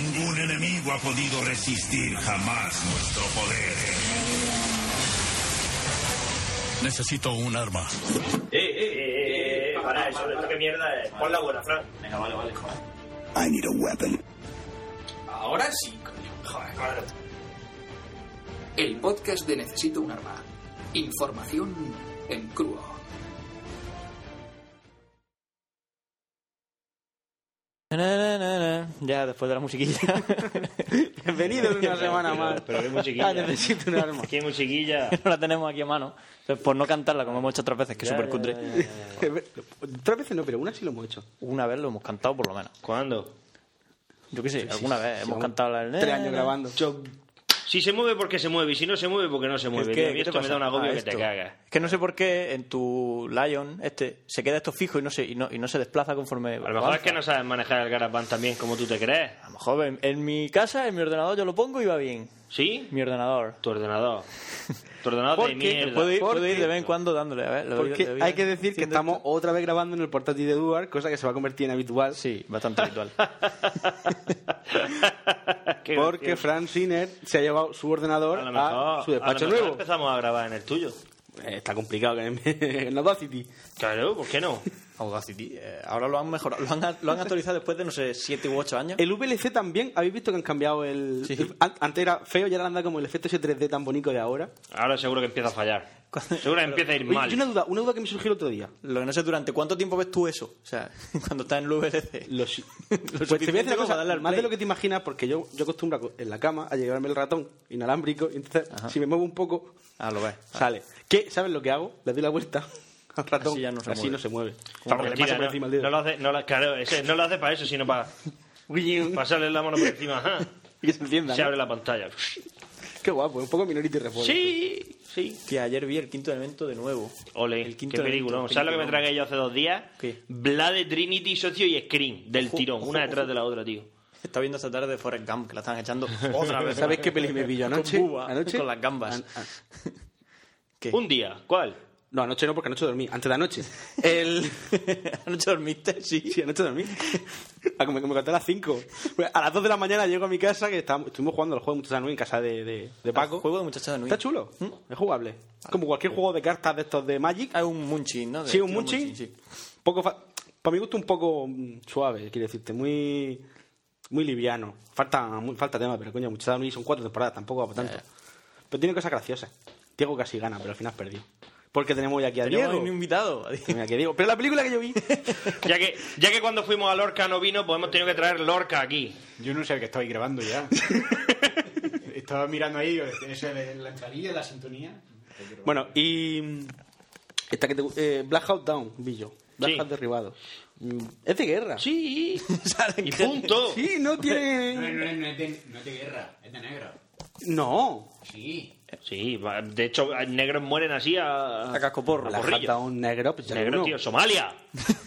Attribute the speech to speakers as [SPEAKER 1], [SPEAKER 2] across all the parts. [SPEAKER 1] enemigo ha podido resistir jamás nuestro poder.
[SPEAKER 2] Necesito un arma.
[SPEAKER 3] Eh, eh, eh, eh, para eso, esta que mierda es. Pon la buena, Fran. Venga, vale, vale, joder.
[SPEAKER 4] I need a weapon.
[SPEAKER 3] Ahora sí, coño. Joder, claro.
[SPEAKER 5] El podcast de Necesito un arma. Información en crudo.
[SPEAKER 6] Na, na, na, na. Ya, después de la musiquilla.
[SPEAKER 7] Bienvenidos una semana más.
[SPEAKER 8] Pero qué musiquilla.
[SPEAKER 7] Ah, necesito un arma.
[SPEAKER 8] Qué musiquilla.
[SPEAKER 6] no la tenemos aquí a mano. Entonces, por no cantarla como hemos hecho otras veces, que es
[SPEAKER 8] Ya, ya,
[SPEAKER 6] súper cutre.
[SPEAKER 8] ya, ya, ya.
[SPEAKER 7] Tres veces no, pero una sí lo hemos hecho.
[SPEAKER 8] Eh,
[SPEAKER 6] Una vez lo hemos cantado, por lo menos.
[SPEAKER 8] ¿Cuándo?
[SPEAKER 6] Yo qué sé, alguna vez hemos
[SPEAKER 7] Llevamos
[SPEAKER 6] cantado la
[SPEAKER 7] Tres años grabando.
[SPEAKER 8] Yo- Si se mueve porque se mueve y si no se mueve porque no se
[SPEAKER 6] Es
[SPEAKER 8] mueve.
[SPEAKER 6] que,
[SPEAKER 8] Tío, a mí
[SPEAKER 6] ¿qué te
[SPEAKER 8] esto me
[SPEAKER 6] pasa?
[SPEAKER 8] da un agobio
[SPEAKER 6] Ah,
[SPEAKER 8] que te
[SPEAKER 6] esto.
[SPEAKER 8] cagas.
[SPEAKER 6] Es que no sé por qué en tu Lion este se queda esto fijo y no se, y no, y no se desplaza conforme.
[SPEAKER 8] A lo mejor es que no sabes manejar el GaraPan también como tú te crees.
[SPEAKER 6] A lo mejor en, en mi casa, en mi ordenador, yo lo pongo y va bien.
[SPEAKER 8] ¿Sí?
[SPEAKER 6] Mi ordenador.
[SPEAKER 8] Tu ordenador. Tu ordenador
[SPEAKER 6] Porque
[SPEAKER 8] de mierda.
[SPEAKER 6] puedo ir,
[SPEAKER 7] ¿Por
[SPEAKER 6] puedo ir
[SPEAKER 7] qué?
[SPEAKER 6] de vez en cuando dándole. A ver, le doy- le
[SPEAKER 7] Porque
[SPEAKER 6] doy-
[SPEAKER 7] hay que decir que
[SPEAKER 6] enciendo esto.
[SPEAKER 7] estamos otra vez grabando en el portátil de Duar, cosa que se va a convertir en habitual.
[SPEAKER 6] Sí, bastante habitual.
[SPEAKER 8] Qué
[SPEAKER 7] Porque
[SPEAKER 8] gracioso.
[SPEAKER 7] Fran Sinner se ha llevado su ordenador
[SPEAKER 8] a
[SPEAKER 7] a,
[SPEAKER 8] lo mejor,
[SPEAKER 7] Ah, su despacho
[SPEAKER 8] a lo mejor
[SPEAKER 7] nuevo.
[SPEAKER 8] empezamos a grabar en el tuyo.
[SPEAKER 7] Eh, está complicado que en, en Audacity.
[SPEAKER 8] Claro, ¿por qué no?
[SPEAKER 6] Audacity. eh, ahora lo han mejorado. Lo han, lo han actualizado después de, no sé, 7 u 8 años.
[SPEAKER 7] El VLC también, habéis visto que han cambiado el.
[SPEAKER 6] Sí.
[SPEAKER 7] el- an- antes era feo y ahora anda como el efecto ese 3D tan bonito de ahora.
[SPEAKER 8] Ahora seguro que empieza a fallar.
[SPEAKER 6] Cuando-
[SPEAKER 8] Seguro que empieza a ir
[SPEAKER 7] Oye,
[SPEAKER 8] mal.
[SPEAKER 7] y una duda, una duda que me surgió el otro día.
[SPEAKER 6] Lo que no sé, ¿durante cuánto tiempo ves tú eso? O sea, cuando estás en el VLC.
[SPEAKER 7] Los, pues te voy a
[SPEAKER 6] suficiente
[SPEAKER 7] decir una
[SPEAKER 6] como
[SPEAKER 7] cosa,
[SPEAKER 6] para darle al
[SPEAKER 7] más de
[SPEAKER 6] play.
[SPEAKER 7] lo que te imaginas, porque yo, yo acostumbro a co- en la cama a llevarme el ratón inalámbrico, y entonces si me muevo un poco,
[SPEAKER 6] Ah, lo ves.
[SPEAKER 7] sale. ¿Qué? ¿Sabes lo que hago? Le doy la vuelta al ratón,
[SPEAKER 6] Así ya no se
[SPEAKER 7] así
[SPEAKER 6] mueve.
[SPEAKER 7] no se mueve.
[SPEAKER 8] Como
[SPEAKER 7] Porque le
[SPEAKER 8] mentira,
[SPEAKER 7] pasa por
[SPEAKER 8] no,
[SPEAKER 7] encima el dedo.
[SPEAKER 8] no lo hace, no lo- claro, ese no lo hace para eso, sino para pasarle la mano por encima. ajá.
[SPEAKER 7] Y que se encienda.
[SPEAKER 8] Se
[SPEAKER 7] ¿no?
[SPEAKER 8] abre la pantalla.
[SPEAKER 7] Qué guapo, un poco minority report.
[SPEAKER 8] Sí, sí.
[SPEAKER 6] Tía, ayer vi el quinto elemento de nuevo.
[SPEAKER 8] Ole,
[SPEAKER 6] el
[SPEAKER 8] qué película. ¿Sabes lo que me tragué yo hace dos días?
[SPEAKER 6] ¿Qué?
[SPEAKER 8] Vlad de Trinity, socio y Scream, del
[SPEAKER 6] Ojo,
[SPEAKER 8] tirón,
[SPEAKER 6] ojo,
[SPEAKER 8] una detrás
[SPEAKER 6] ojo.
[SPEAKER 8] de la otra, tío.
[SPEAKER 6] Está viendo esta tarde Forrest Gump, que la están echando otra vez.
[SPEAKER 7] ¿Sabéis qué peli me pilló anoche?
[SPEAKER 6] Con buba,
[SPEAKER 7] ¿Anoche?
[SPEAKER 6] Con las gambas.
[SPEAKER 7] An- an-
[SPEAKER 6] ¿Qué?
[SPEAKER 8] Un día, ¿cuál?
[SPEAKER 7] No, anoche no, porque anoche dormí. Antes de anoche. El...
[SPEAKER 6] ¿Anoche dormiste? Sí.
[SPEAKER 7] Sí, anoche dormí. Ah, que Me, que me conté a las 5. A las 2 de la mañana llego a mi casa, que estábamos- estuvimos jugando al juego de Muchachas Nui en casa de, de, de Paco.
[SPEAKER 6] Juego de ¿Mm? muchachas de Nui.
[SPEAKER 7] Está chulo. Es jugable. Como cualquier juego de cartas de estos de Magic.
[SPEAKER 6] Hay un munchin, ¿no? De
[SPEAKER 7] Sí, un
[SPEAKER 6] Ah, estilo
[SPEAKER 7] munching.
[SPEAKER 6] sí.
[SPEAKER 7] Poco Para mi gusto un poco mm, suave, quiero decirte. Muy muy liviano. Falta, muy- falta tema, pero coño, Muchachas Nui son cuatro temporadas, tampoco va por tanto. Pero tiene cosas graciosas. Diego casi gana, pero al final perdió. Porque tenemos ya aquí a
[SPEAKER 6] Tenemos
[SPEAKER 7] Diego.
[SPEAKER 6] un invitado.
[SPEAKER 7] Tenemos aquí a Diego. Pero la película que yo vi...
[SPEAKER 8] Ya que, ya que cuando fuimos a Lorca no vino, pues hemos tenido que traer Lorca aquí.
[SPEAKER 9] Yo no sé el que estabais grabando ya. Estaba mirando ahí, digo, ¿es el- la entradilla, la sintonía?
[SPEAKER 7] Bueno, y. mm, Esta que te, gu- eh, Blackout Down, vi yo. Blackout
[SPEAKER 8] Sí.
[SPEAKER 7] derribado. Mm, Es de guerra.
[SPEAKER 8] Sí,
[SPEAKER 6] Salen
[SPEAKER 8] y
[SPEAKER 6] gente-
[SPEAKER 8] punto.
[SPEAKER 7] Sí, no
[SPEAKER 9] No,
[SPEAKER 7] tiene.
[SPEAKER 9] no, no, es de, no es de guerra, es de negro.
[SPEAKER 7] No.
[SPEAKER 9] Sí.
[SPEAKER 8] Sí, va- de hecho, negros mueren así a.
[SPEAKER 6] A cascoporro.
[SPEAKER 8] a
[SPEAKER 7] Blackout
[SPEAKER 8] porrillo.
[SPEAKER 7] Down negro, pues ya
[SPEAKER 8] Negro,
[SPEAKER 7] uno.
[SPEAKER 8] tío, Somalia.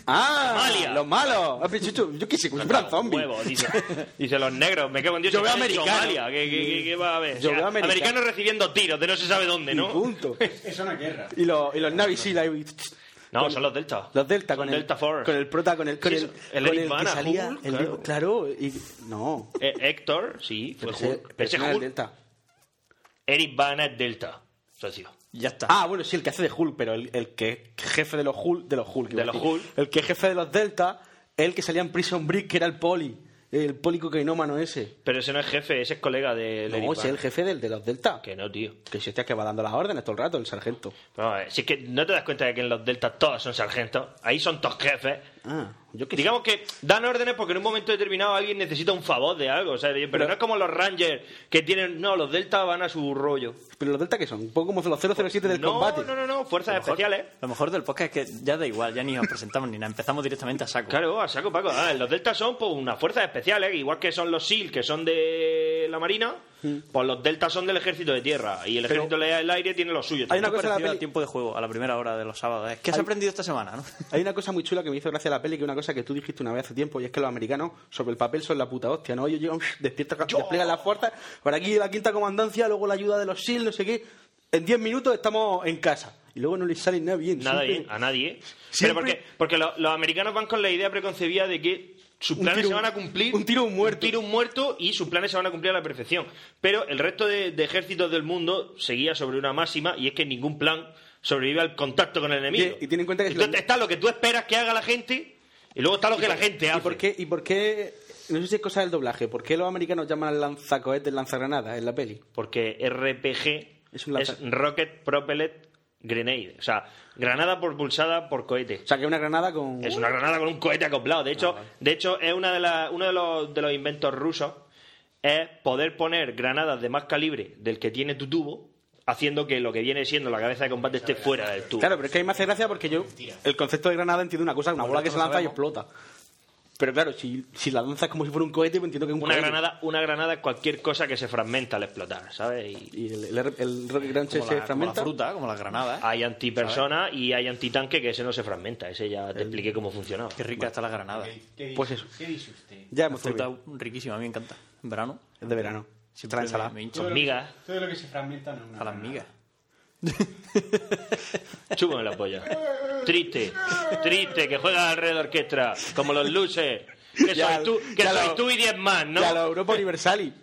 [SPEAKER 7] Ah,
[SPEAKER 8] Somalia.
[SPEAKER 7] los malos. Ah, pero chucho, yo qué sé, como si fueran zombies.
[SPEAKER 8] Huevo, dice, dice los negros, me cago en Dios.
[SPEAKER 7] Yo veo
[SPEAKER 8] están en
[SPEAKER 7] americano.
[SPEAKER 8] Somalia, ¿Qué, qué- qué- qué va a haber?
[SPEAKER 7] Yo veo americano.
[SPEAKER 8] americanos recibiendo tiros de no se sabe dónde,
[SPEAKER 7] Y
[SPEAKER 8] ¿no?
[SPEAKER 7] punto.
[SPEAKER 9] Eso no es guerra.
[SPEAKER 7] Y los, y los Navy Seal ahí,
[SPEAKER 8] No, son los Delta.
[SPEAKER 7] Los Delta
[SPEAKER 8] Son
[SPEAKER 7] con el,
[SPEAKER 8] Delta Force.
[SPEAKER 7] con el prota, con el, con
[SPEAKER 8] Sí,
[SPEAKER 7] el,
[SPEAKER 8] eso. El
[SPEAKER 7] con
[SPEAKER 8] Eric
[SPEAKER 7] que
[SPEAKER 8] Bana,
[SPEAKER 7] salía.
[SPEAKER 8] Hulk,
[SPEAKER 7] el-
[SPEAKER 8] claro.
[SPEAKER 7] claro, y, no.
[SPEAKER 8] Eh, Héctor, sí, fue
[SPEAKER 7] Pero ese-
[SPEAKER 8] Hulk.
[SPEAKER 7] pero
[SPEAKER 8] Ese
[SPEAKER 7] ese no era el
[SPEAKER 8] Hulk-
[SPEAKER 7] Delta.
[SPEAKER 8] Eric Bana es Delta, socio.
[SPEAKER 6] Ya está.
[SPEAKER 7] Ah, bueno, sí, el que hace de Hulk, pero el, el que es jefe de los Hulk, de los Hulk. iba
[SPEAKER 8] De
[SPEAKER 7] a
[SPEAKER 8] los
[SPEAKER 7] decir.
[SPEAKER 8] Hulk.
[SPEAKER 7] El que es jefe de los Delta, el que salía en Prison Break, que era el poli, el poli cocainómano ese.
[SPEAKER 8] Pero ese no es jefe, ese es colega de
[SPEAKER 7] no, ese es el jefe del de los Delta.
[SPEAKER 8] Que no, tío.
[SPEAKER 7] Que si este que va dando las órdenes todo el rato, el sargento.
[SPEAKER 8] Vamos a ver, si es que no te das cuenta de que en los Deltas todos son sargentos. Ahí son todos jefes.
[SPEAKER 7] Ah, yo qué sé.
[SPEAKER 8] Digamos que dan órdenes porque en un momento determinado alguien necesita un favor de algo, ¿sabes? Pero, no es como los Rangers que tienen. No, los Deltas van a su rollo.
[SPEAKER 7] Pero los Delta, ¿qué son? Un poco como los 007 del
[SPEAKER 8] no,
[SPEAKER 7] combate.
[SPEAKER 8] no, no, no, fuerzas
[SPEAKER 6] Lo mejor-
[SPEAKER 8] especiales.
[SPEAKER 6] Lo mejor del podcast es que ya da igual, ya ni nos presentamos ni nada. Empezamos directamente a saco.
[SPEAKER 8] Claro, a saco Paco. Ah, los Deltas son pues, unas fuerzas especiales, igual que son los SEAL, que son de la Marina, pues los Deltas son del Ejército de Tierra. Y el
[SPEAKER 7] Hmm. Pero-
[SPEAKER 8] Ejército del Aire tiene los suyos.
[SPEAKER 7] Hay una
[SPEAKER 6] Muy
[SPEAKER 7] cosa en la
[SPEAKER 6] parecido
[SPEAKER 7] peli-
[SPEAKER 6] al tiempo de juego, a la primera hora de los sábados. Es que has
[SPEAKER 7] Hay-
[SPEAKER 6] aprendido esta semana, ¿no?
[SPEAKER 7] Hay una cosa muy chula que me hizo gracia la peli, que es una cosa que tú dijiste una vez hace tiempo, y es que los americanos sobre el papel son la puta hostia, ¿no? Ellos llegan, despiertan, despliegan las fuerzas, por aquí la quinta comandancia, luego la ayuda de los SEAL, E no sé qué. En 10 minutos estamos en casa. Y luego no les sale nada bien.
[SPEAKER 8] Nada
[SPEAKER 7] siempre-
[SPEAKER 8] bien, a nadie.
[SPEAKER 7] Siempre-
[SPEAKER 8] Pero porque, porque lo- los americanos van con la idea preconcebida de que sus
[SPEAKER 7] Un
[SPEAKER 8] planes
[SPEAKER 7] tiro-
[SPEAKER 8] se van a cumplir.
[SPEAKER 7] un tiro, un muerto.
[SPEAKER 8] tiro, un muerto y sus planes se van a cumplir a la perfección. Pero el resto de, de ejércitos del mundo seguía sobre una máxima y es que ningún plan sobrevive al contacto con el enemigo.
[SPEAKER 7] Y- y ten en cuenta que si
[SPEAKER 8] Entonces
[SPEAKER 7] lo-
[SPEAKER 8] está lo que tú esperas que haga la gente y luego está lo que la gente hace.
[SPEAKER 7] ¿Y por qué? ¿Y por qué? No sé si es cosa del doblaje. ¿Por qué los americanos llaman al lanzacohetes lanzagranada en la peli?
[SPEAKER 8] Porque RPG
[SPEAKER 7] Es
[SPEAKER 8] es,
[SPEAKER 7] un lanza-
[SPEAKER 8] Rocket Propellet Grenade. O sea, granada propulsada por cohete.
[SPEAKER 7] O sea, que es una granada con.
[SPEAKER 8] Es una granada con un cohete acoplado. De hecho, de hecho es una de la- uno de los, de los inventos rusos es poder poner granadas de más calibre del que tiene tu tubo, haciendo que lo que viene siendo la cabeza de combate esté fuera del tubo.
[SPEAKER 7] Claro, pero es que a mí me hace gracia porque yo el concepto de granada entiendo una cosa, una bola que se lanza y explota. Pero claro, si, si la lanzas como si fuera un cohete, pues entiendo que es un
[SPEAKER 8] una
[SPEAKER 7] cohete.
[SPEAKER 8] granada, una granada es cualquier cosa que se fragmenta al explotar, ¿sabes? Y
[SPEAKER 7] Y el, el, el, Rocket
[SPEAKER 6] Como
[SPEAKER 7] Ranch se
[SPEAKER 6] la, como la
[SPEAKER 7] fragmenta.
[SPEAKER 6] fruta, como las granadas. ¿eh?
[SPEAKER 8] hay antipersona y hay antitanque que ese no se fragmenta, ese ya
[SPEAKER 7] Eh,
[SPEAKER 8] te expliqué cómo funcionaba.
[SPEAKER 6] Qué rica está la granada.
[SPEAKER 7] Pues eso.
[SPEAKER 9] ¿Qué dice usted?
[SPEAKER 7] Ya
[SPEAKER 6] La
[SPEAKER 7] hemos
[SPEAKER 6] fruta
[SPEAKER 7] terminado.
[SPEAKER 6] riquísima, a mí me encanta. En verano.
[SPEAKER 7] Es de verano. Está
[SPEAKER 6] Siempre
[SPEAKER 7] la
[SPEAKER 6] me-
[SPEAKER 7] ensalada.
[SPEAKER 6] me hincho
[SPEAKER 9] Todo lo que
[SPEAKER 8] migas.
[SPEAKER 9] se- Todo lo que se fragmenta no es una
[SPEAKER 6] a las
[SPEAKER 9] granada.
[SPEAKER 6] migas.
[SPEAKER 8] Chúpame la polla. Triste, triste, que juegas alrededor de orquesta, como los luces. Que
[SPEAKER 7] Ya,
[SPEAKER 8] soy tú, que
[SPEAKER 7] ya
[SPEAKER 8] soy
[SPEAKER 7] lo-
[SPEAKER 8] tú y diez más, ¿no?
[SPEAKER 7] Y a la Europa Universalis.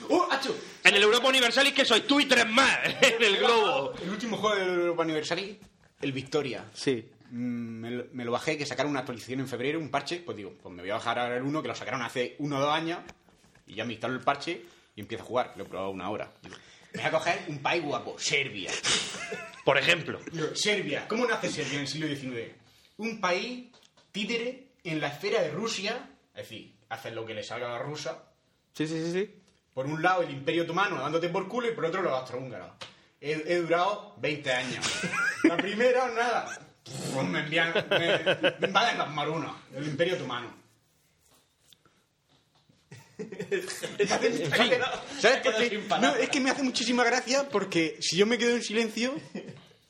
[SPEAKER 9] ¡Oh, hacho!
[SPEAKER 8] En el Europa Universalis que sois tú y tres más en el globo.
[SPEAKER 9] El último juego del Europa Universalis, el Victoria.
[SPEAKER 7] Sí.
[SPEAKER 9] Mm, me, lo, me lo bajé, que sacaron una actualización en febrero, un parche. Pues digo, pues me voy a bajar ahora el 1, que lo sacaron hace uno o dos años. Y ya me instalo el parche y empiezo a jugar. Lo he probado una hora. Digo, me voy a coger un país guapo, Serbia.
[SPEAKER 8] Por ejemplo.
[SPEAKER 9] Digo, Serbia, ¿cómo nace Serbia en el siglo XIX? Un país títere en la esfera de Rusia. Es decir, hacen lo que le salga a la rusa.
[SPEAKER 7] Sí, sí, sí, sí.
[SPEAKER 9] Por un lado el Imperio Otomano dándote por culo y por otro los austrohúngaros. He, he durado 20 años. La primera, nada. Pues me envían. Me, me invaden las marunas del Imperio Otomano. En fin, ¿sabes por qué? No, es que me hace muchísima gracia porque si yo me quedo en silencio,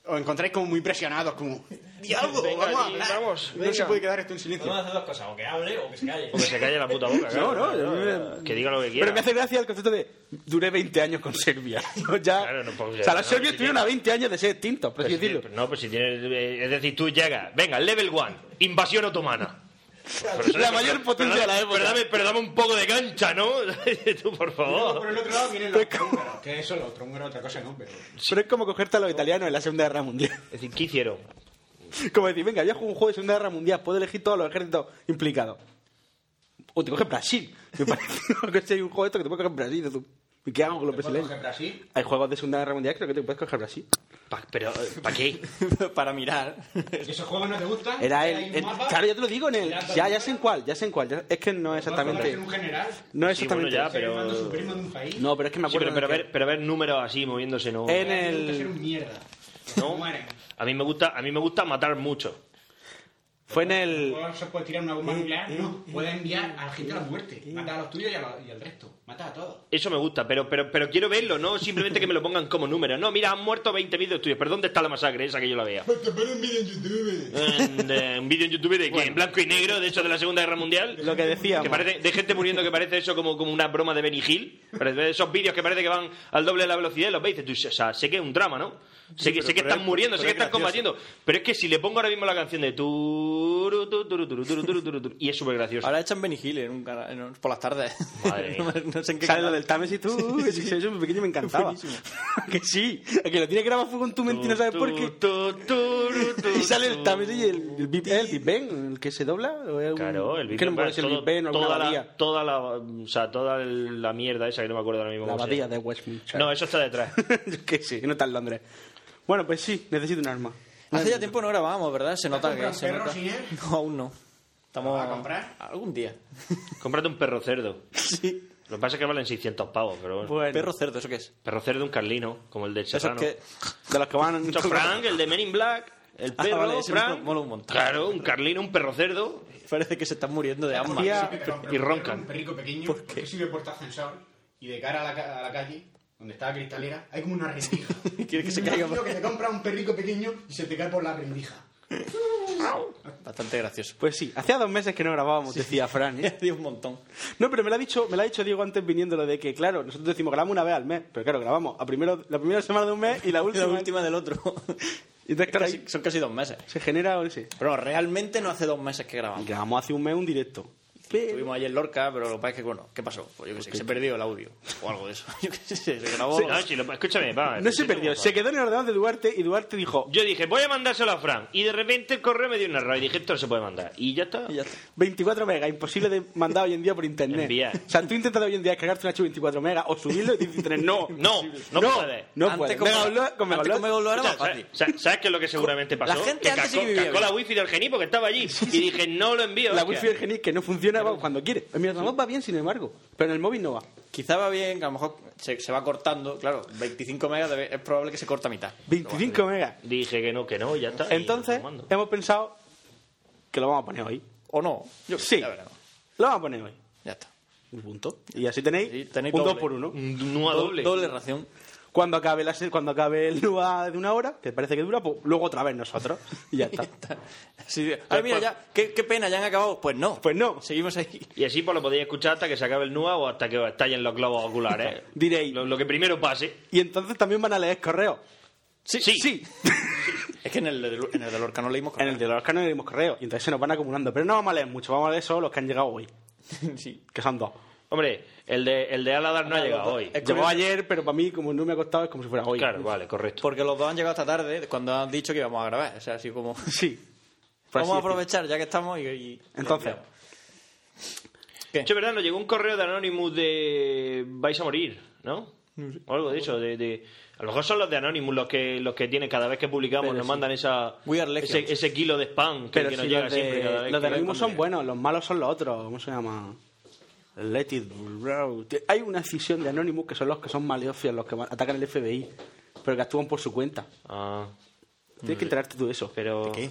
[SPEAKER 9] os encontráis como muy impresionados, como. ¡Diablo!
[SPEAKER 8] Venga,
[SPEAKER 9] vamos a
[SPEAKER 8] y
[SPEAKER 9] hablar".
[SPEAKER 8] vamos,
[SPEAKER 9] no
[SPEAKER 8] venga.
[SPEAKER 9] se puede quedar esto en silencio.
[SPEAKER 3] Podemos hacer dos cosas, o que hable o que se calle.
[SPEAKER 8] Porque se calle la puta boca, claro.
[SPEAKER 7] no, yo-
[SPEAKER 8] claro. que diga lo que quiera.
[SPEAKER 7] Pero me hace gracia el concepto de duré 20 años con Serbia. Yo ya,
[SPEAKER 8] Claro, no puedo-
[SPEAKER 7] o sea, los
[SPEAKER 8] no,
[SPEAKER 7] serbios
[SPEAKER 8] sí,
[SPEAKER 7] tuvieron
[SPEAKER 8] ya.
[SPEAKER 7] a 20 años de ser extintos, por
[SPEAKER 8] Pero
[SPEAKER 7] así
[SPEAKER 8] si
[SPEAKER 7] decirlo.
[SPEAKER 8] tiene- no, pues si tienes. eh, Es decir, tú llegas. Venga, level one. Invasión otomana. Pero eso-
[SPEAKER 7] La mayor potencia
[SPEAKER 8] pero dame-
[SPEAKER 7] de la época.
[SPEAKER 8] Pero dame, pero dame un poco de cancha, ¿no? tú, por
[SPEAKER 9] Y luego, por
[SPEAKER 8] favor.
[SPEAKER 9] el otro lado vienen los austrohúngaros, que eso, los austrohúngaros, otra cosa no, pero.
[SPEAKER 7] Pero es como cogerte a los italianos en la Segunda Guerra Mundial.
[SPEAKER 8] Es decir, ¿qué hicieron?
[SPEAKER 7] Como decir, venga, yo juego un juego de Segunda Guerra Mundial, puedo elegir todos los ejércitos implicados. O te coges Brasil. Me parece que si hay un juego de esto que te puedes coger Brasil. y dices tú, ¿Y qué hago con los
[SPEAKER 9] Después coge
[SPEAKER 7] brasileños?
[SPEAKER 9] Brasil.
[SPEAKER 7] Hay juegos de Segunda Guerra Mundial, creo que te puedes coger Brasil.
[SPEAKER 8] Pa- pero, ¿para qué?
[SPEAKER 6] Para mirar.
[SPEAKER 9] Si esos juegos no te gustan,
[SPEAKER 7] Era
[SPEAKER 9] hay un
[SPEAKER 7] el, el-
[SPEAKER 9] mapa,
[SPEAKER 7] Claro, ya te lo digo en el.
[SPEAKER 9] Ya,
[SPEAKER 7] Ya, ya sé en cuál, ya sé en cuál. ya- es que no
[SPEAKER 9] puedes convertirte
[SPEAKER 7] exactamente.
[SPEAKER 9] en un general,
[SPEAKER 7] No
[SPEAKER 8] Sí, bueno,
[SPEAKER 7] exactamente.
[SPEAKER 8] ya,
[SPEAKER 9] ser el
[SPEAKER 8] pero-
[SPEAKER 9] mando supremo de un país,
[SPEAKER 7] No, pero es que me
[SPEAKER 8] Sí, pero,
[SPEAKER 7] acuerdo.
[SPEAKER 8] pero
[SPEAKER 7] en el
[SPEAKER 8] ver, pero ver números así moviéndose no.
[SPEAKER 7] que- en
[SPEAKER 9] tienes que ser
[SPEAKER 7] el.
[SPEAKER 9] un mierda.
[SPEAKER 8] No.
[SPEAKER 9] Mueren.
[SPEAKER 8] A mí me gusta, a mí me gusta matar mucho.
[SPEAKER 7] Fue en el.
[SPEAKER 9] O se puede tirar una bomba nuclear, no. Puedes enviar a la gente a la muerte. Mata a los tuyos y, a los- y al resto. Mata a todos.
[SPEAKER 8] Eso me gusta, pero, pero, pero quiero verlo, no simplemente que me lo pongan como número. No, mira, han muerto 20 vídeos tuyos, pero ¿dónde está la masacre esa que yo la vea?
[SPEAKER 9] Te ponen un vídeo en YouTube.
[SPEAKER 8] En, eh, un vídeo en YouTube de que en blanco y negro, de hecho, de la Segunda Guerra Mundial.
[SPEAKER 7] Lo que decíamos.
[SPEAKER 8] Que parece, de gente muriendo que parece eso como, como una broma de Benny Hill. Parece esos vídeos que parece que van al doble de la velocidad y los veis. y dices tú, O sea, sé que es un drama, ¿no? Sé que, sé que están muriendo, sé que están combatiendo. Pero es que si le pongo ahora mismo la canción de turu, tu, turu, turu, turu, turu, turu, turu, y es súper gracioso.
[SPEAKER 6] Ahora echan Benny Hill en un cana- en un- por las tardes.
[SPEAKER 8] Madre mía.
[SPEAKER 6] no sé en qué
[SPEAKER 7] ¿Sabes lo
[SPEAKER 6] canal.
[SPEAKER 7] del Támesis tú? Que sí, Eso es pequeño me encantaba.
[SPEAKER 6] Buenísimo.
[SPEAKER 7] que sí. Que lo tienes grabado fue con tu mente y no sabes por qué.
[SPEAKER 8] Tu, tu, turu, tu,
[SPEAKER 7] Y sale el
[SPEAKER 8] tu.
[SPEAKER 7] Támesis y el, el Big, ¿es el Big Bang, el que se dobla. ¿O es un-
[SPEAKER 8] Claro, el Big
[SPEAKER 7] Que no
[SPEAKER 8] Bang,
[SPEAKER 7] me acuerdo si el
[SPEAKER 8] todo-
[SPEAKER 7] Big Bang o alguna
[SPEAKER 8] toda
[SPEAKER 7] abadía.
[SPEAKER 8] la, toda la, o sea, toda la mierda esa que no me acuerdo ahora mismo.
[SPEAKER 7] La
[SPEAKER 8] cómo se
[SPEAKER 7] abadía
[SPEAKER 8] llama.
[SPEAKER 7] de Westminster.
[SPEAKER 8] No, eso está detrás.
[SPEAKER 7] Yo qué sé, no está en Londres. Bueno, pues sí, necesito un arma.
[SPEAKER 6] Hace ya tiempo no grabamos, ¿verdad? Se nota que.
[SPEAKER 9] comprado
[SPEAKER 6] Se
[SPEAKER 9] un perro
[SPEAKER 6] nota.
[SPEAKER 9] sin él?
[SPEAKER 6] No, aún no. Estamos.
[SPEAKER 9] ¿Lo vas a comprar?
[SPEAKER 6] Algún día.
[SPEAKER 8] Cómprate un perro cerdo.
[SPEAKER 6] Sí.
[SPEAKER 8] Lo que pasa es que valen 600 pavos, pero bueno.
[SPEAKER 7] Bueno,
[SPEAKER 6] Perro cerdo, ¿eso qué es?
[SPEAKER 8] Perro cerdo, un carlino, como el del
[SPEAKER 6] Eso
[SPEAKER 8] Serrano.
[SPEAKER 6] es que.
[SPEAKER 7] de los que van.
[SPEAKER 8] Esto, Frank, el de Men in Black, el
[SPEAKER 6] Ah,
[SPEAKER 8] perro,
[SPEAKER 6] vale, ese
[SPEAKER 8] Frank.
[SPEAKER 6] mola- mola un montón.
[SPEAKER 8] Claro, un carlino, un perro cerdo.
[SPEAKER 6] Parece que se están muriendo de hambre.
[SPEAKER 7] Hacía-
[SPEAKER 8] y roncan.
[SPEAKER 9] Un perrico pequeño
[SPEAKER 6] ¿Por qué?
[SPEAKER 9] que sirve portaascensor y de cara a la, ca- a la calle, donde está la cristalera, hay como una rendija.
[SPEAKER 6] Quiere que se
[SPEAKER 9] Un
[SPEAKER 6] caiga.
[SPEAKER 9] tío que te compra un perrico pequeño y se te cae por la rendija.
[SPEAKER 6] Bastante gracioso.
[SPEAKER 7] Pues sí, hacía dos meses que no grabábamos, decía Fran. ¿eh?
[SPEAKER 6] Di un montón.
[SPEAKER 7] No, pero me lo ha dicho, me lo ha dicho Diego antes viniendo lo de que, claro, nosotros decimos grabamos una vez al mes, pero claro, grabamos a primero, la primera semana de un mes y la última.
[SPEAKER 6] La última del otro.
[SPEAKER 7] Y entonces, claro, ahí
[SPEAKER 6] Casi- son casi dos meses.
[SPEAKER 7] se genera ese.
[SPEAKER 6] Pero realmente no hace dos meses que grabamos.
[SPEAKER 7] Grabamos hace un mes un directo.
[SPEAKER 6] Estuvimos ayer en Lorca, pero lo que pasa es que, bueno, ¿qué pasó? Pues yo qué sé, que se perdió el audio o algo de eso. Yo qué sé, se grabó.
[SPEAKER 8] No, si lo- escúchame, va.
[SPEAKER 7] Ah, No se
[SPEAKER 8] escúchame,
[SPEAKER 7] perdió,
[SPEAKER 8] va.
[SPEAKER 7] se quedó en el ordenador de Duarte y Duarte dijo
[SPEAKER 8] Yo dije, voy a mandárselo a Fran. Y de repente el correo me dio un error y dije, esto no se puede mandar. Y ya está.
[SPEAKER 6] Y ya está.
[SPEAKER 7] 24 megas, imposible de mandar hoy en día por internet.
[SPEAKER 8] Enviar.
[SPEAKER 7] O sea, tú intentas hoy en día descargarte un archivo 24 megas o subirlo y dices, internet, no,
[SPEAKER 8] No, no, puede.
[SPEAKER 7] no
[SPEAKER 6] Antes
[SPEAKER 7] puedes.
[SPEAKER 6] con
[SPEAKER 7] Mega
[SPEAKER 6] Mega-
[SPEAKER 7] Upload- con Mega
[SPEAKER 6] antes con
[SPEAKER 7] Upload-
[SPEAKER 6] Mega Upload era
[SPEAKER 8] O sea,
[SPEAKER 6] más fácil.
[SPEAKER 8] sa- sa- ¿Sabes qué es lo que seguramente pasó?
[SPEAKER 6] gente
[SPEAKER 8] que
[SPEAKER 6] antes sí
[SPEAKER 8] cascó,
[SPEAKER 6] que vivía
[SPEAKER 8] cascó
[SPEAKER 6] bien.
[SPEAKER 8] la wifi del geni porque estaba allí. Y dije, no lo envío.
[SPEAKER 7] la
[SPEAKER 8] hostia.
[SPEAKER 7] wifi del Genic que no funciona va cuando quiere. En mi ordenador va bien, sin embargo, pero en el móvil no va.
[SPEAKER 6] Quizá va bien, que a lo mejor se, se va cortando. Claro, 25 megas debe- es probable que se corta a mitad.
[SPEAKER 7] 25 megas.
[SPEAKER 8] Dije que no, que no, y ya está. Y
[SPEAKER 7] Entonces,
[SPEAKER 8] lo mando.
[SPEAKER 7] hemos pensado que lo vamos a poner hoy.
[SPEAKER 6] ¿O no? Yo,
[SPEAKER 7] Sí,
[SPEAKER 6] Ya, veremos.
[SPEAKER 7] lo vamos a poner hoy.
[SPEAKER 6] Ya está.
[SPEAKER 7] Un punto. Y así tenéis,
[SPEAKER 6] Sí, tenéis
[SPEAKER 7] un 2
[SPEAKER 6] doble.
[SPEAKER 7] por 1
[SPEAKER 8] Un NUA
[SPEAKER 6] Do-
[SPEAKER 8] doble.
[SPEAKER 6] Doble ración.
[SPEAKER 7] Cuando acabe, la, se- cuando acabe el NUA de una hora, que parece que dura, pues luego otra vez nosotros. Y ya está.
[SPEAKER 6] Sí, ay, mira, ya, qué, qué pena, ya han acabado. Pues no.
[SPEAKER 7] Pues no.
[SPEAKER 6] Seguimos ahí.
[SPEAKER 8] Y así pues lo podéis escuchar hasta que se acabe el NUA o hasta que os estallen los globos oculares. ¿eh?
[SPEAKER 7] Diréis.
[SPEAKER 8] Lo, lo que primero pase.
[SPEAKER 7] Y entonces también van a leer correos.
[SPEAKER 8] Sí, sí.
[SPEAKER 6] Es que en el, de- en el de Lorca no leímos
[SPEAKER 7] En el de los no leemos correos. Y entonces se nos van acumulando. Pero no vamos a leer mucho, vamos a leer solo los que han llegado hoy,
[SPEAKER 6] Sí.
[SPEAKER 7] que son dos.
[SPEAKER 8] Hombre, el de, el de Aladar no ha llegado hoy.
[SPEAKER 6] Es
[SPEAKER 7] Llegó
[SPEAKER 6] curioso.
[SPEAKER 7] ayer, pero para mí, como no me ha costado, es como si fuera hoy.
[SPEAKER 8] Claro, vale, correcto.
[SPEAKER 6] Porque los dos han llegado esta tarde cuando han dicho que íbamos a grabar. O sea, así como.
[SPEAKER 7] Pues Sí. Por así
[SPEAKER 6] Vamos a
[SPEAKER 7] decirlo.
[SPEAKER 6] aprovechar ya que estamos y. y-
[SPEAKER 7] Entonces,
[SPEAKER 8] De hecho, verdad, nos llegó un correo de Anonymous de vais a morir, ¿no? O algo de eso, de, de- a lo mejor son los de Anonymous los que los que tienen cada vez que publicamos
[SPEAKER 7] Pero
[SPEAKER 8] nos
[SPEAKER 7] sí.
[SPEAKER 8] mandan esa
[SPEAKER 6] We are legends.
[SPEAKER 8] ese, ese kilo de spam que,
[SPEAKER 7] pero
[SPEAKER 8] que
[SPEAKER 7] si
[SPEAKER 8] nos
[SPEAKER 7] los
[SPEAKER 8] llega
[SPEAKER 7] de,
[SPEAKER 8] siempre cada vez.
[SPEAKER 7] los de
[SPEAKER 8] que-
[SPEAKER 7] lo mismo son buenos, los malos son los otros. ¿Cómo se llama? Let it roll. Hay una decisión de Anonymous que son los que son maleofios, los que van- atacan el FBI, pero que actúan por su cuenta.
[SPEAKER 8] Ah,
[SPEAKER 7] Tienes que enterarte tú de eso.
[SPEAKER 8] pero
[SPEAKER 6] ¿Qué?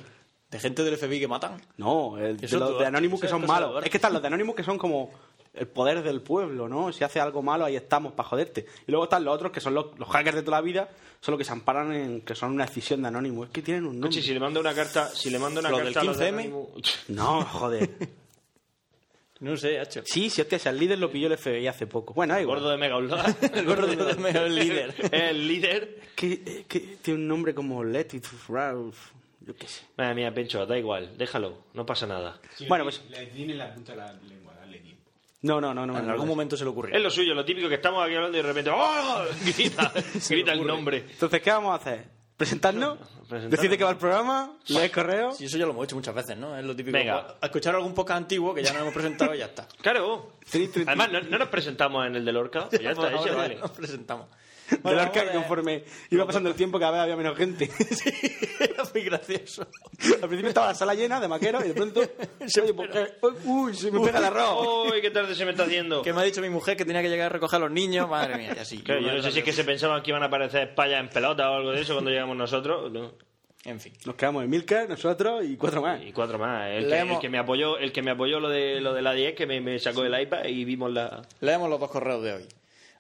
[SPEAKER 6] ¿De gente del FBI que matan?
[SPEAKER 7] No, el- de
[SPEAKER 6] Eso
[SPEAKER 7] los
[SPEAKER 6] tú-
[SPEAKER 7] de Anonymous
[SPEAKER 6] eso
[SPEAKER 7] que
[SPEAKER 6] es
[SPEAKER 7] son
[SPEAKER 6] cosa de
[SPEAKER 7] malos.
[SPEAKER 6] Duarte.
[SPEAKER 7] Es que están los de Anonymous que son como el poder del pueblo, ¿no? Si haces algo malo, ahí estamos para joderte. Y luego están los otros que son los, los hackers de toda la vida, son los que se amparan en que son una decisión de Anonymous. Es que tienen un nombre.
[SPEAKER 8] Coche, si le mando una carta, si le mando una
[SPEAKER 6] ¿Los
[SPEAKER 8] carta
[SPEAKER 6] del
[SPEAKER 8] a los de
[SPEAKER 6] 15M?
[SPEAKER 8] Anonymous-
[SPEAKER 7] No, joder.
[SPEAKER 6] No sé, hecho.
[SPEAKER 7] sí, sí, hostia, si al líder lo pilló el FBI hace poco. Bueno, da
[SPEAKER 8] el
[SPEAKER 7] igual.
[SPEAKER 8] gordo de Mega
[SPEAKER 6] El gordo de Mega Upload, el líder.
[SPEAKER 8] el líder.
[SPEAKER 7] Que, eh, que tiene un nombre como Let It Ralph. Yo qué sé.
[SPEAKER 8] Madre mía, Pencho, da igual, déjalo, no pasa nada.
[SPEAKER 7] Bueno, pues-
[SPEAKER 9] Le tiene la punta de la lengua, dale tiempo.
[SPEAKER 7] No, no, no, no.
[SPEAKER 6] En
[SPEAKER 7] no,
[SPEAKER 6] algún
[SPEAKER 7] no.
[SPEAKER 6] momento se le ocurrió.
[SPEAKER 8] Es lo suyo, lo típico que estamos aquí hablando y de repente ¡Oh! grita, grita el nombre.
[SPEAKER 7] Entonces, ¿qué vamos a hacer? ¿Presentarnos?
[SPEAKER 8] Presentarnos.
[SPEAKER 7] ¿Decirte que va el programa? ¿Leer correo?
[SPEAKER 6] Sí, eso ya lo hemos hecho muchas veces, ¿no? Es lo típico.
[SPEAKER 8] Venga.
[SPEAKER 6] A Escuchar algún podcast antiguo que ya nos hemos presentado y ya está.
[SPEAKER 8] Claro.
[SPEAKER 7] Tri, tri, tri.
[SPEAKER 8] Además, ¿no, no nos presentamos en el de Lorca. Pues ya está,
[SPEAKER 6] Ahora
[SPEAKER 8] ese
[SPEAKER 6] ya
[SPEAKER 8] vale.
[SPEAKER 6] nos presentamos.
[SPEAKER 7] De
[SPEAKER 6] Bueno,
[SPEAKER 7] la que
[SPEAKER 6] vamos a-
[SPEAKER 7] conforme iba pasando el tiempo cada vez había menos gente.
[SPEAKER 6] Sí, era muy gracioso.
[SPEAKER 7] Al principio estaba la sala llena de maqueros y de pronto... Oye, ¿por qué? Uy, se me pega el arroz.
[SPEAKER 8] ¡Uy, qué tarde se me está haciendo!
[SPEAKER 6] Que me ha dicho mi mujer que tenía que llegar a recoger a los niños. Madre mía, y así.
[SPEAKER 8] Claro, yo no sé si es que se pensaban que iban a aparecer payas en pelota o algo de eso cuando llegamos nosotros. ¿no?
[SPEAKER 6] En fin.
[SPEAKER 7] Nos quedamos en Milker, nosotros y cuatro más.
[SPEAKER 8] Y cuatro más. El
[SPEAKER 6] Le
[SPEAKER 8] que,
[SPEAKER 6] hemos-
[SPEAKER 8] el que me apoyó, el que me apoyó lo de lo de la 10, que me, me sacó el iPad y vimos la.
[SPEAKER 6] Leemos los dos correos de hoy.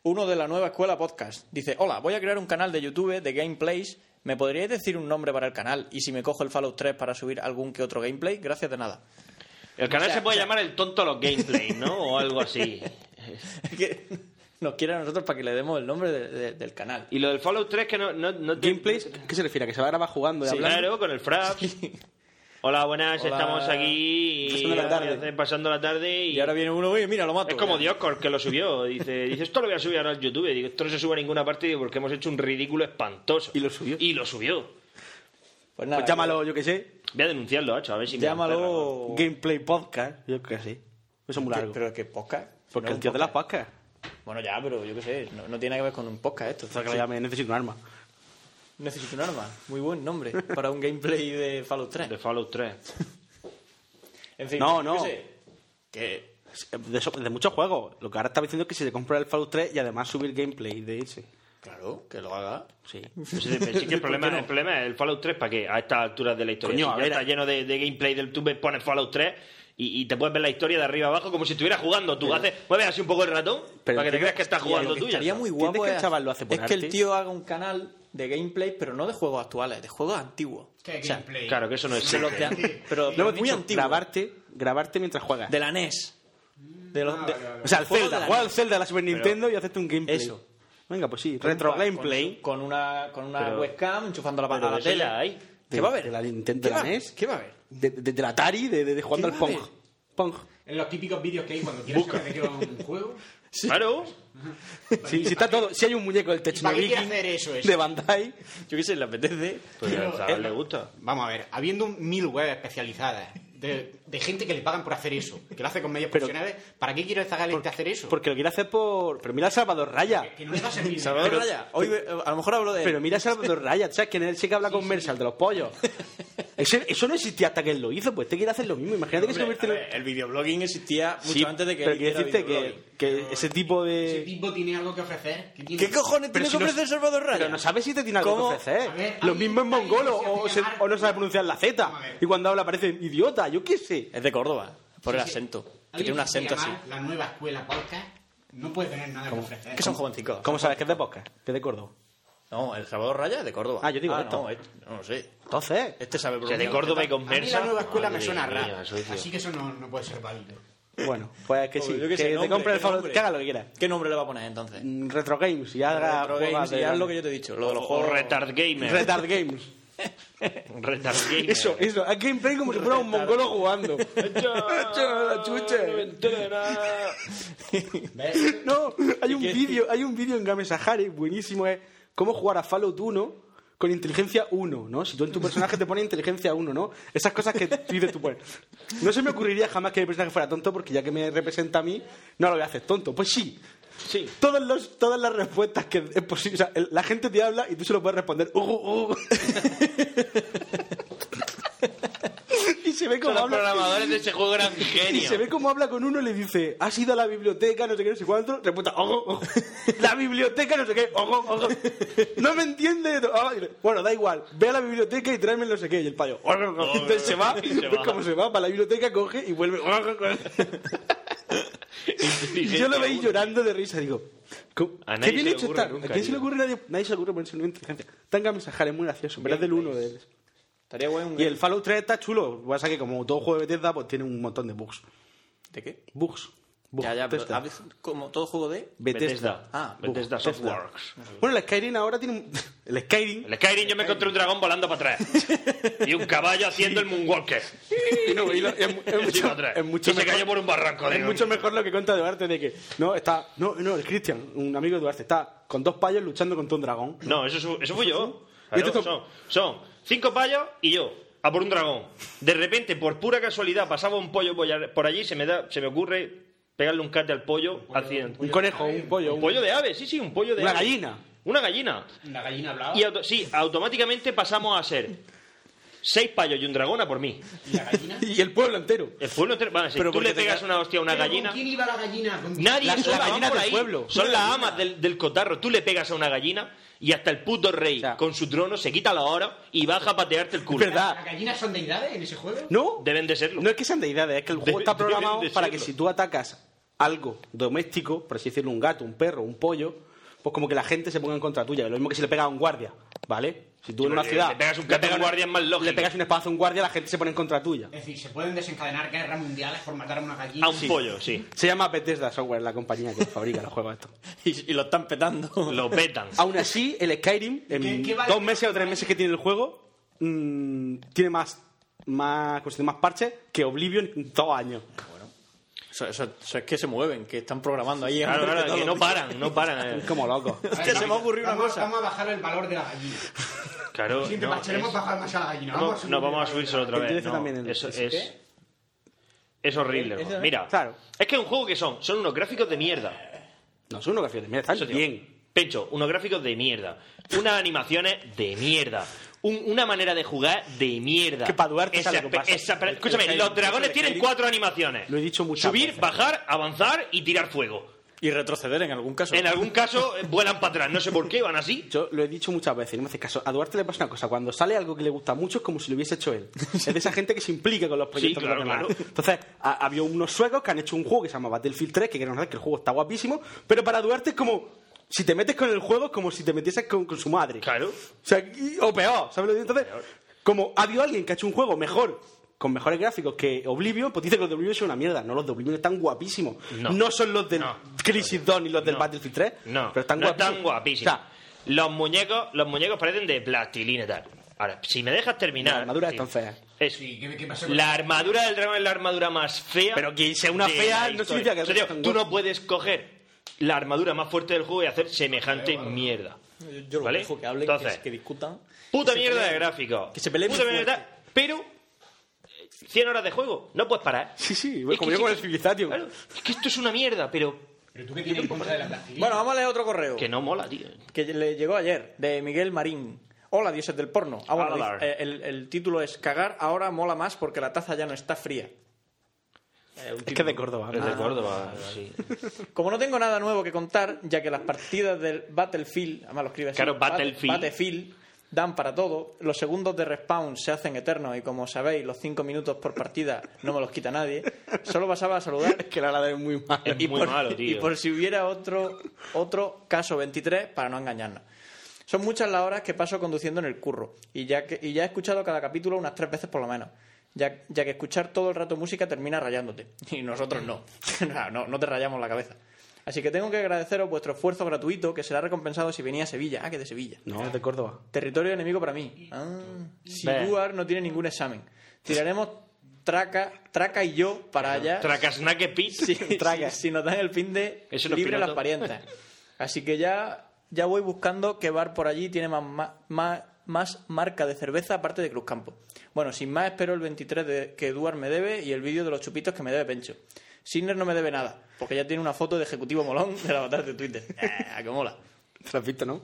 [SPEAKER 6] Uno de la nueva escuela podcast. Dice, hola, voy a crear un canal de YouTube de gameplays. ¿Me podríais decir un nombre para el canal? Y si me cojo el Fallout 3 para subir algún que otro gameplay, gracias de nada.
[SPEAKER 8] El canal
[SPEAKER 6] O sea,
[SPEAKER 8] se puede
[SPEAKER 6] o sea-
[SPEAKER 8] llamar el tonto a los gameplays, ¿no? O algo así.
[SPEAKER 6] que nos quiere a nosotros para que le demos el nombre de- de- del canal.
[SPEAKER 8] Y lo del Fallout 3 que no, no, no te-
[SPEAKER 7] ¿Gameplays? ¿Qué se refiere? ¿A ¿Que se va a grabar jugando y
[SPEAKER 8] Sí,
[SPEAKER 7] hablando?
[SPEAKER 8] claro, con el frap. Hola, buenas,
[SPEAKER 6] Hola.
[SPEAKER 8] estamos aquí y-
[SPEAKER 7] Pasando la tarde.
[SPEAKER 8] pasando la tarde y,
[SPEAKER 6] Y ahora viene uno, oye, mira, lo mato.
[SPEAKER 8] Es como
[SPEAKER 6] Ya.
[SPEAKER 8] Dioscor que lo subió. Dice, dice, esto lo voy a subir ahora al YouTube. Digo, esto no se sube a ninguna parte digo, porque hemos hecho un ridículo espantoso.
[SPEAKER 7] Y lo subió.
[SPEAKER 8] Y lo subió.
[SPEAKER 6] Pues nada,
[SPEAKER 7] Pues llámalo, yo qué sé.
[SPEAKER 8] Voy a denunciarlo, hacho, a ver si me dan perra, ¿no?
[SPEAKER 6] Llámalo.
[SPEAKER 7] Gameplay Podcast. Yo qué sé. Eso es muy
[SPEAKER 6] ¿Qué-
[SPEAKER 7] largo.
[SPEAKER 6] Pero que podcast.
[SPEAKER 7] Porque
[SPEAKER 6] No,
[SPEAKER 7] el tío
[SPEAKER 6] un
[SPEAKER 7] de las
[SPEAKER 6] podcast.
[SPEAKER 7] podcasts.
[SPEAKER 6] Bueno, ya, pero yo qué sé, no, no tiene que ver con un podcast esto.
[SPEAKER 7] Entonces que le llame, necesito un arma.
[SPEAKER 6] Necesito un arma. Muy buen nombre para un gameplay de Fallout 3.
[SPEAKER 8] De Fallout 3.
[SPEAKER 6] En fin,
[SPEAKER 7] No,
[SPEAKER 6] yo
[SPEAKER 7] no.
[SPEAKER 6] qué sé. Que
[SPEAKER 7] De, eso- de muchos juegos. Lo que ahora está diciendo es que si te compra el Fallout 3 y además subir gameplay de ese.
[SPEAKER 6] claro, que lo haga.
[SPEAKER 7] Sí.
[SPEAKER 8] Sí, sí, pero sí que el, problema, el problema es el Fallout 3, ¿para qué? A estas alturas de la historia.
[SPEAKER 7] Coño,
[SPEAKER 8] Si
[SPEAKER 7] a
[SPEAKER 8] ya
[SPEAKER 7] ver, eh.
[SPEAKER 8] está
[SPEAKER 7] a-
[SPEAKER 8] lleno de, de gameplay del YouTube, pones Fallout 3 y, y te puedes ver la historia de arriba abajo como si estuvieras jugando. Tú haces, mueves así un poco el ratón
[SPEAKER 7] Pero
[SPEAKER 8] para que te
[SPEAKER 7] encima-
[SPEAKER 8] creas que estás
[SPEAKER 7] Hostia,
[SPEAKER 8] jugando
[SPEAKER 7] lo que
[SPEAKER 8] tú. ya
[SPEAKER 6] Estaría
[SPEAKER 8] está.
[SPEAKER 6] muy
[SPEAKER 7] ¿Entiendes
[SPEAKER 6] guapo.
[SPEAKER 7] que el
[SPEAKER 6] es-
[SPEAKER 7] chaval lo hace por
[SPEAKER 6] es que el
[SPEAKER 7] arte?
[SPEAKER 6] tío haga un canal de gameplay, pero no de juegos actuales, de juegos antiguos.
[SPEAKER 9] ¿Qué
[SPEAKER 6] O sea,
[SPEAKER 9] gameplay?
[SPEAKER 8] Claro que eso no es
[SPEAKER 6] de los de antes, pero
[SPEAKER 7] Lo hemos
[SPEAKER 6] muy
[SPEAKER 7] dicho,
[SPEAKER 6] antiguo.
[SPEAKER 7] grabarte, grabarte mientras juegas.
[SPEAKER 6] De la E NES. De
[SPEAKER 8] Ah,
[SPEAKER 6] los, de-
[SPEAKER 7] o sea, el
[SPEAKER 6] juego de
[SPEAKER 7] Zelda,
[SPEAKER 6] la
[SPEAKER 7] juega al
[SPEAKER 6] NES.
[SPEAKER 7] Zelda de la Super Nintendo y hacerte un gameplay.
[SPEAKER 6] Eso.
[SPEAKER 7] Venga, pues sí, retro
[SPEAKER 6] Con-
[SPEAKER 7] gameplay.
[SPEAKER 6] Con, una, con una
[SPEAKER 8] Pero-
[SPEAKER 6] webcam, enchufando la
[SPEAKER 8] pero
[SPEAKER 6] pantalla a la
[SPEAKER 8] eso
[SPEAKER 6] tele.
[SPEAKER 8] ya hay.
[SPEAKER 6] ¿Qué
[SPEAKER 7] De-
[SPEAKER 6] va a haber?
[SPEAKER 7] de la Nintendo, E
[SPEAKER 6] ¿Qué
[SPEAKER 7] de la
[SPEAKER 6] va-
[SPEAKER 7] NES.
[SPEAKER 6] ¿Qué va a haber?
[SPEAKER 7] De, de- del Atari, de, de- de jugando
[SPEAKER 6] ¿Qué
[SPEAKER 7] al
[SPEAKER 6] va a
[SPEAKER 7] Pong.
[SPEAKER 6] haber?
[SPEAKER 7] Pong.
[SPEAKER 9] En los típicos vídeos que hay cuando quieres saber de qué va un juego.
[SPEAKER 8] Claro.
[SPEAKER 7] Si, si está todo, si hay un muñeco del
[SPEAKER 9] ¿Para qué
[SPEAKER 7] Technobiki
[SPEAKER 9] quieres hacer eso? eso?
[SPEAKER 7] de Bandai,
[SPEAKER 6] Yo qué sé, le apetece.
[SPEAKER 8] Pues al chaval le gusta.
[SPEAKER 9] Vamos a ver, habiendo mil webs especializadas de, de gente que le pagan por hacer eso, que lo hace con medios
[SPEAKER 7] Pero-
[SPEAKER 9] profesionales, ¿para qué quiere esta galera hacer eso?
[SPEAKER 7] porque lo quiere hacer por... Pero mira a Salvador Raya.
[SPEAKER 9] que no le va a servir.
[SPEAKER 7] Salvador
[SPEAKER 9] Pero-
[SPEAKER 7] Raya.
[SPEAKER 6] Hoy, ve- a lo mejor hablo de.
[SPEAKER 7] Pero mira a Salvador Raya, ¿sabes? Que en el sí que habla con Mersal de los pollos. Ese- eso no existía hasta que él lo hizo, pues este quiere hacer lo mismo. Imagínate que se
[SPEAKER 6] Hombre,
[SPEAKER 7] convierte
[SPEAKER 6] a
[SPEAKER 7] en...
[SPEAKER 6] ver, el videoblogging existía mucho
[SPEAKER 7] Sí,
[SPEAKER 6] antes de que.
[SPEAKER 7] pero
[SPEAKER 6] él
[SPEAKER 7] quiero
[SPEAKER 6] hiciera
[SPEAKER 7] decirte que,
[SPEAKER 6] videoblogging.
[SPEAKER 7] que ese tipo
[SPEAKER 9] Ese
[SPEAKER 7] de...
[SPEAKER 9] tipo tiene algo que ofrecer. ¿Qué, tiene?
[SPEAKER 6] ¿Qué cojones
[SPEAKER 7] Pero
[SPEAKER 6] tiene
[SPEAKER 7] si
[SPEAKER 6] que
[SPEAKER 7] no-
[SPEAKER 6] ofrecer Salvador Raya?
[SPEAKER 7] Pero no sabes si te tiene algo
[SPEAKER 6] ¿Cómo?
[SPEAKER 7] que ofrecer.
[SPEAKER 9] A ver,
[SPEAKER 7] lo
[SPEAKER 9] hay-
[SPEAKER 7] mismo es
[SPEAKER 9] hay
[SPEAKER 7] mongolo
[SPEAKER 9] negocios
[SPEAKER 7] o,
[SPEAKER 9] que
[SPEAKER 7] se-
[SPEAKER 9] llamar.
[SPEAKER 7] o no sabe pronunciar la
[SPEAKER 9] Vamos
[SPEAKER 7] Z.
[SPEAKER 9] a ver.
[SPEAKER 7] Y cuando habla parece idiota, yo qué sé.
[SPEAKER 6] Es de Córdoba, por el
[SPEAKER 9] sí.
[SPEAKER 6] acento. Que
[SPEAKER 9] Alguien
[SPEAKER 6] tiene un
[SPEAKER 9] se
[SPEAKER 6] acento así.
[SPEAKER 9] llama La nueva escuela podcast no puede tener nada que ofrecer.
[SPEAKER 6] Que son jovencicos.
[SPEAKER 7] ¿Cómo sabes que es de podcast? Que es de Córdoba.
[SPEAKER 6] No, el Salvador Raya es de Córdoba.
[SPEAKER 7] Ah, yo digo esto.
[SPEAKER 6] No, este- no lo sé.
[SPEAKER 7] Entonces,
[SPEAKER 6] Este sabe
[SPEAKER 8] O sea, de
[SPEAKER 6] bromear.
[SPEAKER 8] Córdoba y con
[SPEAKER 9] A mí la
[SPEAKER 8] Mersa.
[SPEAKER 9] nueva escuela me
[SPEAKER 8] Madre
[SPEAKER 9] suena
[SPEAKER 8] mía,
[SPEAKER 9] rara.
[SPEAKER 8] soy tío.
[SPEAKER 9] Así que eso no, no puede ser válido.
[SPEAKER 7] bueno, pues que sí.
[SPEAKER 6] Yo qué
[SPEAKER 7] que
[SPEAKER 6] sé,
[SPEAKER 7] te
[SPEAKER 6] nombre,
[SPEAKER 7] compre el
[SPEAKER 6] qué
[SPEAKER 7] favor,
[SPEAKER 6] nombre.
[SPEAKER 7] que haga lo que quiera.
[SPEAKER 6] ¿Qué nombre le va a poner entonces?
[SPEAKER 7] Mm, Retro Games y haga
[SPEAKER 6] Retro
[SPEAKER 7] juegos
[SPEAKER 6] Games
[SPEAKER 7] de-
[SPEAKER 6] y haz lo que yo te he dicho, lo de los
[SPEAKER 8] O
[SPEAKER 6] juegos.
[SPEAKER 8] Retard Gamer.
[SPEAKER 7] Retard Games.
[SPEAKER 8] Retard Gamer.
[SPEAKER 7] Eso, eso. Hay gameplay como si fuera un mongolo jugando. Echa la chucha.
[SPEAKER 8] oh,
[SPEAKER 9] ¿Ves?
[SPEAKER 7] No, hay un vídeo, hay un vídeo en Game Sahari buenísimo, es cómo jugar a Fallout 1 con inteligencia 1, ¿no? Si tú en tu personaje te pones inteligencia 1, ¿no? Esas cosas que tú dices tú, pues, no se me ocurriría jamás que mi personaje fuera tonto porque ya que me representa a mí, no lo voy a hacer tonto. Pues sí.
[SPEAKER 8] Sí.
[SPEAKER 7] Todas, los, todas las respuestas que es posible, o sea, el- la gente te habla y tú solo puedes responder, "Uh, uh, uh". y se ve
[SPEAKER 8] Son
[SPEAKER 7] cómo
[SPEAKER 8] Los
[SPEAKER 7] habla.
[SPEAKER 8] programadores de ese juego eran
[SPEAKER 7] Y se ve
[SPEAKER 8] genios.
[SPEAKER 7] cómo habla con uno y le dice, has ido a la biblioteca, no sé qué, no sé cuánto. Respuesta, ojo, ojo. La biblioteca, no sé qué, "Oh, ojo, ojo. No me entiende. Ah, y le- Bueno, da igual, ve a la biblioteca y tráeme el no sé qué. Y el payo, ojo, ojo. Entonces se va,
[SPEAKER 8] Y se
[SPEAKER 7] ves
[SPEAKER 8] va.
[SPEAKER 7] cómo se va, para la biblioteca, coge y vuelve. ojo, ojo. Y
[SPEAKER 8] Inteligente
[SPEAKER 7] yo lo veía
[SPEAKER 8] aún.
[SPEAKER 7] llorando de risa, digo. ¿cómo-
[SPEAKER 8] A nadie
[SPEAKER 7] ¿Qué
[SPEAKER 8] se
[SPEAKER 7] bien
[SPEAKER 8] le
[SPEAKER 7] hecho
[SPEAKER 8] ocurre
[SPEAKER 7] está? ¿A
[SPEAKER 8] nunca,
[SPEAKER 7] quién se le
[SPEAKER 8] tío.
[SPEAKER 7] ocurre? Nadie, nadie se le ocurre ponerse una inteligencia. Tanga mensajar, es muy gracioso, pero es del uno de ellos.
[SPEAKER 6] Estaría guay un
[SPEAKER 7] Y el Fallout 3 está chulo, lo que pasa es que como todo juego de Bethesda, pues tiene un montón de bugs.
[SPEAKER 6] ¿De qué?
[SPEAKER 7] Bugs. Bugs.
[SPEAKER 6] ya,
[SPEAKER 8] este
[SPEAKER 6] ya, pero
[SPEAKER 7] Bethesda.
[SPEAKER 6] ¿habéis- como todo juego de.
[SPEAKER 8] Bethesda.
[SPEAKER 6] Ah,
[SPEAKER 8] Bethesda
[SPEAKER 7] Bethesda.
[SPEAKER 8] Softworks.
[SPEAKER 7] Bueno, el Skyrim ahora tiene un... El Skyrim...
[SPEAKER 8] El Skyrim yo me encontré un dragón volando para atrás. Y un caballo haciendo el moonwalker.
[SPEAKER 7] Y no, y lo- es, mu- es
[SPEAKER 8] Encima
[SPEAKER 7] mucho,
[SPEAKER 8] atrás.
[SPEAKER 7] es mucho
[SPEAKER 8] Y se cayó por un barranco,
[SPEAKER 7] Es
[SPEAKER 8] digo.
[SPEAKER 7] mucho mejor lo que cuenta Duarte de que... No, está... No, no, el Cristian, un amigo de Duarte, está con dos payos luchando contra un dragón.
[SPEAKER 8] No, eso, su- eso fui yo.
[SPEAKER 7] Y
[SPEAKER 8] Claro,
[SPEAKER 7] esto-
[SPEAKER 8] son, son cinco payos y yo, a por un dragón. De repente, por pura casualidad, pasaba un pollo por- por allí y se me, da, se me ocurre pegarle un cate al pollo haciendo...
[SPEAKER 7] Un conejo, un pollo,
[SPEAKER 8] Un pollo de ave, sí, sí, un pollo de
[SPEAKER 7] Una
[SPEAKER 8] ave.
[SPEAKER 7] gallina.
[SPEAKER 8] Una gallina.
[SPEAKER 9] La gallina hablaba.
[SPEAKER 8] Y auto- sí, automáticamente pasamos a ser seis payos y un dragón a por mí.
[SPEAKER 9] ¿Y la gallina?
[SPEAKER 7] Y el pueblo entero.
[SPEAKER 8] El pueblo entero. Bueno, si
[SPEAKER 6] Pero
[SPEAKER 8] tú
[SPEAKER 6] porque
[SPEAKER 8] le
[SPEAKER 6] te
[SPEAKER 8] pegas
[SPEAKER 6] ca-
[SPEAKER 8] una hostia a una
[SPEAKER 9] ¿Pero
[SPEAKER 8] gallina.
[SPEAKER 9] ¿Con quién iba la gallina? ¿Con-
[SPEAKER 8] Nadie,
[SPEAKER 7] Las-
[SPEAKER 8] son
[SPEAKER 7] las
[SPEAKER 8] las
[SPEAKER 7] gallinas
[SPEAKER 8] por
[SPEAKER 7] del
[SPEAKER 8] ahí,
[SPEAKER 7] pueblo.
[SPEAKER 8] Son las amas del, del cotarro. Tú le pegas a una gallina y hasta el puto rey
[SPEAKER 7] sea-
[SPEAKER 8] con su trono se quita la hora y baja a patearte el culo.
[SPEAKER 7] ¿Verdad?
[SPEAKER 9] ¿Las gallinas son deidades en ese juego?
[SPEAKER 7] ¿No?
[SPEAKER 8] Deben de serlo.
[SPEAKER 7] No es que sean deidades, es que el juego
[SPEAKER 8] Deben-
[SPEAKER 7] está programado
[SPEAKER 8] deben de
[SPEAKER 7] para que
[SPEAKER 8] serlo.
[SPEAKER 7] si tú atacas algo doméstico, por así decirlo, un gato, un perro, un pollo, pues como que la gente se ponga en contra tuya. Lo mismo que si le pegas a un guardia, ¿vale? Si tú
[SPEAKER 8] Sí,
[SPEAKER 7] en una
[SPEAKER 8] porque
[SPEAKER 7] ciudad...
[SPEAKER 8] le pegas un gato a un
[SPEAKER 7] pegas-
[SPEAKER 8] guardia es más lógico.
[SPEAKER 7] Le pegas un espacio a un guardia, la gente se pone en contra tuya.
[SPEAKER 9] Es decir, se pueden desencadenar guerras mundiales por matar a una gallina.
[SPEAKER 8] A un pollo, sí.
[SPEAKER 7] Se llama Bethesda Software, la compañía que fabrica los juegos estos.
[SPEAKER 6] Y, y lo están petando.
[SPEAKER 8] Lo petan.
[SPEAKER 7] Aún así, el Skyrim, en
[SPEAKER 9] ¿Qué- qué vale?
[SPEAKER 7] dos meses o tres meses que tiene el juego, mm, tiene más, más, ¿cómo se dice? más parches que Oblivion en dos años.
[SPEAKER 6] Eso, eso- eso es que se mueven, que están programando ahí.
[SPEAKER 8] Claro,
[SPEAKER 6] Hombre,
[SPEAKER 8] claro,
[SPEAKER 6] todos
[SPEAKER 8] que
[SPEAKER 6] los
[SPEAKER 8] no
[SPEAKER 6] días.
[SPEAKER 8] paran, no paran. eh.
[SPEAKER 7] Como locos.
[SPEAKER 9] A ver,
[SPEAKER 6] Hostia, se
[SPEAKER 9] vamos-
[SPEAKER 6] me ha ocurrido una
[SPEAKER 9] vamos-
[SPEAKER 6] cosa.
[SPEAKER 9] Vamos a bajar el valor de la gallina.
[SPEAKER 8] Claro.
[SPEAKER 9] Siempre
[SPEAKER 8] no,
[SPEAKER 9] marcharemos
[SPEAKER 8] es-
[SPEAKER 9] bajar más a la gallina.
[SPEAKER 8] No,
[SPEAKER 9] Vamos
[SPEAKER 8] no, vamos a subirse otra
[SPEAKER 7] El
[SPEAKER 8] vez.
[SPEAKER 7] DLC
[SPEAKER 8] no,
[SPEAKER 7] también el-
[SPEAKER 8] eso
[SPEAKER 7] ¿Es
[SPEAKER 8] es, es horrible. hermano.
[SPEAKER 6] ¿Ese?
[SPEAKER 8] Mira,
[SPEAKER 7] Claro.
[SPEAKER 8] es que es un juego que son, son unos gráficos de mierda.
[SPEAKER 7] No son unos graciosos, mira, están
[SPEAKER 8] Eso, tío.
[SPEAKER 7] bien.
[SPEAKER 8] Pecho, unos gráficos de mierda. Unas animaciones de mierda. Un- una manera de jugar de mierda.
[SPEAKER 7] Que pa' Duarte sabe lo que pasa.
[SPEAKER 8] esa-
[SPEAKER 7] El-
[SPEAKER 8] escúchame,
[SPEAKER 7] el Skyrim,
[SPEAKER 8] los dragones
[SPEAKER 7] el
[SPEAKER 8] tienen
[SPEAKER 7] Skyrim.
[SPEAKER 8] cuatro animaciones.
[SPEAKER 7] Lo he dicho muchas
[SPEAKER 8] Subir,
[SPEAKER 7] veces.
[SPEAKER 8] bajar, avanzar y tirar fuego.
[SPEAKER 6] Y retroceder en algún caso.
[SPEAKER 8] En algún caso eh, vuelan para atrás. No sé por qué, van así.
[SPEAKER 7] Yo lo he dicho muchas veces, no me haces caso. A Duarte le pasa una cosa, cuando sale algo que le gusta mucho es como si lo hubiese hecho él. Es de esa gente que se implica con los proyectos
[SPEAKER 8] claro,
[SPEAKER 7] de los demás.
[SPEAKER 8] claro.
[SPEAKER 7] Entonces, ha- había unos suecos que han hecho un juego que se llama Battlefield 3, que creo que el juego está guapísimo, pero para Duarte es como, si te metes con el juego es como si te metieses con, con su madre.
[SPEAKER 8] Claro.
[SPEAKER 7] O sea, y- o peor, ¿sabes lo que digo? Entonces, como ha habido alguien que ha hecho un juego mejor, con mejores gráficos que Oblivion, pues dice que los de Oblivion son una mierda. No, los de Oblivion están guapísimos. No,
[SPEAKER 8] No.
[SPEAKER 7] son los del
[SPEAKER 8] No.
[SPEAKER 7] Crisis 2 ni los del
[SPEAKER 8] No.
[SPEAKER 7] Battlefield 3,
[SPEAKER 8] No,
[SPEAKER 7] pero están
[SPEAKER 8] no
[SPEAKER 7] guapísimos.
[SPEAKER 8] están guapísimos.
[SPEAKER 7] O sea,
[SPEAKER 8] los muñecos, los muñecos parecen de plastilina y tal. Ahora, si me dejas terminar.
[SPEAKER 7] Las armaduras
[SPEAKER 8] sí.
[SPEAKER 7] están feas.
[SPEAKER 8] Es
[SPEAKER 9] ¿Y qué- qué pasó con
[SPEAKER 8] la armadura del dragón es la armadura más fea.
[SPEAKER 7] Pero que sea una
[SPEAKER 8] de
[SPEAKER 7] fea
[SPEAKER 8] la
[SPEAKER 7] no
[SPEAKER 8] historia.
[SPEAKER 7] significa que
[SPEAKER 8] En serio,
[SPEAKER 7] seas un
[SPEAKER 8] tú no
[SPEAKER 7] gordo.
[SPEAKER 8] puedes coger la armadura más fuerte del juego y hacer semejante mierda.
[SPEAKER 6] Yo lo
[SPEAKER 8] ¿Vale?
[SPEAKER 6] dejo que hablen, que-
[SPEAKER 8] Entonces,
[SPEAKER 6] que, discutan.
[SPEAKER 8] Puta
[SPEAKER 6] que se
[SPEAKER 8] mierda de
[SPEAKER 6] peleen.
[SPEAKER 8] gráfico.
[SPEAKER 6] que se peleen
[SPEAKER 8] Puta
[SPEAKER 6] muy
[SPEAKER 8] mierda de- Pero. eh, 100 horas de juego. No puedes parar.
[SPEAKER 7] Sí, sí,
[SPEAKER 8] Es
[SPEAKER 7] como
[SPEAKER 8] que-
[SPEAKER 7] yo con
[SPEAKER 8] es
[SPEAKER 7] el
[SPEAKER 8] que-
[SPEAKER 7] Civilization.
[SPEAKER 8] claro, es que esto es una mierda, pero.
[SPEAKER 9] ¿Pero tú qué tienes en contra de la plastilina?
[SPEAKER 6] Bueno, vamos a leer otro correo.
[SPEAKER 8] Que no mola, tío.
[SPEAKER 6] que le llegó ayer, de Miguel Marín. Hola, dioses del porno. Ah, bueno,
[SPEAKER 8] Hola.
[SPEAKER 6] dice- eh, el, el título es Cagar ahora mola más porque la taza ya no está fría.
[SPEAKER 7] Es que es de Córdoba. Ah.
[SPEAKER 8] Es de Córdoba, sí.
[SPEAKER 6] Como no tengo nada nuevo que contar, ya que las partidas del Battlefield, además lo escribe así,
[SPEAKER 8] Claro,
[SPEAKER 6] Bat-
[SPEAKER 8] Battlefield.
[SPEAKER 6] Battlefield, dan para todo, los segundos de respawn se hacen eternos y como sabéis, los cinco minutos por partida no me los quita nadie, solo pasaba a saludar
[SPEAKER 7] Es que la verdad es muy mal.
[SPEAKER 8] Es
[SPEAKER 6] y
[SPEAKER 8] muy
[SPEAKER 6] por,
[SPEAKER 8] malo, tío.
[SPEAKER 6] y por si hubiera otro, otro caso 23 para no engañarnos. Son muchas las horas que paso conduciendo en el curro y ya, que, y ya he escuchado cada capítulo unas tres veces por lo menos. Ya, ya que escuchar todo el rato música termina rayándote. Y nosotros no. no, no- no te rayamos la cabeza. Así que tengo que agradeceros vuestro esfuerzo gratuito que será recompensado si venía a Sevilla. Ah, que de Sevilla.
[SPEAKER 7] No, es de Córdoba.
[SPEAKER 6] Territorio enemigo para mí. Ah, Siguar no tiene ningún examen. Tiraremos Traca, Traca y yo para allá.
[SPEAKER 8] Tracasnaque Pit.
[SPEAKER 6] Sí, sí, si nos dan el fin de
[SPEAKER 8] Eso no es
[SPEAKER 6] libre
[SPEAKER 8] piloto.
[SPEAKER 6] las parientas. Así que ya, ya voy buscando qué bar por allí tiene más, ma- ma- más marca de cerveza aparte de Cruzcampo. Bueno, sin más, espero el 23 de, que Eduard me debe y el vídeo de los chupitos que me debe Pencho. Sinner no me debe nada, porque ya tiene una foto de Ejecutivo Molón de la batalla de Twitter. Ah, que mola.
[SPEAKER 7] ¿Te has visto, no?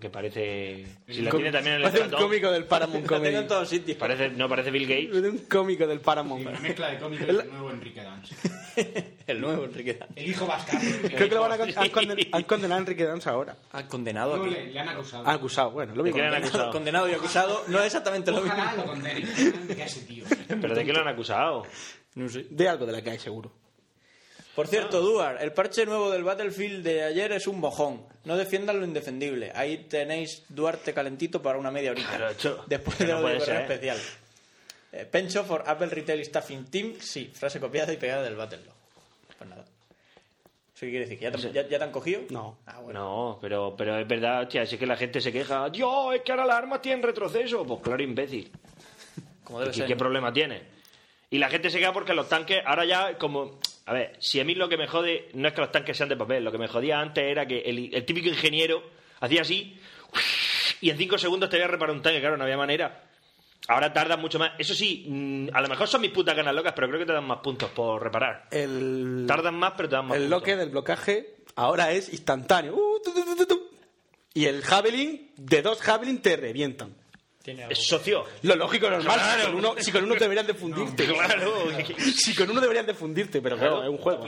[SPEAKER 8] Que parece. Si la tiene también en el
[SPEAKER 7] Parece un
[SPEAKER 8] estratón,
[SPEAKER 7] cómico del Paramount
[SPEAKER 6] La tengo en
[SPEAKER 7] Comedy.
[SPEAKER 6] todos sitios.
[SPEAKER 8] Parece, no parece Bill Gates.
[SPEAKER 7] Parece un cómico del Paramount.
[SPEAKER 9] Una mezcla de cómico y el nuevo Enrique Dans.
[SPEAKER 6] El nuevo Enrique.
[SPEAKER 9] El hijo vascano.
[SPEAKER 7] Creo que lo van a con- han, conden- han condenado a Enrique Dans ahora.
[SPEAKER 6] Ah, condenado.
[SPEAKER 9] No,
[SPEAKER 6] aquí.
[SPEAKER 9] le, le han acusado.
[SPEAKER 7] Ha acusado, bueno, lo
[SPEAKER 8] ¿De
[SPEAKER 7] mismo.
[SPEAKER 8] qué le han acusado?
[SPEAKER 6] Condenado y acusado no es exactamente lo mismo.
[SPEAKER 9] Ojalá lo condenen. ¿Qué hace, tío? Pero
[SPEAKER 8] ¿Pero de qué lo han acusado?
[SPEAKER 6] No sé.
[SPEAKER 7] De algo de la que hay, seguro.
[SPEAKER 6] Por
[SPEAKER 7] Ah.
[SPEAKER 6] cierto, Duar, el parche nuevo del Battlefield de ayer es un mojón. No defiendan lo indefendible. Ahí tenéis Duarte calentito para una media horita.
[SPEAKER 8] Claro, cho.
[SPEAKER 6] Después
[SPEAKER 8] Que
[SPEAKER 6] de
[SPEAKER 8] no
[SPEAKER 6] lo del
[SPEAKER 8] puede
[SPEAKER 6] correo
[SPEAKER 8] ser, ¿eh?
[SPEAKER 6] especial. Eh, Pencho for Apple Retail Staffing Team. Sí, frase copiada y pegada del Battlelog. Pues nada. ¿Eso qué quiere decir? ¿Que ¿Ya te, ya- ya te han cogido?
[SPEAKER 7] No.
[SPEAKER 6] Ah, bueno.
[SPEAKER 8] No, pero, pero es verdad, hostia, si es que la gente se queja. Dios, es que ahora las armas tienen retroceso. Pues claro, imbécil.
[SPEAKER 6] Como debe
[SPEAKER 8] ¿Qué,
[SPEAKER 6] ser.
[SPEAKER 8] qué
[SPEAKER 6] ¿no?
[SPEAKER 8] problema tiene? Y la gente se queja porque los tanques, ahora ya, como. A ver, si a mí lo que me jode no es que los tanques sean de papel, lo que me jodía antes era que el, el típico ingeniero hacía así y en cinco segundos te voy a reparar un tanque, claro, no había manera. Ahora tarda mucho más. Eso sí, mm, a lo mejor son mis putas ganas locas, pero creo que te dan más puntos por reparar.
[SPEAKER 7] El,
[SPEAKER 8] Tardan más, pero te dan más
[SPEAKER 7] el
[SPEAKER 8] puntos.
[SPEAKER 7] loque del blocaje ahora es instantáneo. Uh, tu, tu, tu, tu, tu. Y el javelin, de dos javelin te revientan.
[SPEAKER 8] Es socio.
[SPEAKER 7] Lo lógico, lo normal.
[SPEAKER 8] Claro.
[SPEAKER 7] Si, con uno, si con uno deberían de fundirte.
[SPEAKER 8] Claro.
[SPEAKER 7] Si con uno deberían de fundirte, pero claro,
[SPEAKER 8] Claro.
[SPEAKER 7] es un juego.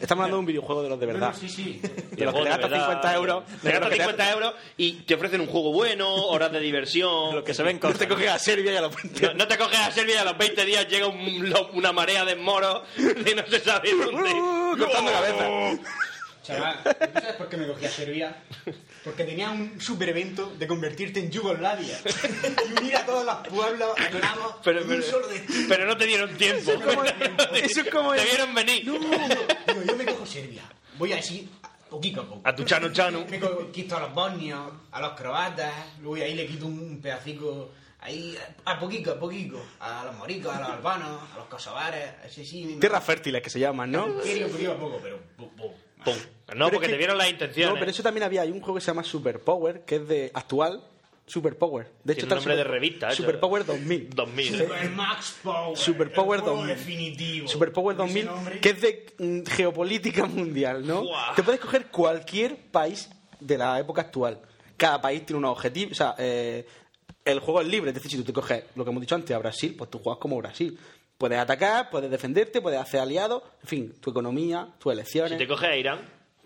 [SPEAKER 7] Estamos hablando de un videojuego de los de verdad.
[SPEAKER 9] Sí, sí.
[SPEAKER 7] De los que le gastas 50 euros.
[SPEAKER 8] Te
[SPEAKER 7] de los
[SPEAKER 8] gastas
[SPEAKER 7] que
[SPEAKER 8] 50 euros y te ofrecen un juego bueno, horas de diversión.
[SPEAKER 6] Lo que se ven
[SPEAKER 7] No te coges a Serbia y a la
[SPEAKER 8] No, no te coges a Serbia y a los 20 días llega un- lo- una marea de moros y no se sabe dónde. Oh.
[SPEAKER 7] Uh, cortando cabeza.
[SPEAKER 9] Chaval, ¿tú sabes por qué me cogí a Serbia? Porque tenía un super evento de convertirte en Yugoslavia. Y unir a todos los pueblos, aclamos,
[SPEAKER 8] Pero,
[SPEAKER 9] en
[SPEAKER 8] pero-
[SPEAKER 9] un solo destino.
[SPEAKER 8] pero no te dieron tiempo.
[SPEAKER 7] Eso es como- eso es como-
[SPEAKER 8] Te vieron venir.
[SPEAKER 9] No, digo, yo me cojo Serbia. Voy así, poquito a poco.
[SPEAKER 8] A tu Chano Chano.
[SPEAKER 9] Me co- quito a los bosnios, a los croatas, luego ahí le quito un pedacico, ahí a poquito, a poquito, a los moricos, a los albanos, a los kosovares, así sí. me-
[SPEAKER 7] Tierras fértiles que se llaman, ¿no?
[SPEAKER 9] En serio, poquito a poco, pero pum, pum.
[SPEAKER 8] Pum. No,
[SPEAKER 7] Pero
[SPEAKER 8] porque
[SPEAKER 7] es que-
[SPEAKER 8] te vieron las intenciones.
[SPEAKER 7] No, pero eso también había. Hay un juego que se llama Superpower, que es de actual. Superpower. De hecho,
[SPEAKER 8] Tiene
[SPEAKER 7] está
[SPEAKER 8] nombre
[SPEAKER 7] Super-
[SPEAKER 8] de revista, eso.
[SPEAKER 7] Superpower 2000.
[SPEAKER 8] 2000.
[SPEAKER 9] Super Max Power.
[SPEAKER 7] Super
[SPEAKER 9] el
[SPEAKER 7] Power
[SPEAKER 9] juego
[SPEAKER 7] 2000.
[SPEAKER 9] definitivo.
[SPEAKER 7] Superpower
[SPEAKER 9] Con ese
[SPEAKER 7] 2000,
[SPEAKER 9] nombre,
[SPEAKER 7] que es de mm, geopolítica mundial, ¿no?
[SPEAKER 8] Buah.
[SPEAKER 7] Te puedes coger cualquier país de la época actual. Cada país tiene unos objetivos. O sea, eh, el juego es libre. Es decir, si tú te coges lo que hemos dicho antes a Brasil, pues tú juegas como Brasil. Puedes atacar, puedes defenderte, puedes hacer aliados. En fin, tu economía, tus
[SPEAKER 8] Si
[SPEAKER 7] elecciones.
[SPEAKER 8] te coges a Irán,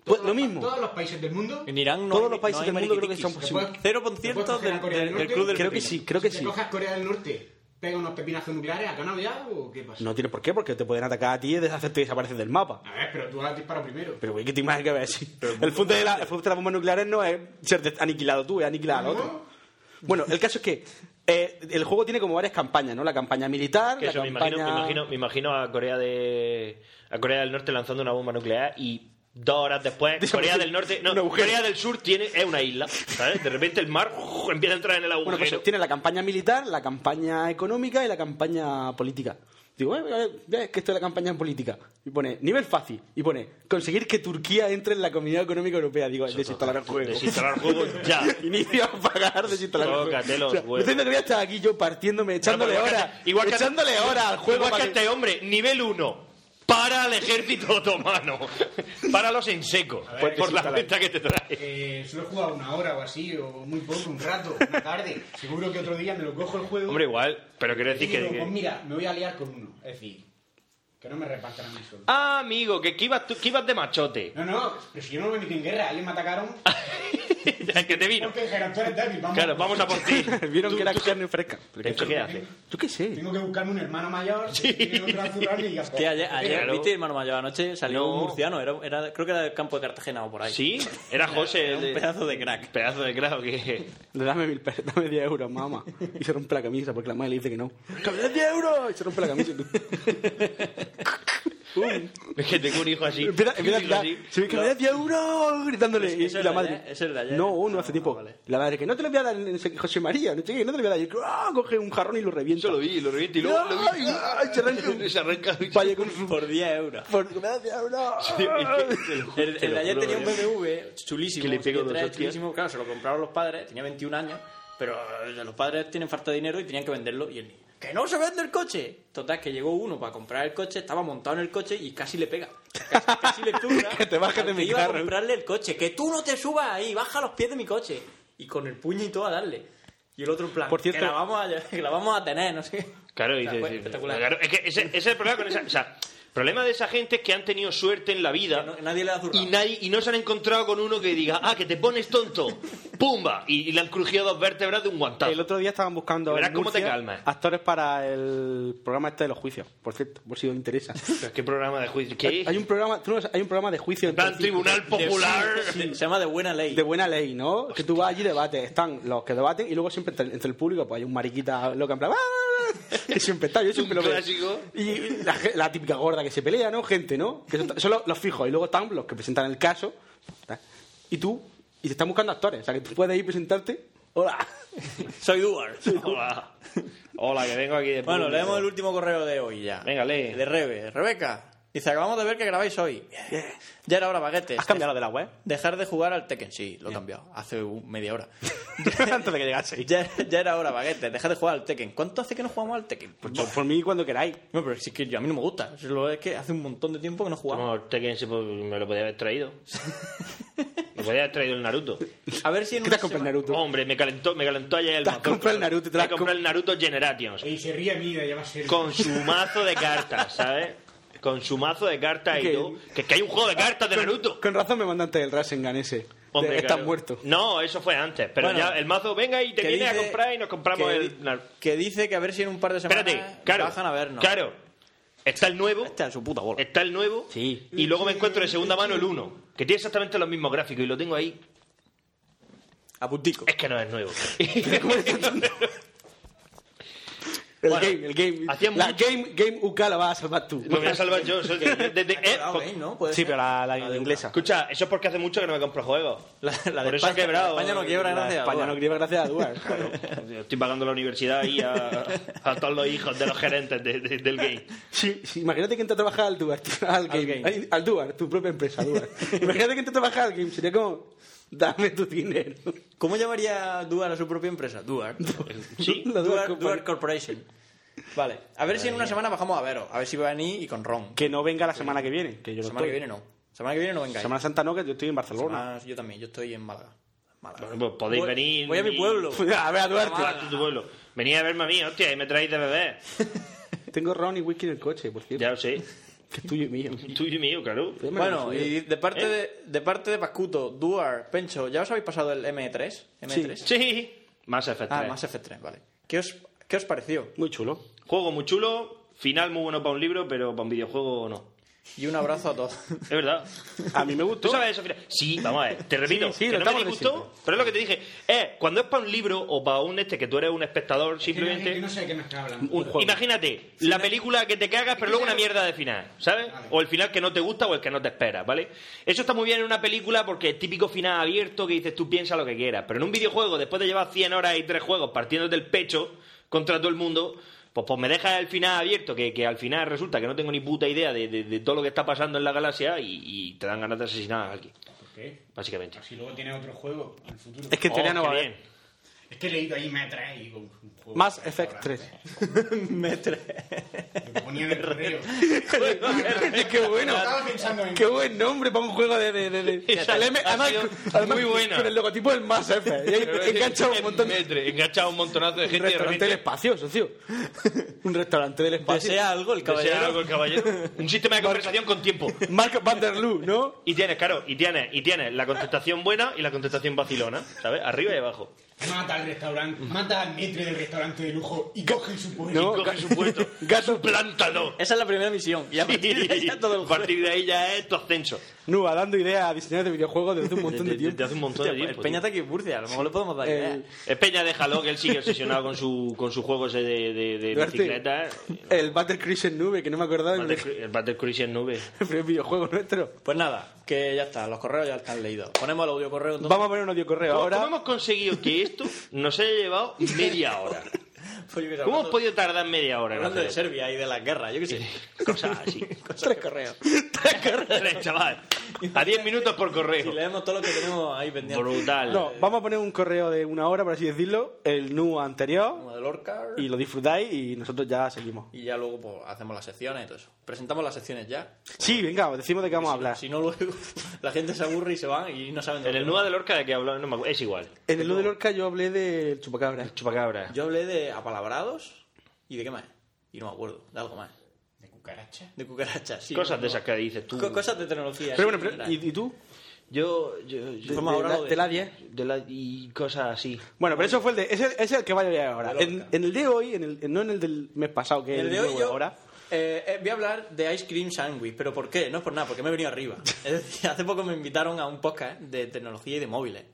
[SPEAKER 7] Pues lo mismo.
[SPEAKER 9] Todos los países del mundo.
[SPEAKER 6] En Irán no
[SPEAKER 7] Todos
[SPEAKER 6] hay-
[SPEAKER 7] los países
[SPEAKER 6] no hay
[SPEAKER 7] del mundo creo
[SPEAKER 6] mariquitriquis.
[SPEAKER 7] que son
[SPEAKER 9] Te
[SPEAKER 7] posibles.
[SPEAKER 9] puedes-
[SPEAKER 6] Cero
[SPEAKER 9] te
[SPEAKER 6] por
[SPEAKER 9] puedes
[SPEAKER 6] ciento
[SPEAKER 9] coger a
[SPEAKER 6] del-
[SPEAKER 9] Corea
[SPEAKER 6] del- del club del
[SPEAKER 7] Creo que
[SPEAKER 6] Pepino.
[SPEAKER 7] sí, creo que
[SPEAKER 9] Si
[SPEAKER 7] sí.
[SPEAKER 9] te cojas Corea del Norte, pega unos pepinazos nucleares, ¿ha ganado ya o qué pasa?
[SPEAKER 7] No tienes por qué, porque te pueden atacar a ti y deshacerte y desaparecer del mapa.
[SPEAKER 9] A ver, pero tú ahora disparas primero.
[SPEAKER 7] Pero, güey, ¿qué te imaginas que ves? El fondo de, la, el fondo de las bombas nucleares no es ser des- aniquilado tú, es aniquilar al otro. Bueno, el caso es que eh, el juego tiene como varias campañas, ¿no? La campaña militar,
[SPEAKER 8] que
[SPEAKER 7] la
[SPEAKER 8] eso me
[SPEAKER 7] campaña...
[SPEAKER 8] imagino, me imagino, me imagino a Corea de a Corea del Norte lanzando una bomba nuclear y Dos horas después, Corea del Norte. No,
[SPEAKER 7] un agujero.
[SPEAKER 8] Corea del Sur tiene, es una isla. ¿sabes? De repente el mar uf, empieza a entrar en el
[SPEAKER 7] Bueno, pues
[SPEAKER 8] agujero.
[SPEAKER 7] tiene la campaña militar, la campaña económica y la campaña política. Digo, eh, eh, ya es que esto es la campaña política. Y pone, nivel fácil. Y pone, conseguir que Turquía entre en la Comunidad Económica Europea. Digo, desinstalar el juego.
[SPEAKER 8] Desinstalar el juego ya.
[SPEAKER 7] Inicio a pagar, desinstalar el juego.
[SPEAKER 8] Tócate los
[SPEAKER 7] O sea,
[SPEAKER 8] huevos.
[SPEAKER 7] diciendo que voy a estar aquí yo partiéndome, echándole
[SPEAKER 8] Bueno, pues
[SPEAKER 7] horas.
[SPEAKER 8] igual que-
[SPEAKER 7] echándole horas al juego.
[SPEAKER 8] Igual
[SPEAKER 7] para
[SPEAKER 8] que
[SPEAKER 7] que-
[SPEAKER 8] este hombre, nivel 1. Para el ejército otomano. Páralos en seco.
[SPEAKER 9] ver,
[SPEAKER 8] por la
[SPEAKER 9] desinstalar.
[SPEAKER 8] cuenta que te trae.
[SPEAKER 9] Eh, solo he jugado una hora o así, o muy poco, un rato, una tarde. Seguro que otro día me lo cojo el juego.
[SPEAKER 8] Hombre, igual. Pero quiero
[SPEAKER 9] y
[SPEAKER 8] decir que.
[SPEAKER 9] digo,
[SPEAKER 8] que-
[SPEAKER 9] pues mira, me voy a liar con uno. Es decir, que no me repartan a mí solo.
[SPEAKER 8] Ah, amigo, que, que ibas, tú- que ibas de machote.
[SPEAKER 9] No, no, pero si yo no me metí en guerra, ellos me atacaron
[SPEAKER 8] el que te vino.
[SPEAKER 9] porque dijeron, tú eres débil, vamos.
[SPEAKER 8] Claro, vamos a por ti.
[SPEAKER 7] Vieron
[SPEAKER 8] Tú-
[SPEAKER 7] que era
[SPEAKER 8] tú-
[SPEAKER 7] carne fresca. Pero
[SPEAKER 8] ¿Esto
[SPEAKER 7] que-
[SPEAKER 8] qué hace?
[SPEAKER 7] Yo qué sé.
[SPEAKER 9] Tengo que buscarme un hermano mayor, sí. que otro azurrarme y diga,
[SPEAKER 6] Que ayer, ayer
[SPEAKER 8] Claro.
[SPEAKER 6] viste, hermano mayor, anoche salió
[SPEAKER 8] No.
[SPEAKER 6] un murciano, era, era- creo que era del campo de Cartagena o por ahí.
[SPEAKER 8] Sí, era José. el
[SPEAKER 6] Un pedazo de crack.
[SPEAKER 8] Pedazo de claro que.
[SPEAKER 7] Dame mil pesos, dame 10 euros, mamá. Y se rompe la camisa porque la madre le dice que no. ¡Que me des 10 euros! Y se rompe la camisa.
[SPEAKER 8] Es que tengo un hijo así.
[SPEAKER 7] Empieza,
[SPEAKER 8] un
[SPEAKER 7] empieza a
[SPEAKER 8] hijo
[SPEAKER 7] gritar.
[SPEAKER 8] así.
[SPEAKER 7] Se ve que me das 10 euros gritándole.
[SPEAKER 6] Ese-
[SPEAKER 7] Y-
[SPEAKER 6] ese
[SPEAKER 7] y
[SPEAKER 6] es
[SPEAKER 7] la
[SPEAKER 6] de
[SPEAKER 7] madre.
[SPEAKER 6] ayer, ese es de ayer.
[SPEAKER 7] No, no hace
[SPEAKER 6] Ah,
[SPEAKER 7] tiempo.
[SPEAKER 6] vale.
[SPEAKER 7] La madre que no te lo voy a dar no sé qué, José María, no sé qué, no te lo voy a dar. Y ¡ah! coge un jarrón y lo revienta.
[SPEAKER 8] Yo lo vi, lo reviento y luego. lo vi.
[SPEAKER 7] Ay, ay, se arranca un-
[SPEAKER 8] Se arranca.
[SPEAKER 7] Vaya con su.
[SPEAKER 6] Por 10 euros.
[SPEAKER 7] Por que me das 10 euros.
[SPEAKER 6] El, el de ayer tenía un BBV chulísimo,
[SPEAKER 8] Que le pego dos
[SPEAKER 6] 73,
[SPEAKER 8] hostias.
[SPEAKER 6] chulísimo. Claro, se lo compraron los padres, tenía 21 años, pero eh, los padres tienen falta de dinero y tenían que venderlo. Y él, ¡que no se vende el coche! Total, que llegó uno para comprar el coche, estaba montado en el coche y casi le pega. Casi, casi le zurra
[SPEAKER 7] Que te bajes
[SPEAKER 6] al
[SPEAKER 7] de mi
[SPEAKER 6] iba
[SPEAKER 7] carro.
[SPEAKER 6] a comprarle el coche, que tú no te subas ahí, baja los pies de mi coche. Y con el puño y todo a darle. Y el otro en plan,
[SPEAKER 7] Por cierto-
[SPEAKER 6] que, la vamos a, lle- que la vamos a tener, no sé.
[SPEAKER 8] Claro, dice,
[SPEAKER 6] fue
[SPEAKER 8] sí,
[SPEAKER 6] espectacular.
[SPEAKER 8] claro, es que ese, ese es el problema con esa. O sea, el problema de esa gente es que han tenido suerte en la vida.
[SPEAKER 6] Que no- que nadie le ha zurrado.
[SPEAKER 8] y nadie Y no se han encontrado con uno que diga, ah, que te pones tonto. ¡Pumba! Y, y le han crujido dos vértebras de un guantazo.
[SPEAKER 7] El otro día estaban buscando
[SPEAKER 8] Verás
[SPEAKER 7] en
[SPEAKER 8] cómo te
[SPEAKER 7] Murcia
[SPEAKER 8] calmas.
[SPEAKER 7] actores para el programa este de los juicios, por cierto, por si os interesa.
[SPEAKER 8] Pero ¿Qué programa de juicio? ¿Qué?
[SPEAKER 7] Hay un programa, tú no sabes, hay un programa de juicio en
[SPEAKER 8] Plan
[SPEAKER 7] Telecinco.
[SPEAKER 8] Tribunal Popular.
[SPEAKER 6] Se llama de buena ley.
[SPEAKER 7] de buena ley, ¿no? Que tú vas allí y debates. Están los que debaten y luego siempre entre, entre el público pues hay un mariquita loca en plan... "Ah", Que siempre está, yo siempre
[SPEAKER 8] Un
[SPEAKER 7] lo veo.
[SPEAKER 8] clásico.
[SPEAKER 7] Y la, ge- la típica gorda que se pelea, ¿no? Gente, ¿no? Que son, son los, los fijos. Y luego están los que presentan el caso. ¿eh? Y tú, y te están buscando actores. O sea, que tú puedes ir presentarte. Hola.
[SPEAKER 6] Soy Duarte.
[SPEAKER 8] Hola. Hola, que vengo aquí de
[SPEAKER 6] Bueno,
[SPEAKER 8] público.
[SPEAKER 6] leemos el último correo de hoy ya.
[SPEAKER 8] Venga, lee.
[SPEAKER 6] De Rebe. Rebeca. Dice, acabamos de ver que grabáis hoy. Ya era hora, baguetes.
[SPEAKER 7] ¿Has cambiado de la web?
[SPEAKER 6] Dejar de jugar al Tekken. Sí, lo he cambiado. Hace un- media hora.
[SPEAKER 7] Antes de que llegase.
[SPEAKER 6] ya, ya era hora, baguetes. Dejar de jugar al Tekken. ¿Cuánto hace que no jugamos al Tekken?
[SPEAKER 7] Por, Pues por- por mí, cuando queráis.
[SPEAKER 6] No, pero sí que yo- a mí no me gusta. Lo es que hace un montón de tiempo que no jugamos.
[SPEAKER 8] Vamos, Tekken se po- me lo podía haber traído. Me podía haber traído el Naruto.
[SPEAKER 6] A ver si en
[SPEAKER 7] ¿Qué te
[SPEAKER 6] una
[SPEAKER 7] has comprado,
[SPEAKER 6] semana-
[SPEAKER 7] Naruto?
[SPEAKER 8] Hombre, me calentó, me calentó ayer el
[SPEAKER 7] Te has
[SPEAKER 8] mazo.
[SPEAKER 7] comprado el Naruto, te lo
[SPEAKER 8] Me
[SPEAKER 7] has
[SPEAKER 8] compré el Naruto Generations.
[SPEAKER 9] Y se ríe a mí de llamarse.
[SPEAKER 8] Con su mazo de cartas, ¿sabes? Con su mazo de cartas
[SPEAKER 7] Ok.
[SPEAKER 8] y todo. Que, que hay un juego de cartas de Naruto.
[SPEAKER 7] Con razón me mandaste el Rasengan ese.
[SPEAKER 8] Hombre,
[SPEAKER 7] Estás
[SPEAKER 8] claro.
[SPEAKER 7] muerto.
[SPEAKER 8] No, eso fue antes. Pero
[SPEAKER 6] Bueno,
[SPEAKER 8] ya el mazo, venga y te
[SPEAKER 6] que
[SPEAKER 8] vienes a
[SPEAKER 6] dice-
[SPEAKER 8] comprar y nos compramos
[SPEAKER 6] que
[SPEAKER 8] el
[SPEAKER 6] di-
[SPEAKER 8] Naruto.
[SPEAKER 6] Que dice que a ver si en un par de semanas
[SPEAKER 8] Espérate, claro.
[SPEAKER 6] bajan a vernos.
[SPEAKER 8] Claro. Está el nuevo.
[SPEAKER 6] Este a su puta bola.
[SPEAKER 8] Está el nuevo.
[SPEAKER 7] Sí.
[SPEAKER 8] Y luego me encuentro de segunda mano el 1. Que tiene exactamente los mismos gráficos y lo tengo ahí.
[SPEAKER 6] A puntico.
[SPEAKER 8] Es que no es nuevo.
[SPEAKER 7] El
[SPEAKER 8] Bueno,
[SPEAKER 7] game, el game.
[SPEAKER 8] hacía
[SPEAKER 7] la
[SPEAKER 8] mucho-
[SPEAKER 7] game, game UK la vas a salvar tú.
[SPEAKER 8] Lo voy a salvar yo. soy- de- de- de- eh, por-
[SPEAKER 7] Sí, pero la, la inglesa.
[SPEAKER 8] Escucha, eso es porque hace mucho que no me compro juegos.
[SPEAKER 6] La- la de
[SPEAKER 8] Por eso ha
[SPEAKER 6] España-
[SPEAKER 8] quebrado.
[SPEAKER 6] la de España no
[SPEAKER 8] La
[SPEAKER 6] quiebra,
[SPEAKER 8] de
[SPEAKER 6] gracias.
[SPEAKER 7] España no quiere gracias a Duar.
[SPEAKER 8] Yo Estoy pagando la universidad y a, a todos los hijos de los gerentes de- de- del game.
[SPEAKER 7] Sí, sí, imagínate que entra a trabajar al Duar, tío, al, game,
[SPEAKER 6] game.
[SPEAKER 7] al, al Duar, tu propia empresa, Duar. imagínate que entra a trabajar al game, sería como, dame tu dinero.
[SPEAKER 6] ¿Cómo llamaría Duar a su propia empresa? Duar.
[SPEAKER 8] Sí.
[SPEAKER 7] La Duar
[SPEAKER 6] Duar,
[SPEAKER 7] Company.
[SPEAKER 6] Duar Corporation. Vale. A ver si en una semana bajamos a Vero. A ver si va a venir y con Ron.
[SPEAKER 7] Que no venga la semana que viene, que
[SPEAKER 6] La
[SPEAKER 7] yo no
[SPEAKER 6] semana que
[SPEAKER 7] estoy.
[SPEAKER 6] viene no. La semana que viene no vengáis.
[SPEAKER 7] Semana Santa no, que yo estoy en Barcelona.
[SPEAKER 6] Semana- Yo también. Yo estoy en Málaga. Málaga.
[SPEAKER 8] Bueno, pues podéis
[SPEAKER 6] Voy-
[SPEAKER 8] venir
[SPEAKER 6] Voy a mi
[SPEAKER 8] y-
[SPEAKER 6] pueblo.
[SPEAKER 7] a ver, a
[SPEAKER 8] Ah,
[SPEAKER 7] Duarte.
[SPEAKER 8] tú, tu pueblo. Venid a verme a mí, hostia, y me traéis de beber.
[SPEAKER 7] Tengo ron y whisky en el coche, por cierto.
[SPEAKER 8] Ya lo sé.
[SPEAKER 7] Que es tuyo y mío.
[SPEAKER 8] Tuyo y mío, claro.
[SPEAKER 7] Yo me lo
[SPEAKER 6] Bueno,
[SPEAKER 7] fui.
[SPEAKER 6] y de parte, de, de parte de Pascuto, Duar, Pencho, ¿ya os habéis pasado el M3? M3.
[SPEAKER 8] Sí. Más Effect
[SPEAKER 6] Ah,
[SPEAKER 8] 3.
[SPEAKER 6] más F3, vale. ¿Qué os, qué os pareció?
[SPEAKER 7] Muy chulo.
[SPEAKER 8] Juego muy chulo, final muy bueno para un libro, pero para un videojuego no.
[SPEAKER 6] Y un abrazo a todos.
[SPEAKER 8] Es verdad.
[SPEAKER 7] A mí me
[SPEAKER 8] ¿Tú
[SPEAKER 7] gustó.
[SPEAKER 8] sabes eso, Fran? Sí, vamos a ver, te repito,
[SPEAKER 7] sí,
[SPEAKER 8] que no
[SPEAKER 7] lo
[SPEAKER 8] me
[SPEAKER 7] estamos
[SPEAKER 8] disgustó,
[SPEAKER 7] diciendo.
[SPEAKER 8] pero es lo que te dije. Eh, cuando es para un libro o para un este que tú eres un espectador, simplemente...
[SPEAKER 9] Yo no sé de qué me estás hablando.
[SPEAKER 7] Un juego.
[SPEAKER 8] Imagínate, la película que te cagas, pero luego una mierda de final, ¿sabes? O el final que no te gusta o el que no te esperas, ¿vale? Eso está muy bien en una película porque es típico final abierto que dices tú piensa lo que quieras. Pero en un videojuego, después de llevar 100 horas y tres juegos partiéndote el pecho contra todo el mundo, pues, pues me dejas el final abierto, que, que al final resulta que no tengo ni puta idea de, de- de todo lo que está pasando en la galaxia y, y te dan ganas de asesinar a alguien,
[SPEAKER 9] ¿Por qué?
[SPEAKER 8] básicamente.
[SPEAKER 9] Si luego tiene otro juego en el futuro.
[SPEAKER 7] Es que en teoría
[SPEAKER 8] Oh,
[SPEAKER 7] no
[SPEAKER 8] qué
[SPEAKER 7] va a haber.
[SPEAKER 8] bien.
[SPEAKER 9] Es que he leído ahí Metra y digo, un juego.
[SPEAKER 7] Más
[SPEAKER 9] para
[SPEAKER 7] Effect
[SPEAKER 9] ahora.
[SPEAKER 7] 3.
[SPEAKER 6] Me trae.
[SPEAKER 9] Lo que ponía en el correo.
[SPEAKER 7] ¡Qué bueno!
[SPEAKER 9] Estaba pensando en.
[SPEAKER 7] ¡Qué buen nombre para un juego de... de, de, de-
[SPEAKER 8] Esa
[SPEAKER 7] El M-
[SPEAKER 8] ha sido muy buena.
[SPEAKER 7] Con el logotipo del Mass Effect. Y ahí engancha un montón de...
[SPEAKER 8] Metre, engancha un montonazo de
[SPEAKER 7] Un
[SPEAKER 8] gente y de
[SPEAKER 7] restaurante del
[SPEAKER 8] repente
[SPEAKER 7] espacio, socio. Un restaurante del espacio.
[SPEAKER 6] ¿Desea algo el
[SPEAKER 8] desea
[SPEAKER 6] caballero?
[SPEAKER 8] algo el caballero. Un sistema de conversación con tiempo.
[SPEAKER 7] Mark Vanderloo, ¿no?
[SPEAKER 8] Y tienes, claro, y tienes, y tienes la contestación buena y la contestación vacilona, ¿sabes? Arriba y abajo.
[SPEAKER 9] Mata al restaurante. Mata al Metre del restaurante de lujo y coge su puesto.
[SPEAKER 7] No,
[SPEAKER 8] y coge
[SPEAKER 7] ga-
[SPEAKER 8] su puesto.
[SPEAKER 7] Gato
[SPEAKER 8] ¡Plántalo!
[SPEAKER 6] Esa es la primera misión. Y a partir de ahí ya todo el
[SPEAKER 8] A partir de ahí ya es tu ascenso.
[SPEAKER 7] Nuba, dando ideas a diseñadores de videojuegos desde hace un montón de
[SPEAKER 8] Desde-
[SPEAKER 7] tiempo. Eh,
[SPEAKER 8] desde hace un montón de
[SPEAKER 6] El
[SPEAKER 8] tiempo.
[SPEAKER 6] pues Peña está aquí en Murcia, a lo mejor le podemos dar idea.
[SPEAKER 7] El-
[SPEAKER 8] tío. Es Peña, déjalo, que él sigue obsesionado con su, con su juego ese de, de, de
[SPEAKER 7] Duarte.
[SPEAKER 8] bicicleta. eh.
[SPEAKER 7] El Battle Cruiser Nube, que no me acordaba. y me dejó-
[SPEAKER 8] El Battle Cruise en nube.
[SPEAKER 7] El primer videojuego nuestro.
[SPEAKER 6] Pues nada, que ya está, los correos ya están leídos. Ponemos el audio correo entonces.
[SPEAKER 7] Vamos a poner un audio correo
[SPEAKER 8] ¿Cómo,
[SPEAKER 7] ahora.
[SPEAKER 8] cómo hemos conseguido que esto nos haya llevado media hora?
[SPEAKER 6] Pues yo qué
[SPEAKER 8] ¿Cómo
[SPEAKER 6] sé,
[SPEAKER 8] hemos
[SPEAKER 6] hablando-
[SPEAKER 8] podido tardar media hora? en
[SPEAKER 6] Hablando de
[SPEAKER 8] hacer
[SPEAKER 6] Serbia y de las guerras, yo qué sé.
[SPEAKER 8] esto? Cosas así.
[SPEAKER 6] Tres correos.
[SPEAKER 8] Tres, chaval. A 10 minutos por
[SPEAKER 6] Si
[SPEAKER 8] correo.
[SPEAKER 6] leemos todo lo que tenemos ahí pendiente.
[SPEAKER 8] Brutal.
[SPEAKER 7] No, vamos a poner un correo de una hora, por así decirlo, el nu anterior,
[SPEAKER 6] Como de Lorca.
[SPEAKER 7] y lo disfrutáis y nosotros ya seguimos.
[SPEAKER 6] Y ya luego pues, hacemos las secciones y todo eso. Presentamos las secciones ya.
[SPEAKER 7] Sí, venga, decimos de qué vamos a hablar.
[SPEAKER 6] Si no, luego la gente se aburre y se van y no saben de
[SPEAKER 8] En
[SPEAKER 6] lo
[SPEAKER 8] el
[SPEAKER 6] que
[SPEAKER 8] Nueva de Lorca de que hablaba, no me acuerdo. Es igual.
[SPEAKER 7] En el nu de Lorca yo hablé del chupacabra.
[SPEAKER 8] Chupacabra.
[SPEAKER 6] va. Yo hablé de apalabrados y de qué más. Y no me acuerdo, de algo más.
[SPEAKER 9] ¿De cucaracha?
[SPEAKER 6] De cucarachas, sí.
[SPEAKER 8] Cosas de
[SPEAKER 6] no, no.
[SPEAKER 8] esas que dices tú.
[SPEAKER 6] Co- cosas de tecnología.
[SPEAKER 7] Pero
[SPEAKER 6] sí,
[SPEAKER 7] bueno,
[SPEAKER 6] en
[SPEAKER 7] pero-
[SPEAKER 6] general.
[SPEAKER 7] ¿y, y tú?
[SPEAKER 8] Yo, yo, yo-
[SPEAKER 6] Pues Vamos ahora a lo de- ¿eh?
[SPEAKER 7] de la 10.
[SPEAKER 8] de la- y cosas así.
[SPEAKER 7] Bueno, pero eso fue el de. Ese, ese es el que vaya a ver ahora. En, en el de hoy, en el, no en el del mes pasado, que es
[SPEAKER 6] El de hoy
[SPEAKER 7] nuevo
[SPEAKER 6] yo
[SPEAKER 7] ahora.
[SPEAKER 6] eh, eh, voy a hablar de Ice Cream Sandwich, pero ¿por qué? No es por nada, porque me he venido arriba. Es decir, hace poco me invitaron a un podcast de tecnología y de móviles.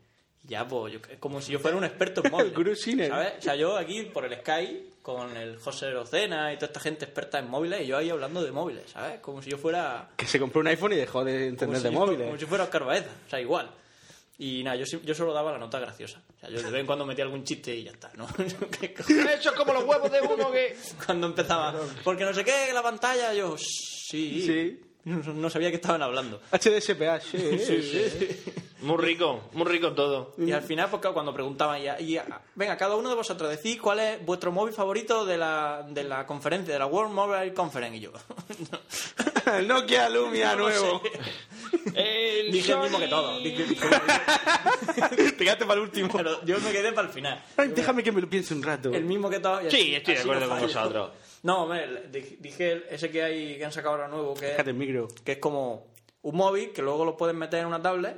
[SPEAKER 6] Y Ya, pues, yo- es como si yo fuera un experto en móviles.
[SPEAKER 7] gurú Sinner.
[SPEAKER 6] ¿sabes? O sea, yo aquí por el Sky con el José Rocena y toda esta gente experta en móviles y yo ahí hablando de móviles, ¿sabes? Como si yo fuera...
[SPEAKER 7] Que se compró un iPhone y dejó de
[SPEAKER 6] Como
[SPEAKER 7] entender
[SPEAKER 6] si
[SPEAKER 7] de
[SPEAKER 6] yo-
[SPEAKER 7] móviles.
[SPEAKER 6] Como si fuera Oscar Baeza, o sea, igual. Y nada, yo, sí- yo solo daba la nota graciosa. O sea, yo de vez en cuando metía algún chiste y ya está, ¿no? ¿Qué cojones?
[SPEAKER 8] Eso es como los huevos de uno que.
[SPEAKER 6] cuando empezaba. Porque no sé qué, la pantalla, yo. Sí.
[SPEAKER 7] Sí.
[SPEAKER 6] No, no sabía que estaban hablando.
[SPEAKER 7] HDSPA, sí, sí, sí.
[SPEAKER 8] Muy rico, muy rico todo.
[SPEAKER 7] Mm.
[SPEAKER 6] Y al final, pues claro, cuando preguntaban, y, y- venga, cada uno de vosotros decís cuál es vuestro móvil favorito de la, de la conferencia, de la World Mobile Conference. Y yo,
[SPEAKER 7] El Nokia Lumia nuevo.
[SPEAKER 8] El
[SPEAKER 6] dije el
[SPEAKER 8] Sony-
[SPEAKER 6] mismo que todo. Dije- dije-
[SPEAKER 7] Te quedaste para el último.
[SPEAKER 6] pero yo me quedé para el final.
[SPEAKER 7] Ay, déjame que me lo piense un rato.
[SPEAKER 6] El mismo que todo. y
[SPEAKER 8] Sí,
[SPEAKER 6] así-
[SPEAKER 8] estoy de
[SPEAKER 6] así no
[SPEAKER 8] acuerdo con
[SPEAKER 6] fallo.
[SPEAKER 8] vosotros.
[SPEAKER 6] No, hombre, el- di- dije el- ese que hay, que han sacado ahora nuevo, que es-
[SPEAKER 7] Déjate el micro.
[SPEAKER 6] que es como un móvil que luego lo puedes meter en una tablet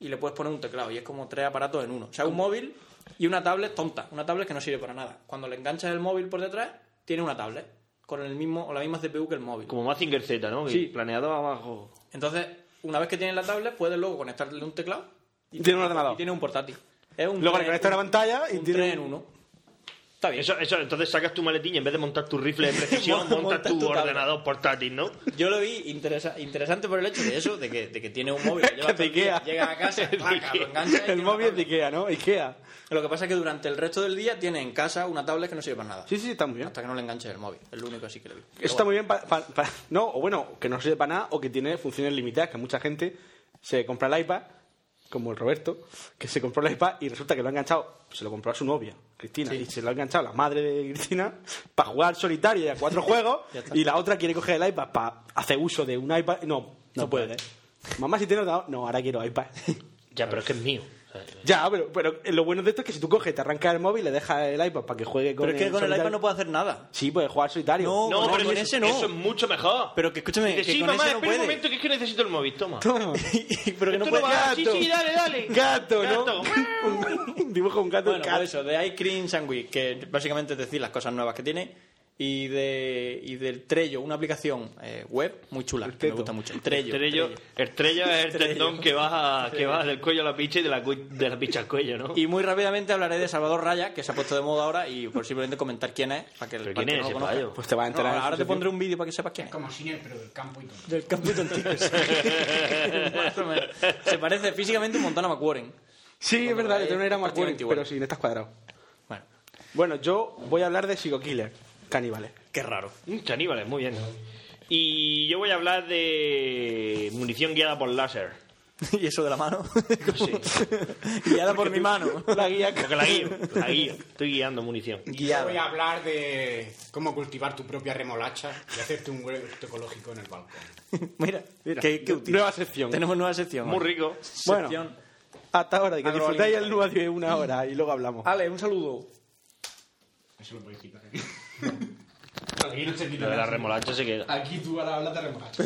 [SPEAKER 6] y le puedes poner un teclado y es como tres aparatos en uno. O sea, un móvil y una tablet tonta, una tablet que no sirve para nada. Cuando le enganchas el móvil por detrás, tiene una tablet con el mismo o la misma CPU que el móvil.
[SPEAKER 8] Como Mazinger Z, ¿no? Que
[SPEAKER 6] Sí.
[SPEAKER 8] Planeado abajo.
[SPEAKER 6] Entonces, una vez que tienes la tablet, puedes luego conectarle un teclado
[SPEAKER 7] Y tiene un ordenador.
[SPEAKER 6] y tiene un portátil. Es un
[SPEAKER 7] Luego
[SPEAKER 6] tren-
[SPEAKER 7] le conectas una
[SPEAKER 6] un-
[SPEAKER 7] pantalla y
[SPEAKER 6] un
[SPEAKER 7] tiene
[SPEAKER 6] tren en
[SPEAKER 7] un-
[SPEAKER 6] uno. Está bien.
[SPEAKER 8] Eso, eso, entonces sacas tu maletín y en vez de montar tu rifle de precisión,
[SPEAKER 6] Montas
[SPEAKER 8] montas
[SPEAKER 6] tu
[SPEAKER 8] tu
[SPEAKER 6] tabla.
[SPEAKER 8] ordenador portátil, ¿no?
[SPEAKER 6] Yo lo vi interesa- interesante por el hecho de eso, de que, de que tiene un móvil.
[SPEAKER 7] Que
[SPEAKER 6] lleva todo el
[SPEAKER 7] te
[SPEAKER 6] día,
[SPEAKER 7] Ikea.
[SPEAKER 6] Llegas a casa,
[SPEAKER 8] De
[SPEAKER 6] placa, lo
[SPEAKER 8] Ikea.
[SPEAKER 6] enganchas y tiene
[SPEAKER 7] El
[SPEAKER 6] una
[SPEAKER 7] móvil es de
[SPEAKER 6] tablet.
[SPEAKER 7] Ikea, ¿no? Ikea.
[SPEAKER 6] Lo que pasa es que durante el resto del día tiene en casa una tablet que no sirve para nada.
[SPEAKER 7] Sí, sí, sí, está muy bien.
[SPEAKER 6] Hasta que no le enganches el móvil. Es lo único así que le vi.
[SPEAKER 7] Eso está muy bien para... no, o bueno, que no sirve para nada o que tiene funciones limitadas, que mucha gente se compra el iPad, como el Roberto, que se compró el iPad y resulta que lo ha enganchado, se lo compró a su novia, Cristina, y se lo ha enganchado la madre de Cristina para jugar solitario y a cuatro juegos y la otra quiere coger el iPad para hacer uso de un iPad. No, no, puede. Mamá, si tiene ordenador, no, ahora quiero iPad.
[SPEAKER 8] Ya, pero es que es mío. ¿sabes?
[SPEAKER 7] ya, pero, pero lo bueno de esto es que si tú coges, te arrancas el móvil y le dejas el iPad para que juegue con
[SPEAKER 6] Pero es que con el
[SPEAKER 7] solitario-
[SPEAKER 6] iPad no puedo hacer nada.
[SPEAKER 7] Sí, puedes jugar solitario.
[SPEAKER 6] No,
[SPEAKER 8] No,
[SPEAKER 6] no,
[SPEAKER 8] pero
[SPEAKER 6] con
[SPEAKER 8] eso,
[SPEAKER 6] ese no.
[SPEAKER 8] eso es mucho mejor.
[SPEAKER 6] Pero que escúchame,
[SPEAKER 8] Dice,
[SPEAKER 6] que
[SPEAKER 8] sí,
[SPEAKER 6] con
[SPEAKER 8] mamá,
[SPEAKER 6] ese
[SPEAKER 8] espera
[SPEAKER 6] no
[SPEAKER 8] un
[SPEAKER 6] puede".
[SPEAKER 8] momento que es que necesito el móvil, toma.
[SPEAKER 6] Pero que no
[SPEAKER 8] Esto
[SPEAKER 6] puede... Ah,
[SPEAKER 8] no va- Sí, sí, Ah, dale, dale.
[SPEAKER 7] Gato, ¿no?
[SPEAKER 8] Gato.
[SPEAKER 7] Un- un dibujo de un gato.
[SPEAKER 6] Bueno, pues
[SPEAKER 7] un gato.
[SPEAKER 6] por eso, de ice cream sandwich, que básicamente es decir las cosas nuevas que tiene. y, de, y del Trello, una aplicación eh, web muy chula, que me
[SPEAKER 7] Teto.
[SPEAKER 6] gusta mucho. El Trello.
[SPEAKER 8] Estrello,
[SPEAKER 6] Trello.
[SPEAKER 8] estrello es el
[SPEAKER 6] Estrello.
[SPEAKER 8] tendón que va, que va del cuello a la picha y de la, cu- de la picha al cuello, ¿no?
[SPEAKER 6] Y muy rápidamente hablaré de Salvador Raya, que se ha puesto de moda ahora, y posiblemente comentar quién es, para que el
[SPEAKER 8] ¿Pero quién
[SPEAKER 6] para que
[SPEAKER 8] es
[SPEAKER 6] no
[SPEAKER 8] ese
[SPEAKER 6] lo conozca.
[SPEAKER 8] payo?
[SPEAKER 7] Pues te va a enterar.
[SPEAKER 6] No, ahora te
[SPEAKER 7] Asociación.
[SPEAKER 6] pondré un vídeo para que sepas quién es.
[SPEAKER 9] Como Sinner, pero del campo y todo.
[SPEAKER 6] Del campo de tontitos. Más o menos. Se parece físicamente un montón a McWarren.
[SPEAKER 7] Sí, es verdad, de tener era más
[SPEAKER 6] Prácticamente
[SPEAKER 7] bueno,
[SPEAKER 6] igual.
[SPEAKER 7] pero sin estás cuadrado.
[SPEAKER 6] Bueno,
[SPEAKER 7] Bueno, yo voy a hablar de Psycho Killer, caníbales.
[SPEAKER 6] qué raro.
[SPEAKER 8] Mm, Caníbales, muy bien. Y yo voy a hablar de munición guiada por láser.
[SPEAKER 6] ¿Y eso de la mano?
[SPEAKER 8] Sí.
[SPEAKER 6] Guiada por mi mano.
[SPEAKER 7] La guía
[SPEAKER 8] Porque la guío, la guío. Estoy guiando munición.
[SPEAKER 9] Yo voy a hablar de cómo cultivar tu propia remolacha y hacerte un huerto ecológico en el balcón.
[SPEAKER 6] Mira,
[SPEAKER 7] Mira,
[SPEAKER 6] qué, qué
[SPEAKER 7] nu-
[SPEAKER 6] útil.
[SPEAKER 7] nueva sección.
[SPEAKER 6] Tenemos nueva sección.
[SPEAKER 8] Muy rico.
[SPEAKER 7] Bueno,
[SPEAKER 6] Sección.
[SPEAKER 7] hasta ahora, que Ah, disfrutáis
[SPEAKER 9] Agroalimentario.
[SPEAKER 7] el nuevo de una hora y luego hablamos.
[SPEAKER 6] Ale, un saludo.
[SPEAKER 9] Eso lo podéis quitar. Aquí no se quita
[SPEAKER 8] Lo de la
[SPEAKER 9] nada.
[SPEAKER 8] remolacha se queda.
[SPEAKER 9] Aquí tú ahora hablas de remolacha.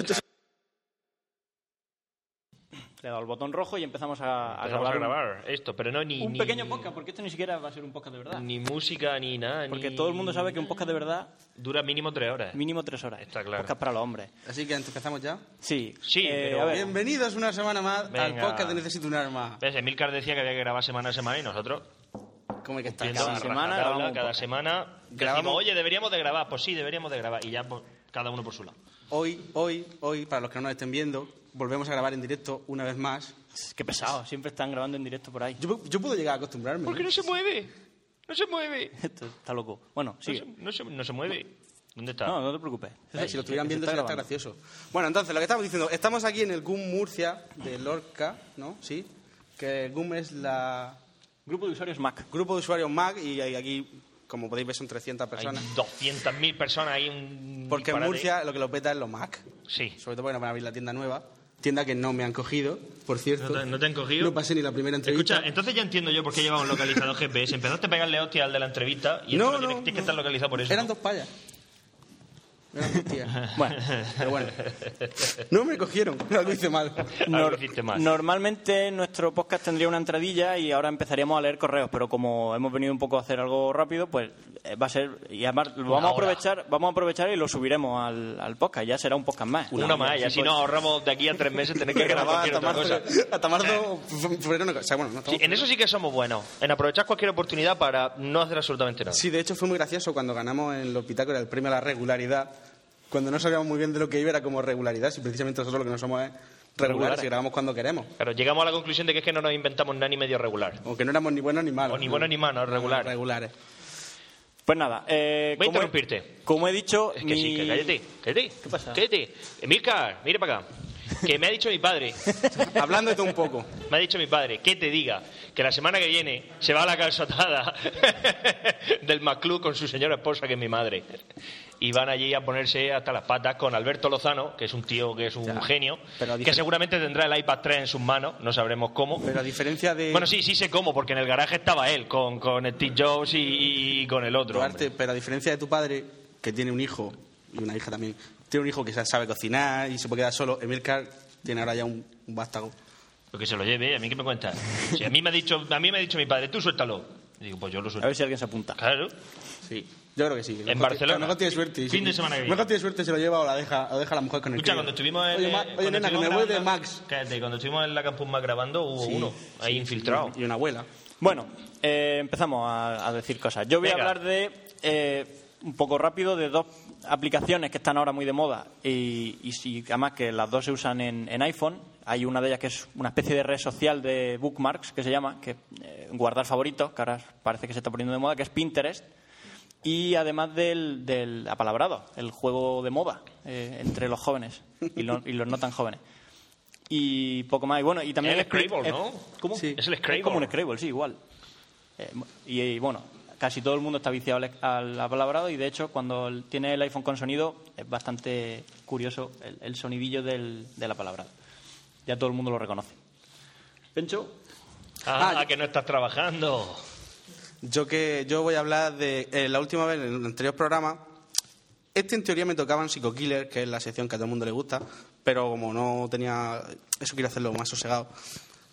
[SPEAKER 6] Le he dado el botón rojo y empezamos a, a
[SPEAKER 8] Empezamos a
[SPEAKER 6] un-
[SPEAKER 8] grabar esto, pero no ni.
[SPEAKER 6] Un,
[SPEAKER 8] ni-
[SPEAKER 6] pequeño podcast, porque esto ni siquiera va a ser un podcast de verdad.
[SPEAKER 8] Ni música, ni nada.
[SPEAKER 6] Porque
[SPEAKER 8] ni-
[SPEAKER 6] todo el mundo sabe que un podcast de verdad,
[SPEAKER 8] Dura mínimo tres horas.
[SPEAKER 6] mínimo tres horas.
[SPEAKER 8] Está claro.
[SPEAKER 6] Podcast para los hombres.
[SPEAKER 10] Así que empezamos ya.
[SPEAKER 6] Sí.
[SPEAKER 8] Sí,
[SPEAKER 6] Eh,
[SPEAKER 8] pero-
[SPEAKER 6] a ver,
[SPEAKER 10] Bienvenidos una semana más al
[SPEAKER 8] Venga.
[SPEAKER 10] podcast de Necesito un arma.
[SPEAKER 8] ¿Ves? Emilcar decía que había que grabar semana a semana y nosotros,
[SPEAKER 10] ¿Cómo es que está?
[SPEAKER 8] viendo
[SPEAKER 6] cada
[SPEAKER 8] a
[SPEAKER 6] semana
[SPEAKER 8] rajatabla,
[SPEAKER 6] grabamos un
[SPEAKER 8] cada
[SPEAKER 6] podcast.
[SPEAKER 8] semana, grabamos.
[SPEAKER 10] Grabamos.
[SPEAKER 8] Oye, deberíamos de grabar. Pues sí, deberíamos de grabar. Y ya pues, cada uno por su lado.
[SPEAKER 10] Hoy, hoy, hoy, para los que no nos estén viendo, volvemos a grabar en directo una vez más.
[SPEAKER 6] qué pesado. Siempre están grabando en directo por ahí.
[SPEAKER 10] Yo, yo puedo llegar a acostumbrarme. ¿no?
[SPEAKER 8] no se mueve? No se mueve.
[SPEAKER 6] Esto está loco. Bueno, sigue.
[SPEAKER 8] No se, no se mueve. ¿Dónde está?
[SPEAKER 6] No, no te preocupes.
[SPEAKER 10] Eh, si lo estuvieran
[SPEAKER 6] Se
[SPEAKER 10] viendo
[SPEAKER 6] está
[SPEAKER 10] sería hasta
[SPEAKER 6] grabando.
[SPEAKER 10] gracioso. Bueno, entonces, lo que estamos diciendo, estamos aquí en el GUM Murcia de Lorca, ¿no? Sí. Que GUM es la
[SPEAKER 6] Grupo de usuarios Mac.
[SPEAKER 10] grupo de usuarios Mac y hay aquí, como podéis ver, son 300
[SPEAKER 8] Hay
[SPEAKER 10] personas.
[SPEAKER 8] 200.000 personas ahí. Un
[SPEAKER 10] Porque en
[SPEAKER 8] disparate.
[SPEAKER 10] Murcia lo que lo peta es lo Mac.
[SPEAKER 8] Sí.
[SPEAKER 10] Sobre todo porque nos van a abrir la tienda nueva. Tienda que no me han cogido, por cierto.
[SPEAKER 8] ¿No te- no te han cogido?
[SPEAKER 10] No pasé ni la primera entrevista.
[SPEAKER 8] Escucha, eh, entonces ya entiendo yo por qué llevaba un localizador GPS. Empezaste a pegarle hostia al de la entrevista y
[SPEAKER 10] No,
[SPEAKER 8] esto lo tienes,
[SPEAKER 10] no,
[SPEAKER 8] tienes que
[SPEAKER 10] no.
[SPEAKER 8] estar localizado por eso.
[SPEAKER 10] Eran
[SPEAKER 8] ¿no?
[SPEAKER 10] dos payas. Eran dos tías.
[SPEAKER 6] Bueno,
[SPEAKER 10] Pero bueno. No me cogieron, lo hice mal.
[SPEAKER 8] Algo
[SPEAKER 6] nor-
[SPEAKER 8] hiciste mal.
[SPEAKER 6] normalmente nuestro podcast tendría una entradilla y ahora empezaríamos a leer correos, pero como hemos venido un poco a hacer algo rápido, pues eh, va a ser y además lo vamos a
[SPEAKER 8] hora.
[SPEAKER 6] aprovechar, vamos a aprovechar y lo subiremos al, al podcast. Ya será un podcast más.
[SPEAKER 8] Una, más, y
[SPEAKER 10] pues.
[SPEAKER 8] así nos ahorramos de aquí a tres meses tener que
[SPEAKER 10] Pero
[SPEAKER 8] grabar
[SPEAKER 10] va
[SPEAKER 8] cualquier
[SPEAKER 10] hasta
[SPEAKER 8] otra
[SPEAKER 10] marzo,
[SPEAKER 8] cosa. Eh.
[SPEAKER 10] hasta marzo, febrero no. O sea, bueno, no
[SPEAKER 8] Sí,
[SPEAKER 10] estamos-
[SPEAKER 8] en eso sí que somos buenos, en aprovechar cualquier oportunidad para no hacer absolutamente nada.
[SPEAKER 10] Sí, de hecho fue muy gracioso cuando ganamos en los Pitágoras el premio a la regularidad. Cuando no sabíamos muy bien de lo que iba era como regularidad, si precisamente nosotros lo que no somos es regulares
[SPEAKER 8] Regulares.
[SPEAKER 10] y grabamos cuando queremos.
[SPEAKER 8] Pero llegamos a la conclusión de que es que no nos inventamos nada ni medio regular.
[SPEAKER 10] O que no éramos ni buenos ni malos.
[SPEAKER 8] O ni buenos ni malos, regular.
[SPEAKER 10] Regulares.
[SPEAKER 6] Pues nada, eh,
[SPEAKER 8] Voy a
[SPEAKER 6] como he-
[SPEAKER 8] interrumpirte.
[SPEAKER 6] Como he dicho,
[SPEAKER 8] Es que sí,
[SPEAKER 6] mi-
[SPEAKER 8] que cállate, cállate.
[SPEAKER 6] ¿Qué pasa?
[SPEAKER 8] Cállate. Emilcar, mire para acá. Que me ha dicho mi padre,
[SPEAKER 10] Hablando de todo un poco.
[SPEAKER 8] me ha dicho mi padre, que te diga que la semana que viene se va a la calzotada del McClub con su señora esposa, que es mi madre. Y van allí a ponerse hasta las patas con Alberto Lozano, que es un tío que es un genio,
[SPEAKER 10] Pero a
[SPEAKER 8] que
[SPEAKER 10] difer-
[SPEAKER 8] seguramente tendrá el iPad 3 en sus manos, no sabremos cómo.
[SPEAKER 10] Pero a diferencia de
[SPEAKER 8] Bueno, sí, sí sé cómo, porque en el garaje estaba él, con, con Steve Jobs y, y con el otro.
[SPEAKER 10] Duarte,
[SPEAKER 8] hombre.
[SPEAKER 10] pero a diferencia de tu padre, que tiene un hijo y una hija también, tiene un hijo que sa- sabe cocinar y se puede quedar solo, Emilcar tiene ahora ya un, un vástago.
[SPEAKER 8] Lo que se lo lleve, ¿eh? a mí que me cuentas. Si a mí me ha dicho, a mí me ha dicho mi padre, tú suéltalo. Y digo, pues yo lo
[SPEAKER 6] a
[SPEAKER 8] suelto.
[SPEAKER 6] ver si alguien se apunta.
[SPEAKER 8] Claro.
[SPEAKER 10] Sí, yo creo que sí. Mejor ti-
[SPEAKER 8] Barcelona.
[SPEAKER 10] Mejor tiene suerte.
[SPEAKER 8] Fin
[SPEAKER 10] Sí.
[SPEAKER 8] de semana que viene.
[SPEAKER 10] Mejor tiene suerte se lo lleva o la deja, o deja a la mujer con el
[SPEAKER 8] Escucha,
[SPEAKER 10] crío.
[SPEAKER 8] cuando estuvimos en.
[SPEAKER 10] Oye,
[SPEAKER 8] eh,
[SPEAKER 10] Ma- oye
[SPEAKER 8] cuando
[SPEAKER 10] nena, que me
[SPEAKER 8] estuvimos
[SPEAKER 10] voy de
[SPEAKER 8] grabando-
[SPEAKER 10] Max.
[SPEAKER 8] Cállate, cuando estuvimos en la Campus Max grabando hubo uno ahí infiltrado.
[SPEAKER 10] Y una abuela.
[SPEAKER 6] Bueno, eh, empezamos a, a decir cosas. Yo voy
[SPEAKER 8] Venga.
[SPEAKER 6] a hablar de, eh, un poco rápido, de dos aplicaciones que están ahora muy de moda y, y si- además que las dos se usan en, en iPhone. Hay una de ellas que es una especie de red social de bookmarks que se llama, que eh, guardar favoritos, que ahora parece que se está poniendo de moda, que es Pinterest. Y además del, del apalabrado, el juego de moda eh, entre los jóvenes y, lo- y los no tan jóvenes. Y poco más. Y bueno, y también
[SPEAKER 8] El
[SPEAKER 6] es Pin-
[SPEAKER 8] Scrabble,
[SPEAKER 6] es-
[SPEAKER 8] ¿no?
[SPEAKER 6] ¿Cómo?
[SPEAKER 8] Sí. Es el Scrabble.
[SPEAKER 6] Es como un Scrabble, sí, igual. Eh, y, y, bueno, casi todo el mundo está viciado al, al apalabrado y de hecho cuando el- tiene el iPhone con sonido es bastante curioso el, el sonidillo del, del apalabrado. Ya todo el mundo lo reconoce. Pencho,
[SPEAKER 8] Ah,
[SPEAKER 10] Ah, yo-
[SPEAKER 8] que no estás trabajando.
[SPEAKER 10] Yo que yo voy a hablar de eh, la última vez en el anterior programa. Este en teoría me tocaba en Psycho Killer, que es la sección que a todo el mundo le gusta, pero como no tenía eso quiero hacerlo más sosegado.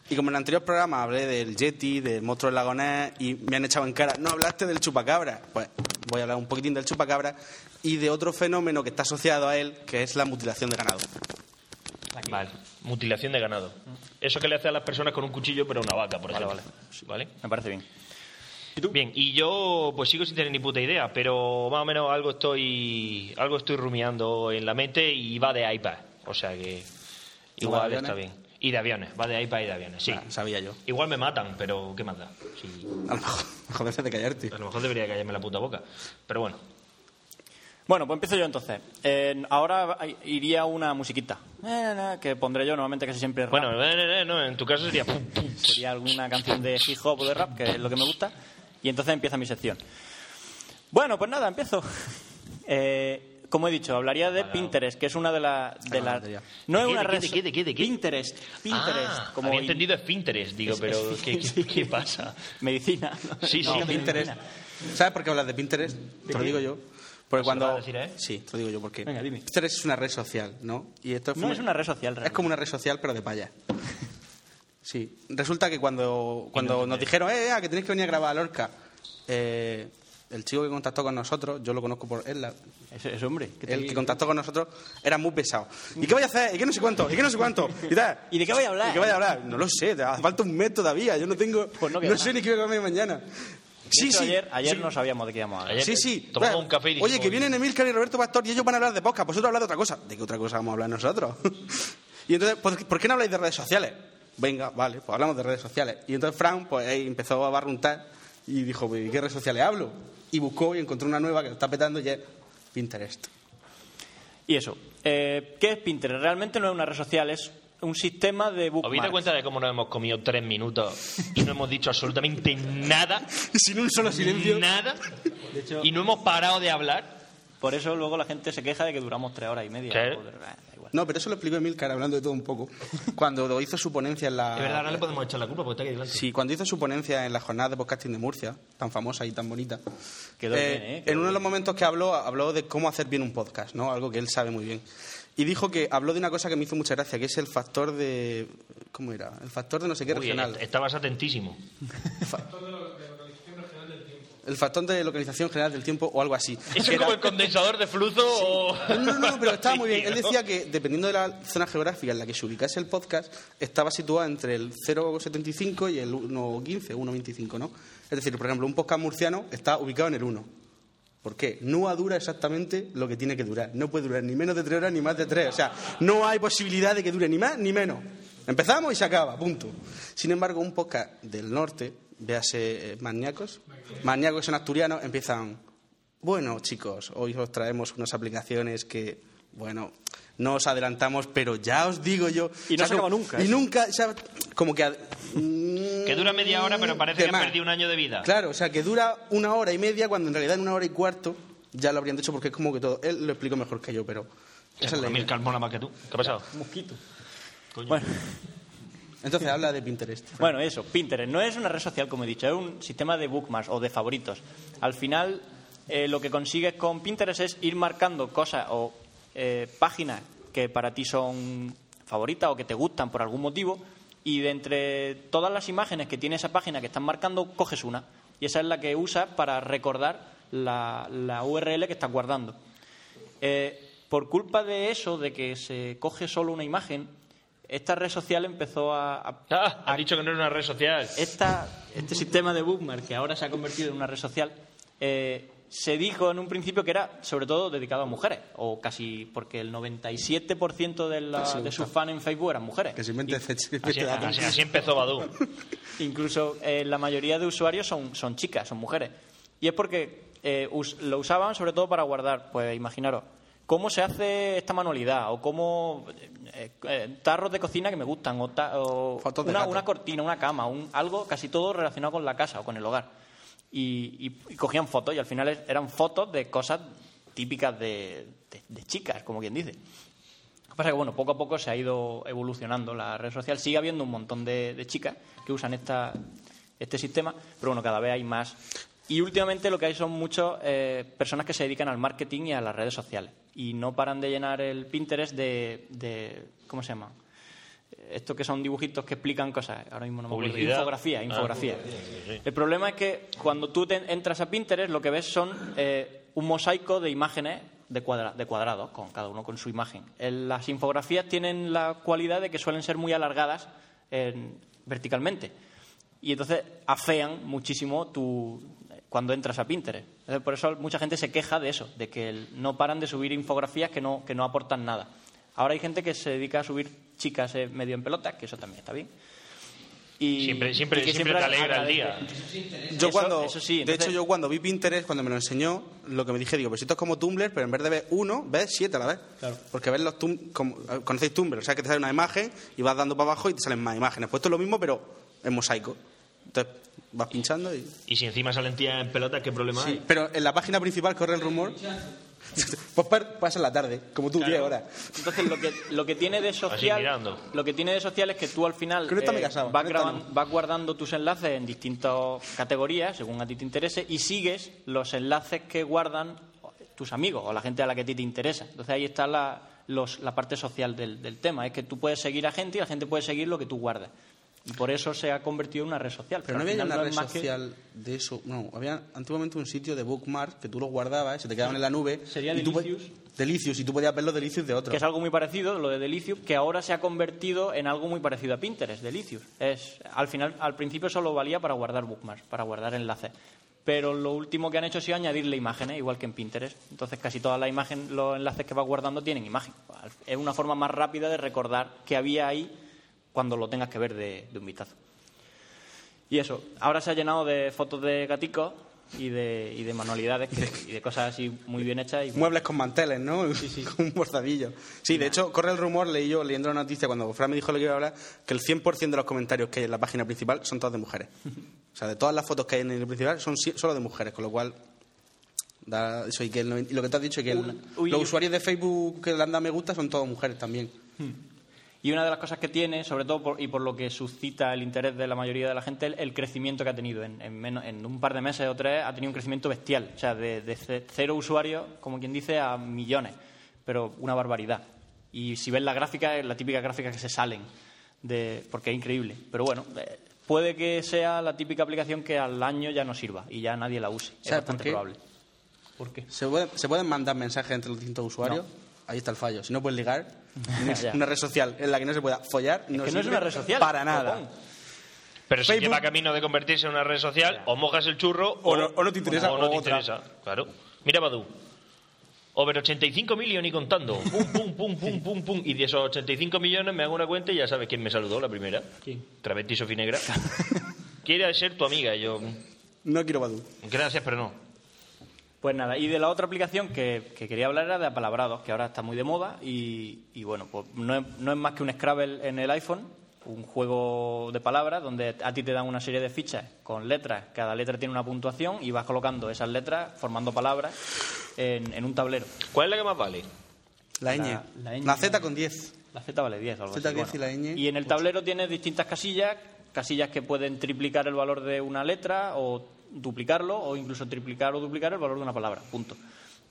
[SPEAKER 10] Y como en el anterior programa hablé del Yeti, del monstruo del lagonés y me han echado en cara, no hablaste del chupacabra. Pues voy a hablar un poquitín del chupacabra y de otro fenómeno que está asociado a él, que es la mutilación de ganado.
[SPEAKER 8] Vale. Mutilación de ganado. Eso que le hace a las personas con un cuchillo, pero a una vaca, por ejemplo. Vale. ¿Vale?
[SPEAKER 6] Me parece bien.
[SPEAKER 8] Bien, y yo pues sigo sin tener ni puta idea, pero más o menos algo estoy algo estoy rumiando en la mente y va de iPad, o sea que igual
[SPEAKER 10] de
[SPEAKER 8] está bien.
[SPEAKER 10] aviones?
[SPEAKER 8] Y de aviones, va de iPad y de aviones, sí.
[SPEAKER 10] Ah, sabía yo.
[SPEAKER 8] Igual me matan, pero ¿qué más da? Sí,
[SPEAKER 10] A lo mejor, joder, de callarte.
[SPEAKER 8] a lo mejor debería callarme la puta boca, pero bueno.
[SPEAKER 6] Bueno, pues empiezo yo entonces. Eh, ahora hay- iría una musiquita eh, na, que pondré yo normalmente casi siempre. rap.
[SPEAKER 8] Bueno, eh, eh, eh, no, en tu caso sería... pum, pum,
[SPEAKER 6] sería alguna canción de hip hop o de rap, que es lo que me gusta, y entonces empieza mi sección. Bueno, pues nada, empiezo. Eh, como he dicho, hablaría de Pinterest, que es una de las... De las-
[SPEAKER 10] tontería.
[SPEAKER 6] no es
[SPEAKER 8] ¿De qué,
[SPEAKER 6] una
[SPEAKER 8] de qué,
[SPEAKER 6] red
[SPEAKER 8] de
[SPEAKER 6] so-
[SPEAKER 8] qué, de qué, de qué?
[SPEAKER 6] Pinterest, Pinterest.
[SPEAKER 8] Ah,
[SPEAKER 6] como
[SPEAKER 8] había
[SPEAKER 6] in-
[SPEAKER 8] entendido es Pinterest, digo,
[SPEAKER 6] Es-
[SPEAKER 8] pero
[SPEAKER 6] es-
[SPEAKER 8] ¿qué, qué-
[SPEAKER 6] sí.
[SPEAKER 8] qué pasa?
[SPEAKER 6] Medicina. ¿no?
[SPEAKER 8] Sí,
[SPEAKER 6] No,
[SPEAKER 8] sí,
[SPEAKER 10] Pinterest. ¿Sabes por qué hablas de Pinterest? Te lo digo yo.
[SPEAKER 8] ¿Eso
[SPEAKER 10] Porque
[SPEAKER 8] lo
[SPEAKER 10] cuando...
[SPEAKER 8] vas a decir, eh?
[SPEAKER 10] Sí, te lo digo yo porque...
[SPEAKER 6] Venga, dime.
[SPEAKER 10] Pinterest es una red social, ¿no? Y esto
[SPEAKER 6] No es una red social,
[SPEAKER 10] Es
[SPEAKER 6] realmente.
[SPEAKER 10] como una red social, pero de paya. Sí. Resulta que cuando, cuando nos dijeron, eh, ah, que tenéis que venir a grabar a Lorca, eh, el chico que contactó con nosotros, yo lo conozco por él, la-
[SPEAKER 6] Es, es hombre. ¿qué te-
[SPEAKER 10] el que contactó con nosotros, era muy pesado. ¿Y qué voy a hacer? ¿Y qué no sé cuánto? ¿Y qué no sé cuánto? ¿Y, tal?
[SPEAKER 6] ¿Y de qué voy a hablar?
[SPEAKER 10] ¿Y qué voy a hablar? No lo sé, te hace falta un mes todavía, yo no tengo...
[SPEAKER 6] Pues no
[SPEAKER 10] no
[SPEAKER 6] queda nada.
[SPEAKER 10] sé ni qué voy a comer mañana.
[SPEAKER 6] De
[SPEAKER 10] Sí,
[SPEAKER 6] hecho,
[SPEAKER 10] sí.
[SPEAKER 6] ayer, ayer
[SPEAKER 10] sí.
[SPEAKER 6] no sabíamos de qué íbamos a hablar.
[SPEAKER 8] Ayer
[SPEAKER 10] Sí, sí.
[SPEAKER 8] tomamos
[SPEAKER 10] Bueno,
[SPEAKER 8] un café y dijimos,
[SPEAKER 10] Oye, que vienen Emilcar y Roberto Pastor y ellos van a hablar de podcast. Vosotros hablad de otra cosa. ¿De qué otra cosa vamos a hablar nosotros? y entonces, ¿por, por qué no habláis de redes sociales? Venga, vale, pues hablamos de redes sociales. Y entonces Fran pues, ahí empezó a barruntar y dijo, "Pues, ¿de qué redes sociales hablo? Y buscó y encontró una nueva que lo está petando y es Pinterest.
[SPEAKER 6] Y eso. Eh, ¿Qué es Pinterest? Realmente no es una red social, es un sistema de
[SPEAKER 8] ¿Os habéis dado
[SPEAKER 6] bookmarks.
[SPEAKER 8] cuenta de cómo nos hemos comido tres minutos y no hemos dicho absolutamente nada?
[SPEAKER 10] Sin un solo silencio.
[SPEAKER 8] Nada.
[SPEAKER 6] hecho-
[SPEAKER 8] y no hemos parado de hablar.
[SPEAKER 6] Por eso luego la gente se queja de que duramos tres horas y media.
[SPEAKER 8] Claro.
[SPEAKER 6] Joder, bah, da igual.
[SPEAKER 10] No, pero eso lo explicó Emilcar hablando de todo un poco. Cuando hizo su ponencia en la...
[SPEAKER 8] De verdad, ahora le podemos echar la culpa porque está aquí delante.
[SPEAKER 10] Sí, cuando hizo su ponencia en la jornada de podcasting de Murcia, tan famosa y tan bonita,
[SPEAKER 6] Quedó
[SPEAKER 10] eh,
[SPEAKER 6] bien, ¿eh? Quedó
[SPEAKER 10] en uno de los momentos que habló, habló de cómo hacer bien un podcast, ¿no? Algo que él sabe muy bien. Y dijo que habló de una cosa que me hizo mucha gracia, que es el factor de... ¿Cómo era? El factor de no sé qué
[SPEAKER 8] Uy, eh,
[SPEAKER 10] regional.
[SPEAKER 8] est- estabas atentísimo.
[SPEAKER 10] El factor de localización general del tiempo o algo así.
[SPEAKER 8] ¿Eso
[SPEAKER 10] Que
[SPEAKER 8] es como
[SPEAKER 10] era-
[SPEAKER 8] el condensador de flujo o...?
[SPEAKER 10] No, no, no, pero estaba muy bien. Él
[SPEAKER 8] Sí, ¿no?
[SPEAKER 10] decía que dependiendo de la zona geográfica en la que se ubicase el podcast, estaba situada entre el 0,75 y el 1,15, 1,25, ¿no? Es decir, por ejemplo, un podcast murciano está ubicado en el 1. ¿Por qué? No dura exactamente lo que tiene que durar. No puede durar ni menos de 3 horas ni más de 3. O sea, no hay posibilidad de que dure ni más ni menos. Empezamos y se acaba, punto. Sin embargo, un podcast del norte, véase eh, Maníacos, Maníacos en asturiano, empiezan... Bueno, chicos, hoy os traemos unas aplicaciones que, bueno, no os adelantamos, pero ya os digo yo.
[SPEAKER 6] Y no se
[SPEAKER 10] como-
[SPEAKER 6] acaba nunca, ¿eh?
[SPEAKER 10] Y
[SPEAKER 6] eso.
[SPEAKER 10] nunca, o sea, como que. que
[SPEAKER 8] Que dura media hora, pero parece que ha perdido un año de vida.
[SPEAKER 10] Claro, o sea, que dura una hora y media, cuando en realidad en una hora y cuarto ya lo habrían dicho, porque es como que todo. Él lo explico mejor que yo, pero. Esa es la
[SPEAKER 8] Mil
[SPEAKER 10] idea.
[SPEAKER 8] calmona más que tú. ¿Qué ha pasado?
[SPEAKER 6] Bueno,
[SPEAKER 10] Entonces habla de Pinterest.
[SPEAKER 6] bueno, eso, Pinterest. No es una red social, como he dicho, es un sistema de bookmarks o de favoritos. Al final, eh, lo que consigues con Pinterest es ir marcando cosas o eh, páginas que para ti son favoritas o que te gustan por algún motivo y de entre todas las imágenes que tiene esa página que están marcando, coges una. Y esa es la que usas para recordar la, la URL que estás guardando. Eh, por culpa de eso, de que se coge solo una imagen, esta red social empezó a... a-
[SPEAKER 8] Ah,
[SPEAKER 6] a-
[SPEAKER 8] han dicho que no era una red social.
[SPEAKER 6] esta- este sistema de bookmark, que ahora se ha convertido en una red social, eh, se dijo en un principio que era sobre todo dedicado a mujeres, o casi porque el 97% de, la- de sus fans en Facebook eran mujeres.
[SPEAKER 10] Que se invente este fecha.
[SPEAKER 8] Así, así- así empezó Badu.
[SPEAKER 6] Incluso eh, la mayoría de usuarios son, son chicas, son mujeres. Y es porque eh, us- lo usaban sobre todo para guardar, pues imaginaros, cómo se hace esta manualidad, o cómo eh, eh, tarros de cocina que me gustan, o, ta- o
[SPEAKER 10] Fotos de
[SPEAKER 6] una,
[SPEAKER 10] gato.
[SPEAKER 6] una cortina, una cama, un, algo casi todo relacionado con la casa o con el hogar. Y, y- y cogían fotos y al final es- eran fotos de cosas típicas de- de- de chicas, como quien dice. Lo que pasa es que, bueno, poco a poco se ha ido evolucionando la red social. Sigue habiendo un montón de, de chicas que usan esta, este sistema, pero bueno, cada vez hay más. Y últimamente lo que hay son muchas personas que se dedican al marketing y a las redes sociales. Y no paran de llenar el Pinterest de... de- ¿Cómo se llama? Esto que son dibujitos que explican cosas. Ahora mismo no me acuerdo.
[SPEAKER 8] Publicidad.
[SPEAKER 6] Infografía,
[SPEAKER 8] Ah,
[SPEAKER 6] infografía. El problema es que cuando tú te entras a Pinterest, lo que ves son eh, un mosaico de imágenes de, cuadra- de cuadrados, con cada uno con su imagen. El- las infografías tienen la cualidad de que suelen ser muy alargadas en- verticalmente. Y entonces afean muchísimo tu, eh, cuando entras a Pinterest. Entonces, por eso mucha gente se queja de eso, de que el- no paran de subir infografías que no, que no aportan nada. Ahora hay gente que se dedica a subir chicas eh, medio en pelotas, que eso también está bien. Y,
[SPEAKER 8] Siempre- siempre-
[SPEAKER 6] y que
[SPEAKER 8] siempre te alegra el día.
[SPEAKER 6] Eso-
[SPEAKER 10] Yo cuando,
[SPEAKER 6] eso sí,
[SPEAKER 10] de
[SPEAKER 6] entonces-
[SPEAKER 10] hecho, yo cuando vi Pinterest, cuando me lo enseñó, lo que me dije, digo, pues esto es como Tumblr, pero en vez de ver uno, ves siete a la vez. Porque ves los tum como- eh, conocéis Tumblr, o sea, que te sale una imagen y vas dando para abajo y te salen más imágenes. Pues esto es lo mismo, pero en mosaico. Entonces vas pinchando y...
[SPEAKER 8] Y si encima salen tías en pelotas, ¿qué problema
[SPEAKER 10] Sí,
[SPEAKER 8] hay?
[SPEAKER 10] pero en la página principal corre el rumor. pues pa- pasa la tarde, como tú, 10 horas.
[SPEAKER 6] Entonces lo que, lo que tiene de social
[SPEAKER 8] mirando.
[SPEAKER 6] lo que tiene de social es que tú al final eh,
[SPEAKER 10] Con esta me casaba,
[SPEAKER 6] vas,
[SPEAKER 10] con esta
[SPEAKER 6] graban- vas guardando tus enlaces en distintas categorías según a ti te interese y sigues los enlaces que guardan tus amigos o la gente a la que a ti te interesa. Entonces ahí está la, los- la parte social del, del tema. Es que tú puedes seguir a gente y la gente puede seguir lo que tú guardas. Y por eso se ha convertido en una red social.
[SPEAKER 10] Pero no
[SPEAKER 6] al
[SPEAKER 10] había
[SPEAKER 6] final
[SPEAKER 10] una
[SPEAKER 6] no
[SPEAKER 10] red
[SPEAKER 6] es más que-
[SPEAKER 10] social de eso. No, había antiguamente un sitio de bookmark que tú los guardabas, se te quedaban en la nube.
[SPEAKER 6] Sería
[SPEAKER 10] y tú po-
[SPEAKER 6] Delicious.
[SPEAKER 10] Delicious, y tú podías ver los delicios de otro.
[SPEAKER 6] que es algo muy parecido, lo de Delicious, que ahora se ha convertido en algo muy parecido a Pinterest, Delicious. Es, al, final, al principio solo valía para guardar bookmarks, para guardar enlaces. Pero lo último que han hecho ha sido añadirle imágenes, ¿eh? igual que en Pinterest. Entonces casi todas las imágenes, los enlaces que vas guardando tienen imagen. Al- Es una forma más rápida de recordar que había ahí cuando lo tengas que ver de, de un vistazo. Y eso, ahora se ha llenado de fotos de gaticos y de, y de manualidades que- y de cosas así muy bien hechas. Y
[SPEAKER 10] Muebles con manteles, ¿no?
[SPEAKER 6] sí.
[SPEAKER 10] con un bordadillo. Sí, de hecho, corre el rumor, leí yo leyendo la noticia cuando Fran me dijo lo que iba a hablar, que el 100% de los comentarios que hay en la página principal son todos de mujeres. O sea, de todas las fotos que hay en el principal son si- solo de mujeres, con lo cual. Da, eso y que el noven- y lo que te has dicho, que el-
[SPEAKER 6] Un- uy,
[SPEAKER 10] los
[SPEAKER 6] yo-
[SPEAKER 10] usuarios de Facebook que le han dado me gusta son todos mujeres también.
[SPEAKER 6] Y una de las cosas que tiene, sobre todo por- y por lo que suscita el interés de la mayoría de la gente, el, el crecimiento que ha tenido. En, en menos- en un par de meses o tres ha tenido un crecimiento bestial. O sea, de, de ce- cero usuarios, como quien dice, a millones. Pero una barbaridad. Y si ves la gráfica, es la típica gráfica que se salen, de, porque es increíble. Pero bueno, eh, puede que sea la típica aplicación que al año ya no sirva y ya nadie la use. Es
[SPEAKER 10] ¿Sabes por
[SPEAKER 6] bastante
[SPEAKER 10] qué?
[SPEAKER 6] probable. ¿Por qué?
[SPEAKER 10] ¿Se, puede- se pueden mandar mensajes entre los distintos usuarios?
[SPEAKER 6] No.
[SPEAKER 10] Ahí está el fallo. Si no puedes ligar,
[SPEAKER 6] Ya.
[SPEAKER 10] una red social en la que no se pueda follar, no,
[SPEAKER 6] que no es
[SPEAKER 10] sirve
[SPEAKER 6] una red social.
[SPEAKER 10] Para nada.
[SPEAKER 6] copón.
[SPEAKER 8] Pero si
[SPEAKER 10] Facebook-
[SPEAKER 8] lleva camino de convertirse en una red social, o mojas el churro o,
[SPEAKER 10] no- o no te interesa,
[SPEAKER 8] O no
[SPEAKER 10] o
[SPEAKER 8] te
[SPEAKER 10] otra.
[SPEAKER 8] interesa, claro. Mira, Badu. Over 85 millones y contando. Pum, pum, pum, pum, pum, pum. Y de esos 85 millones me hago una cuenta y ya sabes quién me saludó la primera.
[SPEAKER 6] ¿Quién?
[SPEAKER 8] Travesti Sofinegra. Quiere ser tu amiga. Y Yo,
[SPEAKER 10] No quiero Badu.
[SPEAKER 8] gracias, pero no.
[SPEAKER 6] Pues nada, y de la otra aplicación que, que quería hablar era de apalabrados, que ahora está muy de moda y, y bueno, pues no es, no es más que un Scrabble en el iPhone, un juego de palabras donde a ti te dan una serie de fichas con letras, cada letra tiene una puntuación y vas colocando esas letras formando palabras en, en un tablero.
[SPEAKER 8] ¿Cuál es la que más vale?
[SPEAKER 10] La ñ.
[SPEAKER 6] La-
[SPEAKER 10] La,
[SPEAKER 6] la ñ.
[SPEAKER 10] Z con 10.
[SPEAKER 6] La Z vale 10 o algo
[SPEAKER 10] Z
[SPEAKER 6] así,
[SPEAKER 10] 10 y la ñ,
[SPEAKER 6] Y en el
[SPEAKER 10] ocho.
[SPEAKER 6] tablero tienes distintas casillas, casillas que pueden triplicar el valor de una letra o duplicarlo o incluso triplicar o duplicar el valor de una palabra, punto.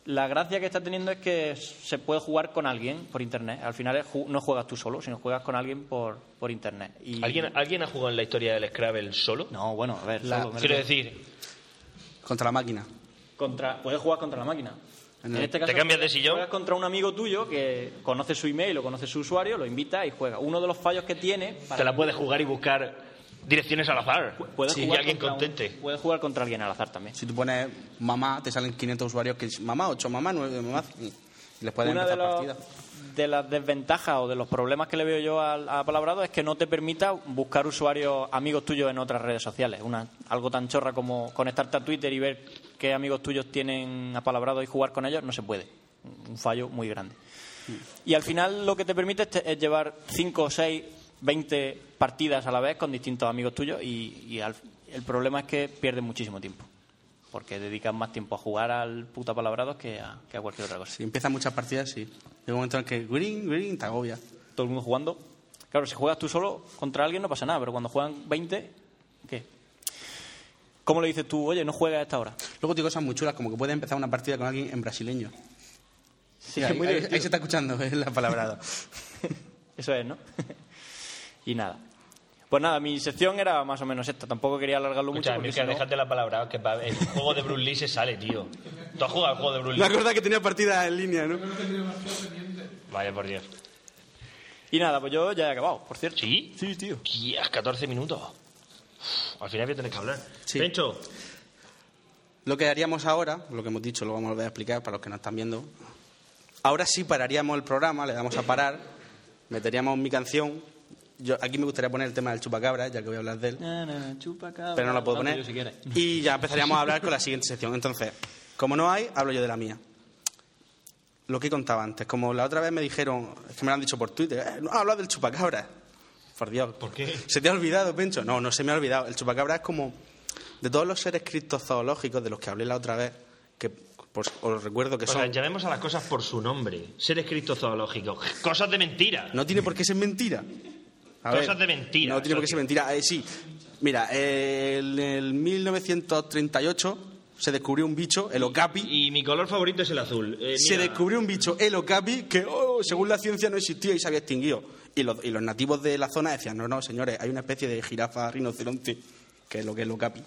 [SPEAKER 6] La gracia que está teniendo es que se puede jugar con alguien por internet. Al final es ju- no juegas tú solo, sino juegas con alguien por, por internet. Y...
[SPEAKER 8] ¿Alguien, ¿Alguien ha jugado en la historia del Scrabble solo?
[SPEAKER 6] No, bueno, a ver,
[SPEAKER 10] La-
[SPEAKER 6] solo me
[SPEAKER 8] Quiero
[SPEAKER 6] refiero-
[SPEAKER 8] decir,
[SPEAKER 10] Contra la máquina.
[SPEAKER 6] contra, puedes jugar contra la máquina.
[SPEAKER 10] En
[SPEAKER 6] En
[SPEAKER 10] el-
[SPEAKER 6] este caso,
[SPEAKER 8] ¿Te cambias de sillón?
[SPEAKER 6] Juegas contra un amigo tuyo que conoce su email o conoce su usuario, lo invita y juega. Uno de los fallos que tiene. para-
[SPEAKER 8] te la puedes jugar y buscar direcciones al azar.
[SPEAKER 6] Pu- Puedes
[SPEAKER 8] y
[SPEAKER 6] jugar
[SPEAKER 8] alguien
[SPEAKER 6] contra un-
[SPEAKER 8] contente.
[SPEAKER 6] puedes jugar contra alguien al azar también.
[SPEAKER 10] Si tú pones mamá, te salen 500 usuarios que es mamá, 8 mamá, 9 mamá. Y y les pueden
[SPEAKER 6] Una de,
[SPEAKER 10] empezar
[SPEAKER 6] los-
[SPEAKER 10] partidas.
[SPEAKER 6] de las desventajas o de los problemas que le veo yo al- a Palabrado es que no te permita buscar usuarios, amigos tuyos en otras redes sociales. Una, algo tan chorra como conectarte a Twitter y ver qué amigos tuyos tienen apalabrado y jugar con ellos, no se puede. Un fallo muy grande. Y al final lo que te permite es, te- es llevar 5 o 6, 20 partidas a la vez con distintos amigos tuyos y, y al- el problema es que pierdes muchísimo tiempo. Porque dedicas más tiempo a jugar al puta palabrados que a, que a cualquier otra cosa.
[SPEAKER 10] Si empiezan muchas partidas, sí. Llega un momento en que green, green, te agobia.
[SPEAKER 6] todo el mundo jugando. Claro, si juegas tú solo contra alguien no pasa nada, pero cuando juegan 20, ¿qué? ¿Cómo le dices tú, oye, no juegas a esta hora?
[SPEAKER 10] Luego tiene cosas muy chulas, como que puedes empezar una partida con alguien en brasileño. Sí, ahí, ahí- ahí se está escuchando eh, la palabrada.
[SPEAKER 6] Eso es, ¿no?
[SPEAKER 11] Y nada. Pues nada, mi sección era más o menos esta. Tampoco quería alargarlo mucho.
[SPEAKER 8] Escucha,
[SPEAKER 11] porque
[SPEAKER 8] Mirka,
[SPEAKER 11] si no-
[SPEAKER 8] déjate la palabra, que pa- el juego de Bruce Lee se sale, tío. ¿Tú has jugado al juego de Bruce
[SPEAKER 10] Me
[SPEAKER 8] Lee?
[SPEAKER 10] acordaba que tenía partidas en línea, ¿no?
[SPEAKER 8] Vaya, por Dios.
[SPEAKER 11] Y nada, pues yo ya he acabado, por cierto.
[SPEAKER 8] ¿Sí?
[SPEAKER 11] Sí, tío.
[SPEAKER 8] Tías, 14 minutos. Uf, al final voy a tener que hablar. Pencho,
[SPEAKER 10] Lo que haríamos ahora, lo que hemos dicho, lo vamos a volver a explicar para los que no están viendo. Ahora sí pararíamos el programa, le damos a parar, meteríamos mi canción. Yo, aquí me gustaría poner el tema del chupacabra, ya que voy a hablar de él,
[SPEAKER 6] Ah,
[SPEAKER 10] pero no la puedo poner. Y ya empezaríamos a hablar con la siguiente sección. Entonces, como no hay, hablo yo de la mía. Lo que contaba antes, como la otra vez me dijeron, es que me lo han dicho por Twitter, "Eh, no, habla del chupacabra. Por Dios. ¿Por
[SPEAKER 8] qué?
[SPEAKER 10] ¿Se te ha olvidado, Pencho? No, no se me ha olvidado. El chupacabra es como de todos los seres criptozoológicos de los que hablé la otra vez, que pues, os recuerdo que
[SPEAKER 8] o sea,
[SPEAKER 10] son.
[SPEAKER 8] llamemos a las cosas por su nombre. Seres criptozoológicos. Cosas de mentira.
[SPEAKER 10] No tiene por qué ser mentira. A
[SPEAKER 8] Cosas de mentira,
[SPEAKER 10] No tiene por qué
[SPEAKER 8] eso,
[SPEAKER 10] ser mentira. Eh, sí. Mira, eh, en el 1938 se descubrió un bicho, el okapi.
[SPEAKER 8] Y mi color favorito es el azul. Eh,
[SPEAKER 10] se
[SPEAKER 8] mira,
[SPEAKER 10] descubrió un bicho, el okapi, que oh, según la ciencia no existía y se había extinguido. Y los, y los nativos de la zona decían, no, no, señores, hay una especie de jirafa rinoceronte, que es lo que es el okapi.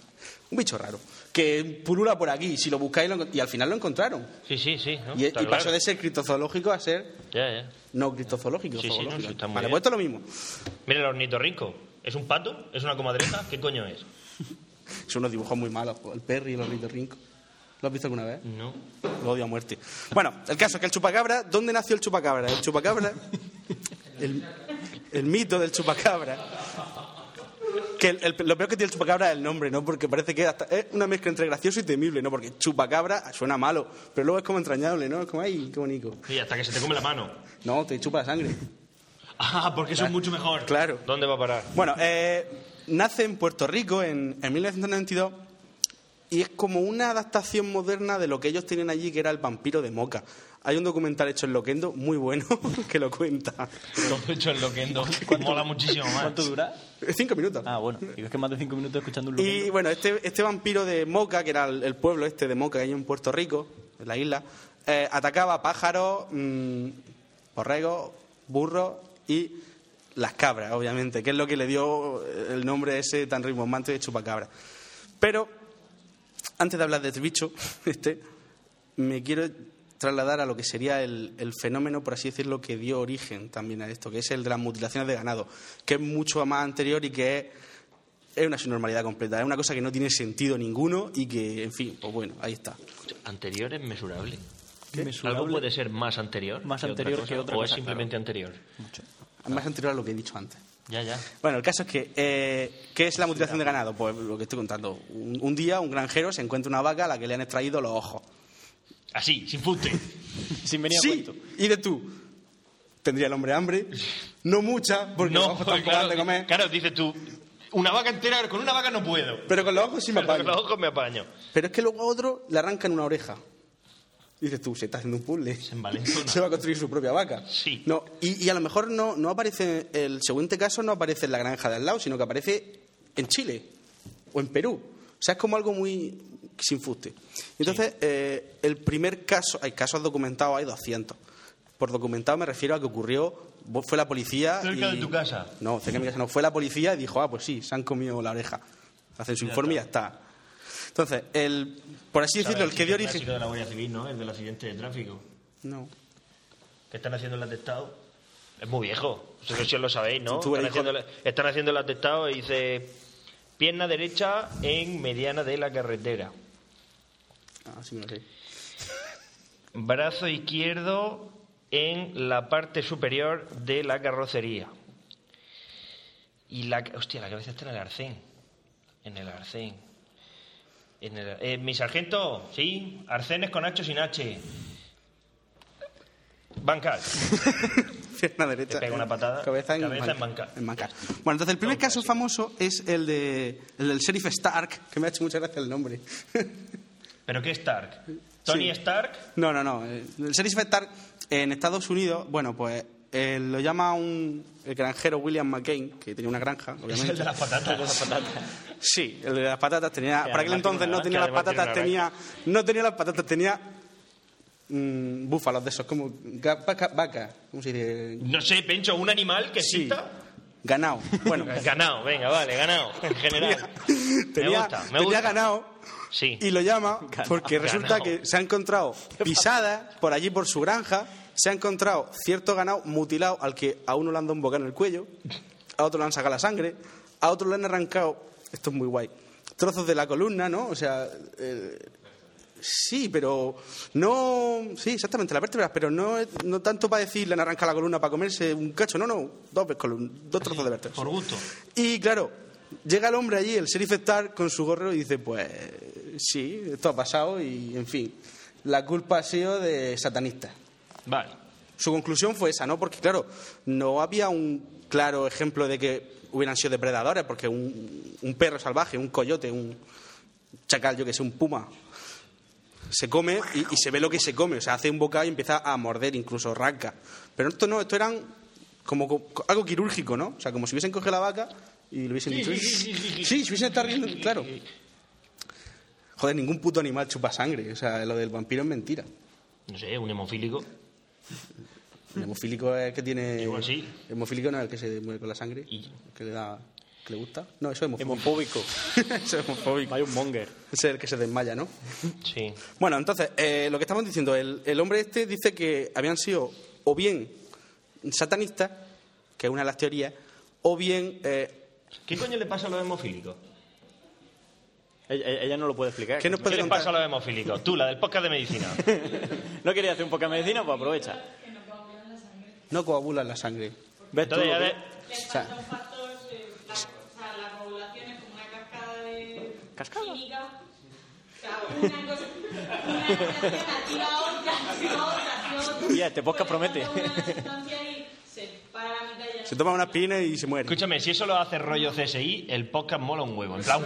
[SPEAKER 10] Un bicho raro, que pulula por aquí, si lo buscáis, lo encon- y al final lo encontraron.
[SPEAKER 8] Sí, sí, sí. ¿no?
[SPEAKER 10] Y, y
[SPEAKER 8] Está claro.
[SPEAKER 10] pasó de ser criptozoológico a ser
[SPEAKER 8] Ya, ya.
[SPEAKER 10] no criptozoológico.
[SPEAKER 8] Sí, sí, no,
[SPEAKER 10] zoológico.
[SPEAKER 8] sí, está muy
[SPEAKER 10] vale,
[SPEAKER 8] bien.
[SPEAKER 10] pues esto es lo mismo.
[SPEAKER 8] Mira el ornitorrinco. ¿Es un pato? ¿Es una comadreja? ¿Qué coño es?
[SPEAKER 10] Son unos dibujos muy malos, el Perry y el ornitorrinco. ¿Lo has visto alguna vez?
[SPEAKER 8] No.
[SPEAKER 10] Lo odio a muerte. Bueno, el caso es que el chupacabra, ¿dónde nació el chupacabra? El chupacabra, el, el mito del chupacabra. Que el- el- lo peor que tiene el chupacabra es el nombre, ¿no? Porque parece que hasta- es una mezcla entre gracioso y temible, ¿no? Porque chupacabra suena malo, pero luego es como entrañable, ¿no? Es como, ay, qué bonito.
[SPEAKER 8] Y hasta que se te come la mano.
[SPEAKER 10] No, te chupa la sangre.
[SPEAKER 8] Ah, porque eso es mucho mejor.
[SPEAKER 10] Claro.
[SPEAKER 8] ¿Dónde va a parar?
[SPEAKER 10] Bueno, eh, nace en Puerto Rico en, en 1992 y es como una adaptación moderna de lo que ellos tenían allí, que era el vampiro de Moca. Hay un documental hecho en Loquendo muy bueno que lo cuenta.
[SPEAKER 8] Todo hecho en Loquendo. Mola muchísimo más.
[SPEAKER 11] ¿Cuánto dura?
[SPEAKER 10] Cinco minutos.
[SPEAKER 11] Ah, bueno. Digo, es que más de cinco minutos escuchando un
[SPEAKER 10] Y bueno, este, este vampiro de Moca, que era el, el pueblo este de Moca que hay en Puerto Rico, en la isla, eh, atacaba a pájaros, mm, borregos, burros y las cabras, obviamente, que es lo que le dio eh, el nombre ese tan rimbombante de chupacabra. Pero antes de hablar de este bicho, este, me quiero trasladar a lo que sería el, el fenómeno, por así decirlo, que dio origen también a esto, que es el de las mutilaciones de ganado, que es mucho más anterior y que es es una subnormalidad completa, es una cosa que no tiene sentido ninguno y que, en fin, pues bueno, ahí está.
[SPEAKER 8] Anterior es mesurable.
[SPEAKER 11] Mesurable.
[SPEAKER 8] ¿Algo puede ser más anterior?
[SPEAKER 11] Más anterior que otra
[SPEAKER 8] ¿O
[SPEAKER 11] cosa,
[SPEAKER 8] es simplemente anterior?
[SPEAKER 10] Es más anterior a lo que he dicho antes.
[SPEAKER 8] Ya, ya.
[SPEAKER 10] Bueno, el caso es que, eh, ¿qué es la mutilación de ganado? Pues lo que estoy contando. Un, un día un granjero se encuentra una vaca a la que le han extraído los ojos.
[SPEAKER 8] Así, sin fuste.
[SPEAKER 11] Sin venir a
[SPEAKER 10] Sí,
[SPEAKER 11] cuento.
[SPEAKER 10] y de tú. ¿Tendría el hombre hambre? No mucha, porque los ojos tampoco dan de comer.
[SPEAKER 8] claro, dices tú, una vaca entera, con una vaca no puedo.
[SPEAKER 10] Pero con los ojos sí me
[SPEAKER 8] Pero con
[SPEAKER 10] apaño.
[SPEAKER 8] los ojos me apaño.
[SPEAKER 10] Pero es que luego a otro le arrancan una oreja. Y dices tú, se está haciendo un puzzle. Se
[SPEAKER 8] envalentona.
[SPEAKER 10] va a construir su propia vaca.
[SPEAKER 8] Sí.
[SPEAKER 10] No, y, y a lo mejor no, no aparece, el siguiente caso no aparece en la granja de al lado, sino que aparece en Chile o en Perú. O sea, es como algo muy sin fuste. Y Entonces, eh, el primer caso, hay casos documentados, hay 200. Por documentado me refiero a que ocurrió, fue la policía.
[SPEAKER 8] Cerca
[SPEAKER 10] y-
[SPEAKER 8] de tu casa.
[SPEAKER 10] No, cerca de mi casa no. Fue la policía y dijo, ah, pues sí, se han comido la oreja. Hacen su informe y ya está. Entonces, el, por así decirlo, el que dio
[SPEAKER 8] El clásico
[SPEAKER 10] origen.
[SPEAKER 8] de la Guardia Civil, ¿no? El del accidente de tráfico.
[SPEAKER 10] No.
[SPEAKER 8] que están haciendo el atestado es muy viejo. Vosotros sí lo sabéis, ¿no?
[SPEAKER 10] Tú
[SPEAKER 8] Están
[SPEAKER 10] eres
[SPEAKER 8] haciendo, el- están haciendo el atestado y dice pierna derecha en mediana de la carretera.
[SPEAKER 10] Ah, sí, me lo sé.
[SPEAKER 8] Brazo izquierdo en la parte superior de la carrocería. Y la... ca- Hostia, la cabeza está en el arcén. En el arcén. En el- eh, mi sargento, ¿sí? Arcenes con H o sin H. Bancal.
[SPEAKER 10] Pierna derecha.
[SPEAKER 8] Te pega una patada,
[SPEAKER 10] Cabeza en,
[SPEAKER 8] cabeza en
[SPEAKER 10] manca-
[SPEAKER 8] bancar.
[SPEAKER 10] en bancar. Bueno, entonces el primer
[SPEAKER 8] Bancar,
[SPEAKER 10] caso
[SPEAKER 8] sí.
[SPEAKER 10] famoso es el, de, el del sheriff Stark, que me ha hecho mucha gracia el nombre.
[SPEAKER 8] ¿Pero qué Stark? ¿Tony
[SPEAKER 10] Sí.
[SPEAKER 8] Stark?
[SPEAKER 10] No, no, no. Eh, El Sheriff Stark en Estados Unidos, bueno, pues eh, lo llama un el granjero William McCain, que tenía una granja,
[SPEAKER 8] Es
[SPEAKER 10] obviamente.
[SPEAKER 8] el de las patatas.
[SPEAKER 10] Sí, el de las patatas tenía.
[SPEAKER 8] Que
[SPEAKER 10] para aquel
[SPEAKER 8] además tiene
[SPEAKER 10] entonces
[SPEAKER 8] una
[SPEAKER 10] no tenía las
[SPEAKER 8] granja, además
[SPEAKER 10] patatas,
[SPEAKER 8] tiene una
[SPEAKER 10] tenía. No tenía las patatas, tenía. mm, búfalos de esos, como. ga- Vaca, vaca, ¿Cómo se dice?
[SPEAKER 8] No sé, Pencho, un animal que
[SPEAKER 10] Sí.
[SPEAKER 8] exista.
[SPEAKER 10] Ganado. Bueno,
[SPEAKER 8] Ganado, venga, vale, ganado. En general. me
[SPEAKER 10] tenía,
[SPEAKER 8] gusta, me
[SPEAKER 10] tenía
[SPEAKER 8] gusta.
[SPEAKER 10] ganado
[SPEAKER 8] Sí.
[SPEAKER 10] y lo llama porque resulta
[SPEAKER 8] Ganado.
[SPEAKER 10] que se ha encontrado pisadas por allí por su granja, se ha encontrado cierto ganado mutilado al que a uno le han dado un bocado en el cuello, a otro le han sacado la sangre, a otro le han arrancado, esto es muy guay, trozos de la columna, ¿no? O sea, eh, sí, pero no, sí, exactamente, las vértebras, pero no, es- no tanto para decir le han arrancado la columna para comerse un cacho, no, no, dos, colum- dos trozos de vértebras.
[SPEAKER 12] Por gusto.
[SPEAKER 10] Y claro, llega el hombre allí, el sheriff Star, con su gorro y dice, pues sí, esto ha pasado y, en fin, la culpa ha sido de satanistas.
[SPEAKER 8] Vale.
[SPEAKER 10] Su conclusión fue esa, ¿no? Porque, claro, no había un claro ejemplo de que hubieran sido depredadores, porque un, un perro salvaje, un coyote, un chacal, yo que sé, un puma, se come y, y se ve lo que se come, o sea, hace un bocado y empieza a morder, incluso rasca. Pero esto no, esto eran como co- co- algo quirúrgico, ¿no? O sea, como si hubiesen cogido la vaca y le hubiesen dicho... Sí, si hubiesen estado riendo, claro. Joder, ningún puto animal chupa sangre, o sea, lo del vampiro es mentira.
[SPEAKER 8] No sé, un hemofílico.
[SPEAKER 10] El hemofílico es el que tiene.
[SPEAKER 8] Igual sí.
[SPEAKER 10] El hemofílico no es el que se muere con la sangre.
[SPEAKER 8] Y-
[SPEAKER 10] Que le da. Que le gusta. No, eso es hemofóbico.
[SPEAKER 11] Hemofóbico.
[SPEAKER 10] eso es hemofóbico.
[SPEAKER 11] Hay un monger.
[SPEAKER 10] Ese es el que se desmaya, ¿no?
[SPEAKER 8] Sí.
[SPEAKER 10] Bueno, entonces, eh, lo que estamos diciendo, el, el hombre este dice que habían sido o bien satanistas, que es una de las teorías, o bien. eh,
[SPEAKER 8] ¿Qué coño le pasa a los hemofílicos?
[SPEAKER 11] Ella, ella no lo puede explicar.
[SPEAKER 10] ¿Qué nos
[SPEAKER 8] ¿Qué
[SPEAKER 10] puede
[SPEAKER 8] les
[SPEAKER 10] contar?
[SPEAKER 8] pasa a los hemofílicos? Tú, la del podcast de medicina.
[SPEAKER 11] No quería hacer un poco de medicina, pues aprovecha.
[SPEAKER 10] No coagulan la sangre.
[SPEAKER 11] ¿Ves tú
[SPEAKER 8] Entonces,
[SPEAKER 11] lo
[SPEAKER 8] ya
[SPEAKER 11] que-
[SPEAKER 8] de-
[SPEAKER 10] O sea,
[SPEAKER 11] ¿Cascada? Mira, este podcast promete.
[SPEAKER 10] se toma una aspirina y se muere.
[SPEAKER 8] Escúchame, si eso lo hace rollo CSI, el podcast mola un huevo. En plan,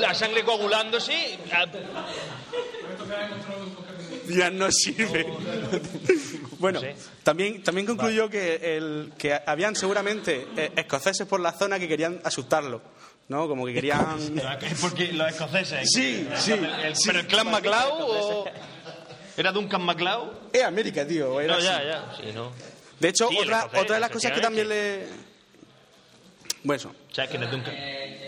[SPEAKER 8] la sangre coagulándose. ah,
[SPEAKER 10] Ya no sirve. bueno,
[SPEAKER 8] No sé.
[SPEAKER 10] también, también concluyó que, el, que habían seguramente eh, escoceses por la zona que querían asustarlo, ¿no? Como que querían...
[SPEAKER 8] Es porque los escoceses.
[SPEAKER 10] Sí, sí,
[SPEAKER 8] El- el-
[SPEAKER 10] sí.
[SPEAKER 8] ¿Pero el clan MacLeod o.? ¿Era Duncan MacLeod?
[SPEAKER 10] ¡Eh, América, tío! era
[SPEAKER 8] No,
[SPEAKER 10] así.
[SPEAKER 8] ya, ya. Sí, no. O
[SPEAKER 10] De hecho,
[SPEAKER 8] Sí, el
[SPEAKER 10] otra,
[SPEAKER 8] escocés,
[SPEAKER 10] otra de las cosas que también le... Bueno, eso.
[SPEAKER 8] sea, que no es Duncan. Eh, Es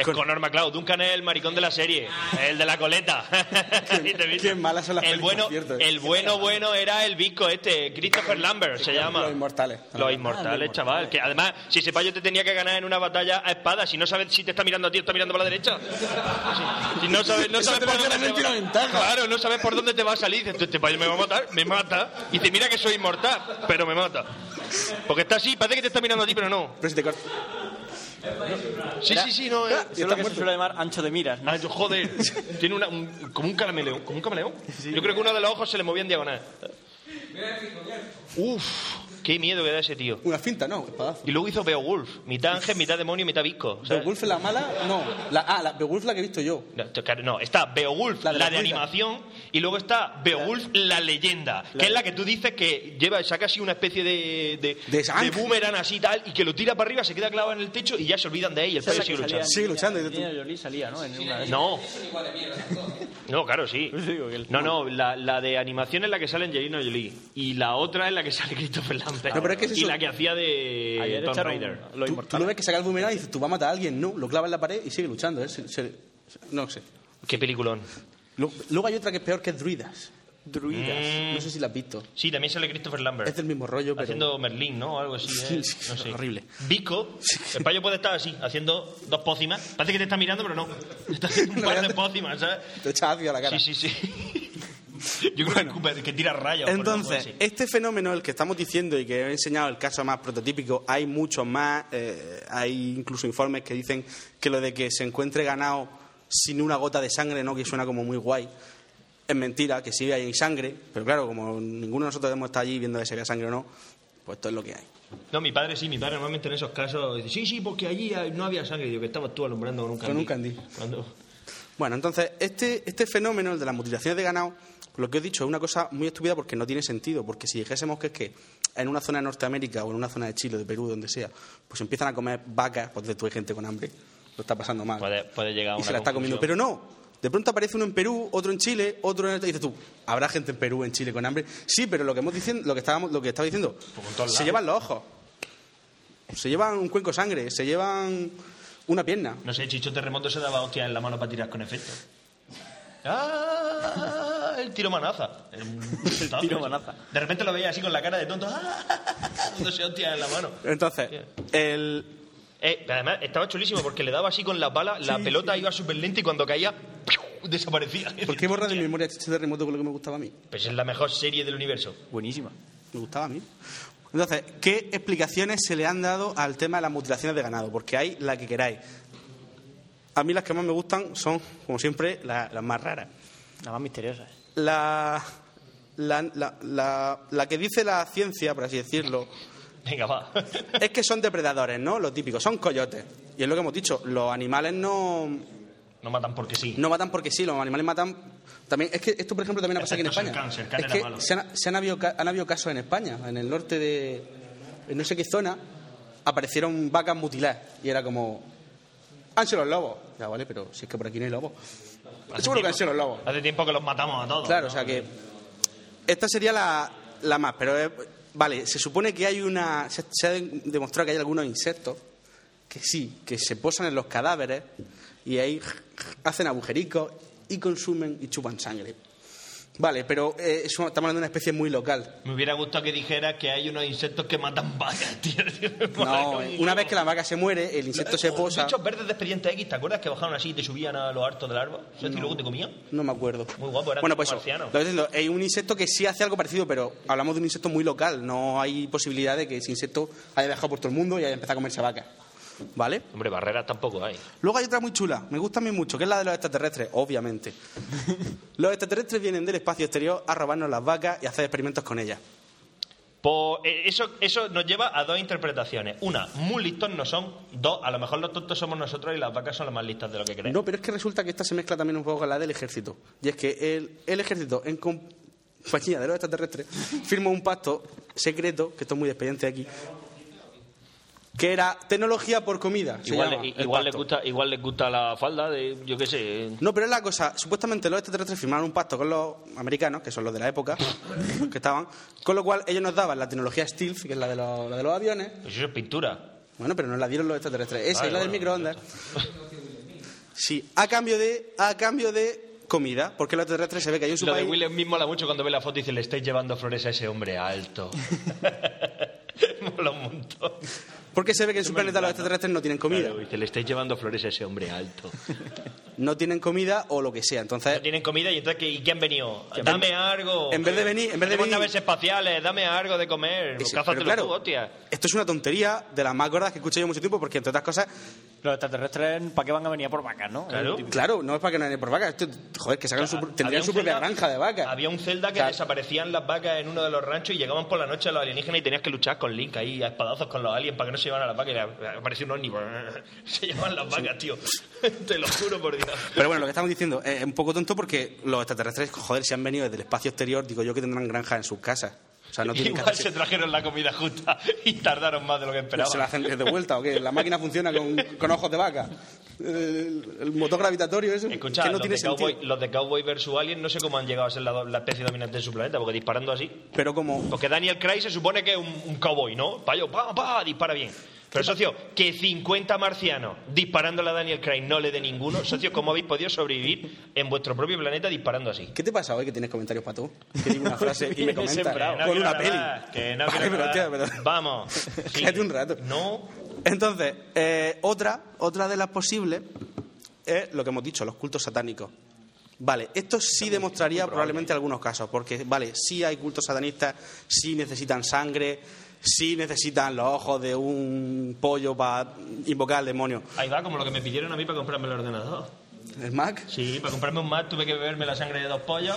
[SPEAKER 8] Ah. Conor MacLeod. Duncan es el maricón de la serie. El de la coleta. ¿Sí te viste?
[SPEAKER 10] qué malas son las
[SPEAKER 8] el
[SPEAKER 10] pelis,
[SPEAKER 8] bueno,
[SPEAKER 10] por cierto, eh.
[SPEAKER 8] El bueno, bueno era el visco este. Christopher Lambert se llama.
[SPEAKER 10] Los inmortales.
[SPEAKER 8] Ah, Los inmortales, chaval. Que además, si sepa yo te tenía que ganar en una batalla a espada. Si no sabes si te está mirando a ti o está mirando para la derecha. Si, si no sabes, no
[SPEAKER 10] Eso
[SPEAKER 8] sabes
[SPEAKER 10] te
[SPEAKER 8] por
[SPEAKER 10] lo hace
[SPEAKER 8] dónde
[SPEAKER 10] realmente
[SPEAKER 8] va-
[SPEAKER 10] una ventaja.
[SPEAKER 8] Claro, no sabes por dónde te va a salir. Dices, tú, este payo me va a matar, me mata. Y te mira que soy inmortal, pero me mata. Porque está así, parece que te está mirando a ti, pero no.
[SPEAKER 10] Pero si te corta...
[SPEAKER 8] Sí, sí, sí, no. eh.
[SPEAKER 11] Eso es lo que se suele llamar ancho de miras. ¿no?
[SPEAKER 8] Ah, yo, joder, tiene una, un- como un camaleón. ¿Como un camaleón? Yo creo que uno de los ojos se le movía en diagonal. Uf, qué miedo que da ese tío.
[SPEAKER 10] Una finta, no, espadazo.
[SPEAKER 8] Y luego hizo Beowulf, mitad ángel, mitad demonio, mitad visco. O sea,
[SPEAKER 10] ¿Beowulf es la mala? No. La, ah, la, Beowulf la que he visto yo.
[SPEAKER 8] No, esto, claro, no, está Beowulf, la,
[SPEAKER 10] La de la
[SPEAKER 8] de
[SPEAKER 10] ruina.
[SPEAKER 8] animación, y luego está Beowulf, la, leyenda, que es la que tú dices que lleva, saca así una especie de, de,
[SPEAKER 10] De Shank.
[SPEAKER 8] boomerang así tal, y que lo tira para arriba, se queda clavado en el techo y ya se olvidan de él y el
[SPEAKER 11] Esa es
[SPEAKER 8] fallo
[SPEAKER 11] la
[SPEAKER 8] sigue
[SPEAKER 11] que
[SPEAKER 8] luchando.
[SPEAKER 10] Sigue luchando,
[SPEAKER 11] salía-
[SPEAKER 10] y tú-
[SPEAKER 11] Angelina Jolie salía, ¿no? En una de esas.
[SPEAKER 8] No. No, claro, sí.
[SPEAKER 11] digo que el-
[SPEAKER 8] No, no, la, la de animación es la que sale Angelina Jolie, y la otra es la que sale Christopher Lambert,
[SPEAKER 10] No, pero es que es
[SPEAKER 8] y
[SPEAKER 10] eso.
[SPEAKER 8] la que hacía de
[SPEAKER 11] Ayer
[SPEAKER 8] eh, Tomb
[SPEAKER 11] echaron
[SPEAKER 8] Raider.
[SPEAKER 11] Los
[SPEAKER 10] Tú, tú lo
[SPEAKER 11] inmortales.
[SPEAKER 10] ves que saca el boomerang y dices, tú vas a matar a alguien. No, lo clava en la pared y sigue luchando. ¿eh? Se- se- no sé.
[SPEAKER 8] Qué peliculón.
[SPEAKER 10] Lu- Luego hay otra que es peor que es Druidas.
[SPEAKER 11] Druidas.
[SPEAKER 10] No sé si la has visto.
[SPEAKER 8] Sí, también sale Christopher Lambert.
[SPEAKER 7] Este
[SPEAKER 10] Es del mismo rollo, pero.
[SPEAKER 8] Mm. Haciendo Merlín, ¿no? Algo así.
[SPEAKER 10] Sí,
[SPEAKER 8] ¿eh?
[SPEAKER 10] sí,
[SPEAKER 8] no sé.
[SPEAKER 10] horrible.
[SPEAKER 8] Vico, el payo puede estar así, haciendo dos pócimas. Parece que te está mirando, pero no. Está haciendo un par de pócimas, ¿sabes?
[SPEAKER 10] Te echa ácido a la cara.
[SPEAKER 8] Sí, sí, sí. Yo creo que escupe- que tira rayos. por
[SPEAKER 10] Entonces,
[SPEAKER 8] algo así.
[SPEAKER 10] este fenómeno, el que estamos diciendo y que he enseñado el caso más prototípico, hay muchos más. eh, hay incluso informes que dicen que lo de que se encuentre ganado sin una gota de sangre, ¿no? Que suena como muy guay. Es mentira, que sí hay sangre, pero claro, como ninguno de nosotros hemos estado allí viendo si había sangre o no, pues esto es lo que hay.
[SPEAKER 8] No, mi padre sí, mi padre normalmente en esos casos dice, sí, sí, porque allí hay- no había sangre. Digo, que estabas tú alumbrando con un candil.
[SPEAKER 10] un candil.
[SPEAKER 8] Cuando-
[SPEAKER 10] Bueno, entonces, este, este fenómeno, el de las mutilaciones de ganado, lo que os he dicho es una cosa muy estúpida porque no tiene sentido, porque si dijésemos que es que en una zona de Norteamérica o en una zona de Chile, de Perú, donde sea, pues empiezan a comer vacas, pues de tu hay gente con hambre, lo está pasando mal.
[SPEAKER 8] Puede- puede llegar a
[SPEAKER 10] Y
[SPEAKER 8] una
[SPEAKER 10] se la está comiendo.
[SPEAKER 8] conclusión.
[SPEAKER 10] Pero no, de pronto aparece uno en Perú, otro en Chile, otro en... Y dices tú, ¿habrá gente en Perú, en Chile con hambre? Sí, pero lo que, hemos dicien- lo que, estábamos, lo que estaba diciendo,
[SPEAKER 8] Pues en todos
[SPEAKER 10] se
[SPEAKER 8] lados.
[SPEAKER 10] llevan los ojos. se llevan un cuenco de sangre, se llevan una pierna.
[SPEAKER 8] No sé, Chicho Terremoto se daba hostias en la mano para tirar con efecto. ¡Ah! El tiro manaza. El, tiro manaza. De repente lo veía así con la cara de tonto. ¡Ah! Dándose hostias en la mano.
[SPEAKER 10] Entonces, el,
[SPEAKER 8] Eh, además, estaba chulísimo porque le daba así con las balas, la pelota iba súper lenta y cuando caía, ¡piu! desaparecía.
[SPEAKER 10] ¿Por qué borra de mi memoria Chiche Terremoto con lo que me gustaba a mí?
[SPEAKER 8] Pues es la mejor serie del universo.
[SPEAKER 11] Buenísima.
[SPEAKER 10] Me gustaba a mí. Entonces, ¿qué explicaciones se le han dado al tema de las mutilaciones de ganado? Porque hay la que queráis. A mí las que más me gustan son, como siempre, la- las más raras.
[SPEAKER 11] Nada más misteriosa.
[SPEAKER 10] La, la, la- la- la que dice la ciencia, por así decirlo,
[SPEAKER 8] Venga, va.
[SPEAKER 10] es que son depredadores, ¿no? Lo típico, son coyotes. Y es lo que hemos dicho, los animales no,
[SPEAKER 8] No matan porque sí.
[SPEAKER 10] no matan porque sí, los animales matan... También, es que esto, por ejemplo, también ha pasado aquí en
[SPEAKER 8] Excepto
[SPEAKER 10] España.
[SPEAKER 8] el cáncer, el cáncer
[SPEAKER 10] es
[SPEAKER 8] era
[SPEAKER 10] que
[SPEAKER 8] malo.
[SPEAKER 10] se, han, se han habido, ca- han habido casos en España, en el norte de... en no sé qué zona, aparecieron vacas mutiladas. Y era como... Han sido los lobos. Ya, vale, pero si es que por aquí no hay lobos. Seguro que han sido los lobos.
[SPEAKER 8] Hace tiempo que los matamos a todos.
[SPEAKER 10] Claro, o sea que. Esta sería la, la más, pero. es- vale, se supone que hay una. Se, se ha demostrado que hay algunos insectos que sí, que se posan en los cadáveres y ahí hacen agujericos y consumen y chupan sangre. Vale, pero eh, es una- estamos hablando de una especie muy local.
[SPEAKER 8] Me hubiera gustado que dijera que hay unos insectos que matan vacas, tío.
[SPEAKER 10] No, eh, una vez que la vaca se muere, el insecto se posa.
[SPEAKER 8] Bichos verdes de Expediente X, ¿te acuerdas que bajaron así y te subían a los hartos del árbol? ¿Sabes? Y luego te comían.
[SPEAKER 10] No me acuerdo.
[SPEAKER 8] Muy guapo, era
[SPEAKER 10] bueno,
[SPEAKER 8] tipo
[SPEAKER 10] pues eso,
[SPEAKER 8] marciano.
[SPEAKER 10] lo que estoy diciendo, hay un insecto que sí hace algo parecido, pero hablamos de un insecto muy local. No hay posibilidad de que ese insecto haya viajado por todo el mundo y haya empezado a comerse vaca. ¿Vale?
[SPEAKER 8] Hombre, barreras tampoco hay.
[SPEAKER 10] Luego hay otra muy chula, me gusta a mí mucho, que es la de los extraterrestres, obviamente. los extraterrestres vienen del espacio exterior a robarnos las vacas y a hacer experimentos con ellas.
[SPEAKER 8] Pues eh, eso, eso nos lleva a dos interpretaciones. Una, muy listos no son. Dos, a lo mejor los tontos somos nosotros y las vacas son las más listas de lo que creen.
[SPEAKER 10] No, pero es que resulta que esta se mezcla también un poco con la del ejército. Y es que el, el ejército, en com- compañía de los extraterrestres, firmó un pacto secreto, que esto es muy de expediente aquí, que era tecnología por comida. se
[SPEAKER 8] igual
[SPEAKER 10] llama
[SPEAKER 8] i-
[SPEAKER 10] el
[SPEAKER 8] igual les
[SPEAKER 10] pacto.
[SPEAKER 8] gusta, igual les gusta la falda de, yo qué sé. eh.
[SPEAKER 10] No, pero es la cosa, supuestamente los extraterrestres firmaron un pacto con los americanos, que son los de la época, los que estaban, con lo cual ellos nos daban la tecnología Stealth, que es la de los, la de los aviones,
[SPEAKER 8] Pues eso es pintura.
[SPEAKER 10] bueno, pero nos la dieron los extraterrestres, esa
[SPEAKER 8] Vale,
[SPEAKER 10] es la del
[SPEAKER 8] bueno,
[SPEAKER 10] microondas. Sí, a cambio de, a cambio de comida, porque los extraterrestres se ve que hay un su
[SPEAKER 8] Lo de
[SPEAKER 10] país-
[SPEAKER 8] William mismo la mucho cuando ve la foto y dice, le estáis llevando flores a ese hombre alto. Mola un montón.
[SPEAKER 10] Porque se ve que en su planeta los extraterrestres no tienen comida.
[SPEAKER 8] Claro, dice, le estáis llevando flores a ese hombre alto.
[SPEAKER 10] No tienen comida o lo que sea.
[SPEAKER 8] No
[SPEAKER 10] Entonces,
[SPEAKER 8] tienen comida y entonces, ¿qué- ¿y qué han venido? Dame algo.
[SPEAKER 10] en vez de venir- en vez de
[SPEAKER 8] Tenemos
[SPEAKER 10] venir-
[SPEAKER 8] naves espaciales, dame algo de comer.
[SPEAKER 10] es- pero
[SPEAKER 8] Cázatelo
[SPEAKER 10] claro,
[SPEAKER 8] tú, hostia.
[SPEAKER 10] esto es una tontería de las más gordas que he escuchado yo mucho tiempo, porque entre otras cosas,
[SPEAKER 11] Los extraterrestres, ¿para qué van a venir a por vacas, no?
[SPEAKER 8] Claro.
[SPEAKER 10] claro, no es para que no den por vacas. Esto, joder, que sacan su,
[SPEAKER 8] Había
[SPEAKER 10] tendrían
[SPEAKER 8] un
[SPEAKER 10] su propia
[SPEAKER 8] Zelda-
[SPEAKER 10] granja de vacas.
[SPEAKER 8] Había un celda que
[SPEAKER 10] Claro.
[SPEAKER 8] desaparecían las vacas en uno de los ranchos y llegaban por la noche los alienígenas y tenías que luchar con Link ahí a espadazos con los aliens para que no se llevaran a las vacas y le- apareció un ómnibus. Se llevaban las vacas, tío. Te lo juro por Dios.
[SPEAKER 10] Pero bueno, lo que estamos diciendo eh, es un poco tonto porque los extraterrestres, joder, si han venido desde el espacio exterior, digo yo que tendrán granjas en sus casas. O sea, no tienen
[SPEAKER 8] Igual
[SPEAKER 10] casas.
[SPEAKER 8] se trajeron la comida justa y tardaron más de lo que
[SPEAKER 10] ¿Se la
[SPEAKER 8] esperaban.
[SPEAKER 10] hacen de vuelta o qué? ¿La máquina funciona con, con ojos de vaca? El, el motor gravitatorio ese,
[SPEAKER 8] Escucha,
[SPEAKER 10] que no
[SPEAKER 8] los,
[SPEAKER 10] tiene
[SPEAKER 8] de
[SPEAKER 10] sentido.
[SPEAKER 8] Cowboy, los de Cowboy vs. Alien no sé cómo han llegado a ser la, la especie dominante de su planeta, porque disparando así.
[SPEAKER 10] Pero como
[SPEAKER 8] Porque Daniel Craig se supone que es un, un cowboy, ¿no? Payo, pa, pa, dispara bien. Pero, socio, que 50 marcianos disparándole a Daniel Craig no le dé ninguno. Socio, ¿cómo habéis podido sobrevivir en vuestro propio planeta disparando así?
[SPEAKER 10] ¿Qué te pasa hoy que tienes comentarios para tú? Que digo una frase y me comentas ¿eh?
[SPEAKER 8] Que no
[SPEAKER 10] con
[SPEAKER 8] quiero
[SPEAKER 10] una
[SPEAKER 8] nada
[SPEAKER 10] peli.
[SPEAKER 8] más, que no
[SPEAKER 10] Vale,
[SPEAKER 8] quiero
[SPEAKER 10] pero,
[SPEAKER 8] nada
[SPEAKER 10] tío,
[SPEAKER 8] más.
[SPEAKER 10] pero-
[SPEAKER 8] Vamos. sí.
[SPEAKER 10] Cállate un rato.
[SPEAKER 8] No.
[SPEAKER 10] Entonces, eh, otra, otra de las posibles es lo que hemos dicho, los cultos satánicos. Vale, esto sí demostraría probablemente algunos casos, porque, vale, sí hay cultos satanistas, sí necesitan sangre, sí necesitan los ojos de un pollo para invocar al demonio.
[SPEAKER 8] Ahí va, como lo que me pidieron a mí para comprarme el ordenador.
[SPEAKER 10] ¿El Mac?
[SPEAKER 8] Sí, para comprarme un Mac tuve que beberme la sangre de dos pollos,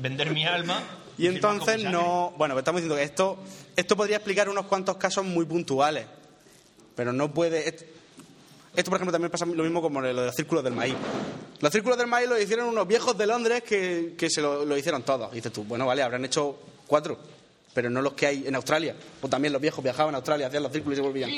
[SPEAKER 8] vender mi alma.
[SPEAKER 10] Y
[SPEAKER 8] firmar con mi
[SPEAKER 10] entonces
[SPEAKER 8] sangre.
[SPEAKER 10] no. Bueno, estamos diciendo que esto, esto podría explicar unos cuantos casos muy puntuales. Pero no puede. Esto, esto, por ejemplo, también pasa lo mismo como lo de los círculos del maíz. Los círculos del maíz lo hicieron unos viejos de Londres que, que se lo, lo hicieron todos. Y dices tú, bueno, vale, habrán hecho cuatro. pero no los que hay en Australia. Pues también los viejos viajaban a Australia, hacían los círculos y se volvían.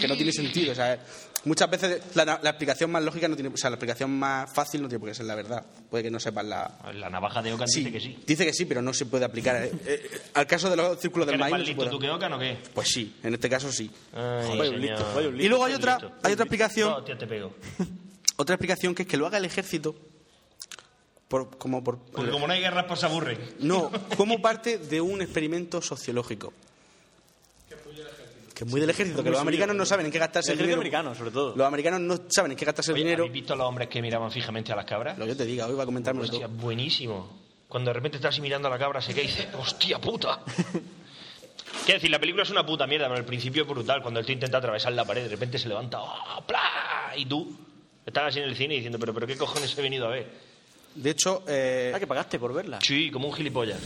[SPEAKER 10] Que no tiene sentido. O sea, muchas veces la, la explicación más lógica no tiene, o sea, la explicación más fácil no tiene por qué ser la verdad. Puede que no sepas la.
[SPEAKER 8] La navaja de Ocan
[SPEAKER 10] Sí,
[SPEAKER 8] dice que sí.
[SPEAKER 10] dice que sí, pero no se puede aplicar. Eh, eh, al caso de los círculos del
[SPEAKER 8] ¿Eres
[SPEAKER 10] maíz,
[SPEAKER 8] más
[SPEAKER 10] no se
[SPEAKER 8] listo
[SPEAKER 10] puede.
[SPEAKER 8] tú que Ocan o qué?
[SPEAKER 10] Pues sí, en este caso sí.
[SPEAKER 8] Ay,
[SPEAKER 7] Vaya un
[SPEAKER 8] señor.
[SPEAKER 7] listo, vaya un
[SPEAKER 10] Y luego hay
[SPEAKER 8] Vaya un
[SPEAKER 10] otra,
[SPEAKER 8] listo.
[SPEAKER 10] hay otra explicación
[SPEAKER 8] No, tío, te pego.
[SPEAKER 10] otra explicación que es que lo haga el ejército por- como por eh,
[SPEAKER 8] Porque como no hay guerras, pues se aburre.
[SPEAKER 10] no como parte de un experimento sociológico que es muy del ejército que los americanos no saben en qué gastarse el
[SPEAKER 11] ejército
[SPEAKER 10] dinero
[SPEAKER 11] americano, sobre todo.
[SPEAKER 10] los americanos no saben en qué gastarse el
[SPEAKER 8] Oye,
[SPEAKER 10] dinero
[SPEAKER 8] ¿Habéis visto a los hombres que miraban fijamente a las cabras?
[SPEAKER 10] lo que yo te diga hoy va a comentarme
[SPEAKER 8] Hostia,
[SPEAKER 10] todo
[SPEAKER 8] buenísimo. Cuando de repente estás así mirando a la cabra, se cae y dice, hostia puta. Quiero decir, la película es una puta mierda, pero el principio es brutal. Cuando el tío intenta atravesar la pared, de repente se levanta, ¡ah, plá! Y tú estás así en el cine diciendo, pero, pero ¿qué cojones he venido a ver?
[SPEAKER 10] de hecho eh,
[SPEAKER 11] Ah, que pagaste por verla.
[SPEAKER 8] Sí, como un gilipollas.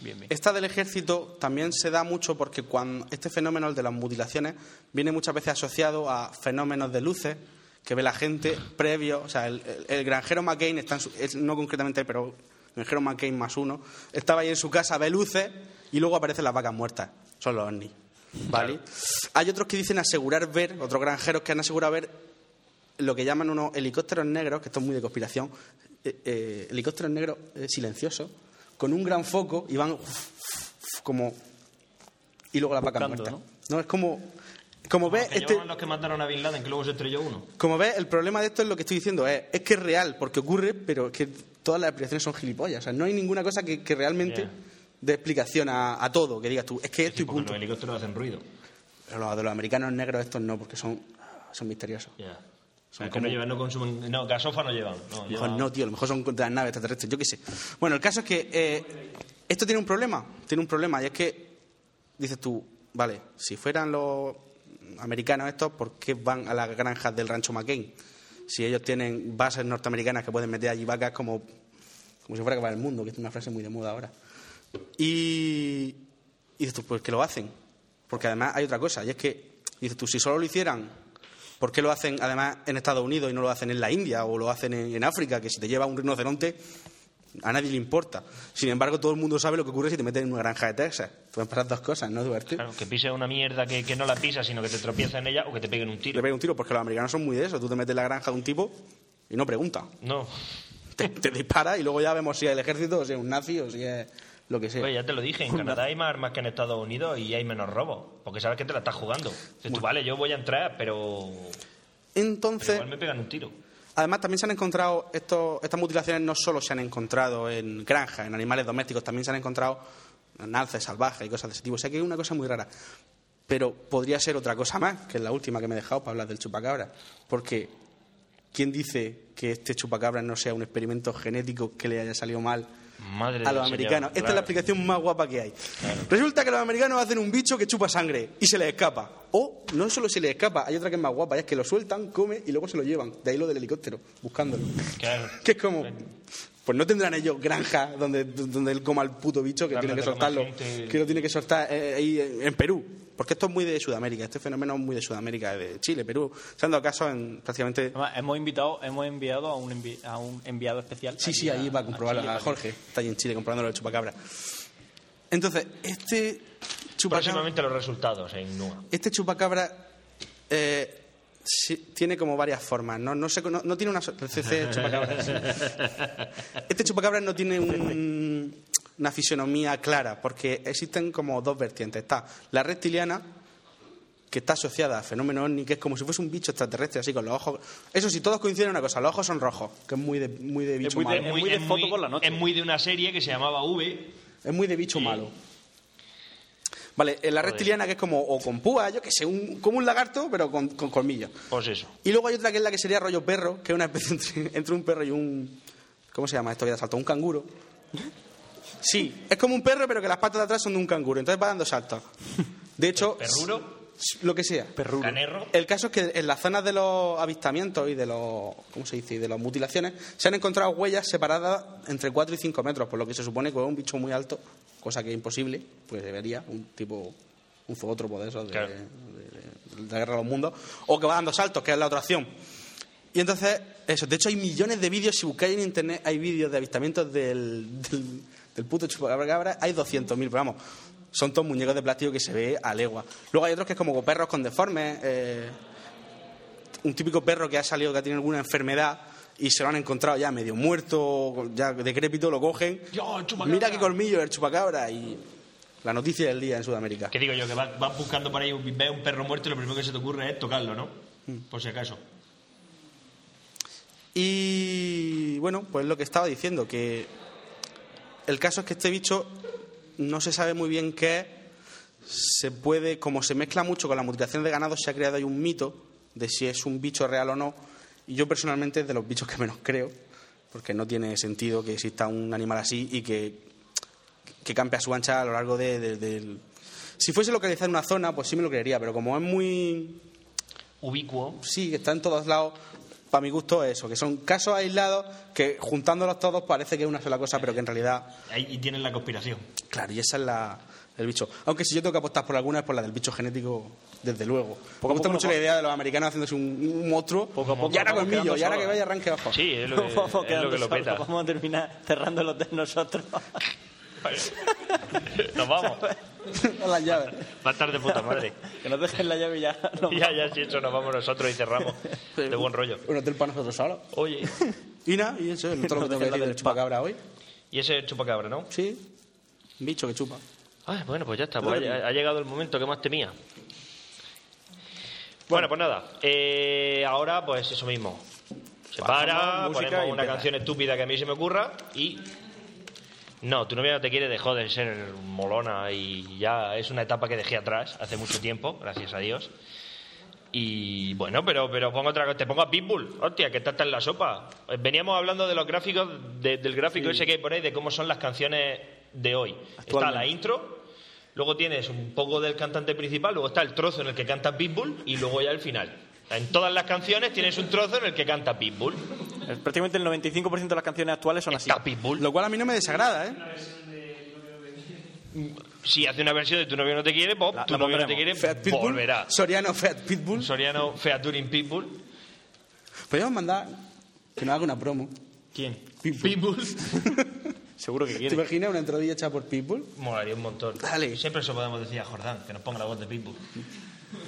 [SPEAKER 11] Bien, bien.
[SPEAKER 10] Esta del ejército también se da mucho porque cuando este fenómeno, el de las mutilaciones, viene muchas veces asociado a fenómenos de luces que ve la gente previo. O sea, el, el- el granjero McCain, está en su- es- no concretamente, pero el granjero McCain más uno, estaba ahí en su casa, ve luces y luego aparecen las vacas muertas. Son los ovnis. ¿Vale? Hay otros que dicen asegurar ver, otros granjeros que han asegurado ver lo que llaman unos helicópteros negros, que esto es muy de conspiración, eh, eh, helicópteros negros eh, silenciosos, con un gran foco y van como. Y luego la vaca
[SPEAKER 11] Buscando,
[SPEAKER 10] muerta. ¿no? es como. Como ves,
[SPEAKER 8] Que
[SPEAKER 10] este-
[SPEAKER 8] llevaban los que mataron a Bin Laden, que luego se estrelló uno.
[SPEAKER 10] como ves, el problema de esto es lo que estoy diciendo. Es, es que es real, porque ocurre, pero es que todas las explicaciones son gilipollas. O sea, no hay ninguna cosa que, que realmente
[SPEAKER 8] Ya.
[SPEAKER 10] dé explicación a, a todo. Que digas tú, es que esto y
[SPEAKER 8] Porque
[SPEAKER 10] punto.
[SPEAKER 8] los helicópteros hacen ruido.
[SPEAKER 10] Pero los de los americanos negros, estos no, porque son, son misteriosos.
[SPEAKER 8] Ya.
[SPEAKER 10] Son
[SPEAKER 8] Es que
[SPEAKER 10] como-
[SPEAKER 8] no, llevan, no consumen... No, gasofa no llevan. No,
[SPEAKER 10] A lo mejor
[SPEAKER 8] llevan-
[SPEAKER 10] no, tío, a lo mejor son contra las naves extraterrestres, yo qué sé. Bueno, el caso es que eh, esto tiene un problema, tiene un problema, y es que dices tú, vale, si fueran los americanos estos, ¿por qué van a las granjas del rancho McCain? Si ellos tienen bases norteamericanas que pueden meter allí vacas como, como si fuera que va el mundo, que es una frase muy de moda ahora. Y, y dices tú, pues que lo hacen. Porque además hay otra cosa, y es que, dices tú, si solo lo hicieran, ¿por qué lo hacen además en Estados Unidos y no lo hacen en la India o lo hacen en, en África? Que si te lleva un rinoceronte, a nadie le importa. Sin embargo, todo el mundo sabe lo que ocurre si te meten en una granja de Texas. Pueden pasar dos cosas, ¿no, Duarte?
[SPEAKER 8] Claro, que pise una mierda que, que no la pisa, sino que te tropieza en ella o que te peguen un
[SPEAKER 10] Le
[SPEAKER 8] tiro.
[SPEAKER 10] pega un tiro, porque los americanos son muy de eso. Tú te metes en la granja de un tipo y no pregunta.
[SPEAKER 8] No.
[SPEAKER 10] Te, te dispara y luego ya vemos si es el ejército, o si es un nazi, o si es lo que sea.
[SPEAKER 8] Oye, ya te lo dije, en Canadá hay más armas que en Estados Unidos y hay menos robos, porque sabes que te la estás jugando. Dices tú, vale, yo voy a entrar, pero, pero
[SPEAKER 10] Entonces,
[SPEAKER 8] igual me pegan un tiro.
[SPEAKER 10] Además, también se han encontrado, estos, estas mutilaciones no solo se han encontrado en granjas, en animales domésticos, también se han encontrado en alces salvajes y cosas de ese tipo. O sea que es una cosa muy rara. Pero podría ser otra cosa más, que es la última que me he dejado para hablar del chupacabra. Porque, ¿quién dice que este chupacabra no sea un experimento genético que le haya salido mal
[SPEAKER 8] Madre
[SPEAKER 10] a
[SPEAKER 8] del
[SPEAKER 10] los
[SPEAKER 8] señor,
[SPEAKER 10] americanos? Esta es
[SPEAKER 8] claro.
[SPEAKER 10] la explicación más guapa que hay. Resulta que los americanos hacen un bicho que chupa sangre y se les escapa. O no solo se les escapa, hay otra que es más guapa, y es que lo sueltan, come y luego se lo llevan. De ahí lo del helicóptero, buscándolo.
[SPEAKER 8] Claro.
[SPEAKER 10] Que es como. Pues no tendrán ellos granja donde, donde él coma el puto bicho que
[SPEAKER 8] Claro,
[SPEAKER 10] tiene que
[SPEAKER 8] te come
[SPEAKER 10] soltarlo.
[SPEAKER 8] gente.
[SPEAKER 10] Que lo tiene que soltar eh, ahí en, en Perú. Porque esto es muy de Sudamérica, este fenómeno es muy de Sudamérica, de Chile, Perú. Se han dado casos en prácticamente.
[SPEAKER 11] Además, hemos, invitado, hemos enviado a un, envi- a un enviado especial.
[SPEAKER 10] Sí,
[SPEAKER 11] aquí
[SPEAKER 10] sí, ahí va a comprobarlo
[SPEAKER 11] Chile,
[SPEAKER 10] a
[SPEAKER 11] para
[SPEAKER 10] Jorge. Está allí en Chile comprobándolo el chupacabra. Entonces, este chupacabra.
[SPEAKER 8] Próximamente los resultados en NUA.
[SPEAKER 10] Este chupacabra eh, sí, tiene como varias formas, ¿no? No, sé, no, no tiene una... so- el CC chupacabra, sí. Este chupacabra no tiene un- una fisionomía clara, porque existen como dos vertientes. Está la reptiliana, que está asociada a fenómenos ovni, que es como si fuese un bicho extraterrestre, así con los ojos... Eso sí, todos coinciden en una cosa, los ojos son rojos, que es muy de, muy de bicho
[SPEAKER 11] muy de-
[SPEAKER 10] malo.
[SPEAKER 11] es muy de foto por la noche.
[SPEAKER 8] Es muy de una serie que se llamaba V.
[SPEAKER 10] Es muy de bicho malo. Vale, en la reptiliana, que es como o con púa, yo que sé, un- como un lagarto, pero con, con colmillos.
[SPEAKER 8] Pues eso.
[SPEAKER 10] Y luego hay otra que es la que sería rollo perro, que es una especie entre, entre un perro y un. ¿Cómo se llama esto que da salto? Un canguro. Sí, es como un perro, pero que las patas de atrás son de un canguro, entonces va dando saltos. De hecho.
[SPEAKER 8] Perruro,
[SPEAKER 10] Lo que sea.
[SPEAKER 8] canerro.
[SPEAKER 10] El caso es que en las zonas de los avistamientos y de los, ¿cómo se dice? y de las mutilaciones se han encontrado huellas separadas entre 4 y 5 metros, por lo que se supone que es un bicho muy alto, cosa que es imposible, pues debería, un tipo, un zoótropo de esos de,
[SPEAKER 8] Claro.
[SPEAKER 10] de- de- de la guerra de los mundos, o que va dando saltos, que es la otra opción. Y entonces, eso, de hecho hay millones de vídeos, si buscáis en internet hay vídeos de avistamientos del, del, del puto chupacabra, hay 200.000, pero vamos, son todos muñecos de plástico que se ve a legua. Luego hay otros que es como perros con deformes. eh, un típico perro que ha salido que tiene alguna enfermedad y se lo han encontrado ya medio muerto, ya decrépito, lo cogen. Mira qué colmillo el chupacabra y la noticia del día en Sudamérica.
[SPEAKER 8] Que digo yo, que vas, vas buscando por ahí, un- ves un perro muerto y lo primero que se te ocurre es tocarlo, ¿no? Por si acaso.
[SPEAKER 10] Y bueno, pues lo que estaba diciendo, que el caso es que este bicho no se sabe muy bien qué es. Se puede, como se mezcla mucho con la mutilación de ganado, se ha creado ahí un mito de si es un bicho real o no. Y yo personalmente es de los bichos que menos creo, porque no tiene sentido que exista un animal así y que, que campe a su ancha a lo largo de- de- del. Si fuese localizado en una zona, pues sí me lo creería, pero como es muy
[SPEAKER 8] Ubicuo.
[SPEAKER 10] sí, que está en todos lados. Para mi gusto es eso, que son casos aislados que juntándolos todos parece que es una sola cosa, pero que en realidad,
[SPEAKER 8] Ahí y tienes la conspiración.
[SPEAKER 10] claro, y esa es la el bicho. Aunque si yo tengo que apostar por alguna es por la del bicho genético, desde luego. Me gusta mucho la idea de los americanos haciéndose un, un monstruo y ahora
[SPEAKER 11] vamos
[SPEAKER 10] colmillo,
[SPEAKER 11] quedando
[SPEAKER 10] y ahora
[SPEAKER 11] solos,
[SPEAKER 10] que vaya arranque abajo.
[SPEAKER 8] Sí, es lo que,
[SPEAKER 11] Nos vamos
[SPEAKER 8] es lo,
[SPEAKER 11] quedando
[SPEAKER 8] que lo
[SPEAKER 11] solos,
[SPEAKER 8] peta.
[SPEAKER 11] Vamos a terminar cerrando los de nosotros.
[SPEAKER 8] Nos vamos.
[SPEAKER 10] Con las llaves.
[SPEAKER 8] Va a estar de puta madre.
[SPEAKER 11] que nos dejen la llave y ya. nos
[SPEAKER 8] ya, ya, si eso nos vamos nosotros y cerramos. De buen rollo.
[SPEAKER 10] Un hotel para nosotros solos.
[SPEAKER 8] Oye,
[SPEAKER 10] Y nada, y eso es todo lo que tengo que decir del chupacabra hoy.
[SPEAKER 8] y ese es chupacabra, ¿no?
[SPEAKER 10] Sí, un bicho que chupa.
[SPEAKER 8] Ay, bueno, pues ya está. pues ha, ha llegado el momento que más temía. Bueno, pues nada. eh, ahora, pues eso mismo. Se para,
[SPEAKER 6] música
[SPEAKER 8] ponemos
[SPEAKER 6] y
[SPEAKER 8] una
[SPEAKER 6] empieza.
[SPEAKER 8] canción estúpida que a mí se me ocurra y... No, tu novia no te quiere dejó de ser molona y ya es una etapa que dejé atrás hace mucho tiempo, gracias a Dios. Y bueno, pero, pero pongo otra cosa. Te pongo a Pitbull. Hostia, que está hasta en la sopa. Eh, Veníamos hablando de los gráficos, de- del gráfico ese que hay por ahí, de cómo son las canciones de hoy. Está la intro, luego tienes un poco del cantante principal, luego está el trozo en el que canta Pitbull y luego ya el final. En todas las canciones tienes un trozo en el que canta Pitbull.
[SPEAKER 11] Eh, Prácticamente el 95% de las canciones actuales son así.
[SPEAKER 8] Está Pitbull.
[SPEAKER 10] Lo cual a mí no me desagrada, ¿eh?
[SPEAKER 8] Si hace una versión de Tu novio no te quiere, Bob,
[SPEAKER 11] La-
[SPEAKER 8] Tu
[SPEAKER 11] la
[SPEAKER 8] novio no te
[SPEAKER 11] pondremos.
[SPEAKER 8] quiere,
[SPEAKER 10] Fiat Pitbull.
[SPEAKER 8] volverá.
[SPEAKER 10] Soriano Fiat Pitbull.
[SPEAKER 8] Soriano Featuring Pitbull.
[SPEAKER 10] Podríamos mandar que nos haga una promo.
[SPEAKER 8] ¿Quién?
[SPEAKER 10] Pitbull.
[SPEAKER 11] Seguro que
[SPEAKER 10] ¿Te
[SPEAKER 11] quiere.
[SPEAKER 10] imaginas una entradilla hecha por Pitbull?
[SPEAKER 8] Molaría un montón.
[SPEAKER 10] Dale.
[SPEAKER 8] Siempre eso podemos decir a Jordán, que nos ponga la voz de Pitbull.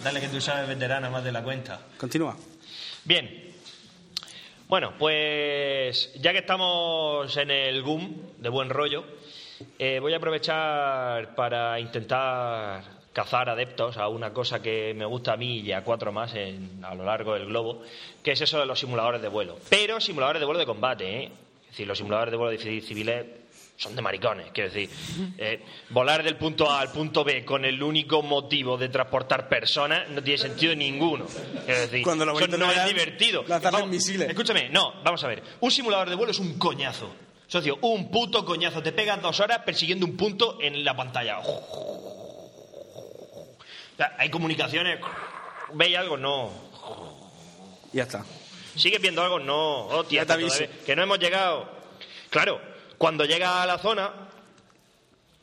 [SPEAKER 8] Dale que tú sabes veterana más de la cuenta.
[SPEAKER 10] Continúa.
[SPEAKER 8] Bien. Bueno, pues ya que estamos en el GUM de buen rollo, eh, voy a aprovechar para intentar cazar adeptos a una cosa que me gusta a mí y a cuatro más en- a lo largo del globo, que es eso de los simuladores de vuelo. Pero simuladores de vuelo de combate, ¿eh? Es decir, los simuladores de vuelo de ci- civiles son de maricones. Quiero decir, eh, volar del punto A al punto B con el único motivo de transportar personas no tiene sentido ninguno. Quiero decir,
[SPEAKER 10] Cuando lo
[SPEAKER 8] eso
[SPEAKER 10] bonito
[SPEAKER 8] no
[SPEAKER 10] era
[SPEAKER 8] es divertido.
[SPEAKER 10] lanzarles
[SPEAKER 8] Vamos,
[SPEAKER 10] misiles.
[SPEAKER 8] Escúchame, no, vamos a ver. Un simulador de vuelo es un coñazo. Socio, un puto coñazo. Te pegas dos horas persiguiendo un punto en la pantalla. O sea, Hay comunicaciones. ¿Veis algo? No.
[SPEAKER 10] Ya está.
[SPEAKER 8] ¿Sigues viendo algo? No. Hostia,
[SPEAKER 10] Ya te aviso.
[SPEAKER 8] todavía- que no hemos llegado. Claro, cuando llega a la zona,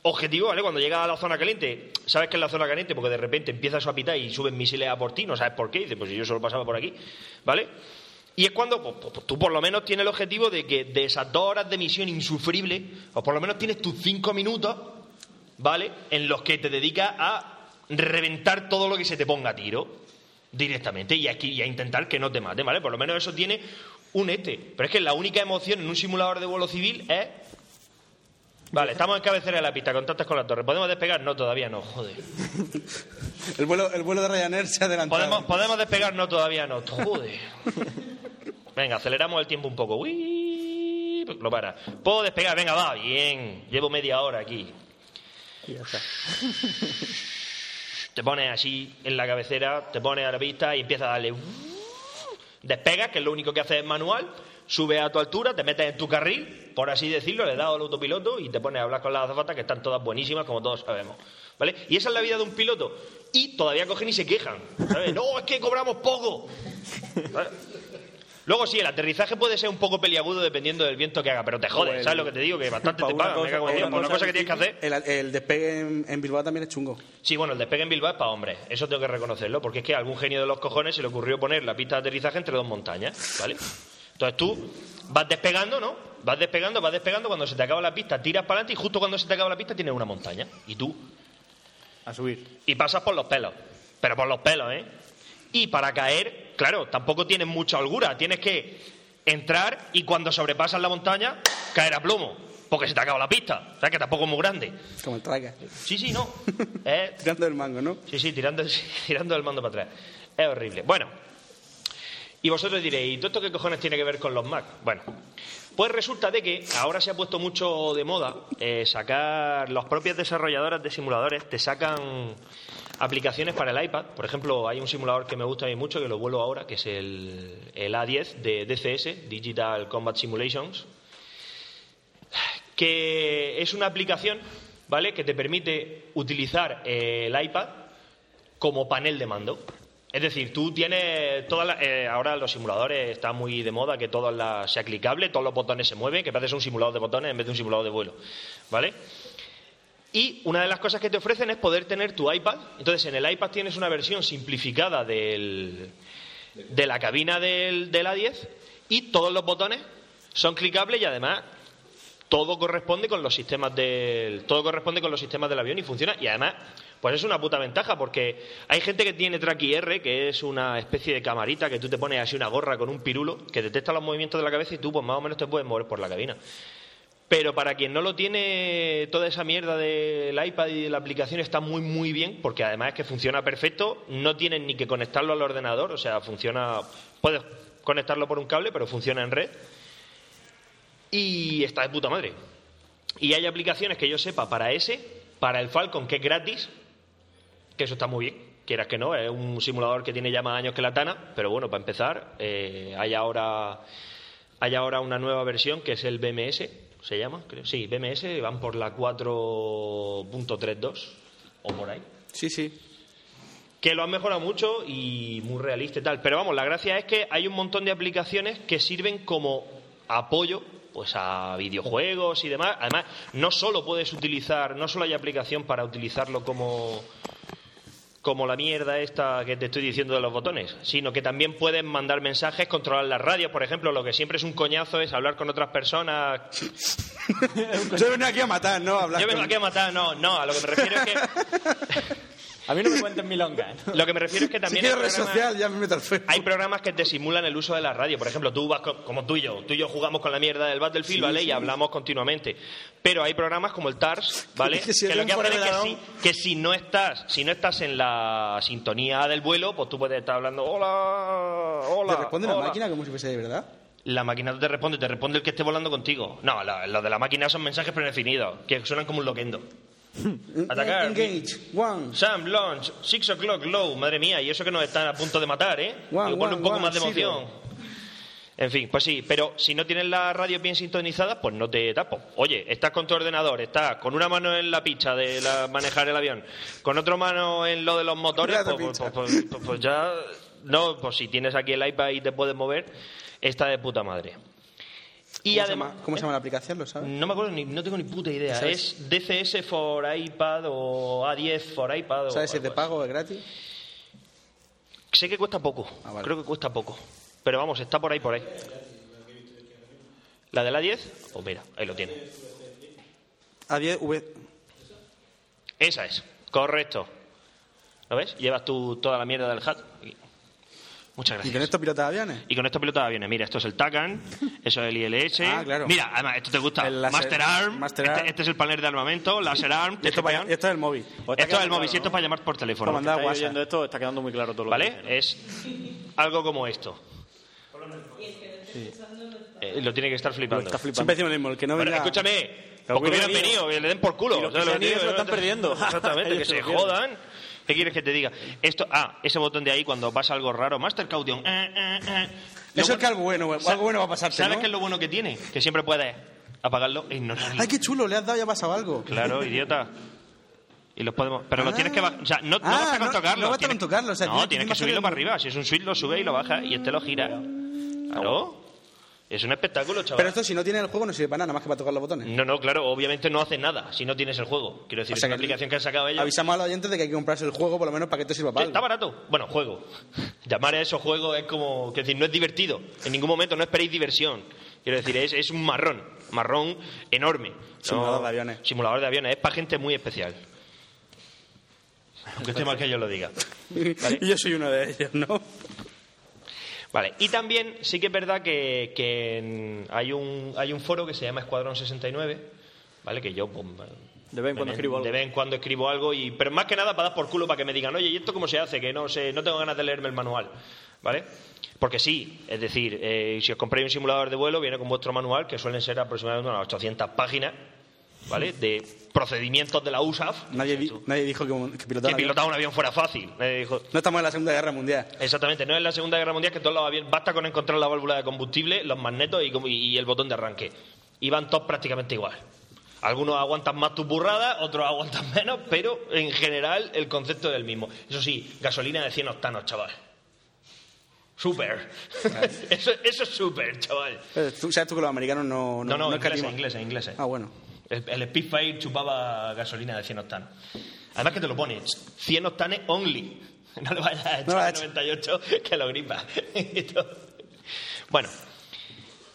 [SPEAKER 8] objetivo, ¿vale? Cuando llega a la zona caliente, sabes que es la zona caliente porque de repente empieza su apitar y suben misiles a por ti, no sabes por qué, y dices, pues yo solo pasaba por aquí, ¿vale? Y es cuando pues, pues, tú por lo menos tienes el objetivo de que de esas dos horas de misión insufrible, o por lo menos tienes tus cinco minutos, ¿vale? En los que te dedicas a reventar todo lo que se te ponga a tiro directamente y aquí y a intentar que no te mate, ¿vale? Por lo menos eso tiene un este. Pero es que la única emoción en un simulador de vuelo civil es Vale, estamos en cabecera de la pista, contactas con la torre. ¿Podemos despegar? No, todavía no, joder.
[SPEAKER 10] El vuelo, el vuelo de Ryanair se ha adelantado.
[SPEAKER 8] ¿Podemos, ¿podemos despegar? No, todavía no, joder. Venga, aceleramos el tiempo un poco. Uiii, Lo para. ¿Puedo despegar? Venga, va, bien. Llevo media hora aquí. Te pones así en la cabecera, te pones a la pista y empiezas a darle. Despegas, que es lo único que haces es manual, subes a tu altura, te metes en tu carril, por así decirlo, le das al autopiloto y te pones a hablar con las azafatas, que están todas buenísimas, como todos sabemos. ¿Vale? Y esa es la vida de un piloto. Y todavía cogen y se quejan. ¿sabes? No, es que cobramos poco. ¿Vale? Luego sí, el aterrizaje puede ser un poco peliagudo dependiendo del viento que haga, pero te jodes, ¿sabes lo que te digo? Que bastante
[SPEAKER 11] Pues, Pa'
[SPEAKER 8] te
[SPEAKER 11] una
[SPEAKER 8] pagan, me
[SPEAKER 11] cosa-
[SPEAKER 8] cago en
[SPEAKER 11] pa'
[SPEAKER 8] Dios.
[SPEAKER 11] una
[SPEAKER 8] Por Una
[SPEAKER 11] cosa
[SPEAKER 8] cosa que tienes que hacer
[SPEAKER 10] El, el despegue en, en Bilbao también es chungo.
[SPEAKER 8] Sí, bueno, el despegue en Bilbao es para hombres. Eso tengo que reconocerlo, porque es que a algún genio de los cojones se le ocurrió poner la pista de aterrizaje entre dos montañas, ¿vale? Entonces tú vas despegando, ¿no? Vas despegando, vas despegando, cuando se te acaba la pista tiras para adelante y justo cuando se te acaba la pista tienes una montaña. Y tú,
[SPEAKER 11] A subir.
[SPEAKER 8] y pasas por los pelos. Pero por los pelos, ¿eh? Y para caer, claro, tampoco tienes mucha holgura. Tienes que entrar y cuando sobrepasas la montaña, caer a plomo. Porque se te acaba la pista. O sea, que tampoco es muy grande.
[SPEAKER 10] Como el traga.
[SPEAKER 8] Sí, sí, no. Eh,
[SPEAKER 10] Tirando del mango, ¿no?
[SPEAKER 8] sí, sí, tirando, tirando el mando para atrás. Es horrible. Bueno. Y vosotros diréis, ¿y todo esto qué cojones tiene que ver con los Mac? Bueno, pues resulta de que ahora se ha puesto mucho de moda eh, sacar, las propias desarrolladoras de simuladores te sacan aplicaciones para el iPad. Por ejemplo, hay un simulador que me gusta a mí mucho, que lo vuelo ahora, que es el, el A10 de DCS, Digital Combat Simulations, que es una aplicación, ¿vale?, que te permite utilizar eh, el iPad como panel de mando. Es decir, tú tienes todas las- eh, ahora los simuladores están muy de moda que todas las sea clicable, todos los botones se mueven, que parece un simulador de botones en vez de un simulador de vuelo, ¿vale? Y una de las cosas que te ofrecen es poder tener tu iPad. Entonces, en el iPad tienes una versión simplificada del, de la cabina del, del A10 y todos los botones son clicables y además todo corresponde con los sistemas del todo corresponde con los sistemas del avión y funciona y además pues es una puta ventaja porque hay gente que tiene Track IR que es una especie de camarita que tú te pones así una gorra con un pirulo que detecta los movimientos de la cabeza y tú pues más o menos te puedes mover por la cabina pero para quien no lo tiene, toda esa mierda del iPad y de la aplicación está muy, muy bien, porque además es que funciona perfecto. No tienes ni que conectarlo al ordenador, o sea, funciona. Puedes conectarlo por un cable, pero funciona en red. Y está de puta madre. Y hay aplicaciones que yo sepa para ese, para el Falcon, que es gratis, que eso está muy bien. Quieras que no, es un simulador que tiene ya más años que la Tana, pero bueno, para empezar, eh, hay ahora hay ahora una nueva versión que es el BMS, se llama, creo. Sí, BMS, van por la 4.32 o por ahí.
[SPEAKER 10] Sí, sí.
[SPEAKER 8] Que lo han mejorado mucho y muy realista y tal. Pero vamos, la gracia es que hay un montón de aplicaciones que sirven como apoyo pues a videojuegos y demás. Además, no solo puedes utilizar, no solo hay aplicación para utilizarlo como como la mierda esta que te estoy diciendo de los botones, sino que también puedes mandar mensajes, controlar las radios, por ejemplo, lo que siempre es un coñazo es hablar con otras personas,
[SPEAKER 10] Yo venía aquí a matar, ¿no? A hablar
[SPEAKER 8] yo vengo
[SPEAKER 10] con-
[SPEAKER 8] aquí a matar, no, no, a lo que me refiero es que
[SPEAKER 11] A mí no me cuenten milongas. ¿eh?
[SPEAKER 8] lo que me refiero es que
[SPEAKER 10] Si
[SPEAKER 8] también
[SPEAKER 10] quiero
[SPEAKER 8] hay
[SPEAKER 10] red
[SPEAKER 8] programas-
[SPEAKER 10] social, ya me meto al Facebook.
[SPEAKER 8] Hay programas que te simulan el uso de la radio. Por ejemplo, tú vas co- como tú y yo. Tú y yo jugamos con la mierda del Battlefield, ¿vale? Y hablamos continuamente. Pero hay programas como el TARS, ¿vale?
[SPEAKER 10] Que si
[SPEAKER 8] que lo
[SPEAKER 10] hablan
[SPEAKER 8] que
[SPEAKER 10] por
[SPEAKER 8] hacen es que
[SPEAKER 10] ordenador.
[SPEAKER 8] si, que si no estás, si no estás en la sintonía del vuelo, pues tú puedes estar hablando hola, hola.
[SPEAKER 10] ¿Te responde la
[SPEAKER 8] hola".
[SPEAKER 10] máquina como si fuese de verdad?
[SPEAKER 8] La máquina no te responde, te responde el que esté volando contigo. No, la- los de la máquina son mensajes predefinidos, que suenan como un loquendo. Atacar.
[SPEAKER 10] Engage. One.
[SPEAKER 8] Sam, launch, 6 o'clock, low. Madre mía, y eso que nos están a punto de matar, ¿eh?
[SPEAKER 10] Guau,
[SPEAKER 8] Digo, ponle un
[SPEAKER 10] guau,
[SPEAKER 8] poco
[SPEAKER 10] guau,
[SPEAKER 8] más de
[SPEAKER 10] Sirio.
[SPEAKER 8] emoción. En fin, pues sí, pero si no tienes la radio bien sintonizada, pues no te tapo. Oye, estás con tu ordenador, estás con una mano en la picha de la- manejar el avión, con otra mano en lo de los motores,
[SPEAKER 10] Ya te
[SPEAKER 8] pues,
[SPEAKER 10] pincha.
[SPEAKER 8] pues- pues- pues- pues ya. No, pues si tienes aquí el iPad y te puedes mover, está de puta madre. Y ¿Eh?
[SPEAKER 10] ¿Cómo se
[SPEAKER 8] además.
[SPEAKER 10] llama- ¿Cómo se llama la aplicación? ¿Lo sabes?
[SPEAKER 8] No me acuerdo, ni, no tengo ni puta idea. Es DCS for iPad o A10 for iPad. o
[SPEAKER 10] ¿Sabes si es de
[SPEAKER 8] algo
[SPEAKER 10] pago o es gratis?
[SPEAKER 8] así. Sé que cuesta poco.
[SPEAKER 10] Ah, vale.
[SPEAKER 8] Creo que cuesta poco. Pero vamos, está por ahí, por ahí. ¿La de la 10? Pues mira, ahí lo tiene.
[SPEAKER 10] A 10 V.
[SPEAKER 8] Esa es. Correcto. ¿Lo ves? Llevas tú toda la mierda del hat. Y- Muchas gracias.
[SPEAKER 10] ¿Y con estos pilotas de aviones?
[SPEAKER 8] Y con esto pilota de aviones. Mira, esto es el TACAN, eso es el ILS.
[SPEAKER 10] Ah, claro.
[SPEAKER 8] Mira, además, esto te gusta.
[SPEAKER 10] El láser-
[SPEAKER 8] Master Arm.
[SPEAKER 10] Master
[SPEAKER 8] este,
[SPEAKER 10] Arm.
[SPEAKER 8] este es el panel de armamento. Laser Arm.
[SPEAKER 10] Y esto,
[SPEAKER 8] TGP
[SPEAKER 10] para,
[SPEAKER 8] Arm.
[SPEAKER 10] y esto es el móvil.
[SPEAKER 11] Pues está
[SPEAKER 8] Esto es el
[SPEAKER 11] quedando claro,
[SPEAKER 8] móvil, si esto
[SPEAKER 11] ¿no?
[SPEAKER 8] es para llamar por teléfono.
[SPEAKER 10] Para mandar
[SPEAKER 11] Estáis
[SPEAKER 10] WhatsApp.
[SPEAKER 11] oyendo esto, está quedando muy claro todo lo que
[SPEAKER 8] ¿Vale?
[SPEAKER 11] dicen.
[SPEAKER 8] Es algo como esto. Eh, lo tiene que estar flipando.
[SPEAKER 11] Está flipando.
[SPEAKER 10] Siempre decimos lo mismo, el que no
[SPEAKER 8] Pero
[SPEAKER 10] venga...
[SPEAKER 8] escúchame,
[SPEAKER 11] Pero
[SPEAKER 8] porque
[SPEAKER 11] hubieran
[SPEAKER 8] hubieran venido, que le den por culo.
[SPEAKER 11] Y los
[SPEAKER 8] ¿sabes
[SPEAKER 11] que se han
[SPEAKER 8] digo?
[SPEAKER 11] ido se lo están perdiendo.
[SPEAKER 8] Exactamente, que
[SPEAKER 11] Ellos se
[SPEAKER 8] se
[SPEAKER 11] lo pierden.
[SPEAKER 8] jodan. ¿Qué quieres que te diga? Esto, ah, ese botón de ahí cuando pasa algo raro, Master Caution. eh, eh, eh. Lo
[SPEAKER 10] Eso es
[SPEAKER 8] bueno-
[SPEAKER 10] que algo bueno, algo bueno va a pasarte,
[SPEAKER 8] ¿Sabes
[SPEAKER 10] ¿no?
[SPEAKER 8] qué es lo bueno que tiene? Que siempre puedes apagarlo e ignorarlo.
[SPEAKER 10] ¡Ay, qué chulo! Le has dado y ha pasado algo.
[SPEAKER 8] Claro, idiota. Y los podemos. Pero los
[SPEAKER 10] Ah.
[SPEAKER 8] tienes que. ba- O sea, no, no
[SPEAKER 10] Ah,
[SPEAKER 8] basta con
[SPEAKER 10] no-
[SPEAKER 8] tocarlo.
[SPEAKER 10] no basta con tocarlo, o sea,
[SPEAKER 8] no,
[SPEAKER 10] tiene-
[SPEAKER 8] tienes
[SPEAKER 10] tiene
[SPEAKER 8] que subirlo
[SPEAKER 10] que-
[SPEAKER 8] para arriba. Si es un switch, lo sube y lo baja y este lo gira. Claro. Es un espectáculo, chaval.
[SPEAKER 10] Pero esto, si no tiene el juego, no sirve para nada, nada más que para tocar los botones.
[SPEAKER 8] No, no, claro, obviamente no hace nada si no tienes el juego. Quiero decir,
[SPEAKER 10] O sea
[SPEAKER 8] es una
[SPEAKER 10] que-
[SPEAKER 8] aplicación que han sacado ellos.
[SPEAKER 10] Avisamos a los oyentes de que hay que comprarse el juego, por lo menos, para que esto sirva
[SPEAKER 8] Sí,
[SPEAKER 10] para
[SPEAKER 8] está
[SPEAKER 10] algo.
[SPEAKER 8] barato. Bueno, juego. Llamar a eso juego es como. Quiero decir, no es divertido. En ningún momento no esperéis diversión. Quiero decir, es, es un marrón. Marrón enorme. No-
[SPEAKER 10] Simulador de aviones.
[SPEAKER 8] Simulador de aviones. Es para gente muy especial. Aunque esté mal que yo lo diga.
[SPEAKER 10] Y yo soy uno de ellos, ¿no?
[SPEAKER 8] Vale, y también sí que es verdad que, que en- hay, un, hay un foro que se llama Escuadrón 69, ¿vale? Que yo... pues,
[SPEAKER 6] De vez en cuando escribo algo.
[SPEAKER 8] De vez en cuando escribo algo, y, pero más que nada para dar por culo, para que me digan, oye, ¿y esto cómo se hace? Que no sé, no tengo ganas de leerme el manual, ¿vale? Porque sí, es decir, eh, si os compráis un simulador de vuelo, viene con vuestro manual, que suelen ser aproximadamente unas 800 páginas, ¿vale? De procedimientos de la USAF.
[SPEAKER 10] Nadie, di-
[SPEAKER 8] Tú,
[SPEAKER 10] nadie dijo que, que
[SPEAKER 8] que
[SPEAKER 10] pilotaba.
[SPEAKER 6] ¿eh?
[SPEAKER 8] pilotar un avión fuera fácil. Nadie dijo,
[SPEAKER 10] No estamos en la Segunda Guerra Mundial.
[SPEAKER 8] Exactamente, no es la Segunda Guerra Mundial que todos los aviones basta con encontrar la válvula de combustible, los magnetos y, como- y el botón de arranque. Y van todos prácticamente igual. Algunos aguantan más tus burradas, otros aguantan menos, pero en general el concepto es el mismo. Eso sí, gasolina de 100 octanos, chaval. Súper. eso, eso es súper, chaval.
[SPEAKER 10] Eh, Tú sabes tú que los americanos no...
[SPEAKER 8] No, no, ingleses,
[SPEAKER 10] escatiman.
[SPEAKER 8] ingleses, ingleses.
[SPEAKER 10] Ah, bueno.
[SPEAKER 8] El, el Spitfire chupaba gasolina de 100 octanos. Además que te lo pone 100 octanes only. No le vayas a
[SPEAKER 10] No lo
[SPEAKER 8] echar
[SPEAKER 10] has hecho.
[SPEAKER 8] 98 que lo gripa. Y todo. bueno.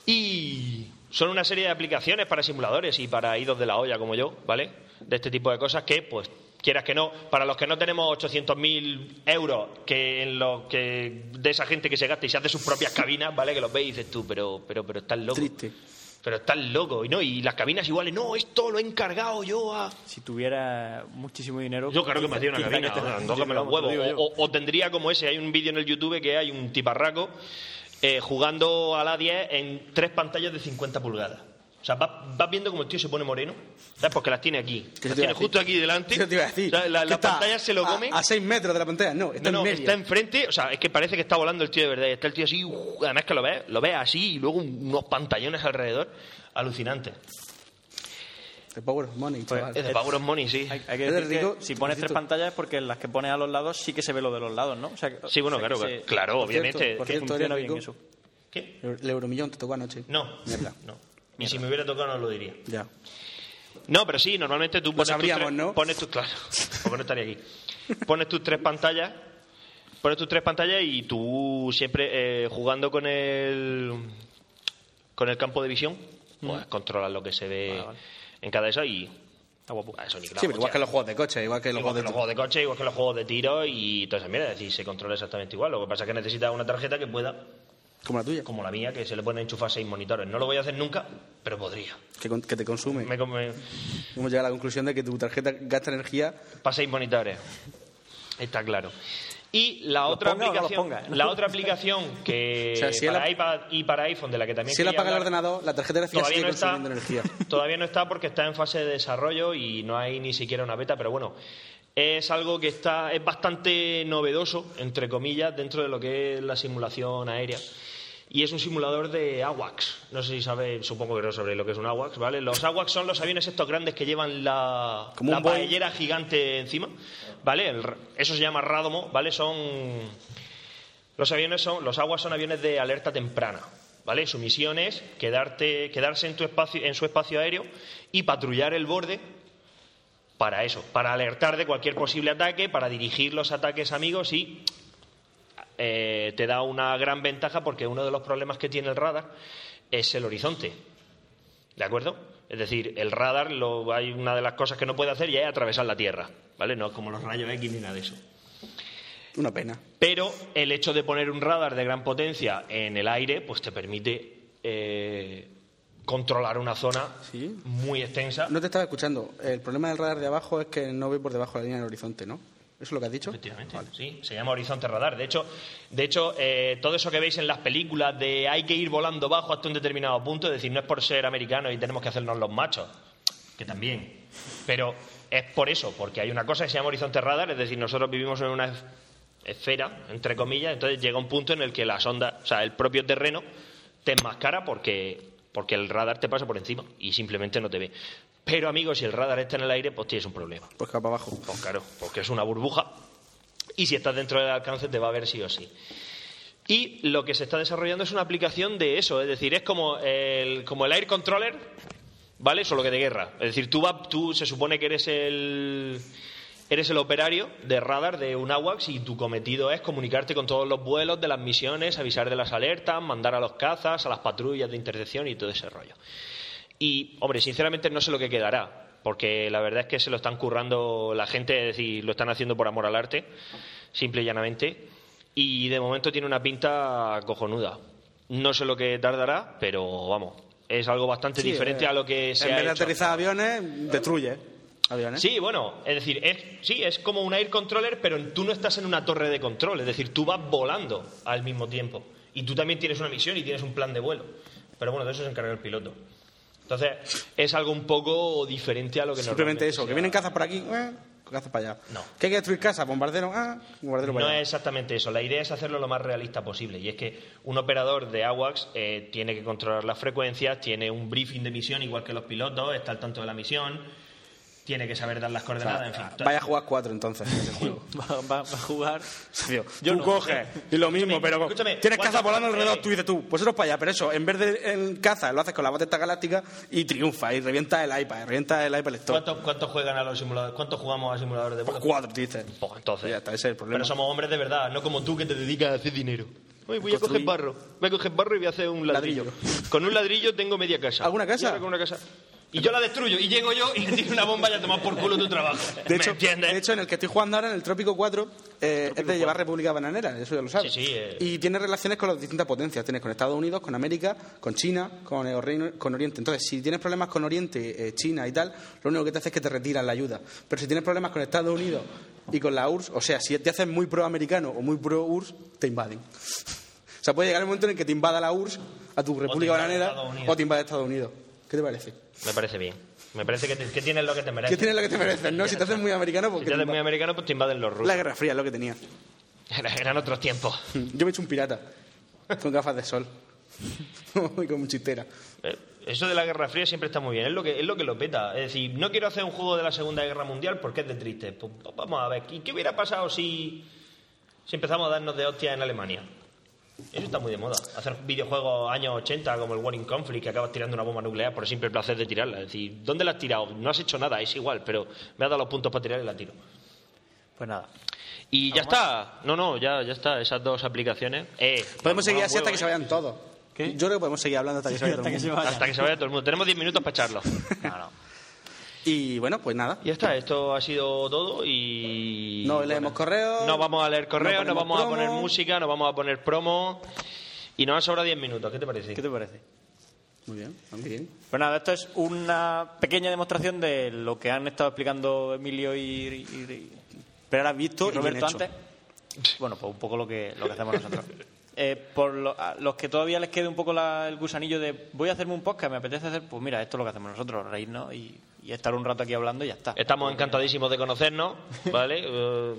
[SPEAKER 8] Y son una serie de aplicaciones para simuladores y para idos de la olla como yo, ¿vale? De este tipo de cosas que, pues, quieras que no, para los que no tenemos 800.000 euros que en lo que de esa gente que se gasta y se hace sus propias cabinas, ¿vale? Que los veis y dices tú, pero, pero, pero estás loco.
[SPEAKER 10] Triste.
[SPEAKER 8] Pero estás loco, y no, y las cabinas iguales, no, esto lo he encargado yo a...
[SPEAKER 11] Si tuviera muchísimo dinero...
[SPEAKER 8] Yo creo que me hacía una
[SPEAKER 11] quizá
[SPEAKER 8] cabina,
[SPEAKER 11] que te-
[SPEAKER 8] ahora,
[SPEAKER 11] yo
[SPEAKER 8] tócame los
[SPEAKER 11] creo que te
[SPEAKER 8] huevos.
[SPEAKER 11] lo digo yo.
[SPEAKER 8] O, o- o tendría como ese, hay un vídeo en el YouTube que hay un tiparraco eh, jugando a la 10 en tres pantallas de 50 pulgadas. O sea, vas vas viendo como el tío se pone moreno, ¿sabes? Porque las tiene aquí.
[SPEAKER 10] ¿Qué
[SPEAKER 8] Las
[SPEAKER 10] te iba
[SPEAKER 8] tiene
[SPEAKER 10] a decir?
[SPEAKER 8] justo aquí delante.
[SPEAKER 10] ¿Qué te iba a decir?
[SPEAKER 8] O sea, la,
[SPEAKER 10] Que
[SPEAKER 8] la
[SPEAKER 10] está
[SPEAKER 8] pantalla se lo
[SPEAKER 10] a-
[SPEAKER 8] come.
[SPEAKER 10] A, seis metros de la pantalla. No, está
[SPEAKER 8] No, no,
[SPEAKER 10] en medio.
[SPEAKER 8] está enfrente, o sea, es que parece que está volando el tío de verdad. y Está el tío así, uff, además que lo ves, lo ves así y luego un- unos pantallones alrededor. Alucinante.
[SPEAKER 10] The power of money, chaval.
[SPEAKER 8] Pues, Es de Power of Money, sí.
[SPEAKER 11] Hay, hay que
[SPEAKER 10] Es
[SPEAKER 11] decir
[SPEAKER 10] rico,
[SPEAKER 11] que si pones tres
[SPEAKER 10] necesito-
[SPEAKER 11] pantallas es porque en las que pones a los lados sí que se ve lo de los lados, ¿no? O sea, que-
[SPEAKER 8] Sí, bueno,
[SPEAKER 11] o sea, que
[SPEAKER 8] claro,
[SPEAKER 11] se-
[SPEAKER 8] claro,
[SPEAKER 10] por
[SPEAKER 8] obviamente.
[SPEAKER 10] cierto, por
[SPEAKER 8] que
[SPEAKER 10] cierto,
[SPEAKER 11] funciona
[SPEAKER 10] eres
[SPEAKER 11] bien
[SPEAKER 10] rico.
[SPEAKER 11] eso.
[SPEAKER 8] ¿Qué?
[SPEAKER 10] El euromillón te tocó anoche.
[SPEAKER 8] No.
[SPEAKER 10] Mierda.
[SPEAKER 8] no. Y si me hubiera tocado no lo diría.
[SPEAKER 10] Ya.
[SPEAKER 8] No, pero sí, normalmente tú pones
[SPEAKER 10] sabríamos,
[SPEAKER 8] tus tres,
[SPEAKER 10] ¿no?
[SPEAKER 8] pones tus claro, porque no estaría aquí. Pones tus tres pantallas, pones tus tres pantallas y tú siempre eh, jugando con el con el campo de visión, pues controlas lo que se ve en cada esa y está guapo. Ah, Eso ni que la
[SPEAKER 10] Sí, pero igual
[SPEAKER 8] hostia.
[SPEAKER 10] que los juegos de coche, igual que los
[SPEAKER 8] Igual
[SPEAKER 10] juegos
[SPEAKER 8] que
[SPEAKER 10] de...
[SPEAKER 8] los juegos de coche, igual que los juegos de tiro y toda esa mierda, es decir, se controla exactamente igual. Lo que pasa es que necesitas una tarjeta que pueda,
[SPEAKER 10] Como la tuya,
[SPEAKER 8] como la mía, que se le pueden enchufar seis monitores. No lo voy a hacer nunca, pero podría.
[SPEAKER 10] que, con- que te consume.
[SPEAKER 8] Me, come-
[SPEAKER 10] Hemos llegado a la conclusión de que tu tarjeta gasta energía.
[SPEAKER 8] paséis monitores. Está claro. Y la otra
[SPEAKER 11] ponga o no los
[SPEAKER 8] aplicación,
[SPEAKER 11] ponga, ¿no?
[SPEAKER 8] la otra aplicación que
[SPEAKER 10] O sea, si él
[SPEAKER 8] para
[SPEAKER 10] ap-
[SPEAKER 8] iPad y para iPhone de la que también
[SPEAKER 10] Si él
[SPEAKER 8] quería
[SPEAKER 10] apaga el
[SPEAKER 8] hablar,
[SPEAKER 10] ordenador, la tarjeta gráfica
[SPEAKER 8] todavía
[SPEAKER 10] sigue
[SPEAKER 8] no está,
[SPEAKER 10] consumiendo energía.
[SPEAKER 8] todavía no está porque está en fase de desarrollo y no hay ni siquiera una beta, pero bueno, es algo que está es bastante novedoso entre comillas dentro de lo que es la simulación aérea. Y es un simulador de AWACS. No sé si sabe, supongo que no sabréis lo que es un AWACS, ¿vale? Los AWACS son los aviones estos grandes que llevan la,
[SPEAKER 10] Como
[SPEAKER 8] la
[SPEAKER 10] un Boeing.
[SPEAKER 8] paellera gigante encima, ¿vale? El r- eso se llama Radomo, ¿vale? Son los aviones son, los aguas son aviones de alerta temprana, ¿vale? Su misión es quedarte, quedarse en tu espacio, en su espacio aéreo y patrullar el borde para eso, para alertar de cualquier posible ataque, para dirigir los ataques amigos y eh, te da una gran ventaja porque uno de los problemas que tiene el radar es el horizonte. ¿De acuerdo? Es decir, el radar lo, hay una de las cosas que no puede hacer y es atravesar la Tierra, ¿vale? No es como los rayos X ni nada de eso.
[SPEAKER 10] Una pena.
[SPEAKER 8] Pero el hecho de poner un radar de gran potencia en el aire, pues te permite eh, controlar una zona
[SPEAKER 10] Sí.
[SPEAKER 8] muy extensa.
[SPEAKER 10] No te estaba escuchando. El problema del radar de abajo es que no ve por debajo de la línea del horizonte, ¿no? ¿Eso es lo que has dicho?
[SPEAKER 8] Efectivamente, sí, se llama horizonte radar. De hecho, de hecho eh, todo eso que veis en las películas de hay que ir volando bajo hasta un determinado punto, es decir, no es por ser americanos y tenemos que hacernos los machos, que también. Pero es por eso, porque hay una cosa que se llama horizonte radar, es decir, nosotros vivimos en una es- esfera, entre comillas, entonces llega un punto en el que las ondas, o sea, el propio terreno te enmascara porque porque el radar te pasa por encima y simplemente no te ve. Pero amigos, si el radar está en el aire, pues tienes un problema.
[SPEAKER 10] Pues que va para abajo.
[SPEAKER 8] Pues claro, porque es una burbuja y si estás dentro del alcance te va a ver sí o sí. Y lo que se está desarrollando es una aplicación de eso, es decir, es como el, como el Air Controller, ¿vale? Solo que de guerra. Es decir, tú, vas- tú se supone que eres el, eres el operario de radar de un AWACS y tu cometido es comunicarte con todos los vuelos de las misiones, avisar de las alertas, mandar a los cazas, a las patrullas de intercepción y todo ese rollo. Y, hombre, sinceramente no sé lo que quedará. porque la verdad es que se lo están currando la gente, es decir, lo están haciendo por amor al arte, simple y llanamente, y de momento tiene una pinta cojonuda. No sé lo que tardará, pero vamos, es algo bastante diferente a lo que se
[SPEAKER 10] eh, en
[SPEAKER 8] ha
[SPEAKER 10] vez de
[SPEAKER 8] hecho.
[SPEAKER 10] aterrizar aviones, destruye aviones.
[SPEAKER 8] Sí, bueno, es decir, es, sí, es como un air controller, pero tú no estás en una torre de control, es decir, tú vas volando al mismo tiempo. Y tú también tienes una misión y tienes un plan de vuelo. Pero bueno, de eso se encarga el piloto. Entonces, es algo un poco diferente a lo que
[SPEAKER 10] Simplemente
[SPEAKER 8] normalmente
[SPEAKER 10] eso,
[SPEAKER 8] se
[SPEAKER 10] que
[SPEAKER 8] hace.
[SPEAKER 10] vienen cazas por aquí, eh, cazas para allá.
[SPEAKER 8] No.
[SPEAKER 10] Que hay que destruir casas, bombardero, ah, bombardero para
[SPEAKER 8] No
[SPEAKER 10] allá.
[SPEAKER 8] es exactamente eso. La idea es hacerlo lo más realista posible. Y es que un operador de AWACS eh, tiene que controlar las frecuencias, tiene un briefing de misión igual que los pilotos, está al tanto de la misión, tiene que saber dar las coordenadas, en fin.
[SPEAKER 10] Ah, Vaya a jugar cuatro entonces en ese juego.
[SPEAKER 6] Va, va- va a jugar.
[SPEAKER 10] Tío,
[SPEAKER 6] Yo
[SPEAKER 10] tú
[SPEAKER 6] no.
[SPEAKER 10] coges y lo mismo,
[SPEAKER 8] Escúchame,
[SPEAKER 10] pero
[SPEAKER 8] escúchame.
[SPEAKER 10] tienes
[SPEAKER 8] ¿Cuántas-
[SPEAKER 10] caza volando alrededor,
[SPEAKER 8] eh,
[SPEAKER 10] tú dices tú, pues eso es para allá, pero eso, en vez de en caza, lo haces con la bateta galáctica y triunfa, y revienta el iPad, revienta el iPad lector.
[SPEAKER 8] ¿Cuántos, cuántos juegan a los simuladores? ¿Cuántos jugamos a simuladores de
[SPEAKER 10] Pues
[SPEAKER 8] vuelo?
[SPEAKER 10] cuatro, dices.
[SPEAKER 8] Pues entonces.
[SPEAKER 10] Ya está, ese es el problema.
[SPEAKER 8] Pero somos hombres de verdad, no como tú que te dedicas a hacer dinero. Oye, voy a coger barro. Voy a coger barro y voy a hacer un ladrillo. Con un ladrillo tengo media casa.
[SPEAKER 10] ¿Alguna
[SPEAKER 8] Y
[SPEAKER 10] casa?
[SPEAKER 8] ahora con una casa. Y yo la destruyo. Y llego yo y le tiro una bomba y a tomar por culo tu trabajo.
[SPEAKER 10] De
[SPEAKER 8] ¿Me
[SPEAKER 10] hecho,
[SPEAKER 8] entiendes?
[SPEAKER 10] de hecho, en el que estoy jugando ahora, en el Trópico 4, eh, es de llevar República Bananera, eso ya lo sabes.
[SPEAKER 8] Sí, sí, eh.
[SPEAKER 10] Y tiene relaciones con las distintas potencias. Tienes con Estados Unidos, con América, con China, con, el Reino- con Oriente. Entonces, si tienes problemas con Oriente, eh, China y tal, lo único que te hace es que te retiran la ayuda. Pero si tienes problemas con Estados Unidos y con la URSS, o sea, si te haces muy pro-americano o muy pro-URSS, te invaden. O sea, puede llegar el momento en el que te invada la URSS a tu República
[SPEAKER 8] invade
[SPEAKER 10] Bananera
[SPEAKER 8] Estados Unidos.
[SPEAKER 10] o te invade Estados Unidos. ¿Qué te parece?
[SPEAKER 8] Me parece bien. Me parece que, te- que tienes lo que te
[SPEAKER 10] ¿Qué
[SPEAKER 8] mereces.
[SPEAKER 10] tienes lo que te mereces, no? Si te haces muy americano,
[SPEAKER 8] Si
[SPEAKER 10] porque
[SPEAKER 8] te haces muy americano, pues te invaden los
[SPEAKER 10] La
[SPEAKER 8] rusos.
[SPEAKER 10] Guerra Fría es lo que tenía.
[SPEAKER 8] Eran otros tiempos.
[SPEAKER 10] Yo me he hecho un pirata. Con gafas de sol. y con chistera.
[SPEAKER 8] Eh, Eso de la Guerra Fría siempre está muy bien, es lo que es lo que lo peta. Es decir, no quiero hacer un juego de la Segunda Guerra Mundial porque es de triste. Pues, pues, vamos a ver, ¿y qué hubiera pasado si, si empezamos a darnos de hostia en Alemania? Eso está muy de moda. Hacer videojuegos años 80 como el War in Conflict que acabas tirando una bomba nuclear por el simple placer de tirarla. Es decir, ¿dónde la has tirado? No has hecho nada, es igual, pero me has dado los puntos para tirar y la tiro.
[SPEAKER 6] Pues nada.
[SPEAKER 8] Y ya está. No, no, ya, ya está. Esas dos aplicaciones. Eh,
[SPEAKER 10] Podemos
[SPEAKER 8] vamos,
[SPEAKER 10] seguir
[SPEAKER 8] vamos,
[SPEAKER 10] así hasta que se
[SPEAKER 8] huevo, eh.
[SPEAKER 10] vayan todos.
[SPEAKER 6] Ah, ¿Qué?
[SPEAKER 10] Yo creo que podemos seguir hablando hasta que se vaya todo
[SPEAKER 6] Hasta
[SPEAKER 10] el
[SPEAKER 6] que se
[SPEAKER 10] mundo.
[SPEAKER 6] vaya.
[SPEAKER 8] Hasta que se vaya todo el mundo. Tenemos 10 minutos para echarlo. No, no.
[SPEAKER 10] Y bueno, pues nada.
[SPEAKER 8] Ya está, esto ha sido todo y...
[SPEAKER 10] No leemos correos.
[SPEAKER 8] No vamos a leer correos, no,
[SPEAKER 10] No ponemos
[SPEAKER 8] vamos a poner
[SPEAKER 10] promo.
[SPEAKER 8] música, no vamos a poner promo. Y nos han sobrado 10 minutos, ¿qué te parece?
[SPEAKER 6] ¿Qué te parece?
[SPEAKER 10] Muy bien, muy bien.
[SPEAKER 6] Pues nada, esto es una pequeña demostración de lo que han estado explicando Emilio y, y- y- pero ahora visto
[SPEAKER 10] Y
[SPEAKER 6] y
[SPEAKER 10] bien
[SPEAKER 6] Roberto
[SPEAKER 10] hecho.
[SPEAKER 6] antes. Bueno, pues un poco lo que, lo que hacemos nosotros. Eh, por lo- a los que todavía les quede un poco la- el gusanillo de voy a hacerme un podcast, me apetece hacer, pues mira, esto es lo que hacemos nosotros, reírnos y, y estar un rato aquí hablando y ya está.
[SPEAKER 8] Estamos encantadísimos de conocernos, ¿vale? Eh,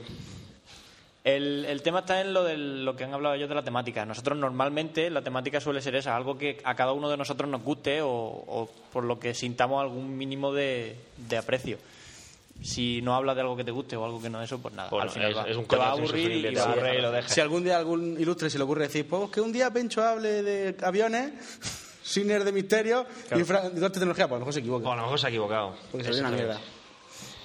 [SPEAKER 6] El, el tema está en lo, de lo que han hablado ellos de la temática. Nosotros normalmente la temática suele ser esa, algo que a cada uno de nosotros nos guste o, o por lo que sintamos algún mínimo de, de aprecio. Si no hablas de algo que te guste o algo que no es eso, pues nada.
[SPEAKER 8] bueno,
[SPEAKER 6] al final
[SPEAKER 8] es,
[SPEAKER 6] va-
[SPEAKER 8] es un
[SPEAKER 6] te va a
[SPEAKER 8] coñazo
[SPEAKER 6] aburrir
[SPEAKER 8] insufrible,
[SPEAKER 6] y
[SPEAKER 8] te
[SPEAKER 6] va a
[SPEAKER 8] aburre y lo
[SPEAKER 6] dejar.
[SPEAKER 8] dejas.
[SPEAKER 10] Si algún día algún ilustre se le ocurre decir, pues que un día Pencho hable de aviones, Sinner de misterio y Fran de alta tecnología, pues a lo mejor se equivoca.
[SPEAKER 8] Bueno, a lo mejor se ha equivocado.
[SPEAKER 10] porque se ve una mierda.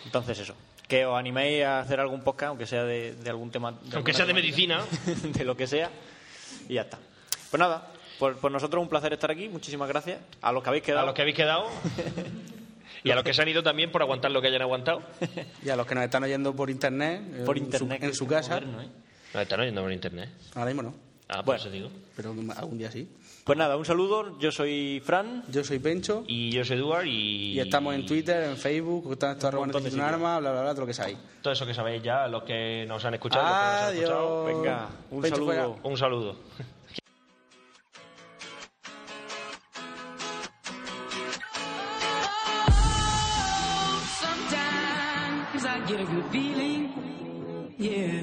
[SPEAKER 6] Entonces eso, que os animéis a hacer algún podcast, aunque sea de, de algún tema... de
[SPEAKER 8] Aunque
[SPEAKER 6] alguna
[SPEAKER 8] sea de
[SPEAKER 6] temática, de lo que sea, y ya está. Pues nada, por, por nosotros un placer estar aquí, muchísimas gracias. A los que habéis quedado...
[SPEAKER 8] A los que habéis quedado y a los que se han ido también por aguantar lo que hayan aguantado.
[SPEAKER 10] Y a los que nos están oyendo por internet, en
[SPEAKER 6] por
[SPEAKER 10] su-
[SPEAKER 6] internet.
[SPEAKER 10] en
[SPEAKER 6] que
[SPEAKER 10] su
[SPEAKER 6] es
[SPEAKER 10] casa,
[SPEAKER 6] moderno, ¿eh?
[SPEAKER 8] No, están oyendo por internet.
[SPEAKER 10] ahora mismo no,
[SPEAKER 8] Ah, por
[SPEAKER 6] Bueno.
[SPEAKER 8] eso digo.
[SPEAKER 10] pero algún día sí.
[SPEAKER 6] Pues nada, un saludo. Yo soy Fran.
[SPEAKER 10] Yo soy Pencho.
[SPEAKER 8] Y yo soy Eduard y...
[SPEAKER 10] Y estamos en Twitter, en Facebook, estamos en arroba
[SPEAKER 6] montón de
[SPEAKER 10] Necesito un
[SPEAKER 6] sitios.
[SPEAKER 10] arma, bla, bla, bla, todo lo que sabéis.
[SPEAKER 8] Todo eso que sabéis ya, los que nos han escuchado, los que no nos han escuchado.
[SPEAKER 10] Adiós.
[SPEAKER 6] Venga, un
[SPEAKER 10] Pecho
[SPEAKER 6] saludo.
[SPEAKER 10] fuera.
[SPEAKER 8] Un saludo.
[SPEAKER 12] Sometimes I get a good feeling, yeah.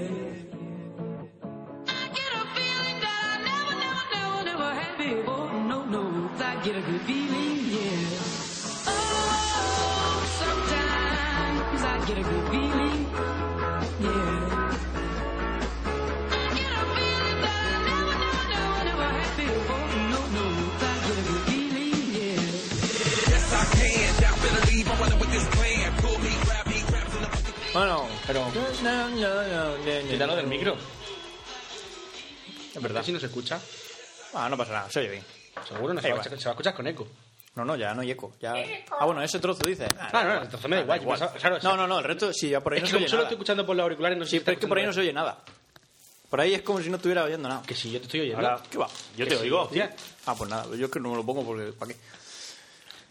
[SPEAKER 12] I get a feeling that I never, never, never, never had before. No, no, I get a good feeling, yeah. Oh, sometimes I get a good feeling, yeah. I get a feeling that I never, never, never, never had before. No, no, I get a good feeling, yeah.
[SPEAKER 6] Bueno, pero.
[SPEAKER 8] Quítalo del micro.
[SPEAKER 10] Es verdad. Si no se escucha,
[SPEAKER 6] Ah, no pasa nada, se oye bien.
[SPEAKER 10] seguro no se,
[SPEAKER 6] Da
[SPEAKER 10] va, a-
[SPEAKER 6] igual.
[SPEAKER 10] se va a escuchar con eco.
[SPEAKER 6] No, no, ya no hay eco. Ya... Ah, bueno, ese trozo dice.
[SPEAKER 7] Ah, no, no, entonces me da igual, yo pensaba- claro,
[SPEAKER 6] no, no, no, el resto, sí, ya por ahí
[SPEAKER 7] es
[SPEAKER 6] no
[SPEAKER 7] que
[SPEAKER 6] se
[SPEAKER 7] como
[SPEAKER 6] oye
[SPEAKER 7] solo
[SPEAKER 6] nada.
[SPEAKER 7] estoy escuchando por los auriculares, no sé
[SPEAKER 6] Sí,
[SPEAKER 7] si
[SPEAKER 6] pero es que por ahí no se oye nada. Por ahí es como si no estuviera oyendo nada.
[SPEAKER 7] Que sí, yo te estoy oyendo.
[SPEAKER 6] Ahora, ¿qué va?
[SPEAKER 8] Yo
[SPEAKER 6] Que
[SPEAKER 8] te
[SPEAKER 6] sí,
[SPEAKER 8] oigo.
[SPEAKER 6] tío. Ah, pues nada, yo es que no me lo pongo porque ¿para qué?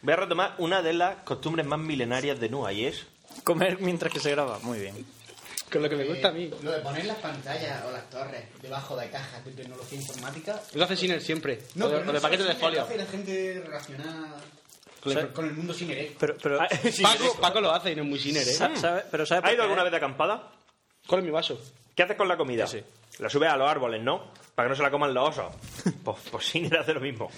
[SPEAKER 8] Voy a retomar una de las costumbres más milenarias de Nua y es.
[SPEAKER 6] Comer mientras que se graba, muy bien.
[SPEAKER 7] Con lo que me gusta a mí.
[SPEAKER 13] Lo de poner las pantallas o las torres debajo de cajas de tecnología informática.
[SPEAKER 7] Lo hace Sinner siempre. No,
[SPEAKER 13] pero
[SPEAKER 7] con el
[SPEAKER 13] sé
[SPEAKER 7] paquete
[SPEAKER 13] si
[SPEAKER 7] de
[SPEAKER 13] lo
[SPEAKER 7] folio.
[SPEAKER 13] hace la gente relacionada
[SPEAKER 7] Con el-
[SPEAKER 13] con el mundo sin erecto.
[SPEAKER 6] Pero, pero,
[SPEAKER 7] Ah, Paco, Paco lo hace y no es muy Sinner, ¿eh?
[SPEAKER 6] Sa- sabe- pero ¿sabes
[SPEAKER 8] ¿Has
[SPEAKER 6] por
[SPEAKER 8] ido
[SPEAKER 6] qué?
[SPEAKER 8] alguna vez de acampada?
[SPEAKER 7] ¿Cuál es mi vaso?
[SPEAKER 8] ¿Qué haces con la comida?
[SPEAKER 6] Sí,
[SPEAKER 8] La subes a los árboles, ¿no? Para que no se la coman los osos. pues, pues sí, hace lo mismo.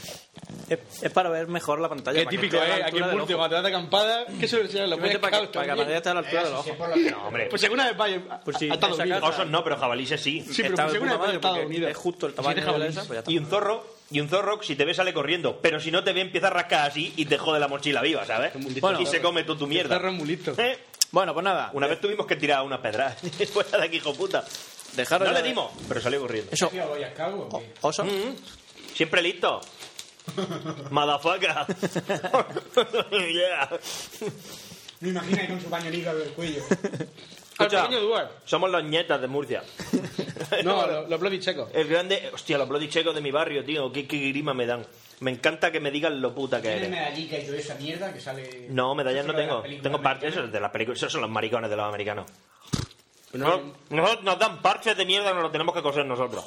[SPEAKER 6] Es, es para ver mejor la pantalla.
[SPEAKER 7] Es
[SPEAKER 6] para que
[SPEAKER 7] típico,
[SPEAKER 6] esté a la
[SPEAKER 7] ¿eh? Aquí
[SPEAKER 6] altura
[SPEAKER 7] en
[SPEAKER 6] del
[SPEAKER 7] Murcia,
[SPEAKER 6] ojo.
[SPEAKER 7] cuando te das de acampada, ¿qué suele ser? Los
[SPEAKER 6] Simplemente
[SPEAKER 7] Boy
[SPEAKER 6] para que,
[SPEAKER 7] Scouts
[SPEAKER 6] para que la
[SPEAKER 7] también.
[SPEAKER 6] pantalla esté a la altura del ojo.
[SPEAKER 8] No, hombre.
[SPEAKER 7] Pues según una vez vaya,
[SPEAKER 6] Pues sí,
[SPEAKER 7] a Estados
[SPEAKER 6] esa
[SPEAKER 7] Unidos.
[SPEAKER 6] casa-
[SPEAKER 8] Osos no, pero jabalíes sí.
[SPEAKER 7] Sí, pero
[SPEAKER 6] Está de
[SPEAKER 7] según una
[SPEAKER 6] puta
[SPEAKER 7] vez
[SPEAKER 6] madre
[SPEAKER 7] en Estados
[SPEAKER 6] porque
[SPEAKER 7] Unidos.
[SPEAKER 6] Es pues justo el
[SPEAKER 7] Si te
[SPEAKER 6] tamaño de
[SPEAKER 7] jabalí.
[SPEAKER 6] esa, pues ya está.
[SPEAKER 8] Y un zorro, y un zorro, si te ve, sale corriendo. Pero si no te ve, empieza a rascar así y te jode la mochila viva, ¿sabes?
[SPEAKER 6] Bueno,
[SPEAKER 8] y se come toda tu mierda.
[SPEAKER 7] Está Romulito.
[SPEAKER 8] ¿Eh?
[SPEAKER 6] Bueno, pues nada.
[SPEAKER 8] Una vez tuvimos que tirar unas pedras. Fuera de aquí, hijo puta.
[SPEAKER 6] Dejaros
[SPEAKER 8] no
[SPEAKER 6] ya
[SPEAKER 8] le
[SPEAKER 6] de-
[SPEAKER 8] dimos, pero salió corriendo.
[SPEAKER 6] Eso. Oso.
[SPEAKER 8] Mm, Siempre listo. Madafaca. Yeah.
[SPEAKER 13] Me imagino ahí con su pañuelito al cuello.
[SPEAKER 7] Al
[SPEAKER 8] Escucha.
[SPEAKER 7] pequeño Duar.
[SPEAKER 8] Somos los ñetas de Murcia.
[SPEAKER 7] No, lo- los Bloody Checos.
[SPEAKER 8] El grande. Hostia, los bloody checos de mi barrio, tío. Qué, qué grima me dan. Me encanta que me digan lo puta que
[SPEAKER 13] Tiene
[SPEAKER 8] eres.
[SPEAKER 13] medallica y toda esa mierda que sale.
[SPEAKER 8] No, medallas no
[SPEAKER 13] Eso es lo de las
[SPEAKER 8] tengo.
[SPEAKER 13] películas
[SPEAKER 8] Tengo parches
[SPEAKER 13] americanas.
[SPEAKER 8] esos de las películas. Esos son los maricones de los americanos. No, no- nos dan parches de mierda, nos los tenemos que coser nosotros.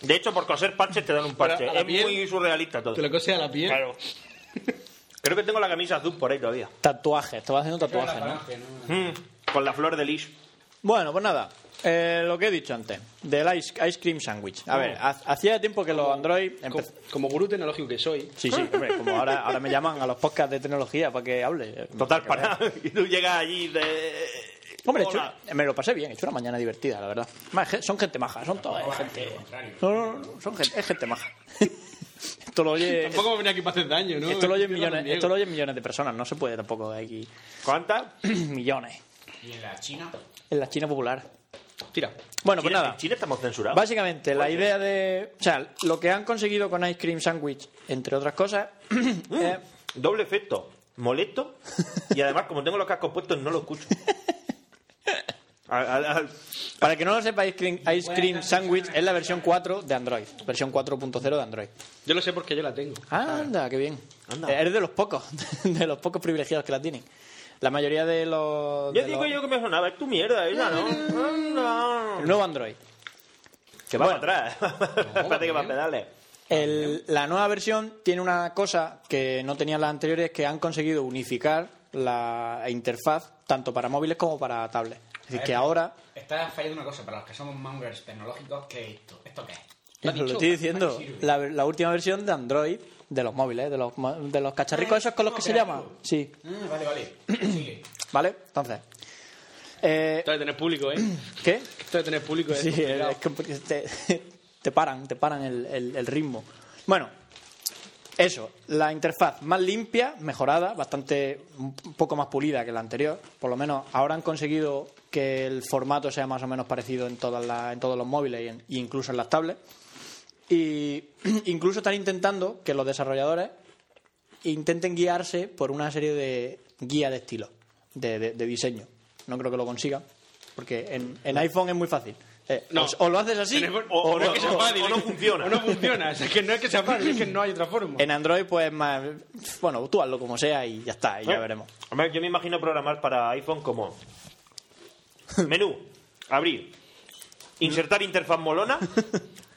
[SPEAKER 8] De hecho, por coser parches te dan un parche.
[SPEAKER 7] Pero a la
[SPEAKER 8] Es
[SPEAKER 7] piel-
[SPEAKER 8] muy surrealista todo.
[SPEAKER 7] Te lo cose a la piel.
[SPEAKER 8] Claro. Creo que tengo la camisa azul por ahí todavía.
[SPEAKER 11] Tatuajes, te vas haciendo tatuajes, ¿no?
[SPEAKER 8] Mm, con la flor de lis.
[SPEAKER 6] Bueno, pues nada. eh, lo que he dicho antes, del ice, ice cream sandwich. A ver, ha- hacía tiempo que los Android. empe-
[SPEAKER 7] Como, como gurú tecnológico que soy.
[SPEAKER 6] Sí, sí, hombre, como ahora, ahora me llaman a los podcasts de tecnología para que hable. eh,
[SPEAKER 8] Total, para. Y tú llegas allí de.
[SPEAKER 6] Hombre, he hecho
[SPEAKER 8] Hola.
[SPEAKER 6] una- me lo pasé bien, he hecho una mañana divertida, la verdad. Más ge- son gente maja, son toda gente. No, no, no, son gente, es gente maja. Esto lo oye.
[SPEAKER 7] Tampoco me venía aquí para hacer daño, ¿no?
[SPEAKER 6] Esto lo, oyen
[SPEAKER 7] Yo
[SPEAKER 6] millones,
[SPEAKER 7] también.
[SPEAKER 6] esto lo oyen millones de personas, no se puede tampoco aquí.
[SPEAKER 8] ¿Cuántas?
[SPEAKER 6] millones.
[SPEAKER 13] Y en la China.
[SPEAKER 6] En la China popular.
[SPEAKER 7] Tira.
[SPEAKER 6] Bueno, pues
[SPEAKER 8] Chile-
[SPEAKER 6] nada.
[SPEAKER 8] en Chile estamos censurados.
[SPEAKER 6] Básicamente, la idea de. O sea, lo que han conseguido con Ice Cream Sandwich, entre otras cosas, eh, es.
[SPEAKER 8] Doble efecto. Molesto. Y además, como tengo los cascos puestos, no lo escucho. Al- al- al-
[SPEAKER 6] Para que no lo sepa, Ice Cream, Ice Cream Sandwich es la versión 4 de Android. Versión 4.0 de Android.
[SPEAKER 7] Yo lo sé porque yo la tengo.
[SPEAKER 6] Anda, qué bien. Eh,
[SPEAKER 8] Anda.
[SPEAKER 6] Eres de los pocos, de los pocos privilegiados que la tienen. La mayoría de los.
[SPEAKER 8] Yo
[SPEAKER 6] de
[SPEAKER 8] digo
[SPEAKER 6] los-
[SPEAKER 8] yo que me sonaba. Es tu mierda, ella, ¿no? Anda.
[SPEAKER 6] El nuevo Android.
[SPEAKER 8] Que va para atrás. Espérate que va a pedales.
[SPEAKER 6] El- la nueva versión tiene una cosa que no tenían las anteriores, que han conseguido unificar la interfaz tanto para móviles como para tablets. Es decir, que ahora...
[SPEAKER 13] Está fallando una cosa para los que somos mongers tecnológicos. ¿Qué es esto? ¿Esto qué es?
[SPEAKER 6] Lo estoy diciendo, la, la última versión de Android, de los móviles, de los, mo- de los cacharricos esos con los que se llama. Sí,
[SPEAKER 13] Ah, vale, vale. Sigue.
[SPEAKER 6] ¿vale? Entonces... eh,
[SPEAKER 7] Esto de tener público, ¿eh?
[SPEAKER 6] ¿Qué?
[SPEAKER 7] Esto de tener público, ¿eh?
[SPEAKER 6] Sí, es que te, te paran, te paran el, el- el ritmo. Bueno, eso, la interfaz más limpia, mejorada, bastante un poco más pulida que la anterior. Por lo menos ahora han conseguido que el formato sea más o menos parecido en, todas las- en todos los móviles y, en- y incluso en las tablets. Y incluso están intentando que los desarrolladores intenten guiarse por una serie de guía de estilo, de, de- de diseño. No creo que lo consigan, porque en, en iPhone es muy fácil. Eh,
[SPEAKER 7] No.
[SPEAKER 6] o, o lo haces así,
[SPEAKER 7] Tener-
[SPEAKER 6] o,
[SPEAKER 7] o
[SPEAKER 6] no.
[SPEAKER 7] no es que sea fácil,
[SPEAKER 8] o no
[SPEAKER 7] es que-
[SPEAKER 8] funciona.
[SPEAKER 7] O no funciona. O sea, es que no es que sea fácil, es que no hay otra forma.
[SPEAKER 6] En Android, pues más. Bueno, tú hazlo como sea y ya está, y
[SPEAKER 8] Ah.
[SPEAKER 6] ya veremos.
[SPEAKER 8] Hombre, yo me imagino programar para iPhone como menú, abrir, insertar interfaz molona,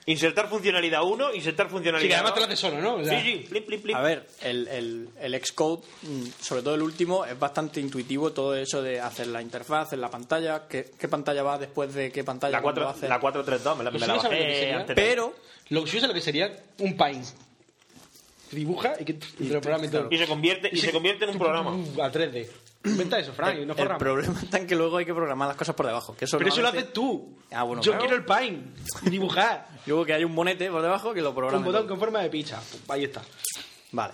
[SPEAKER 8] insertar funcionalidad 1, insertar
[SPEAKER 7] Sí,
[SPEAKER 8] funcionalidad
[SPEAKER 7] que además te lo
[SPEAKER 8] dos.
[SPEAKER 7] hace solo, ¿no? O sea,
[SPEAKER 8] Sí, sí, flip, flip, flip.
[SPEAKER 6] A ver, el, el, el Xcode, mm, sobre todo el último, es bastante intuitivo todo eso de hacer la interfaz, hacer la pantalla, qué, qué pantalla va después de qué pantalla
[SPEAKER 8] La,
[SPEAKER 6] cuando
[SPEAKER 8] 4,
[SPEAKER 6] haces.
[SPEAKER 8] la 432, me la,
[SPEAKER 7] Pues
[SPEAKER 8] me
[SPEAKER 7] sí,
[SPEAKER 8] la
[SPEAKER 7] no sabes lo que
[SPEAKER 8] bajé
[SPEAKER 7] sería.
[SPEAKER 8] antes de-
[SPEAKER 6] Pero
[SPEAKER 7] Lo que se usa lo que sería un paint. Dibuja y que y te lo programa y todo.
[SPEAKER 8] Y se convierte, y se convierte en un programa.
[SPEAKER 7] A 3D. Inventa eso, Frank, y no
[SPEAKER 6] el
[SPEAKER 7] forramos.
[SPEAKER 6] problema está en que luego hay que programar las cosas por debajo. Que eso
[SPEAKER 7] Pero eso lo
[SPEAKER 6] normalmente-
[SPEAKER 7] haces tú.
[SPEAKER 6] Ah, bueno,
[SPEAKER 7] Yo
[SPEAKER 6] claro.
[SPEAKER 7] quiero el paint y dibujar.
[SPEAKER 6] Luego que hay un monete por debajo que lo programa.
[SPEAKER 7] un botón con forma de pizza. Pum, Ahí está.
[SPEAKER 6] Vale.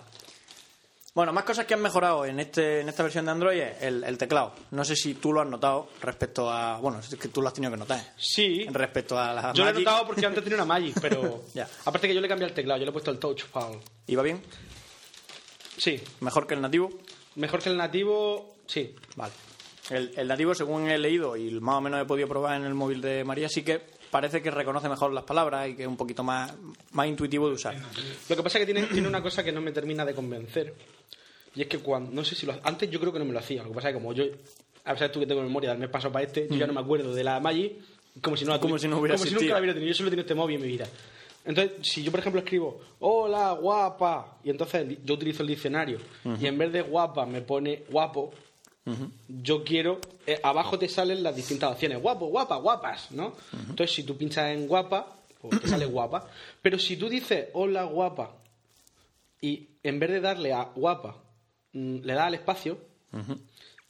[SPEAKER 6] Bueno, más cosas que han mejorado en, este, en esta versión de Android es el, el teclado. No sé si tú lo has notado respecto a. Bueno, es que tú lo has tenido que notar. ¿eh?
[SPEAKER 7] Sí.
[SPEAKER 6] Respecto a la.
[SPEAKER 7] Yo lo he
[SPEAKER 6] Magic.
[SPEAKER 7] notado porque antes tenía una Magic, pero.
[SPEAKER 6] Ya.
[SPEAKER 7] Aparte que yo le cambié el teclado, yo le he puesto el Touch Pal.
[SPEAKER 6] ¿Iba bien?
[SPEAKER 7] Sí.
[SPEAKER 6] ¿Mejor que el nativo?
[SPEAKER 7] Mejor que el nativo, sí.
[SPEAKER 6] Vale. El, el nativo, según he leído y más o menos he podido probar en el móvil de María, sí que parece que reconoce mejor las palabras y que es un poquito más, más intuitivo de usar.
[SPEAKER 7] Lo que pasa es que tiene, tiene una cosa que no me termina de convencer. Y es que cuando. No sé si lo. Antes yo creo que no me lo hacía. Lo que pasa es que como yo. A pesar de tú que tengo memoria del mes pasado para este, yo ya no me acuerdo de la Magic. Como si no la
[SPEAKER 6] Como
[SPEAKER 7] tuvi-
[SPEAKER 6] si no hubiera
[SPEAKER 7] como si
[SPEAKER 6] existido.
[SPEAKER 7] nunca la hubiera tenido. Yo solo he tenido este móvil en mi vida. Entonces, si yo, por ejemplo, escribo hola, guapa, y entonces el- yo utilizo el diccionario, y en vez de guapa me pone guapo, yo quiero, eh, abajo te salen las distintas opciones, guapo, guapa, guapas, ¿no? Entonces, si tú pinchas en guapa, pues te sale guapa. Pero si tú dices, hola, guapa, y en vez de darle a guapa, mm, le das al espacio,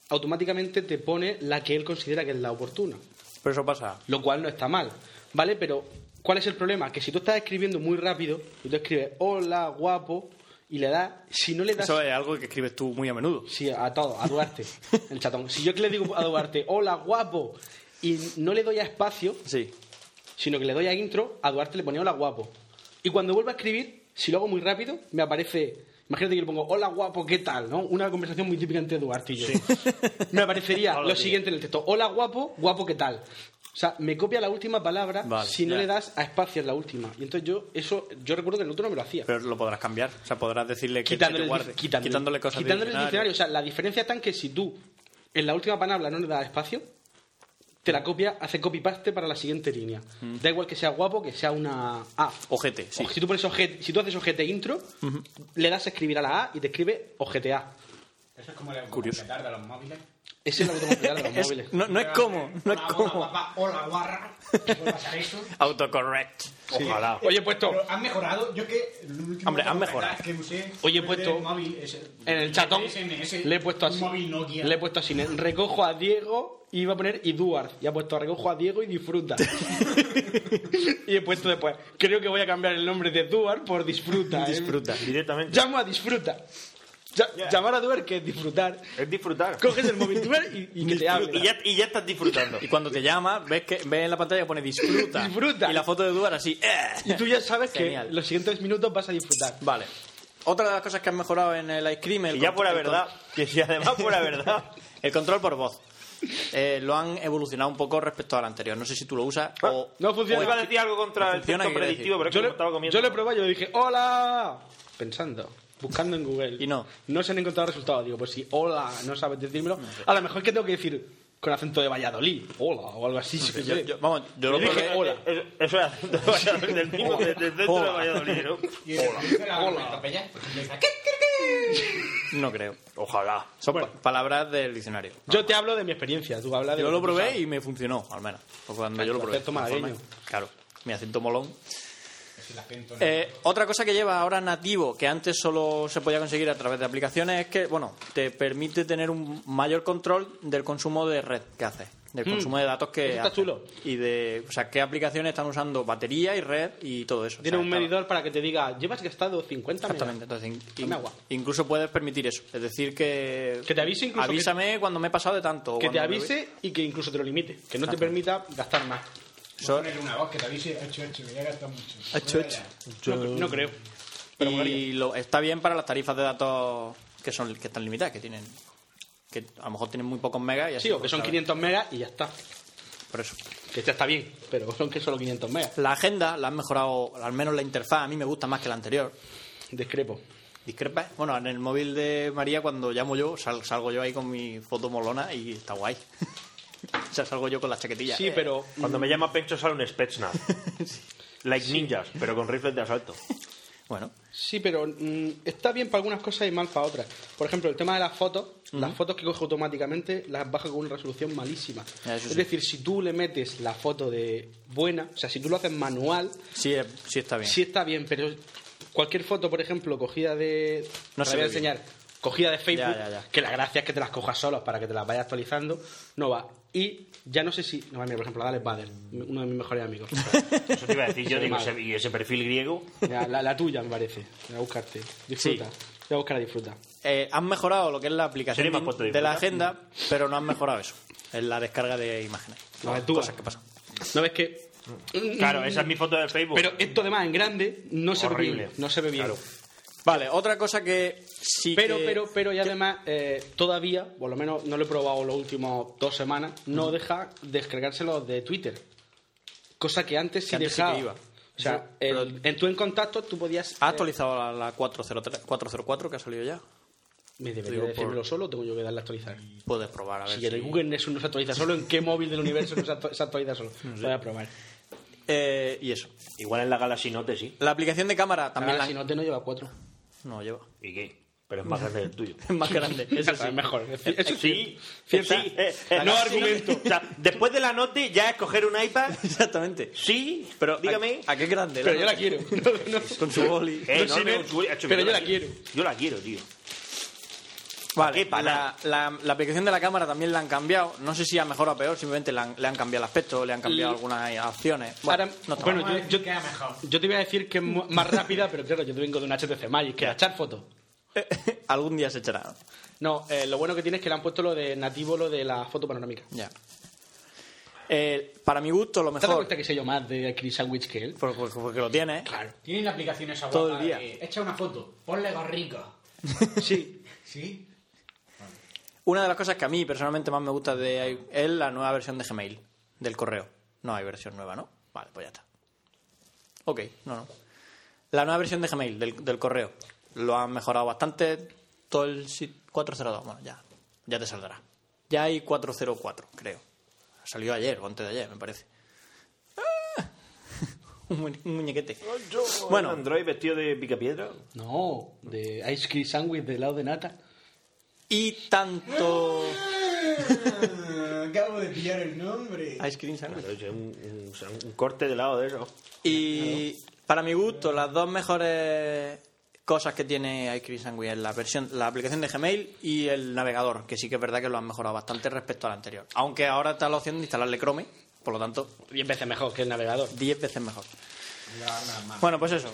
[SPEAKER 7] automáticamente te pone la que él considera que es la oportuna,
[SPEAKER 6] Pero eso pasa.
[SPEAKER 7] lo cual no está mal, ¿vale? Pero, ¿cuál es el problema? Que si tú estás escribiendo muy rápido, y tú escribes, hola, guapo, y le das, si no le das...
[SPEAKER 6] Eso es algo que escribes tú muy a menudo.
[SPEAKER 7] Sí, a todo, a Duarte, el chatón. Si yo que le digo a Duarte, hola, guapo, y no le doy a espacio,
[SPEAKER 6] Sí.
[SPEAKER 7] sino que le doy a intro, a Duarte le ponía hola, guapo. Y cuando vuelvo a escribir, si lo hago muy rápido, me aparece... Imagínate que le pongo, hola, guapo, ¿qué tal? ¿no? Una conversación muy típica entre Duarte y yo. Me aparecería
[SPEAKER 8] Hola,
[SPEAKER 7] lo
[SPEAKER 8] tío.
[SPEAKER 7] siguiente en el texto, hola, guapo, guapo, ¿qué tal? O sea, me copia la última palabra
[SPEAKER 6] Vale,
[SPEAKER 7] si no
[SPEAKER 6] ya.
[SPEAKER 7] le das a espacio en la última. Y entonces yo, eso, yo recuerdo que el otro no me lo hacía.
[SPEAKER 6] Pero lo podrás cambiar. O sea, podrás decirle que, que
[SPEAKER 7] quitándole,
[SPEAKER 6] te
[SPEAKER 7] el,
[SPEAKER 6] guarde.
[SPEAKER 7] dif- quitándole,
[SPEAKER 6] quitándole cosas del
[SPEAKER 7] quitándole el diccionario. O sea, la diferencia está en que si tú en la última palabra no le das espacio, te la copia, hace copy-paste para la siguiente línea.
[SPEAKER 6] Mm.
[SPEAKER 7] Da igual que sea guapo, que sea una A.
[SPEAKER 6] Ojete, sí.
[SPEAKER 7] O si, tú pones OG si tú haces OGT intro, le das a escribir a la A y te escribe OGTA.
[SPEAKER 9] Eso es como la
[SPEAKER 6] Curioso.
[SPEAKER 9] completar de los móviles.
[SPEAKER 7] Ese es el autocompletar de los
[SPEAKER 6] Es-
[SPEAKER 7] móviles.
[SPEAKER 6] no, no es como, no es
[SPEAKER 9] Hola, Hola,
[SPEAKER 6] como.
[SPEAKER 9] guapa, hola, guarra. ¿Te puede pasar eso?
[SPEAKER 6] Autocorrect. Ojalá.
[SPEAKER 7] Oye, he puesto
[SPEAKER 9] Pero han mejorado. Yo que. el último
[SPEAKER 6] Hombre, han mejorado.
[SPEAKER 9] Que usé
[SPEAKER 7] Oye, he
[SPEAKER 9] fue
[SPEAKER 7] puesto
[SPEAKER 9] el móvil ese-
[SPEAKER 7] en el chatón,
[SPEAKER 9] SMS,
[SPEAKER 7] le he puesto
[SPEAKER 9] un
[SPEAKER 7] así.
[SPEAKER 9] móvil Nokia.
[SPEAKER 7] Le he puesto así. Recojo a Diego y iba a poner Eduard. Y ha puesto recojo a Diego y disfruta. y he puesto después. Creo que voy a cambiar el nombre de Eduard por disfruta. ¿eh?
[SPEAKER 6] Disfruta.
[SPEAKER 8] Directamente.
[SPEAKER 7] Llamo a disfruta. Ya- Llamar a Duer que es disfrutar.
[SPEAKER 8] Es disfrutar.
[SPEAKER 7] Coges el móvil Duer y, y que te hable.
[SPEAKER 8] Y ya, y ya estás disfrutando.
[SPEAKER 6] Y cuando te llama, ves que ves en la pantalla que pone disfruta.
[SPEAKER 7] Disfruta.
[SPEAKER 6] Y la foto de Duar así. eh.
[SPEAKER 7] Y tú ya sabes que
[SPEAKER 6] Genial.
[SPEAKER 7] los siguientes minutos vas a disfrutar.
[SPEAKER 6] Vale. Otra de las cosas que han mejorado en el ice cream. El
[SPEAKER 8] Y ya
[SPEAKER 6] contro-
[SPEAKER 8] fuera
[SPEAKER 6] el
[SPEAKER 8] verdad. Que si además fuera verdad.
[SPEAKER 6] El control por voz. Eh, lo han evolucionado un poco respecto al anterior. No sé si tú lo usas o.
[SPEAKER 7] Ah, no
[SPEAKER 8] Yo
[SPEAKER 7] funciona.
[SPEAKER 8] iba a decir algo contra el
[SPEAKER 6] Funciona,
[SPEAKER 8] texto
[SPEAKER 6] quiero
[SPEAKER 8] predictivo, pero es
[SPEAKER 7] Yo
[SPEAKER 8] que
[SPEAKER 7] lo,
[SPEAKER 8] me estaba comiendo.
[SPEAKER 7] yo lo he probado, yo dije, ¡Hola! Pensando, buscando en Google.
[SPEAKER 6] Y no.
[SPEAKER 7] No se han encontrado resultados. Digo, pues si hola, no sabes decírmelo. A lo mejor es que tengo que decir con acento de Valladolid, hola, o algo así. yo qué sé.
[SPEAKER 6] Yo- vamos, yo
[SPEAKER 8] Yo
[SPEAKER 6] lo
[SPEAKER 8] dije,
[SPEAKER 6] probé. Eh,
[SPEAKER 8] hola. Eso eso es acento de Valladolid, del mismo, de- del centro de
[SPEAKER 6] Hola.
[SPEAKER 8] Valladolid, ¿no?
[SPEAKER 9] Y el-
[SPEAKER 6] eh,
[SPEAKER 9] la- la atropella.
[SPEAKER 6] No creo. Ojalá. Son pa- palabras del diccionario.
[SPEAKER 7] Yo te hablo de mi experiencia, tú hablas de.
[SPEAKER 6] Yo lo
[SPEAKER 7] que tú sabes.
[SPEAKER 6] probé y me funcionó, al menos. Porque Cuando yo lo
[SPEAKER 7] tu
[SPEAKER 6] probé.
[SPEAKER 7] acento malagueño.
[SPEAKER 6] conforme- Claro, mi acento molón.
[SPEAKER 9] Es el acento, ¿no?
[SPEAKER 6] Eh, otra cosa que lleva ahora nativo, que antes solo se podía conseguir a través de aplicaciones, es que, bueno, te permite tener un mayor control del consumo de red que haces, del consumo de datos que
[SPEAKER 7] Hmm. Eso está
[SPEAKER 6] haces.
[SPEAKER 7] chulo.
[SPEAKER 6] Y de, o sea, qué aplicaciones están usando batería y red y todo eso. O
[SPEAKER 7] Tiene
[SPEAKER 6] sea,
[SPEAKER 7] un
[SPEAKER 6] está-
[SPEAKER 7] medidor para que te diga, llevas gastado 50 megas".
[SPEAKER 6] Exactamente, entonces in-
[SPEAKER 7] Dame agua.
[SPEAKER 6] incluso puedes permitir eso, es decir que
[SPEAKER 7] Que te avise incluso que-
[SPEAKER 6] avísame cuando me he pasado de tanto. o
[SPEAKER 7] Que te
[SPEAKER 6] cuando me-
[SPEAKER 7] avise y que incluso te lo limite, que no
[SPEAKER 6] Exactamente.
[SPEAKER 7] te permita gastar más.
[SPEAKER 6] Eso-
[SPEAKER 9] Ponerle una voz que te avise, ocho, ocho, que ya gasta mucho.
[SPEAKER 6] Ocho, ocho.
[SPEAKER 7] No, no creo.
[SPEAKER 6] y lo, está bien para las tarifas de datos que son que están limitadas, que tienen que a lo mejor tienen muy pocos megas y así.
[SPEAKER 7] Sí, o que
[SPEAKER 6] pues,
[SPEAKER 7] son
[SPEAKER 6] ¿sabes?
[SPEAKER 7] 500 megas y ya está.
[SPEAKER 6] Por eso.
[SPEAKER 7] Que ya está bien, pero son que solo 500 megas.
[SPEAKER 6] La agenda la han mejorado, al menos la interfaz, a mí me gusta más que la anterior.
[SPEAKER 7] Discrepo.
[SPEAKER 6] Discrepa. ¿eh? Bueno, en el móvil de María, cuando llamo yo, sal- salgo yo ahí con mi foto molona y está guay. o sea, salgo yo con la chaquetilla.
[SPEAKER 7] Sí,
[SPEAKER 6] Eh,
[SPEAKER 7] pero
[SPEAKER 8] Cuando me llama Pencho sale un Spetsnaz. Like ninjas, pero con rifles de asalto.
[SPEAKER 6] Bueno,
[SPEAKER 7] Sí, pero mm, está bien para algunas cosas y mal para otras. Por ejemplo, el tema de las fotos, las fotos que coge automáticamente las baja con una resolución malísima.
[SPEAKER 6] Ya, Ah, eso
[SPEAKER 7] es
[SPEAKER 6] sí.
[SPEAKER 7] decir, si tú le metes la foto de buena, o sea, si tú lo haces manual,
[SPEAKER 6] sí, eh, sí está bien.
[SPEAKER 7] sí está bien, pero cualquier foto, por ejemplo, cogida de...
[SPEAKER 6] No
[SPEAKER 7] te la
[SPEAKER 6] se
[SPEAKER 7] voy a
[SPEAKER 6] ve bien.
[SPEAKER 7] enseñar, cogida de Facebook,
[SPEAKER 6] Ya, ya, ya.
[SPEAKER 7] que la gracia es que te las cojas solos para que te las vayas actualizando, no va. Y ya no sé si... No, mira, por ejemplo, Dale Bader, uno de mis mejores amigos.
[SPEAKER 8] Eso te iba a decir yo,
[SPEAKER 7] Sí,
[SPEAKER 8] digo,
[SPEAKER 7] madre.
[SPEAKER 8] ese- y ese perfil griego.
[SPEAKER 7] Ya, la, la tuya, me parece. Voy a buscarte. Disfruta. Voy a buscar a disfruta.
[SPEAKER 6] Eh, han mejorado lo que es la aplicación
[SPEAKER 8] Sería más puesto
[SPEAKER 6] de,
[SPEAKER 8] de
[SPEAKER 6] la
[SPEAKER 8] disfrutar.
[SPEAKER 6] agenda, pero no han mejorado eso. Es la descarga de imágenes.
[SPEAKER 7] Lo de tú.
[SPEAKER 6] Cosas que pasan.
[SPEAKER 7] ¿No ves que...?
[SPEAKER 8] Claro, esa es mi foto de Facebook.
[SPEAKER 7] Pero esto además en grande no se ve
[SPEAKER 8] Horrible.
[SPEAKER 7] bien. No se ve bien.
[SPEAKER 8] Claro.
[SPEAKER 6] Vale, otra cosa que sí
[SPEAKER 7] pero,
[SPEAKER 6] que-
[SPEAKER 7] pero, pero, y además, eh, todavía, por lo menos no lo he probado los últimos dos semanas, no deja descargárselo de Twitter. Cosa que antes sí
[SPEAKER 6] Que antes sí
[SPEAKER 7] dejaba.
[SPEAKER 6] que iba.
[SPEAKER 7] O sea,
[SPEAKER 6] Pero-
[SPEAKER 7] el- en tu en contacto tú podías.
[SPEAKER 6] ¿Ha actualizado la, la 403, 404 que ha salido ya?
[SPEAKER 7] ¿Me debería
[SPEAKER 6] Digo,
[SPEAKER 7] decírmelo
[SPEAKER 6] por-
[SPEAKER 7] solo o tengo yo que darle a actualizar?
[SPEAKER 6] Puedes probar, a ver
[SPEAKER 7] Si
[SPEAKER 6] si-
[SPEAKER 7] el Google Nexus no se actualiza solo, ¿en qué móvil del universo no se actu- se actualiza solo? Voy a probar.
[SPEAKER 6] Eh, y eso.
[SPEAKER 8] Igual en la Galaxy Note, sí.
[SPEAKER 6] La aplicación de cámara también
[SPEAKER 7] Ahora,
[SPEAKER 6] la...
[SPEAKER 7] si Ah, no te no lleva cuatro.
[SPEAKER 6] No, lleva.
[SPEAKER 8] ¿Y qué? Pero es más grande el tuyo.
[SPEAKER 6] Es más grande.
[SPEAKER 7] Eso sí. Eh, es mejor. Eso
[SPEAKER 8] Sí,
[SPEAKER 7] Fiel,
[SPEAKER 8] sí, eh, eh, no argumento. O sea, después de la note, ya escoger un iPad,
[SPEAKER 6] Exactamente.
[SPEAKER 8] sí,
[SPEAKER 6] Pero,
[SPEAKER 8] dígame.
[SPEAKER 6] ¿A, a qué grande?
[SPEAKER 7] Pero
[SPEAKER 6] la
[SPEAKER 7] yo la
[SPEAKER 6] noche?
[SPEAKER 7] quiero. No, no.
[SPEAKER 6] Con su boli.
[SPEAKER 8] Eh,
[SPEAKER 7] no
[SPEAKER 8] no,
[SPEAKER 7] sé,
[SPEAKER 8] me-
[SPEAKER 7] pero-
[SPEAKER 8] tú- hecho,
[SPEAKER 7] pero yo la
[SPEAKER 8] Yo la quiero, tío.
[SPEAKER 6] Vale,
[SPEAKER 8] ¿Qué para?
[SPEAKER 6] la, la, la aplicación de la cámara también la han cambiado. No sé si a mejor o a peor, simplemente le han, le han cambiado el aspecto, le han cambiado
[SPEAKER 7] Y-
[SPEAKER 6] algunas acciones. Bueno,
[SPEAKER 7] Ahora-
[SPEAKER 6] no está
[SPEAKER 7] bueno,
[SPEAKER 13] Vamos a
[SPEAKER 6] mal.
[SPEAKER 7] yo,
[SPEAKER 13] decir
[SPEAKER 7] yo-
[SPEAKER 13] que era mejor.
[SPEAKER 7] yo te iba a decir que es mu- más rápida, pero claro, yo vengo de un HTC Magic, que era echar fotos.
[SPEAKER 6] algún día se echará.
[SPEAKER 7] No, eh, lo bueno que tiene es que le han puesto lo de nativo, lo de la foto panorámica. ¿Te
[SPEAKER 6] Ya. Eh, para mi gusto, lo
[SPEAKER 7] has dado
[SPEAKER 6] mejor.
[SPEAKER 7] cuenta que sé yo más de Chris Sandwich que él?
[SPEAKER 6] Porque, porque- porque lo tiene.
[SPEAKER 7] Claro.
[SPEAKER 13] Tienen la aplicación esa
[SPEAKER 6] Todo
[SPEAKER 13] guapa
[SPEAKER 6] el día.
[SPEAKER 13] de, Echa una foto, ponle gorrico.
[SPEAKER 7] Sí.
[SPEAKER 13] ¿Sí?
[SPEAKER 6] Una de las cosas que a mí personalmente más me gusta de i- es la nueva versión de Gmail, del correo. No hay versión nueva, ¿no? Vale, pues ya está. Ok, no, no. La nueva versión de Gmail, del, del correo. Lo han mejorado bastante. Todo el sit- 402, bueno, ya. Ya te saldrá. Ya hay 404, creo. Salió ayer o antes de ayer, me parece. ¡Ah! un, mu- un muñequete.
[SPEAKER 8] Bueno,
[SPEAKER 6] Bueno.
[SPEAKER 8] Android vestido de picapiedra.
[SPEAKER 7] No, de Ice Cream Sandwich de helado de nata.
[SPEAKER 6] Y tanto...
[SPEAKER 13] Acabo de pillar el nombre.
[SPEAKER 6] Ice cream sandwich.
[SPEAKER 8] Claro, es Un, un- un corte de lado de eso.
[SPEAKER 6] Y para mi gusto, las dos mejores cosas que tiene iCream Sandwich es la versión, la aplicación de Gmail y el navegador, que sí que es verdad que lo han mejorado bastante respecto al anterior. Aunque ahora está la opción de instalarle Chrome, por lo tanto,
[SPEAKER 7] Diez veces mejor que el navegador.
[SPEAKER 6] 10 veces mejor. Bueno, pues eso.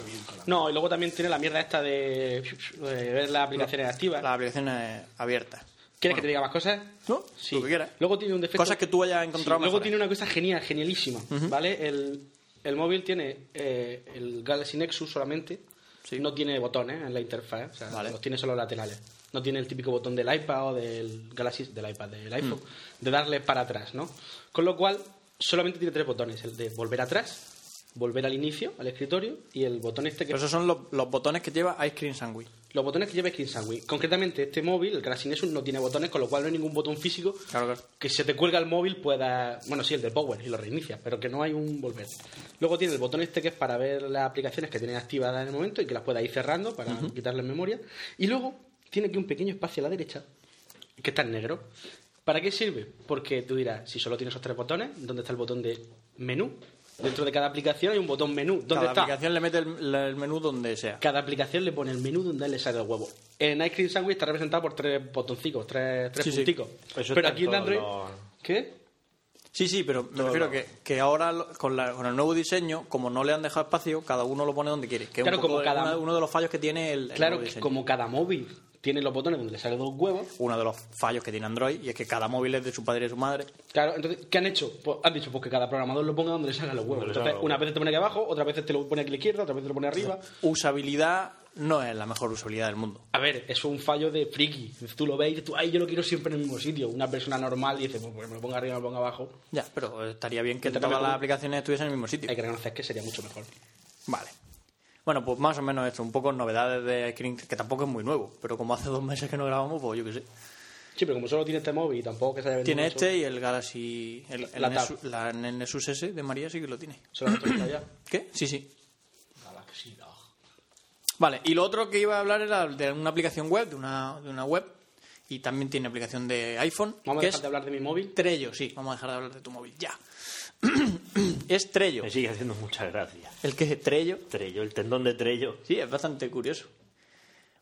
[SPEAKER 7] No, y luego también tiene la mierda esta de, de ver las aplicaciones activas.
[SPEAKER 6] Las aplicaciones abiertas.
[SPEAKER 7] ¿Quieres que te diga más cosas?
[SPEAKER 6] ¿No? Lo que quieras.
[SPEAKER 7] Luego tiene un defecto.
[SPEAKER 6] Cosas que tú hayas
[SPEAKER 7] Sí,
[SPEAKER 6] encontrado
[SPEAKER 7] luego
[SPEAKER 6] mejores.
[SPEAKER 7] tiene una cosa genial, genialísima, ¿vale? El, el móvil tiene eh, el Galaxy Nexus solamente, no tiene botones en la interfaz, o sea,
[SPEAKER 6] Vale.
[SPEAKER 7] los tiene solo laterales. No tiene el típico botón del iPad o del Galaxy, del iPad, del
[SPEAKER 6] Mm.
[SPEAKER 7] iPhone, de darle para atrás, ¿no? Con lo cual, solamente tiene tres botones, el de volver atrás, volver al inicio, al escritorio, y el botón este que...
[SPEAKER 6] Pero esos son los, los botones que lleva Ice Cream Sandwich.
[SPEAKER 7] Los botones que lleva Screen Sandwich. Concretamente, este móvil, el Galaxy Nexus, no tiene botones, con lo cual no hay ningún botón físico
[SPEAKER 6] Claro, claro.
[SPEAKER 7] que si se te cuelga el móvil pueda... Bueno, sí, el de Power y lo reinicia, pero que no hay un volver. Luego tiene el botón este que es para ver las aplicaciones que tienes activadas en el momento y que las puedas ir cerrando para quitarle memoria. Y luego tiene aquí un pequeño espacio a la derecha que está en negro. ¿Para qué sirve? Porque tú dirás, si solo tienes esos tres botones, ¿dónde está el botón de menú? Dentro de cada aplicación hay un botón menú. ¿Dónde
[SPEAKER 6] Cada
[SPEAKER 7] está?
[SPEAKER 6] aplicación le mete el, el menú donde sea.
[SPEAKER 7] Cada aplicación le pone el menú donde le sale el huevo. En Ice Cream Sandwich está representado por tres botoncicos, tres, tres
[SPEAKER 6] Sí, sí.
[SPEAKER 7] punticos.
[SPEAKER 8] Eso
[SPEAKER 7] Pero
[SPEAKER 8] está
[SPEAKER 7] aquí en
[SPEAKER 8] en
[SPEAKER 7] Android.
[SPEAKER 8] todos
[SPEAKER 7] ¿Qué?
[SPEAKER 6] Sí, sí, pero me refiero que, que ahora lo- con, la- con el nuevo diseño, como no le han dejado espacio, cada uno lo pone donde quiere. Que es
[SPEAKER 7] Claro,
[SPEAKER 6] un poco
[SPEAKER 7] como cada-
[SPEAKER 6] una- uno de los fallos que tiene el, el
[SPEAKER 7] Claro,
[SPEAKER 6] nuevo
[SPEAKER 7] que
[SPEAKER 6] diseño.
[SPEAKER 7] como cada móvil tiene los botones donde le salen dos huevos.
[SPEAKER 6] uno de los fallos que tiene Android y es que cada móvil es de su padre y su madre.
[SPEAKER 7] Claro, entonces, ¿qué han hecho? Pues han dicho pues, que cada programador lo ponga donde le salgan los huevos.
[SPEAKER 8] Donde le
[SPEAKER 7] Entonces,
[SPEAKER 8] salgan los
[SPEAKER 7] una
[SPEAKER 8] huevos.
[SPEAKER 7] vez te pone aquí abajo, otra vez te lo pone aquí a la izquierda, otra vez te lo pone arriba.
[SPEAKER 6] Usabilidad no es la mejor usabilidad del mundo.
[SPEAKER 7] A ver, eso es un fallo de friki. Tú lo ves y dices, tú, ay, yo lo quiero siempre en el mismo sitio. Una persona normal dice, pues, pues me lo ponga arriba, me lo ponga abajo.
[SPEAKER 6] Ya, pero estaría bien que
[SPEAKER 7] Intenta
[SPEAKER 6] todas
[SPEAKER 7] poner
[SPEAKER 6] las
[SPEAKER 7] como-
[SPEAKER 6] aplicaciones estuviesen en el mismo sitio.
[SPEAKER 7] Hay que reconocer que sería mucho mejor.
[SPEAKER 6] Vale. Bueno, pues más o menos esto, un poco novedades de Screen, que tampoco es muy nuevo, pero como hace dos meses que no grabamos, pues yo qué sé.
[SPEAKER 7] Sí, pero como solo tiene este móvil y tampoco que se haya vendido
[SPEAKER 6] Tiene
[SPEAKER 7] mucho,
[SPEAKER 6] este y el Galaxy, el, el
[SPEAKER 7] La tab.
[SPEAKER 6] Nexus, la Nexus S de María sí que lo tiene.
[SPEAKER 7] Se lo han actualizado ya. Ah,
[SPEAKER 6] ¿Qué? Sí, sí.
[SPEAKER 13] Galaxy Dog.
[SPEAKER 6] Vale, y lo otro que iba a hablar era de una aplicación web, de una, de una web, y también tiene aplicación de iPhone,
[SPEAKER 7] Vamos a
[SPEAKER 6] que
[SPEAKER 7] dejar
[SPEAKER 6] es
[SPEAKER 7] de hablar de mi móvil.
[SPEAKER 6] Trello, sí, vamos a dejar de hablar de tu móvil, ya. es Trello.
[SPEAKER 8] Me sigue haciendo muchas gracias.
[SPEAKER 6] ¿El que es Trello?
[SPEAKER 8] Trello, el tendón de Trello.
[SPEAKER 6] Sí, es bastante curioso.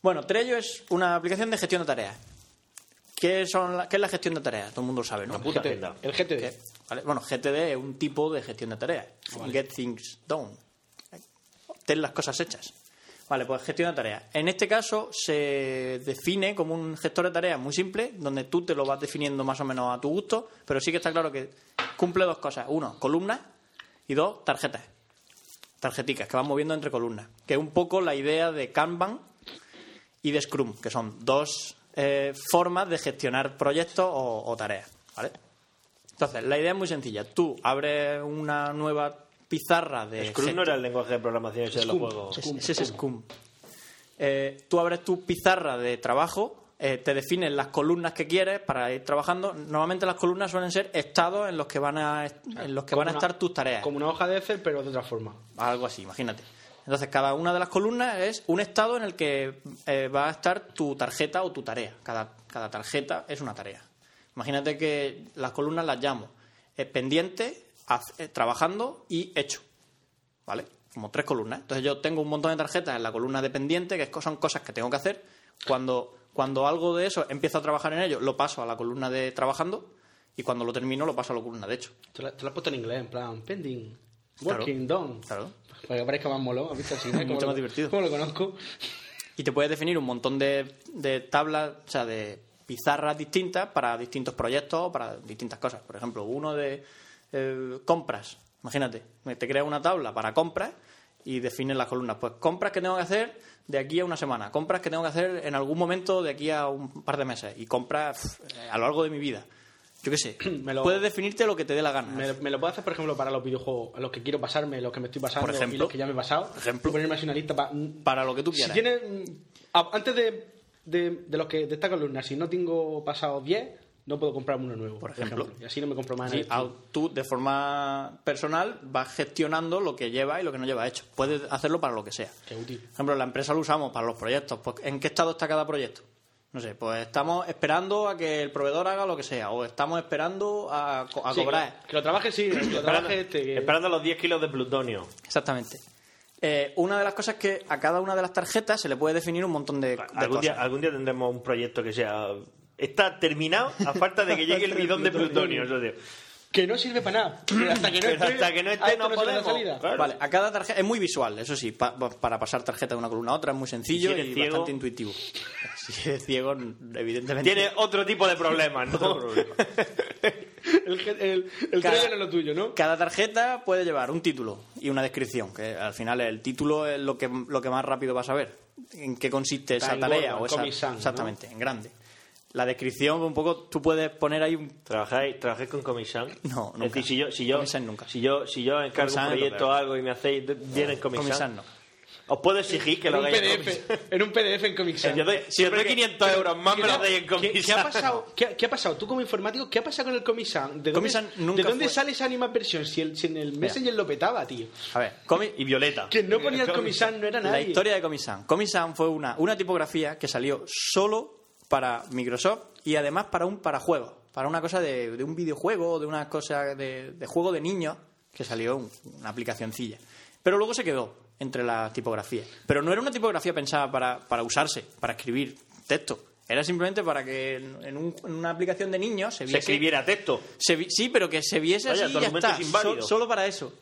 [SPEAKER 6] Bueno, Trello es una aplicación de gestión de tareas. ¿Qué, son la- qué es la gestión de tareas? Todo el mundo sabe, ¿no?
[SPEAKER 8] Una puta
[SPEAKER 7] GT,
[SPEAKER 8] agenda.
[SPEAKER 7] El GTD.
[SPEAKER 6] ¿Qué? Vale, Bueno, GTD es un tipo de gestión de tareas. Get things done. Ten las cosas hechas. Vale, pues gestión de tareas. En este caso se define como un gestor de tareas muy simple, donde tú te lo vas definiendo más o menos a tu gusto, pero sí que está claro que cumple dos cosas. Uno, columnas y dos, tarjetas. Tarjeticas que van moviendo entre columnas. Que es un poco la idea de Kanban, y de Scrum, que son dos eh, formas de gestionar proyectos o, o tareas. ¿vale? Entonces, la idea es muy sencilla. Tú abres una nueva pizarra de...
[SPEAKER 8] Scrum no
[SPEAKER 6] gest-
[SPEAKER 8] era el lenguaje de programación ese de los
[SPEAKER 6] Scum,
[SPEAKER 8] juegos.
[SPEAKER 6] es- Ese es Scum. Eh, tú abres tu pizarra de trabajo, eh, te defines las columnas que quieres para ir trabajando. Normalmente las columnas suelen ser estados en los que van a, en los que van a
[SPEAKER 7] Como
[SPEAKER 6] estar
[SPEAKER 7] una-
[SPEAKER 6] tus tareas.
[SPEAKER 7] Como una hoja de Excel, pero de otra forma.
[SPEAKER 6] Algo así, imagínate. Entonces, cada una de las columnas es un estado en el que eh, va a estar tu tarjeta o tu tarea. Cada, cada tarjeta es una tarea. Imagínate que las columnas las llamo eh, pendiente, haz- eh, trabajando y hecho. ¿Vale? Como tres columnas. Entonces, yo tengo un montón de tarjetas en la columna de pendiente, que es co- son cosas que tengo que hacer. Cuando, cuando algo de eso empiezo a trabajar en ello, lo paso a la columna de trabajando y cuando lo termino, lo paso a la columna de hecho.
[SPEAKER 7] Te lo, has puesto en inglés, en plan, pending,
[SPEAKER 6] Claro.
[SPEAKER 7] working, done.
[SPEAKER 6] Claro.
[SPEAKER 7] Para que parezca más molón, ¿has visto? Así, ¿no?
[SPEAKER 6] Es mucho
[SPEAKER 7] Como
[SPEAKER 6] más
[SPEAKER 7] lo-
[SPEAKER 6] divertido.
[SPEAKER 7] como lo conozco?
[SPEAKER 6] Y te puedes definir un montón de, de tablas, o sea, de pizarras distintas para distintos proyectos o para distintas cosas. Por ejemplo, uno de eh, compras. Imagínate, te creas una tabla para compras y defines las columnas. Pues compras que tengo que hacer de aquí a una semana, compras que tengo que hacer en algún momento de aquí a un par de meses y compras pf, eh, a lo largo de mi vida. Yo qué sé.
[SPEAKER 7] lo-
[SPEAKER 6] Puedes definirte lo que te dé la gana.
[SPEAKER 7] Me, me lo puedo hacer, por ejemplo, para los videojuegos, los que quiero pasarme, los que me estoy pasando
[SPEAKER 6] Por ejemplo.
[SPEAKER 7] y los que ya me he pasado. Y ponerme así una lista para...
[SPEAKER 6] Para lo que tú
[SPEAKER 7] Si
[SPEAKER 6] quieras.
[SPEAKER 7] tienes... mm, a- Antes de, de, de los que de esta columna, si no tengo pasado 10, no puedo comprarme uno nuevo, por
[SPEAKER 6] ejemplo.
[SPEAKER 7] Y así no me compro más
[SPEAKER 6] Sí, ah,
[SPEAKER 7] nada.
[SPEAKER 6] au- tú de forma personal vas gestionando lo que lleva y lo que no lleva hecho. Puedes hacerlo para lo que sea.
[SPEAKER 7] Qué útil.
[SPEAKER 6] Por ejemplo, la empresa lo usamos para los proyectos. Pues, ¿En qué estado está cada proyecto? No sé, pues estamos esperando a que el proveedor haga lo que sea, o estamos esperando a, co- a
[SPEAKER 7] Sí,
[SPEAKER 6] cobrar.
[SPEAKER 7] Que, que lo trabaje, sí, que lo trabaje este... que-
[SPEAKER 8] Esperando los 10 kilos de plutonio.
[SPEAKER 6] Exactamente. Eh, una de las cosas es que a cada una de las tarjetas se le puede definir un montón de, de
[SPEAKER 8] Algún
[SPEAKER 6] cosas.
[SPEAKER 8] día, algún día tendremos un proyecto que sea. Está terminado a falta de que llegue el bidón de plutonio. eso digo.
[SPEAKER 7] que no sirve para nada. Pero hasta que no
[SPEAKER 8] Pero
[SPEAKER 7] esté,
[SPEAKER 8] hasta que no esté,
[SPEAKER 7] a
[SPEAKER 8] no
[SPEAKER 7] esto se le da
[SPEAKER 8] podemos.
[SPEAKER 7] salida.
[SPEAKER 8] Claro.
[SPEAKER 6] Vale, a cada tarjeta es muy visual, eso sí, pa- pa- para pasar tarjeta de una columna a otra es muy sencillo
[SPEAKER 8] Si
[SPEAKER 6] y,
[SPEAKER 8] eres ciego-
[SPEAKER 6] bastante intuitivo. Si eres ciego, evidentemente.
[SPEAKER 8] Tiene otro tipo de problemas, ¿no?
[SPEAKER 7] El, ge- el, el
[SPEAKER 6] Cada-
[SPEAKER 7] trailer es lo tuyo, ¿no?
[SPEAKER 6] Cada tarjeta puede llevar un título y una descripción, que al final el título es lo que, lo que más rápido vas a ver. En qué consiste
[SPEAKER 7] Está
[SPEAKER 6] esa
[SPEAKER 7] en
[SPEAKER 6] tarea
[SPEAKER 7] gordo, en
[SPEAKER 6] o esa.
[SPEAKER 7] Comic Sans, ¿no?
[SPEAKER 6] exactamente, en grande. La descripción, un poco, tú puedes poner ahí un.
[SPEAKER 8] ¿Trabajáis, trabajáis con Comisan?
[SPEAKER 6] No, nunca.
[SPEAKER 8] Es decir, si yo, si yo,
[SPEAKER 6] Comisan nunca.
[SPEAKER 8] Si yo, si yo encargo
[SPEAKER 6] Comisan
[SPEAKER 8] un
[SPEAKER 6] es lo
[SPEAKER 8] proyecto o
[SPEAKER 6] peor.
[SPEAKER 8] algo y me hacéis de- bien en Comisan,
[SPEAKER 6] Comic Sans no.
[SPEAKER 8] os puedo exigir que
[SPEAKER 7] En
[SPEAKER 8] lo
[SPEAKER 7] un
[SPEAKER 8] hagáis en Comic
[SPEAKER 7] PDF, en un PDF en Comic Sans.
[SPEAKER 8] Yo doy- si os doy 500 euros más, me lo dais en
[SPEAKER 7] ¿Qué,
[SPEAKER 8] Comic
[SPEAKER 7] qué ha
[SPEAKER 8] Sans.
[SPEAKER 7] pasado? ¿Qué, qué ha pasado? Tú como informático, ¿qué ha pasado con el Comic Sans? ¿De
[SPEAKER 6] Comic
[SPEAKER 7] dónde,
[SPEAKER 6] Sans nunca
[SPEAKER 7] ¿de dónde
[SPEAKER 6] fue.
[SPEAKER 7] sale esa animadversión? Si, el- si en el Messenger lo petaba, tío.
[SPEAKER 6] A ver, Comic.
[SPEAKER 8] y Violeta.
[SPEAKER 7] Quien no ponía el Comic Sans no era nadie.
[SPEAKER 6] La historia de Comisan. Comisan fue una, una tipografía que salió solo para Microsoft y además para un para juegos, para una cosa de, de un videojuego, de una cosa de, de juego de niños, que salió un- una aplicacioncilla. Pero luego se quedó entre las tipografías. Pero no era una tipografía pensada para, para usarse, para escribir texto. Era simplemente para que en, en un- en una aplicación de niños se
[SPEAKER 8] Se
[SPEAKER 6] viese...
[SPEAKER 8] escribiera texto.
[SPEAKER 6] Se vi- sí, pero que se viese
[SPEAKER 8] Vaya,
[SPEAKER 6] así
[SPEAKER 8] tu
[SPEAKER 6] y ya
[SPEAKER 8] argumento
[SPEAKER 6] está.
[SPEAKER 8] es inválido.
[SPEAKER 6] Sol- solo para eso.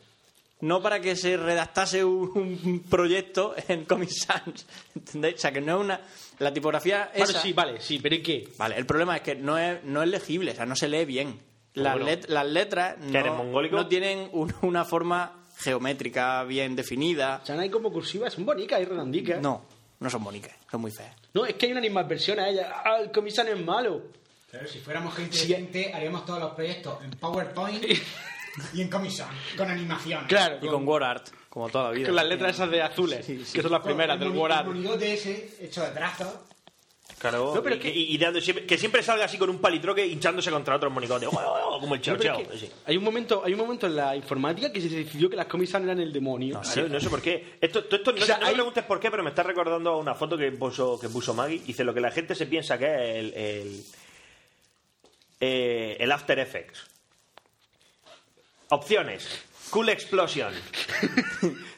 [SPEAKER 6] No para que se redactase un, un proyecto en Comic Sans. ¿Entendéis? O sea, que no es una... La tipografía
[SPEAKER 7] Vale,
[SPEAKER 6] esa...
[SPEAKER 7] sí, vale, sí, pero ¿y qué?
[SPEAKER 6] Vale, el problema es que no es, no es legible, o sea, no se lee bien. Las,
[SPEAKER 8] bueno.
[SPEAKER 6] let- las letras
[SPEAKER 8] eres,
[SPEAKER 6] no,
[SPEAKER 8] mongólico?
[SPEAKER 6] no tienen un- una forma geométrica bien definida.
[SPEAKER 7] O sea, no hay como cursivas, son bonitas y redondicas.
[SPEAKER 6] No, no son bonitas, son muy feas.
[SPEAKER 7] No, es que hay una animadversión a ella. Ah, el Comic Sans es malo.
[SPEAKER 9] Claro, si fuéramos gente decente, haríamos todos los proyectos en PowerPoint y en Comic Sans, con animaciones.
[SPEAKER 7] Claro,
[SPEAKER 6] Y con WordArt, como toda la vida.
[SPEAKER 7] con las letras esas de azules, que son las primeras del War
[SPEAKER 9] El monigote ese, hecho de trazos.
[SPEAKER 8] Claro.
[SPEAKER 7] No, pero
[SPEAKER 8] y,
[SPEAKER 7] es que-
[SPEAKER 8] y- y dando siempre- que siempre salga así con un palitroque hinchándose contra otros monigotes. ¡Oh, oh, oh! como el chao,
[SPEAKER 7] No, pero es
[SPEAKER 8] chao.
[SPEAKER 7] que
[SPEAKER 8] Sí.
[SPEAKER 7] hay un momento, hay un momento en la informática que se decidió que las Comic Sans eran el demonio.
[SPEAKER 8] Claro, no sé por qué. Esto, tú- esto no,
[SPEAKER 7] O sea,
[SPEAKER 8] no
[SPEAKER 7] hay-
[SPEAKER 8] me preguntes por qué, pero me está recordando a una foto que puso, que puso Maggie. Dice lo que la gente se piensa que es el, el, eh, el After Effects. Opciones. Cool Explosion.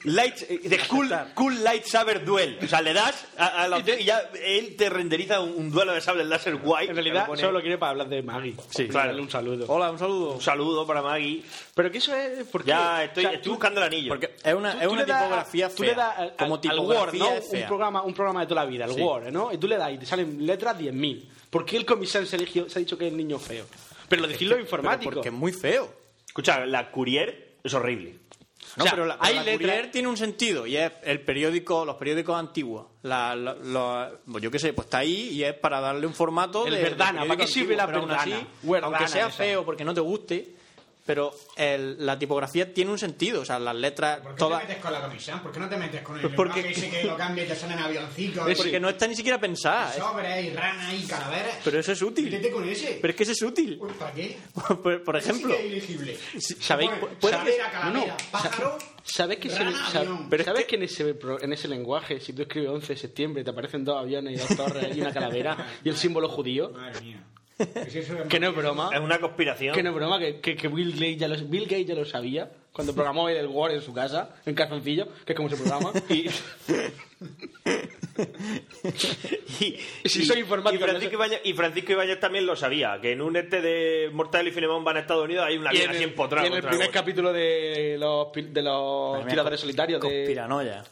[SPEAKER 8] Light, eh, de cool, cool Light Saber Duel. O sea, le das a, a la opción y ya él te renderiza un, un duelo de sables láser guay.
[SPEAKER 7] En realidad,
[SPEAKER 8] Lo pone-
[SPEAKER 7] solo quiere para hablar de Maggie. Sí,
[SPEAKER 8] claro. Oh.
[SPEAKER 7] darle un saludo.
[SPEAKER 6] Hola, un saludo.
[SPEAKER 8] Un saludo para Maggie.
[SPEAKER 7] Pero que eso es. ¿por qué?
[SPEAKER 8] Ya estoy,
[SPEAKER 7] O sea,
[SPEAKER 8] estoy
[SPEAKER 7] tú-
[SPEAKER 8] buscando el anillo.
[SPEAKER 6] Porque es una,
[SPEAKER 7] tú-
[SPEAKER 6] es
[SPEAKER 7] tú
[SPEAKER 6] una
[SPEAKER 7] le das-
[SPEAKER 6] tipografía fea.
[SPEAKER 7] Tú le das al,
[SPEAKER 6] como
[SPEAKER 7] al- al
[SPEAKER 6] tipografía
[SPEAKER 7] Word, ¿no?
[SPEAKER 6] es fea.
[SPEAKER 7] Un programa, un programa de toda la vida, el
[SPEAKER 6] Sí.
[SPEAKER 7] Word, ¿no? Y tú le das y te salen letras 10.000. ¿Por qué el comisario se, eligió, se ha dicho que es niño feo? Pero lo decís los
[SPEAKER 6] Pero
[SPEAKER 7] informáticos.
[SPEAKER 6] porque es muy feo.
[SPEAKER 8] Escucha, la Courier es horrible.
[SPEAKER 6] No,
[SPEAKER 14] O sea,
[SPEAKER 6] pero la,
[SPEAKER 14] hay
[SPEAKER 6] la
[SPEAKER 14] letra-
[SPEAKER 6] Courier tiene un sentido y es el periódico, los periódicos antiguos. La, la- la- pues yo qué sé, pues está ahí y es para darle un formato.
[SPEAKER 14] El
[SPEAKER 6] de,
[SPEAKER 14] Verdana,
[SPEAKER 6] de
[SPEAKER 14] ¿para qué
[SPEAKER 6] periódico
[SPEAKER 14] sirve la
[SPEAKER 6] antiguo, pero aún
[SPEAKER 14] Verdana?
[SPEAKER 6] así,
[SPEAKER 14] Verdana
[SPEAKER 6] aunque sea
[SPEAKER 14] esa.
[SPEAKER 6] feo porque no te guste, pero el- la tipografía tiene un sentido. O sea, las letras
[SPEAKER 9] ¿Por qué
[SPEAKER 6] todas.
[SPEAKER 9] te metes con la comisión? ¿Por qué no te metes con el
[SPEAKER 6] Pues Porque-
[SPEAKER 9] lenguaje ese que lo cambia y te suenan avioncitos?
[SPEAKER 6] Porque no está ni siquiera pensada. es-
[SPEAKER 9] Sobres y ranas y calaveras.
[SPEAKER 6] Pero eso es útil.
[SPEAKER 9] Métete con ese.
[SPEAKER 6] Pero es que eso es útil.
[SPEAKER 9] Pues, ¿Para qué?
[SPEAKER 6] por, por ejemplo.
[SPEAKER 9] Ese sí que es ilegible.
[SPEAKER 6] si- ¿Sabéis?
[SPEAKER 9] Pone
[SPEAKER 6] pu- puede que-
[SPEAKER 9] calavera, calavera,
[SPEAKER 7] no.
[SPEAKER 9] pájaro.
[SPEAKER 7] ¿Sabes que, se-
[SPEAKER 9] Rana,
[SPEAKER 7] sab-
[SPEAKER 9] avión.
[SPEAKER 7] pero ¿sabes que en, ese, pro- en ese lenguaje, si tú escribes 11 de septiembre, te aparecen dos aviones y dos torres y una calavera y el símbolo judío?
[SPEAKER 9] Madre mía. Pues
[SPEAKER 7] Que no es broma.
[SPEAKER 8] Es una conspiración.
[SPEAKER 7] Ah. Que no es broma, que, que- que Bill, Gates ya lo, Bill Gates ya lo sabía cuando programó el Word en su casa, en calzoncillo, que es como se programa. Y,
[SPEAKER 8] Y,
[SPEAKER 7] Si soy informático,
[SPEAKER 8] y Francisco, Ibáñez, y Francisco Ibáñez también lo sabía, que en un este de Mortal y Filemón van a Estados Unidos hay una
[SPEAKER 7] y
[SPEAKER 8] bien
[SPEAKER 7] el-
[SPEAKER 8] así empotrada.
[SPEAKER 7] y en el
[SPEAKER 8] contra
[SPEAKER 7] primer
[SPEAKER 8] la bolsa.
[SPEAKER 7] capítulo de los, pil- de los
[SPEAKER 6] mía,
[SPEAKER 7] tiradores solitarios, de,
[SPEAKER 6] Piranoia.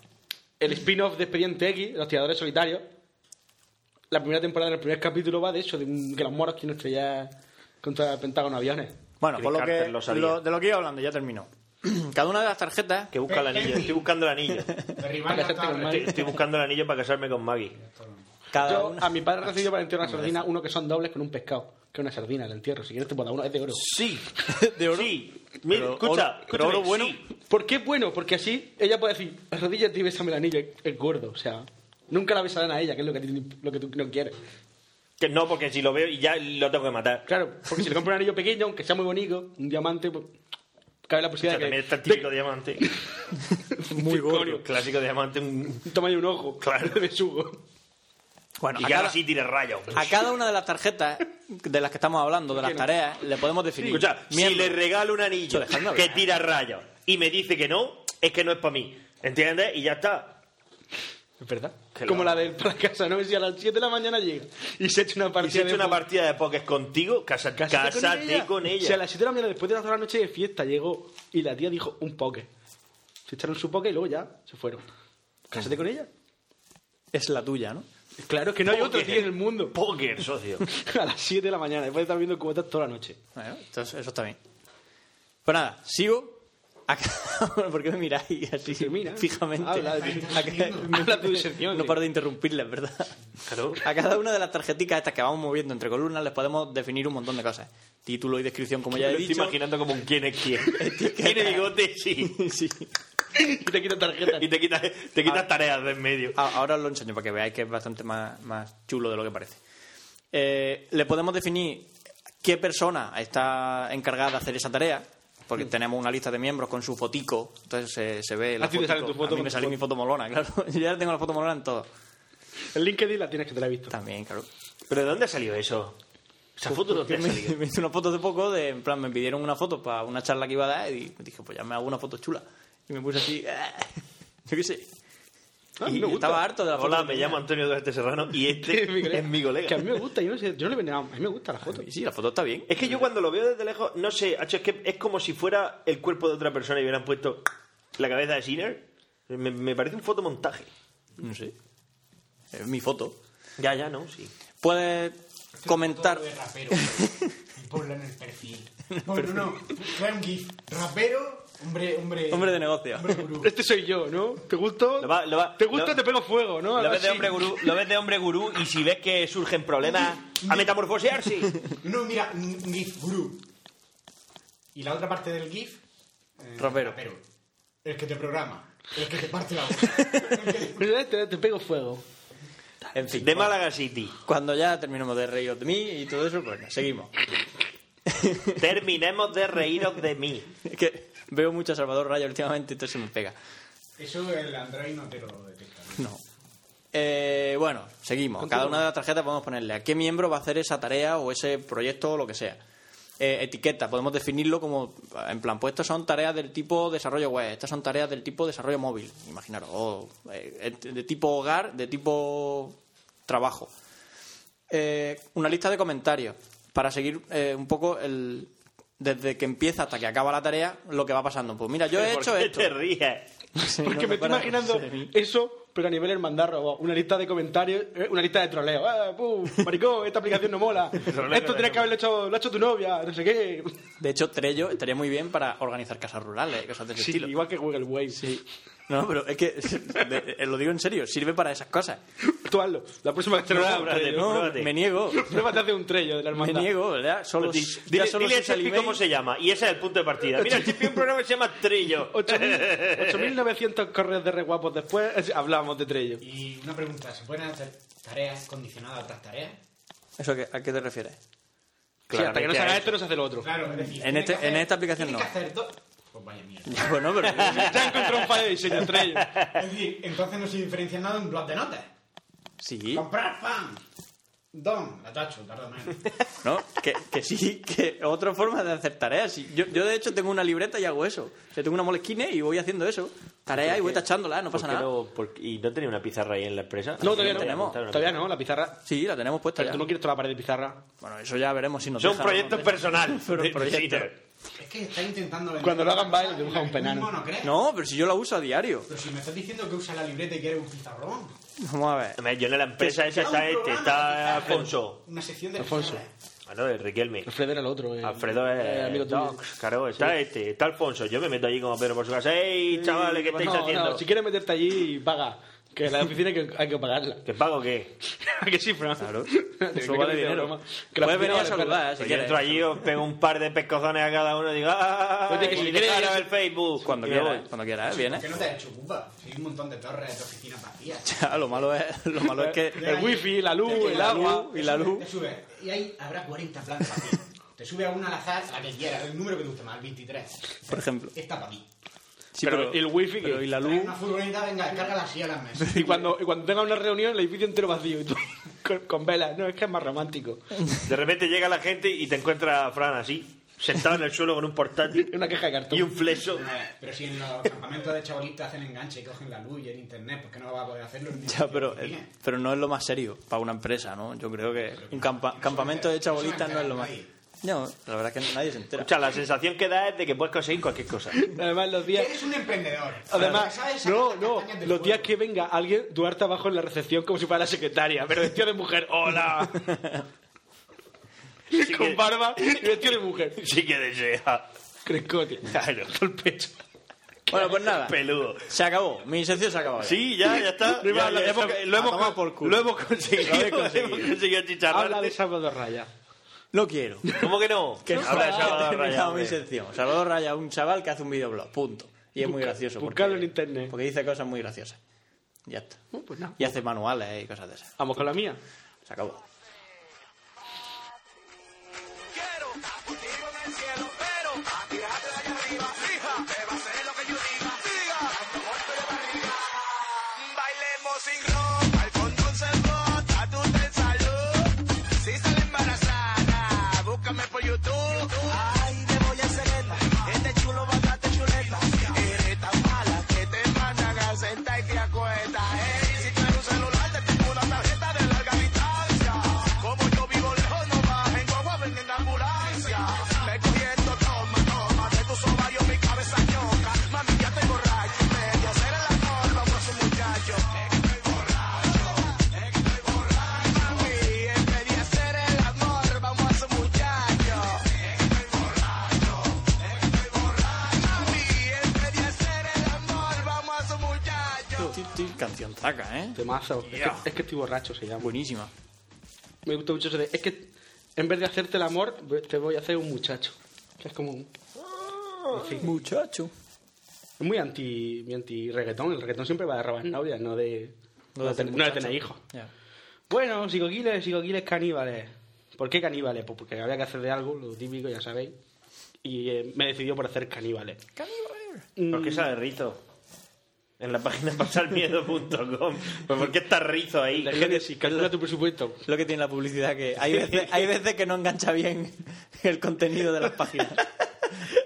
[SPEAKER 7] el spin-off de Expediente X, los tiradores solitarios, la primera temporada del primer capítulo va de eso, de un- que los moros quieren estrellar contra el Pentágono aviones.
[SPEAKER 6] Bueno,
[SPEAKER 8] Chris
[SPEAKER 6] por lo que,
[SPEAKER 8] Carter lo sabía.
[SPEAKER 6] lo- de lo que iba hablando, ya termino. Cada una de las tarjetas
[SPEAKER 8] Que
[SPEAKER 7] Eh,
[SPEAKER 8] busca el anillo, estoy buscando el anillo.
[SPEAKER 9] Derribar la
[SPEAKER 7] Para que
[SPEAKER 9] torre.
[SPEAKER 7] se
[SPEAKER 8] Estoy, estoy buscando el anillo para casarme con Maggie.
[SPEAKER 6] Cada
[SPEAKER 7] Yo,
[SPEAKER 6] una-
[SPEAKER 7] a mi padre recibió para el entierro una sardina, uno que son dobles con un pescado, que es una sardina el entierro, si quieres te puedo dar uno, es de oro.
[SPEAKER 8] Sí.
[SPEAKER 6] ¿De oro?
[SPEAKER 8] Sí. Mira,
[SPEAKER 6] Pero
[SPEAKER 8] escucha,
[SPEAKER 6] oro-
[SPEAKER 8] pero
[SPEAKER 6] pero oro bueno.
[SPEAKER 7] ¿Por qué es bueno? Porque así ella puede decir, arrodíllate y bésame el anillo, es- es gordo, o sea, nunca la besarán a ella, que es lo que, a ti- lo que tú no quieres.
[SPEAKER 8] Que no, porque si lo veo y ya lo tengo que matar.
[SPEAKER 7] Claro, porque si le compras un anillo pequeño, aunque sea muy bonito, un diamante, pues, cabe la
[SPEAKER 8] O sea,
[SPEAKER 7] posibilidad
[SPEAKER 8] también
[SPEAKER 7] de que...
[SPEAKER 8] está el típico diamante.
[SPEAKER 7] muy gordo.
[SPEAKER 8] Un clásico diamante. un-
[SPEAKER 7] Un tamaño de un ojo, claro, de besugo.
[SPEAKER 6] Bueno,
[SPEAKER 8] Y
[SPEAKER 6] a
[SPEAKER 8] que ahora
[SPEAKER 6] cada-
[SPEAKER 8] sí tire rayos.
[SPEAKER 6] A cada una de las tarjetas de las que estamos hablando, de las tareas, le podemos definir.
[SPEAKER 8] Escucha, si
[SPEAKER 6] Miembro.
[SPEAKER 8] le regalo un anillo
[SPEAKER 6] Dejadme hablar.
[SPEAKER 8] que tira rayos y me dice que no, es que no es para mí. ¿Entiendes? Y ya está.
[SPEAKER 7] Es verdad.
[SPEAKER 8] Que
[SPEAKER 7] Como
[SPEAKER 8] lo-
[SPEAKER 7] la del para casa, ¿no? Si a las 7 de la mañana llega y se echa una
[SPEAKER 8] Y
[SPEAKER 7] partida
[SPEAKER 8] si he hecho
[SPEAKER 7] de
[SPEAKER 8] una
[SPEAKER 7] póker.
[SPEAKER 8] partida de póker contigo, casa- cásate, con ella.
[SPEAKER 7] Si a las 7 de la mañana, después de las dos de la noche de fiesta, llegó y la tía dijo un poke. Se echaron su poke y luego ya se fueron. Cásate con ella.
[SPEAKER 6] Es la tuya, ¿no?
[SPEAKER 7] Claro, es que no hay otro tío en el mundo.
[SPEAKER 8] Póker, socio.
[SPEAKER 7] A las 7 de la mañana, después de estar viendo cubetas toda la noche.
[SPEAKER 6] Bueno, entonces eso está bien. Pues nada, sigo. A ca- Bueno, ¿Por qué me miráis así
[SPEAKER 7] Sí, mira.
[SPEAKER 6] fijamente?
[SPEAKER 7] Habla de tu-
[SPEAKER 6] A ca-
[SPEAKER 7] Habla de tu sección,
[SPEAKER 6] No
[SPEAKER 7] sí.
[SPEAKER 6] paro de interrumpirles, ¿verdad?
[SPEAKER 8] Claro.
[SPEAKER 6] A cada una de las tarjeticas estas que vamos moviendo entre columnas les podemos definir un montón de cosas. Título y descripción, como ya
[SPEAKER 8] Me
[SPEAKER 6] he
[SPEAKER 8] lo estoy
[SPEAKER 6] dicho.
[SPEAKER 8] imaginando como un quién es quién. Tiene bigote, sí.
[SPEAKER 6] Sí.
[SPEAKER 7] Y te quitan tarjetas.
[SPEAKER 8] Y te quitas te quitas tareas de en medio.
[SPEAKER 6] A- Ah. Ahora os lo enseño para que veáis que es bastante más, más chulo de lo que parece. Eh, le podemos definir qué persona está encargada de hacer esa tarea, porque tenemos una lista de miembros con su fotico, entonces se, se ve la
[SPEAKER 7] A ti te sale tu
[SPEAKER 6] A
[SPEAKER 7] foto
[SPEAKER 6] mí
[SPEAKER 7] con
[SPEAKER 6] me
[SPEAKER 7] tu
[SPEAKER 6] sale mi foto molona, claro. Yo ya tengo la foto molona en todo.
[SPEAKER 7] El LinkedIn la tienes que te la he visto.
[SPEAKER 6] También, claro.
[SPEAKER 8] ¿Pero de dónde ha salido eso? Esa foto no te
[SPEAKER 6] Porque
[SPEAKER 8] ha
[SPEAKER 6] me,
[SPEAKER 8] salido.
[SPEAKER 6] me hice una foto hace poco, de, en plan, me pidieron una foto para una charla que iba a dar y di- dije, pues ya me hago una foto chula. Y me puse así, "Ah". yo qué sé.
[SPEAKER 7] Ah,
[SPEAKER 6] y
[SPEAKER 7] me gusta.
[SPEAKER 6] estaba harto de la foto.
[SPEAKER 8] Hola,
[SPEAKER 6] que
[SPEAKER 8] me
[SPEAKER 6] tenía.
[SPEAKER 8] llamo Antonio Duarte Serrano y este es mi
[SPEAKER 7] Que a
[SPEAKER 8] colega.
[SPEAKER 7] mí me gusta, yo no sé, yo no le venía, a mí me gusta la foto.
[SPEAKER 6] Y Sí, la foto está bien.
[SPEAKER 8] Es que yo cuando lo veo desde lejos, no sé, hacho, es que es como si fuera el cuerpo de otra persona y hubieran puesto la cabeza de Sinner. Me, me parece un fotomontaje.
[SPEAKER 6] No sé. Es mi foto.
[SPEAKER 8] Ya, ya, no, sí.
[SPEAKER 6] Puedes comentar.
[SPEAKER 9] Todo de rapero. Y ponlo en el perfil. Ponlo, no. Fue un gif. Rapero, hombre, hombre.
[SPEAKER 6] Hombre de negocio.
[SPEAKER 9] Hombre gurú.
[SPEAKER 7] Este soy yo, ¿no? ¿Te gusto?
[SPEAKER 8] Lo va- lo va-
[SPEAKER 7] ¿Te gusta?
[SPEAKER 8] lo-
[SPEAKER 7] te pego fuego, ¿no?
[SPEAKER 8] Lo
[SPEAKER 7] Algo
[SPEAKER 8] ves, de
[SPEAKER 7] así.
[SPEAKER 8] hombre gurú, lo ves de hombre gurú y si ves que surgen problemas, a metamorfosearse.
[SPEAKER 9] No, mira, un un gif, gurú. Y la otra parte del gif. eh,
[SPEAKER 6] Rapero.
[SPEAKER 9] El que te programa. El que te parte la boca. El que-
[SPEAKER 7] este, Te, te pego fuego.
[SPEAKER 6] En fin.
[SPEAKER 8] De Málaga City.
[SPEAKER 6] Cuando ya terminemos de reíros de mí y todo eso, pues seguimos.
[SPEAKER 8] Terminemos de reíros de mí.
[SPEAKER 6] Es que veo mucho a Salvador Raya últimamente, entonces se me pega.
[SPEAKER 9] Eso el Android no te lo detecta. ¿no?
[SPEAKER 6] No. Eh, bueno, seguimos. Cada una de las tarjetas podemos ponerle a qué miembro va a hacer esa tarea o ese proyecto o lo que sea. Eh, etiqueta, podemos definirlo como, en plan, pues estas son tareas del tipo desarrollo web, estas son tareas del tipo desarrollo móvil, imaginaros, o eh, et- de tipo hogar, de tipo trabajo. Eh, una lista de comentarios para seguir eh, un poco el desde que empieza hasta que acaba la tarea lo que va pasando. Pues mira, yo he
[SPEAKER 8] ¿Por
[SPEAKER 6] hecho
[SPEAKER 8] qué
[SPEAKER 6] esto.
[SPEAKER 8] te ríes?
[SPEAKER 6] Sí,
[SPEAKER 7] Porque
[SPEAKER 6] no
[SPEAKER 7] me
[SPEAKER 6] te
[SPEAKER 7] estoy
[SPEAKER 6] paras.
[SPEAKER 7] imaginando
[SPEAKER 6] Sí.
[SPEAKER 7] eso, pero a nivel hermandarro, una lista de comentarios, eh, una lista de troleo. Ah, puh, maricón, esta aplicación no mola. Esto tenías que haberlo hecho, lo ha hecho tu novia, no sé qué.
[SPEAKER 6] De hecho, Trello estaría muy bien para organizar casas rurales, eh, cosas de ese
[SPEAKER 7] Sí,
[SPEAKER 6] estilo.
[SPEAKER 7] igual que Google Wave.
[SPEAKER 6] No, pero es que de- eh, lo digo en serio, sirve para esas cosas.
[SPEAKER 7] Tú hazlo. La próxima vez te lo
[SPEAKER 6] No,
[SPEAKER 7] hago un
[SPEAKER 6] pruébate,
[SPEAKER 7] trello.
[SPEAKER 6] no, me niego.
[SPEAKER 7] Pruébate a hacer un trello de la
[SPEAKER 6] Me
[SPEAKER 7] hermandad.
[SPEAKER 6] niego, ¿verdad? Solo,
[SPEAKER 8] Di-
[SPEAKER 6] ya
[SPEAKER 8] dile,
[SPEAKER 6] solo
[SPEAKER 8] Pues dile
[SPEAKER 6] se
[SPEAKER 8] a
[SPEAKER 6] usa el
[SPEAKER 8] Chepi
[SPEAKER 6] email.
[SPEAKER 8] cómo se llama. Y ese es el punto de partida. Mira, Chepi un programa que se llama Trillo.
[SPEAKER 7] 8.900 correos de reguapos después eh, hablamos de trello.
[SPEAKER 13] Y una pregunta, ¿se pueden hacer tareas condicionadas a otras tareas?
[SPEAKER 6] ¿Eso a qué, a qué te refieres?
[SPEAKER 7] Sí, hasta que no se haga
[SPEAKER 6] Claramente
[SPEAKER 7] esto, no se hace lo otro.
[SPEAKER 13] Claro, es decir,
[SPEAKER 6] En,
[SPEAKER 13] tienes
[SPEAKER 6] este,
[SPEAKER 13] que
[SPEAKER 6] en
[SPEAKER 13] hacer-
[SPEAKER 6] esta aplicación no.
[SPEAKER 13] tienes que hacer dos- Pues vaya mierda.
[SPEAKER 6] Bueno, pero...
[SPEAKER 7] Ya encontré un fallo de diseño entre ellos.
[SPEAKER 13] Es decir, entonces no se diferencia nada de un blog de notas.
[SPEAKER 6] Sí,
[SPEAKER 13] Comprar pan. Don, la tacho, eh. tarda menos.
[SPEAKER 6] ¿no? Que, que sí, que otra forma de hacer tareas. Sí, Yo, yo, de hecho, tengo una libreta y hago eso. O sea, tengo una molesquine y voy haciendo eso. Tarea y voy tachándola, no pasa nada.
[SPEAKER 15] ¿Y no tenía una pizarra ahí en la empresa?
[SPEAKER 7] No, todavía no.
[SPEAKER 6] Tenemos.
[SPEAKER 7] Todavía no, la pizarra.
[SPEAKER 6] Sí, la tenemos puesta
[SPEAKER 7] Pero
[SPEAKER 6] ya.
[SPEAKER 7] tú no quieres toda la pared de pizarra.
[SPEAKER 6] Bueno, eso ya veremos si nos
[SPEAKER 8] Son
[SPEAKER 6] dejan o no
[SPEAKER 8] proyectos
[SPEAKER 6] nos dejan.
[SPEAKER 8] personales.
[SPEAKER 6] Pero
[SPEAKER 8] de- de
[SPEAKER 6] proyectos.
[SPEAKER 8] Twitter.
[SPEAKER 13] Es que está intentando vender.
[SPEAKER 7] Cuando lo hagan, va y le dibuja un penal.
[SPEAKER 13] No, crees.
[SPEAKER 6] No, pero si yo la uso a diario.
[SPEAKER 13] Pero si me estás diciendo que usa la libreta y que eres un pizarrón.
[SPEAKER 6] Vamos a ver.
[SPEAKER 8] Hombre, Yo en la empresa esa
[SPEAKER 13] Ah, un
[SPEAKER 8] está este,
[SPEAKER 13] programa
[SPEAKER 8] está
[SPEAKER 13] de pizarra.
[SPEAKER 8] Alfonso.
[SPEAKER 13] Una sección de ¿eh?
[SPEAKER 7] Alfonso.
[SPEAKER 13] pizarra.
[SPEAKER 8] Ah, no, el Riquelme.
[SPEAKER 7] Alfredo era el otro. eh.
[SPEAKER 8] Alfredo es
[SPEAKER 7] Eh, amigo tuyo.
[SPEAKER 8] Doc, claro, está este, está Alfonso. Yo me meto allí como Pedro por su casa. ¡Ey, chavales, qué estáis
[SPEAKER 7] No, no,
[SPEAKER 8] haciendo!
[SPEAKER 7] si quieres meterte allí, paga. Que la oficina hay que, hay que pagarla.
[SPEAKER 8] ¿Que pago qué?
[SPEAKER 7] Ah, ¿Qué cifra? Claro.
[SPEAKER 6] Eso vale dinero. Puedes venir a saludar, eh, si
[SPEAKER 8] Pues yo
[SPEAKER 6] quieres.
[SPEAKER 8] entro allí, os pego un par de pescozones a cada uno y digo ¡Ah!
[SPEAKER 7] Oye, que si
[SPEAKER 8] y
[SPEAKER 7] quieres-
[SPEAKER 8] dejaros el Facebook.
[SPEAKER 6] Cuando
[SPEAKER 8] Y me
[SPEAKER 6] quieras,
[SPEAKER 8] voy.
[SPEAKER 6] cuando ¿eh? quieras,
[SPEAKER 13] ¿Por
[SPEAKER 6] vienes.
[SPEAKER 13] qué no te has hecho culpa? Si hay un montón de torres de oficinas vacías.
[SPEAKER 6] Ya, lo malo es, lo malo es que
[SPEAKER 7] El wifi, la luz, el
[SPEAKER 13] La
[SPEAKER 7] agua
[SPEAKER 6] y la luz.
[SPEAKER 13] Te sube. Y ahí habrá 40 planes para ti. Te sube a una al azar, la que quieras, el número que te guste más, el 23.
[SPEAKER 6] Por ejemplo.
[SPEAKER 13] Esta para ti.
[SPEAKER 6] Sí,
[SPEAKER 7] pero el wifi
[SPEAKER 6] pero
[SPEAKER 7] que-
[SPEAKER 6] y la
[SPEAKER 13] Trae
[SPEAKER 6] luz.
[SPEAKER 13] una furgoneta, venga, descarga las sillas a las mesas.
[SPEAKER 7] Y cuando, y cuando tenga una reunión, el edificio entero vacío. Y tú, con, con velas. No, es que es más romántico.
[SPEAKER 8] De repente llega la gente y te encuentra a Fran así, sentado en el suelo con un portátil
[SPEAKER 7] Es una caja de cartón.
[SPEAKER 8] y un fleso.
[SPEAKER 13] Eh, Pero si en los campamentos de chavalitas hacen enganche y cogen la luz y el internet, pues que no va a poder hacerlo. ni-
[SPEAKER 6] Ya, pero, eh,
[SPEAKER 13] ni-
[SPEAKER 6] pero no es lo más serio para una empresa, ¿no? Yo creo que un campa- campamento de chabolitas no es lo más. No, la verdad es que nadie se entera.
[SPEAKER 8] Escucha, la sensación que da es de que puedes conseguir cualquier cosa.
[SPEAKER 7] Además, los días.
[SPEAKER 9] Eh,
[SPEAKER 13] Eres un emprendedor.
[SPEAKER 7] Además,
[SPEAKER 13] ¿Sabes?
[SPEAKER 7] no,
[SPEAKER 13] Sacas
[SPEAKER 7] no,
[SPEAKER 13] castañas del
[SPEAKER 7] los días
[SPEAKER 13] fuego.
[SPEAKER 7] que venga alguien, Duarte abajo en la recepción como si fuera la secretaria, pero vestido de mujer, hola,
[SPEAKER 8] Sí
[SPEAKER 7] con
[SPEAKER 8] que,
[SPEAKER 7] barba y vestido de mujer.
[SPEAKER 8] sí que desea.
[SPEAKER 7] Crescote.
[SPEAKER 8] Claro, todo el pecho.
[SPEAKER 6] Bueno, pues nada.
[SPEAKER 8] Peludo.
[SPEAKER 6] Se acabó. Mi sección se acabó. ya.
[SPEAKER 8] Sí, ya, ya está.
[SPEAKER 7] No
[SPEAKER 8] Ya,
[SPEAKER 7] iba a hablar
[SPEAKER 8] ya
[SPEAKER 7] de
[SPEAKER 8] hemos-
[SPEAKER 7] eso,
[SPEAKER 8] lo,
[SPEAKER 7] a
[SPEAKER 8] hemos,
[SPEAKER 7] tomar por culo.
[SPEAKER 8] lo hemos conseguido.
[SPEAKER 6] Lo habéis conseguido.
[SPEAKER 8] hemos conseguido chicharrarte.
[SPEAKER 7] Habla de Salvador Raya.
[SPEAKER 6] No quiero.
[SPEAKER 8] ¿Cómo que no?
[SPEAKER 6] Que no
[SPEAKER 8] Habla de
[SPEAKER 6] ha
[SPEAKER 8] Salvador Raya,
[SPEAKER 6] terminado mi
[SPEAKER 8] hombre.
[SPEAKER 6] sección. Salvador Raya, un chaval que hace un videoblog. Punto. Y es muy gracioso. porque-
[SPEAKER 7] buscadlo en internet.
[SPEAKER 6] Porque dice cosas muy graciosas. Ya está.
[SPEAKER 7] pues nada.
[SPEAKER 6] Y hace manuales eh, y cosas de esas.
[SPEAKER 7] Vamos con la mía.
[SPEAKER 6] Se acabó. Ti, ti, Canción traca, ¿eh?
[SPEAKER 7] Temazo.
[SPEAKER 6] Yeah.
[SPEAKER 7] Es, que, es que estoy borracho, se llama.
[SPEAKER 6] Buenísima.
[SPEAKER 7] Me gusta mucho eso de. Es que en vez de hacerte el amor, te voy a hacer un muchacho. Que es como un. en fin.
[SPEAKER 6] Muchacho.
[SPEAKER 7] Es muy anti, muy anti reggaetón. El reggaetón siempre va de robar novias, no de. No, de, ten- no de tener hijos.
[SPEAKER 6] Ya.
[SPEAKER 7] Bueno, psicoquiles, psicoquiles caníbales. ¿Por qué caníbales? Pues porque había que hacer de algo, lo típico, ya sabéis. Y eh, me decidió por hacer caníbales.
[SPEAKER 8] ¿Por qué sale Rizo? En la página pasarmiedo.com. ¿Pero Pues, ¿Por qué está Rizo ahí?
[SPEAKER 7] Es que si calcula tu presupuesto.
[SPEAKER 6] Lo que tiene la publicidad que hay veces, hay veces que no engancha bien el contenido de las páginas.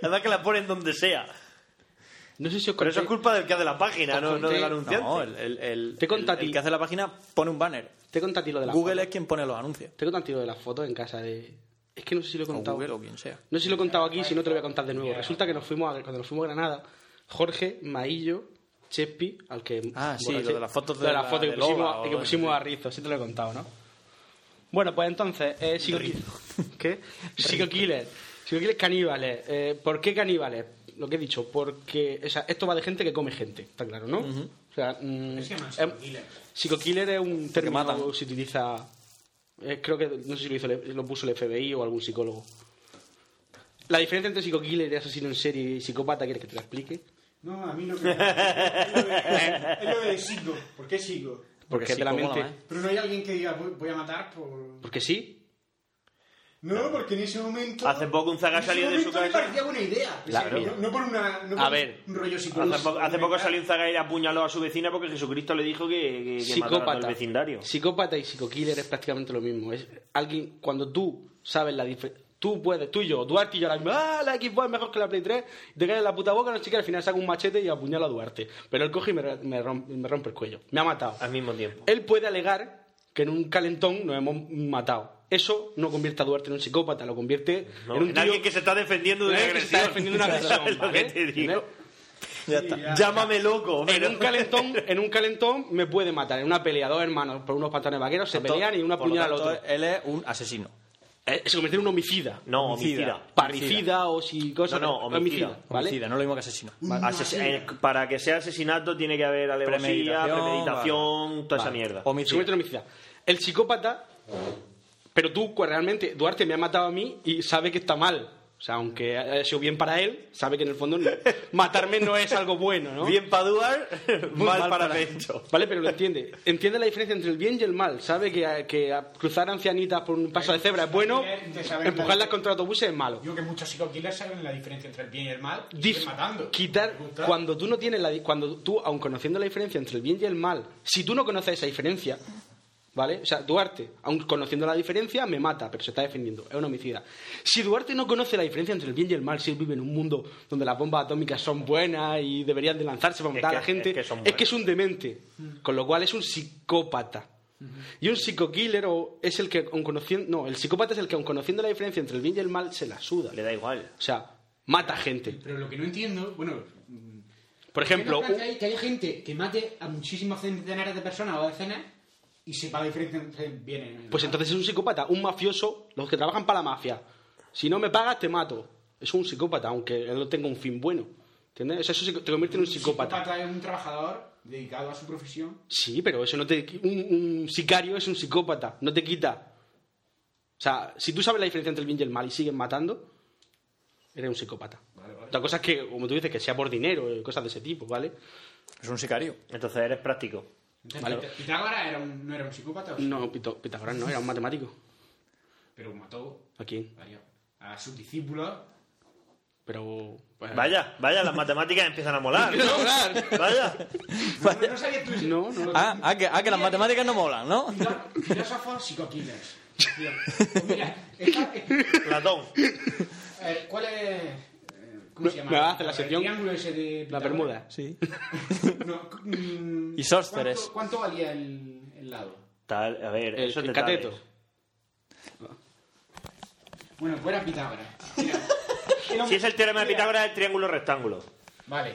[SPEAKER 8] Además que la ponen donde sea.
[SPEAKER 7] No sé si os
[SPEAKER 8] Pero eso
[SPEAKER 7] conté-
[SPEAKER 8] es culpa del que hace la página,
[SPEAKER 7] Os
[SPEAKER 8] no, no
[SPEAKER 7] conté-
[SPEAKER 8] del anunciante.
[SPEAKER 6] No, el, el, el-
[SPEAKER 7] Te conta a
[SPEAKER 6] el- el
[SPEAKER 7] ti.
[SPEAKER 6] que hace la página pone un banner.
[SPEAKER 7] Te he contado a ti lo de la
[SPEAKER 6] Google
[SPEAKER 7] foto.
[SPEAKER 6] es quien pone los anuncios.
[SPEAKER 7] Te he contado a ti lo de las fotos en casa de... Es que no sé si lo he
[SPEAKER 6] O
[SPEAKER 7] contado.
[SPEAKER 6] Google o quien sea.
[SPEAKER 7] No sé si lo he contado aquí, si no te lo voy a contar de nuevo. Resulta que nos fuimos a- cuando nos fuimos a Granada, Jorge, Maillo, Chespi, al que.
[SPEAKER 6] Ah, sí,
[SPEAKER 7] borrache-
[SPEAKER 6] lo de las fotos de
[SPEAKER 7] lo
[SPEAKER 6] la-
[SPEAKER 7] fotos que
[SPEAKER 6] de
[SPEAKER 7] pusimos,
[SPEAKER 6] Lola o
[SPEAKER 7] que
[SPEAKER 6] de-
[SPEAKER 7] pusimos a Rizo, sí te lo he contado, ¿no? Bueno, pues entonces, eh, Psycho ¿Qué? Psycho Killer. Psycho Killer caníbales. Eh, ¿Por qué caníbales? Lo que he dicho, porque o sea, esto va de gente que come gente, está claro, ¿no? O sea, mm,
[SPEAKER 9] se llama
[SPEAKER 7] em,
[SPEAKER 9] Psycho Killer?
[SPEAKER 7] Psycho Killer es un término
[SPEAKER 6] matan.
[SPEAKER 7] que se utiliza. eh, creo que no sé si lo, hizo el- lo puso el FBI o algún psicólogo. La diferencia entre Psycho Killer y asesino en serie y psicópata, ¿quieres que te la explique?
[SPEAKER 9] No, a mí no me. es lo de- es lo de sigo. ¿Por qué sigo?
[SPEAKER 7] Porque te la mente.
[SPEAKER 8] ¿eh?
[SPEAKER 9] Pero no hay alguien que diga voy, voy a matar por.
[SPEAKER 7] Porque sí.
[SPEAKER 9] No, porque en ese momento.
[SPEAKER 8] Hace poco un zaga
[SPEAKER 9] en ese
[SPEAKER 8] salió de su
[SPEAKER 9] momento me
[SPEAKER 8] casa.
[SPEAKER 9] parecía buena idea. O sea,
[SPEAKER 8] Claro.
[SPEAKER 9] no, no por una. no por
[SPEAKER 8] A ver,
[SPEAKER 9] Un rollo
[SPEAKER 8] Hace,
[SPEAKER 9] psicológico.
[SPEAKER 8] po- hace poco salió un zaga y apuñaló a su vecina porque Jesucristo le dijo que, que, que matara a todo el
[SPEAKER 7] Psicópata.
[SPEAKER 8] vecindario.
[SPEAKER 7] Psicópata y psico-killer es prácticamente lo mismo. Es alguien, cuando tú sabes la diferencia. Tú puedes, tú y yo, Duarte y yo, ahora mismo, ah, la Xbox es mejor que la Play 3, y te caes en la puta boca, no sé qué, al final saca un machete y apuñala a Duarte. Pero él coge y me, re- me rom- me rompe el cuello. Me ha matado.
[SPEAKER 8] Al mismo tiempo.
[SPEAKER 7] Él puede alegar que en un calentón nos hemos matado. Eso no convierte a Duarte en un psicópata, lo convierte
[SPEAKER 8] No,
[SPEAKER 7] en un
[SPEAKER 8] en
[SPEAKER 7] tío
[SPEAKER 8] alguien que se está defendiendo de una
[SPEAKER 7] en alguien que
[SPEAKER 8] agresión.
[SPEAKER 7] se está defendiendo de una agresión,
[SPEAKER 8] Es lo
[SPEAKER 7] ¿vale?
[SPEAKER 8] que te digo.
[SPEAKER 6] Ya está.
[SPEAKER 8] Llámame loco.
[SPEAKER 7] En
[SPEAKER 8] pero-
[SPEAKER 7] un calentón, en un calentón me puede matar. En una pelea, dos hermanos por unos pantalones vaqueros se pelean y una
[SPEAKER 6] Por lo
[SPEAKER 7] puñalada al
[SPEAKER 6] tanto,
[SPEAKER 8] eh,
[SPEAKER 7] otro.
[SPEAKER 6] Él es un asesino.
[SPEAKER 7] Eh, se convierte en un homicida.
[SPEAKER 8] No, homicida.
[SPEAKER 7] Parricida o si
[SPEAKER 8] No,
[SPEAKER 7] cosas.
[SPEAKER 8] no, homicida.
[SPEAKER 7] ¿vale?
[SPEAKER 6] Homicida, no lo mismo que asesino.
[SPEAKER 8] Ases- eh, para que sea asesinato tiene que haber alevosía,
[SPEAKER 6] Premeditación,
[SPEAKER 8] premeditación, toda esa
[SPEAKER 7] Vale.
[SPEAKER 8] mierda.
[SPEAKER 7] Se convierte en homicida. El psicópata, pero tú cu- realmente, Duarte me ha matado a mí y sabe que está mal. O sea, aunque haya sido bien para él, sabe que en el fondo no- matarme no es algo bueno, ¿no?
[SPEAKER 8] Bien para Duar,
[SPEAKER 7] Muy
[SPEAKER 8] mal, para
[SPEAKER 7] para-
[SPEAKER 8] Pencho.
[SPEAKER 7] Vale, pero lo entiende. Entiende la diferencia entre el bien y el mal. Sabe que, a- que a cruzar ancianitas por un paso de cebra es bueno,
[SPEAKER 9] De saber-
[SPEAKER 7] empujarlas contra autobuses es malo.
[SPEAKER 9] Digo que muchos psico-killers saben la diferencia entre el bien y el mal. Y
[SPEAKER 7] Dif-
[SPEAKER 9] siguen matando.
[SPEAKER 7] quitar
[SPEAKER 9] Pregunta.
[SPEAKER 7] cuando tú no tienes la di- cuando tú aun conociendo la diferencia entre el bien y el mal si tú no conoces esa diferencia vale o sea Duarte aun conociendo la diferencia me mata pero se está defendiendo es un homicida si Duarte no conoce la diferencia entre el bien y el mal si él vive en un mundo donde las bombas atómicas son buenas y deberían de lanzarse para
[SPEAKER 8] Es
[SPEAKER 7] matar a la
[SPEAKER 8] que-
[SPEAKER 7] gente
[SPEAKER 8] es que son
[SPEAKER 7] es que es un demente con lo cual es un psicópata y un psico-killer o es el que aun conociendo no el psicópata es el que aun conociendo la diferencia entre el bien y el mal se la suda
[SPEAKER 8] Le da igual.
[SPEAKER 7] o sea mata gente
[SPEAKER 9] Pero lo que no entiendo, bueno,
[SPEAKER 7] por ejemplo
[SPEAKER 9] ¿qué no
[SPEAKER 7] un-
[SPEAKER 9] plantea ahí que haya gente que mate a muchísimas centenares de personas o decenas y sepa la diferencia entre bien y el mal.
[SPEAKER 7] Pues entonces es un psicópata, un mafioso, los que trabajan para la mafia. Si no me pagas, te mato. Es un psicópata, aunque él no tenga un fin bueno. ¿Entiendes? O sea, eso se- te convierte en un psicópata.
[SPEAKER 9] es un trabajador dedicado a su profesión.
[SPEAKER 7] Sí, pero eso no te. Un, un sicario es un psicópata, no te quita. O sea, si tú sabes la diferencia entre el bien y el mal y sigues matando, eres un psicópata. Otra cosa es que, como tú dices, que sea por dinero, eh, cosas de ese tipo, ¿vale?
[SPEAKER 6] Es un sicario.
[SPEAKER 8] Entonces eres práctico.
[SPEAKER 9] Entonces,
[SPEAKER 7] Vale.
[SPEAKER 9] Pita- Pitágoras era un, no era un psicópata, ¿o sí?
[SPEAKER 7] No, Pito- Pitágoras no, era un matemático.
[SPEAKER 9] pero mató
[SPEAKER 7] ¿A quién?
[SPEAKER 9] varios- a sus discípulos.
[SPEAKER 7] Pero. pues,
[SPEAKER 8] Vaya, vaya, las matemáticas empiezan a molar. ¿no? Vaya.
[SPEAKER 9] No, no, no sabía tú eso.
[SPEAKER 7] No, no.
[SPEAKER 6] Ah, ah, que, ah, que las matemáticas no molan, ¿no?
[SPEAKER 9] Filó- Filósofos psicoquillers. Tío, pues Mira, esta-
[SPEAKER 8] Platón.
[SPEAKER 9] eh, ¿cuál es...? eh, ¿Cómo se llama?
[SPEAKER 7] Me va a hacer la sección.
[SPEAKER 9] El triángulo ese de
[SPEAKER 7] La
[SPEAKER 9] Pitágoras.
[SPEAKER 7] Bermuda. Sí.
[SPEAKER 9] No, mm,
[SPEAKER 6] Isóscenes.
[SPEAKER 9] ¿cuánto- ¿Cuánto valía el, el lado?
[SPEAKER 8] Tal, a ver,
[SPEAKER 7] El,
[SPEAKER 8] eso te
[SPEAKER 7] el cateto.
[SPEAKER 8] tardes.
[SPEAKER 9] Bueno, fuera Pitágoras. Mira, era un-
[SPEAKER 8] Si es el teorema de
[SPEAKER 9] mira,
[SPEAKER 8] Pitágoras, es el triángulo rectángulo.
[SPEAKER 9] Vale.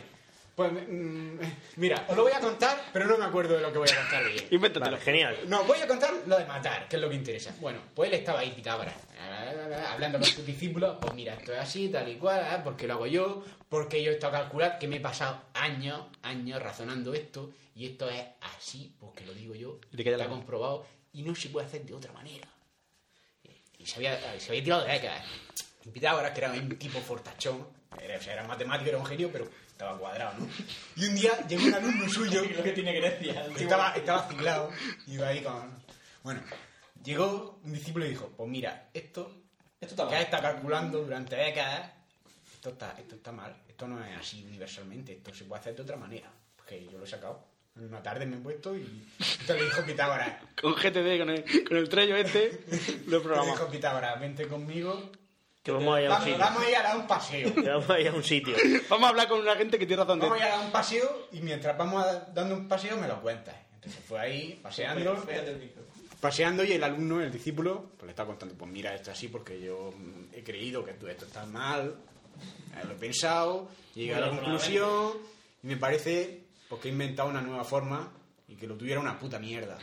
[SPEAKER 9] Pues mm, mira, os lo voy a contar, pero no me acuerdo de lo que voy a contar bien.
[SPEAKER 7] Invéntatelo.
[SPEAKER 8] Vale, genial.
[SPEAKER 9] No, voy a contar lo de matar, que es lo que interesa. Bueno, pues él estaba ahí Pitágoras, ah, ah, ah, hablando con sus discípulos, pues mira, esto es así, tal y cual, ah, porque lo hago yo, porque yo he estado calculando, que me he pasado años, años razonando esto, y esto es así, porque lo digo yo,
[SPEAKER 7] Y te queda la
[SPEAKER 9] está
[SPEAKER 7] mano.
[SPEAKER 9] comprobado, y no se puede hacer de otra manera. Y se había, se había tirado de décadas. Y Pitágoras, que era un tipo fortachón, era, o sea, era un matemático, era un genio, pero estaba cuadrado, ¿no? Y un día llegó un alumno suyo, que tiene Grecia, estaba, estaba ciclado, y iba ahí con... Bueno, llegó un discípulo y dijo, pues mira, esto, esto que has estado calculando durante décadas, esto está, esto está mal, esto no es así universalmente, esto se puede hacer de otra manera, porque yo lo he sacado. En una tarde me he puesto y esto le dijo Pitágoras.
[SPEAKER 7] con GTD, con el, con el trello este, lo
[SPEAKER 9] Le
[SPEAKER 7] programamos.
[SPEAKER 9] dijo Pitágoras, vente conmigo,
[SPEAKER 8] Que vamos a ir a un
[SPEAKER 9] Eh, Vamos,
[SPEAKER 8] sitio.
[SPEAKER 9] vamos a ir a dar un paseo.
[SPEAKER 8] Que vamos a ir a un sitio.
[SPEAKER 7] Vamos a hablar con una gente que tiene razón de
[SPEAKER 9] Vamos a ir a dar un paseo y mientras vamos a- dando un paseo me lo cuentas. Entonces fue ahí paseando. Paseando y el alumno, el discípulo, pues le está contando, pues mira, esto es así porque yo mm, he creído que tú- esto está mal, eh, lo he pensado, he llegado a la conclusión y me parece porque he inventado una nueva forma y que lo tuviera una puta mierda.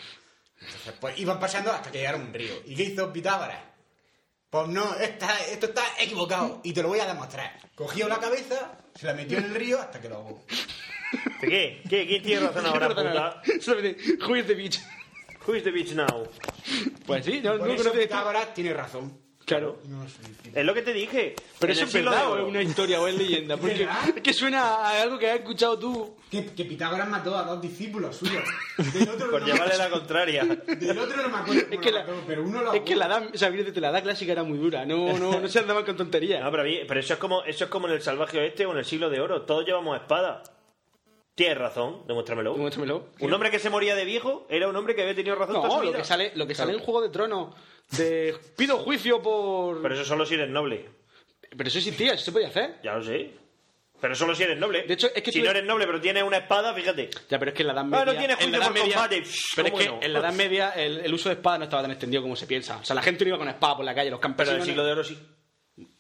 [SPEAKER 9] Entonces, pues iban pasando hasta que llegaron a un río. ¿Y qué hizo Pitágoras? Pues no, esta- esto está equivocado y te lo voy a demostrar. Cogió la cabeza, se la metió en el río hasta que lo ahogó.
[SPEAKER 8] ¿Qué? ¿Qué? ¿Quién tiene razón ahora, puta?
[SPEAKER 7] Solamente, who is the bitch?
[SPEAKER 8] Who is the bitch now?
[SPEAKER 7] Pues sí, yo
[SPEAKER 9] Por
[SPEAKER 7] no
[SPEAKER 9] eso
[SPEAKER 7] conocía esto.
[SPEAKER 9] Pitágoras tiene razón.
[SPEAKER 7] Claro.
[SPEAKER 8] Es lo que te dije. En
[SPEAKER 7] Pero eso
[SPEAKER 8] el
[SPEAKER 7] es
[SPEAKER 8] siglo
[SPEAKER 7] verdad
[SPEAKER 8] de
[SPEAKER 7] o
[SPEAKER 8] oro.
[SPEAKER 7] es una historia o es leyenda. Porque
[SPEAKER 9] ¿Verdad?
[SPEAKER 7] es que suena a algo que has escuchado tú.
[SPEAKER 9] Que, que Pitágoras mató a dos discípulos suyos. Del otro
[SPEAKER 8] Por
[SPEAKER 9] no-
[SPEAKER 8] llevarle Pues la contraria.
[SPEAKER 9] del otro no me acuerdo.
[SPEAKER 7] Es que la,
[SPEAKER 9] pero uno lo
[SPEAKER 7] es que la edad, o sea, fíjate, la edad clásica era muy dura. No, no, no se andaban con tonterías.
[SPEAKER 8] No, pero, a mí- pero eso, es como, eso es como en el salvaje oeste o en el siglo de oro. Todos llevamos espada. Tienes razón, demuéstramelo.
[SPEAKER 7] Demuéstramelo.
[SPEAKER 8] Un hombre que se moría de viejo era un hombre que había tenido razón toda
[SPEAKER 7] No,
[SPEAKER 8] su
[SPEAKER 7] lo
[SPEAKER 8] vida.
[SPEAKER 7] que sale, lo que sale en Juego de Tronos de pido juicio por.
[SPEAKER 8] Pero eso solo si eres noble.
[SPEAKER 7] Pero eso existía, eso se podía hacer.
[SPEAKER 8] Ya lo sé. Pero solo si eres noble.
[SPEAKER 7] De hecho, es que
[SPEAKER 8] si
[SPEAKER 7] tú-
[SPEAKER 8] no eres noble pero tienes una espada, fíjate.
[SPEAKER 7] Ya, pero es que en la Edad Media.
[SPEAKER 8] Ah, no tienes
[SPEAKER 7] en
[SPEAKER 8] juicio
[SPEAKER 7] la Edad
[SPEAKER 8] por
[SPEAKER 7] Media-
[SPEAKER 8] combate. Pff,
[SPEAKER 7] Pero es
[SPEAKER 8] ¿cómo
[SPEAKER 7] que
[SPEAKER 8] no?
[SPEAKER 7] en la Edad Media el, el uso de espada no estaba tan extendido como se piensa. O sea, la gente no iba con espada por la calle, los
[SPEAKER 8] Pero en el
[SPEAKER 7] campesinos.
[SPEAKER 8] siglo de oro sí.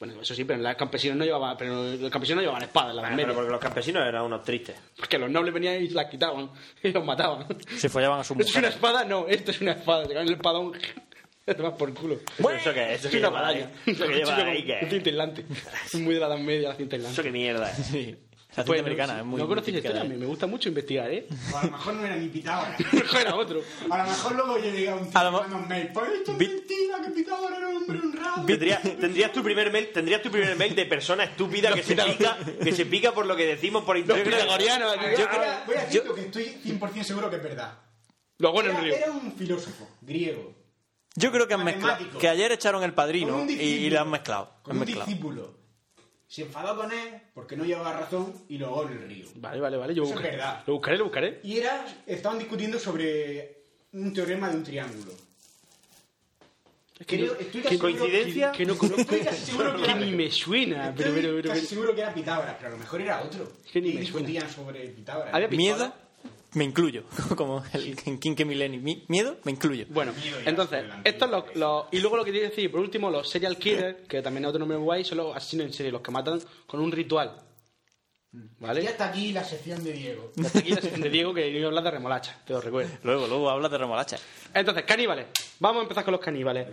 [SPEAKER 7] Bueno, eso sí, pero los campesinos no llevaban, pero los campesinos no llevaban espada en la Edad
[SPEAKER 8] Ah,
[SPEAKER 7] Media.
[SPEAKER 8] pero porque los campesinos eran unos tristes.
[SPEAKER 7] Porque los nobles venían y las quitaban y los mataban.
[SPEAKER 11] Se follaban a sus
[SPEAKER 7] ¿Esto es una
[SPEAKER 11] mujeres.
[SPEAKER 7] espada? No, esto es una espada. Te cagan el espadón. Te vas por culo.
[SPEAKER 8] Eso, eso que eso
[SPEAKER 7] Esto es
[SPEAKER 8] que
[SPEAKER 7] una
[SPEAKER 8] lleva ahí,
[SPEAKER 7] medalla.
[SPEAKER 8] Eso que lleva ahí, que-
[SPEAKER 7] Un cinta aislante. Es muy de la Edad Media la cinta aislante.
[SPEAKER 8] Eso que mierda es.
[SPEAKER 11] Sí. La
[SPEAKER 7] Pues,
[SPEAKER 11] gente americana es muy.
[SPEAKER 7] No
[SPEAKER 11] muy
[SPEAKER 7] conocí la
[SPEAKER 11] típica de
[SPEAKER 7] historia,
[SPEAKER 11] ahí.
[SPEAKER 7] me me gusta mucho investigar, ¿eh?
[SPEAKER 9] O a lo mejor no era ni Pitágoras.
[SPEAKER 7] Mejor era otro.
[SPEAKER 9] A lo mejor luego yo llegué a un tío
[SPEAKER 11] A lo mo-
[SPEAKER 9] mandando un mail. Pues esto es
[SPEAKER 11] Bit-
[SPEAKER 9] mentira, que Pitágoras era un hombre honrado.
[SPEAKER 8] Tendrías, tendrías tu primer mail, tendrías tu primer mail de persona estúpida que se pica, que se pica por lo que decimos por
[SPEAKER 7] Los
[SPEAKER 8] internet.
[SPEAKER 7] pitagorianos.
[SPEAKER 9] A ver,
[SPEAKER 7] Yo
[SPEAKER 9] voy, a, Ah, voy a decir
[SPEAKER 7] yo-
[SPEAKER 9] lo que estoy 100% seguro que es verdad.
[SPEAKER 7] Lo bueno en
[SPEAKER 9] Era,
[SPEAKER 7] río.
[SPEAKER 9] era un filósofo griego.
[SPEAKER 11] Yo creo que han mezclado.
[SPEAKER 9] Matemático.
[SPEAKER 11] Que ayer echaron el
[SPEAKER 9] Con
[SPEAKER 11] padrino
[SPEAKER 9] un
[SPEAKER 11] y,
[SPEAKER 9] discípulo.
[SPEAKER 11] y lo han mezclado.
[SPEAKER 9] Con
[SPEAKER 11] han
[SPEAKER 9] un
[SPEAKER 11] mezclado.
[SPEAKER 9] discípulo. Se enfadó con él porque no llevaba razón y lo ahogó en el río.
[SPEAKER 7] Vale, vale, vale. Yo
[SPEAKER 9] Eso es
[SPEAKER 7] buscaré.
[SPEAKER 9] verdad.
[SPEAKER 7] Lo buscaré, lo buscaré.
[SPEAKER 9] Y era, estaban discutiendo sobre un teorema de un triángulo.
[SPEAKER 7] Es
[SPEAKER 9] Creo-
[SPEAKER 7] no-
[SPEAKER 9] estoy
[SPEAKER 7] que-
[SPEAKER 9] casi
[SPEAKER 7] ¿Coincidencia? Que no conozco.
[SPEAKER 9] Estoy casi seguro que
[SPEAKER 7] Que
[SPEAKER 9] era-
[SPEAKER 7] ni me suena. Pero,
[SPEAKER 9] Estoy
[SPEAKER 7] pero, pero.
[SPEAKER 9] casi
[SPEAKER 7] pero-
[SPEAKER 9] seguro que era Pitágoras, pero a lo mejor era otro.
[SPEAKER 7] que ni
[SPEAKER 9] y
[SPEAKER 7] me suena.
[SPEAKER 9] discutían sobre Pitágoras.
[SPEAKER 7] Había
[SPEAKER 11] Miedo,
[SPEAKER 9] ¿eh?
[SPEAKER 11] me incluyo. Como el en King que Millennium. Mi- Miedo, me incluyo.
[SPEAKER 7] Bueno, entonces, estos los, los- Y luego lo que te iba a decir, por último, los serial killers, que también es otro nombre guay, son los asesinos en serie, los que matan con un ritual.
[SPEAKER 9] Y
[SPEAKER 7] ¿Vale?
[SPEAKER 9] hasta aquí la sección de Diego.
[SPEAKER 7] Hasta aquí la sección de Diego que iba a hablar de remolacha, te lo recuerdo.
[SPEAKER 11] Luego, luego hablas de remolacha.
[SPEAKER 7] Entonces, caníbales. Vamos a empezar con los caníbales.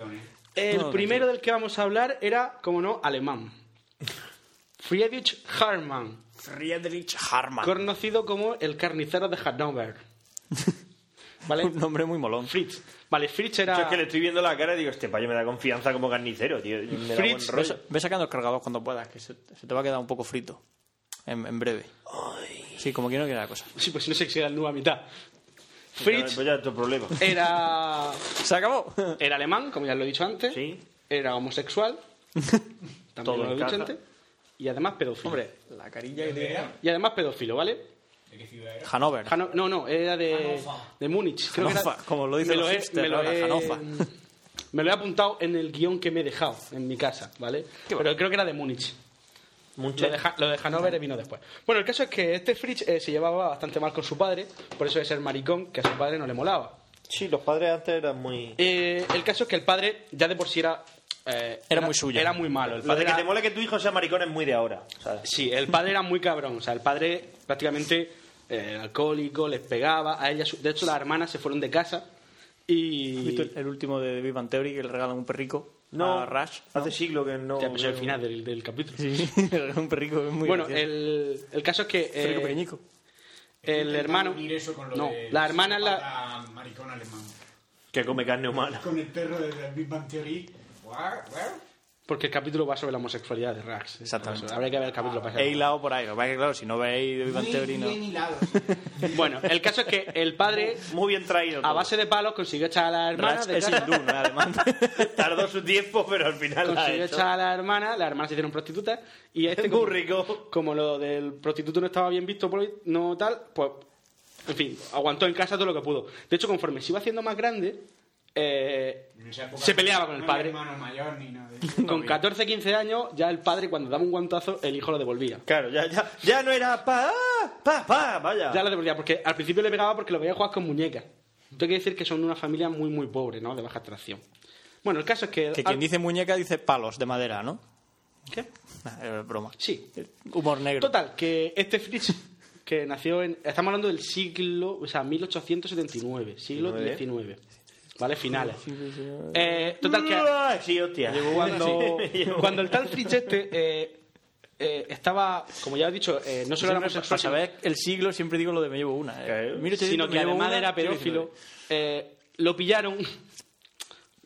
[SPEAKER 9] eh.
[SPEAKER 7] El
[SPEAKER 11] No,
[SPEAKER 7] primero del que vamos a hablar era, como no, alemán. Friedrich Harman,
[SPEAKER 11] Friedrich Harman.
[SPEAKER 7] conocido como el carnicero de Hannover. ¿Vale?
[SPEAKER 11] Un nombre muy molón.
[SPEAKER 7] Fritz. Vale, Fritz era...
[SPEAKER 8] Yo es que le estoy viendo la cara y digo, este payo me da confianza como carnicero, tío. Me da
[SPEAKER 7] Fritz,
[SPEAKER 8] buen rollo.
[SPEAKER 11] Ve sacando el cargador cuando puedas, que se, se te va a quedar un poco frito. En, en breve. Sí, como que no queda la cosa.
[SPEAKER 7] Sí, pues no sé si era el nuevo a mitad.
[SPEAKER 8] Pues
[SPEAKER 7] Fritz
[SPEAKER 8] ya es tu problema.
[SPEAKER 7] era,
[SPEAKER 11] Se acabó.
[SPEAKER 7] era alemán, como ya lo he dicho antes.
[SPEAKER 8] Sí.
[SPEAKER 7] Era homosexual.
[SPEAKER 8] Todo
[SPEAKER 7] También lo he dicho
[SPEAKER 8] encaja.
[SPEAKER 7] antes. Y además pedófilo.
[SPEAKER 6] Hombre, la carilla que tiene.
[SPEAKER 7] Y además pedófilo, ¿vale?
[SPEAKER 11] Hanover.
[SPEAKER 7] Hano- no, no, era de, de Múnich. Creo que era,
[SPEAKER 11] Hannover, como lo dicen
[SPEAKER 7] me
[SPEAKER 11] los
[SPEAKER 7] he-
[SPEAKER 11] hipsters
[SPEAKER 7] me lo
[SPEAKER 11] ahora,
[SPEAKER 7] he-
[SPEAKER 11] Hannover.
[SPEAKER 7] Me lo he apuntado en el guión que me he dejado en mi casa, ¿vale? Pero creo que era de Múnich. Lo de, Ha- lo de Hanover vino después. Bueno, el caso es que este Fritz eh, se llevaba bastante mal con su padre, por eso es el maricón que a su padre no le molaba.
[SPEAKER 8] Sí, los padres antes eran muy...
[SPEAKER 7] Eh, el caso es que el padre ya de por sí era. eh,
[SPEAKER 11] Era muy suyo.
[SPEAKER 7] Era muy malo. El
[SPEAKER 8] Lo
[SPEAKER 7] padre
[SPEAKER 8] de que
[SPEAKER 7] era-
[SPEAKER 8] te mole que tu hijo sea maricón es muy de ahora. ¿sabes?
[SPEAKER 7] Sí, el padre era muy cabrón. O sea, el padre prácticamente eh, era alcohólico, les pegaba. A ella, su- de hecho, las hermanas se fueron de casa
[SPEAKER 11] ¿Has
[SPEAKER 7] y.
[SPEAKER 11] visto el, el último de Big Bang Theory que le regalan un perrico a Rush?
[SPEAKER 8] hace siglo que no...
[SPEAKER 7] Ya, pues, el final del, del capítulo.
[SPEAKER 11] Sí, le regalan un perrico es muy
[SPEAKER 7] bueno,
[SPEAKER 11] gracioso.
[SPEAKER 7] el, el caso es que.
[SPEAKER 11] perrico
[SPEAKER 7] eh,
[SPEAKER 11] pequeñico.
[SPEAKER 7] el
[SPEAKER 9] Intentando
[SPEAKER 7] hermano.
[SPEAKER 9] unir eso con lo
[SPEAKER 7] no,
[SPEAKER 9] de
[SPEAKER 7] la hermana. La,
[SPEAKER 9] psicópata maricón alemán.
[SPEAKER 8] Que come carne humana.
[SPEAKER 9] Con el perro de The Big Bang Theory. What? What?
[SPEAKER 7] porque el capítulo va sobre la homosexualidad de Rax.
[SPEAKER 11] Exactamente.
[SPEAKER 7] Habrá que ver el capítulo para
[SPEAKER 11] He hilado por ahí. Lo que pasa es que, claro, si no veis Big Bang
[SPEAKER 9] Muy
[SPEAKER 11] Theory, no.
[SPEAKER 9] bien hilado.
[SPEAKER 7] Bueno, el caso es que el padre.
[SPEAKER 8] Muy bien traído.
[SPEAKER 7] A
[SPEAKER 8] todo.
[SPEAKER 7] base de palos consiguió echar a la hermana
[SPEAKER 11] Rush
[SPEAKER 7] de
[SPEAKER 11] es
[SPEAKER 7] casa.
[SPEAKER 11] hindú, no es alemán.
[SPEAKER 8] Tardó su tiempo, pero al final la ha
[SPEAKER 7] consiguió
[SPEAKER 8] hecho.
[SPEAKER 7] echar a la hermana, las hermanas se hicieron prostitutas y este
[SPEAKER 8] Muy
[SPEAKER 7] como,
[SPEAKER 8] rico.
[SPEAKER 7] como lo del prostituto no estaba bien visto por ahí, no tal, pues en fin, aguantó en casa todo lo que pudo. De hecho, conforme se iba haciendo más grande, eh,
[SPEAKER 9] En esa época
[SPEAKER 7] se peleaba con
[SPEAKER 9] no
[SPEAKER 7] el
[SPEAKER 9] había
[SPEAKER 7] padre.
[SPEAKER 9] hermano mayor ni nada.
[SPEAKER 7] Con 14, 15 años, ya el padre cuando daba un guantazo, el hijo lo devolvía.
[SPEAKER 8] Claro, ya, ya, ya no era pa, ah, pa, pa, vaya.
[SPEAKER 7] Ya lo devolvía, porque al principio le pegaba porque lo veía jugar con muñecas. Tengo que decir que son una familia muy, muy pobre, ¿no? De baja atracción. Bueno, el caso es que...
[SPEAKER 11] Que quien
[SPEAKER 7] al-
[SPEAKER 11] dice muñeca dice palos de madera, ¿no?
[SPEAKER 7] ¿Qué?
[SPEAKER 11] Nah, es broma.
[SPEAKER 7] Sí,
[SPEAKER 11] Humor negro.
[SPEAKER 7] Total, que este Fritz que nació en. Estamos hablando del siglo. O sea, 1879, siglo XIX. ¿Vale? Finales. Eh, total que.
[SPEAKER 15] Ah, Sí, hostia.
[SPEAKER 7] Cuando, cuando el tal Fritz este. eh, eh, estaba, como ya he dicho, eh, no solo
[SPEAKER 6] Siempre,
[SPEAKER 7] era homosexual,
[SPEAKER 6] Para saber el siglo, siempre digo lo de me llevo una. eh. 1800
[SPEAKER 7] sino
[SPEAKER 6] me
[SPEAKER 7] que
[SPEAKER 6] llevo
[SPEAKER 7] además
[SPEAKER 6] una,
[SPEAKER 7] era pedófilo. Eh, lo pillaron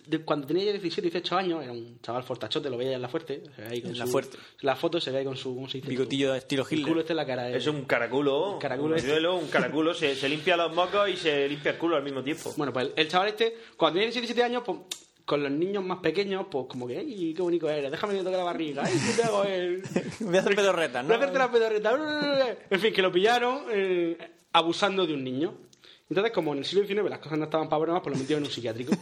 [SPEAKER 7] de- cuando tenía ya 17, 18 años, era un chaval fortachote, lo veía en la fuerte. se veía ahí con
[SPEAKER 6] En La
[SPEAKER 7] su-
[SPEAKER 6] Fuerte.
[SPEAKER 7] La foto se ve ahí con su... ¿cómo se dice?
[SPEAKER 6] Bigotillo estilo
[SPEAKER 7] El
[SPEAKER 6] Hitler.
[SPEAKER 7] culo este en la cara. de-
[SPEAKER 15] Es un caraculo. Un
[SPEAKER 7] caraculo este.
[SPEAKER 15] yuelo, un caraculo. se, se limpia los mocos y se limpia el culo al mismo tiempo.
[SPEAKER 7] Bueno, pues el, el chaval este, cuando tenía 17, 17 años, pues, con los niños más pequeños, pues como que, ¡ay, qué bonito eres! Déjame que te toque la barriga. ¡Ay, qué te hago el...
[SPEAKER 6] Voy a hacer pedorretas,
[SPEAKER 7] No
[SPEAKER 6] ¿no?
[SPEAKER 7] hacerte la pedorreta. En fin, que lo pillaron eh, abusando de un niño. Entonces, como en el siglo XIX las cosas no estaban para bromas, pues lo metieron en un psiquiátrico.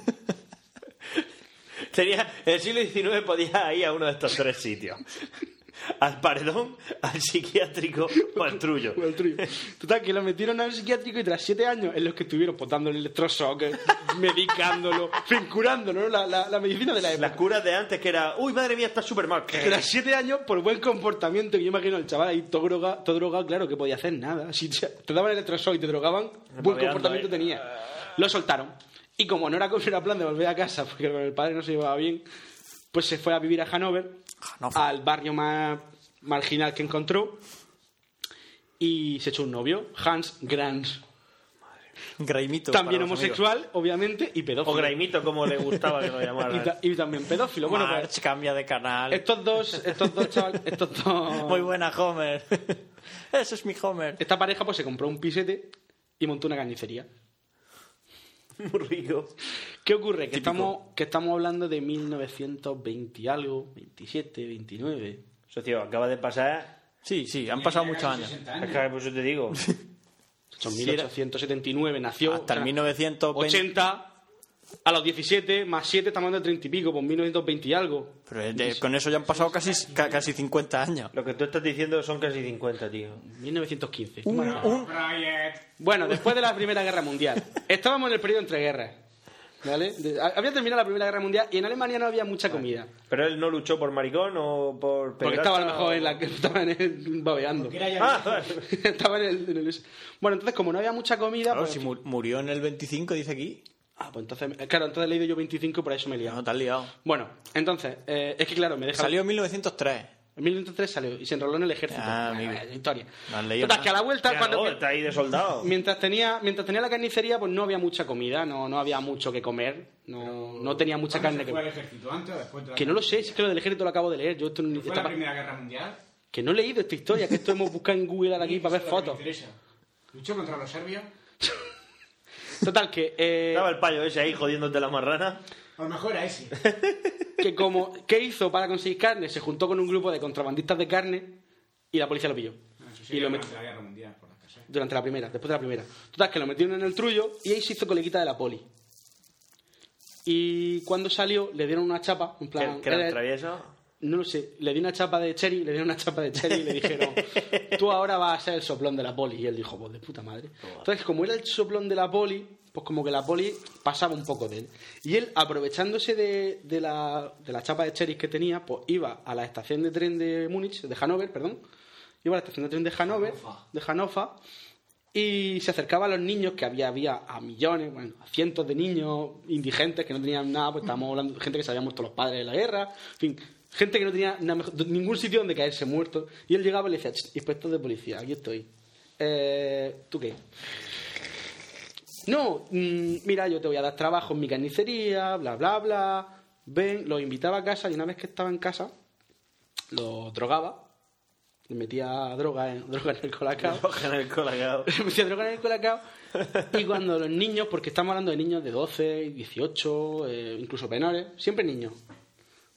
[SPEAKER 15] Tenía, en el siglo XIX podía ir a uno de estos tres sitios. Al paredón, al psiquiátrico o al trullo.
[SPEAKER 7] Bueno, el trío. Total, que lo metieron al psiquiátrico y tras siete años en los que estuvieron pues, dándole electroshock, eh, medicándolo, en fin, curándolo, ¿no? la, la- la medicina de la época.
[SPEAKER 15] Las curas de antes que era, uy, madre mía, está súper mal.
[SPEAKER 7] Tras siete años, por buen comportamiento, que yo imagino el chaval ahí todo drogado, todo drogado, claro, que podía hacer nada. Si te te daban electroshock y te drogaban, buen
[SPEAKER 15] Babeando
[SPEAKER 7] comportamiento
[SPEAKER 15] ahí.
[SPEAKER 7] tenía. Lo soltaron. Y como no era, no era plan de volver a casa, porque con el padre no se llevaba bien, pues se fue a vivir a Hanover, al barrio más marginal que encontró, y se echó un novio, Hans Grans.
[SPEAKER 6] Graimito.
[SPEAKER 7] También
[SPEAKER 6] para los
[SPEAKER 7] homosexual, obviamente, y pedófilo.
[SPEAKER 15] O Graimito, como le gustaba que lo
[SPEAKER 7] y,
[SPEAKER 15] llamaran.
[SPEAKER 7] ta- y también pedófilo.
[SPEAKER 6] amigos.
[SPEAKER 7] Bueno, pues,
[SPEAKER 6] March, cambia de canal.
[SPEAKER 7] estos dos, estos dos chaval, estos dos...
[SPEAKER 6] Muy buena, Homer. Eso es mi Homer.
[SPEAKER 7] Esta pareja pues se compró un pisete y montó una carnicería.
[SPEAKER 15] Muy rico.
[SPEAKER 7] ¿Qué ocurre? Que estamos, que estamos hablando de 1920 y algo, 27, 29.
[SPEAKER 15] Socio, acaba de pasar.
[SPEAKER 6] Sí, sí, han pasado muchos años.
[SPEAKER 15] Es que por eso te digo.
[SPEAKER 7] Son
[SPEAKER 6] Sí, era-
[SPEAKER 7] 1879, nació.
[SPEAKER 6] Hasta el
[SPEAKER 7] o sea,
[SPEAKER 6] 1920.
[SPEAKER 7] 80 a los 17, más 7, estamos hablando de 30 y pico, pues 1920 y algo.
[SPEAKER 6] Pero eh, de- con eso ya han pasado casi, ca- casi 50 años.
[SPEAKER 15] Lo que tú estás diciendo son casi 50, tío.
[SPEAKER 7] 1915.
[SPEAKER 6] Un, un-
[SPEAKER 7] Bueno, después de la Primera Guerra Mundial. Estábamos en el periodo entre guerras. ¿Vale? De- había terminado la Primera Guerra Mundial y en Alemania no había mucha comida.
[SPEAKER 15] Pero él no luchó por maricón o por.
[SPEAKER 7] Porque estaba a lo
[SPEAKER 15] pedraza
[SPEAKER 7] mejor
[SPEAKER 15] o-
[SPEAKER 7] en la estaba en el, babeando.
[SPEAKER 15] Ah, vale.
[SPEAKER 7] Estaba en el, en el- Bueno, entonces, como no había mucha comida.
[SPEAKER 6] claro,
[SPEAKER 7] pues,
[SPEAKER 6] si mu- murió en el 25, dice aquí.
[SPEAKER 7] Ah, pues entonces. eh, Claro, entonces he leído yo 25 y por eso me he liado.
[SPEAKER 6] No, te has liado.
[SPEAKER 7] Bueno, entonces, eh, es que claro, me deja.
[SPEAKER 6] Salió en 1903.
[SPEAKER 7] En 1903 salió y se enroló en el ejército.
[SPEAKER 6] Ah,
[SPEAKER 7] Bueno,
[SPEAKER 6] amigo.
[SPEAKER 7] historia.
[SPEAKER 6] No has leído
[SPEAKER 7] Total,
[SPEAKER 6] nada.
[SPEAKER 7] que a la vuelta,
[SPEAKER 15] Claro,
[SPEAKER 7] cuando-
[SPEAKER 15] está ahí de soldado.
[SPEAKER 7] mientras, tenía, mientras tenía la carnicería, pues no había mucha comida, no, no había mucho que comer, no, no tenía mucha carne
[SPEAKER 9] ¿Cuándo se
[SPEAKER 7] que
[SPEAKER 9] fue al ejército? ¿Antes o después de la
[SPEAKER 7] Que no lo sé, es que lo del ejército lo acabo de leer. Yo esto no-
[SPEAKER 9] ¿Fue
[SPEAKER 7] esta
[SPEAKER 9] la
[SPEAKER 7] pa-
[SPEAKER 9] Primera Guerra Mundial?
[SPEAKER 7] Que no he leído esta historia, que esto hemos buscado en Google ahora aquí para ver
[SPEAKER 9] Eso es lo que
[SPEAKER 7] fotos.
[SPEAKER 9] me interesa. ¿Luchó contra los serbios?
[SPEAKER 7] Total, que, eh,
[SPEAKER 15] Estaba el payo ese ahí jodiéndote la marrana.
[SPEAKER 9] A lo mejor a ese.
[SPEAKER 7] que como, ¿qué hizo para conseguir carne? Se juntó con un grupo de contrabandistas de carne y la policía lo pilló.
[SPEAKER 9] No,
[SPEAKER 7] y
[SPEAKER 9] eso Ah, sí
[SPEAKER 7] lo
[SPEAKER 9] que
[SPEAKER 7] metió
[SPEAKER 9] durante la Guerra Mundial, por las casas.
[SPEAKER 7] durante la primera, después de la primera. Total, que lo metieron en el trullo y ahí se hizo coleguita de la poli. Y cuando salió, le dieron una chapa, en plan...
[SPEAKER 15] Que, que era
[SPEAKER 7] era-
[SPEAKER 15] travieso.
[SPEAKER 7] no lo sé, le di una chapa de cherry, le dieron una chapa de cherry y le dijeron, tú ahora vas a ser el soplón de la poli. Y él dijo, pues de puta madre. Entonces, como era el soplón de la poli, pues como que la poli pasaba un poco de él. Y él, aprovechándose de, de la, de la chapa de cherry que tenía, pues iba a la estación de tren de Múnich, de Hannover, perdón, iba a la estación de tren de Hannover, de Hannover, y se acercaba a los niños, que había, había a millones, bueno, a cientos de niños indigentes que no tenían nada, pues estábamos hablando de gente que se habían muerto los padres de la guerra, en fin, gente que no tenía nada mejor- ningún sitio donde caerse muerto. Y él llegaba y le decía, "Ch, inspector de policía, aquí estoy. Eh, ¿Tú qué? No, mm, mira, yo te voy a dar trabajo en mi carnicería, bla, bla, bla. Ven, los invitaba a casa y una vez que estaba en casa, los drogaba, le metía droga en, droga en el colacao.
[SPEAKER 15] Cogen el colacao.
[SPEAKER 7] Me metí a drogar en el colacao. Y cuando los niños, porque estamos hablando de niños de 12, 18, eh, incluso menores, siempre niños.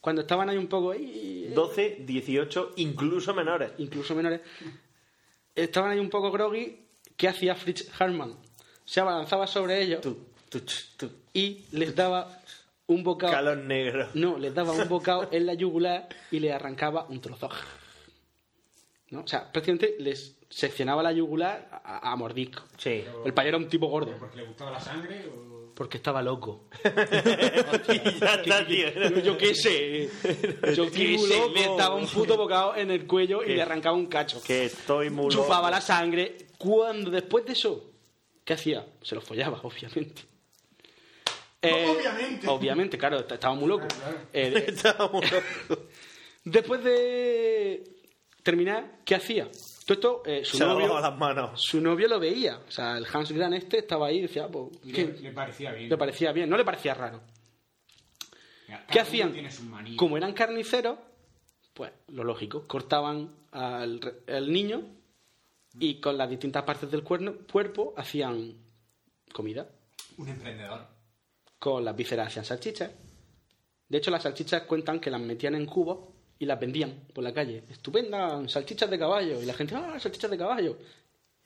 [SPEAKER 7] Cuando estaban ahí un poco, "Ey, eh",
[SPEAKER 15] 12, 18, incluso menores.
[SPEAKER 7] incluso menores, estaban ahí un poco groggy, ¿qué hacía Fritz Harman? Se abalanzaba sobre ellos
[SPEAKER 15] Tú, tú, ch, tú.
[SPEAKER 7] y les daba un bocado.
[SPEAKER 15] Calón negro.
[SPEAKER 7] No, les daba un bocado en la yugular y les arrancaba un trozo. ¿No? O sea, prácticamente les seccionaba la yugular a, a- a mordisco.
[SPEAKER 15] Sí.
[SPEAKER 7] El payo era un tipo gordo.
[SPEAKER 9] ¿Porque le gustaba la sangre o...?
[SPEAKER 7] Porque estaba loco.
[SPEAKER 15] Y ya está, tío.
[SPEAKER 7] Yo qué sé. Yo qué
[SPEAKER 15] Estímulo,
[SPEAKER 7] sé.
[SPEAKER 15] po.
[SPEAKER 7] Le daba un puto bocado en el cuello y
[SPEAKER 15] ¿Qué?
[SPEAKER 7] le arrancaba un cacho.
[SPEAKER 15] Que estoy muy.
[SPEAKER 7] Chupaba
[SPEAKER 15] loco.
[SPEAKER 7] la sangre, Cuando después de eso, ¿qué hacía? Se lo follaba, obviamente. Eh,
[SPEAKER 16] obviamente.
[SPEAKER 7] Obviamente, claro, est- estaba muy loco.
[SPEAKER 16] Claro, claro.
[SPEAKER 7] Eh, de- después de terminar, ¿qué hacía? Todo esto, eh, su,
[SPEAKER 15] Se
[SPEAKER 7] novio,
[SPEAKER 15] lavaba las manos.
[SPEAKER 7] su novio lo veía. O sea, el Hans Gran este estaba ahí y decía, pues, ¿qué?
[SPEAKER 9] Le, le parecía bien.
[SPEAKER 7] Le parecía bien, no le parecía raro.
[SPEAKER 9] Mira,
[SPEAKER 7] ¿Qué
[SPEAKER 9] cada uno
[SPEAKER 7] hacían?
[SPEAKER 9] tiene sus manías.
[SPEAKER 7] Como eran carniceros, pues lo lógico, cortaban al, re- al niño y con las distintas partes del cuerno- cuerpo hacían comida.
[SPEAKER 9] Un emprendedor.
[SPEAKER 7] Con las vísceras hacían salchichas. De hecho, las salchichas cuentan que las metían en cubos y las vendían por la calle. Estupenda, salchichas de caballo. Y la gente, ah, salchichas de caballo.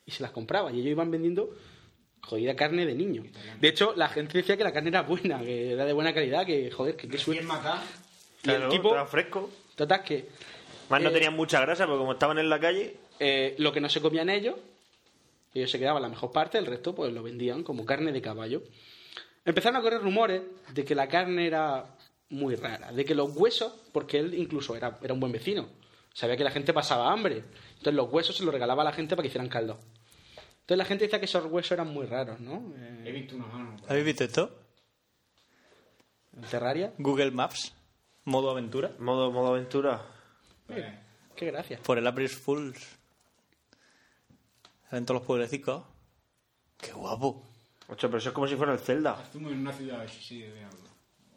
[SPEAKER 7] Y se las compraba. Y ellos iban vendiendo jodida carne de niño. De hecho, la gente decía que la carne era buena, que era de buena calidad, que joder, que qué suerte. Y el
[SPEAKER 15] Claro,
[SPEAKER 7] tipo,
[SPEAKER 15] estaba fresco.
[SPEAKER 7] total que...
[SPEAKER 15] Más no
[SPEAKER 7] eh,
[SPEAKER 15] tenían mucha grasa, porque como estaban en la calle.
[SPEAKER 7] eh, lo que no se comían ellos, ellos se quedaban la mejor parte, el resto pues lo vendían como carne de caballo. Empezaron a correr rumores de que la carne era muy rara, de que los huesos, porque él incluso era, era un buen vecino, sabía que la gente pasaba hambre, entonces los huesos se los regalaba a la gente para que hicieran caldo. Entonces la gente decía que esos huesos eran muy raros, ¿no? Eh,
[SPEAKER 9] He visto una mano. pues,
[SPEAKER 11] ¿Habéis visto esto?
[SPEAKER 7] Terraria.
[SPEAKER 11] Google Maps. Modo aventura.
[SPEAKER 15] Modo, modo aventura.
[SPEAKER 7] Eh, qué gracia.
[SPEAKER 11] Por el April Fools. Salen todos los pueblecicos. Qué guapo.
[SPEAKER 15] Ocho, pero eso es como si fuera el Zelda.
[SPEAKER 16] Estamos en una ciudad, sí, sí, de algo.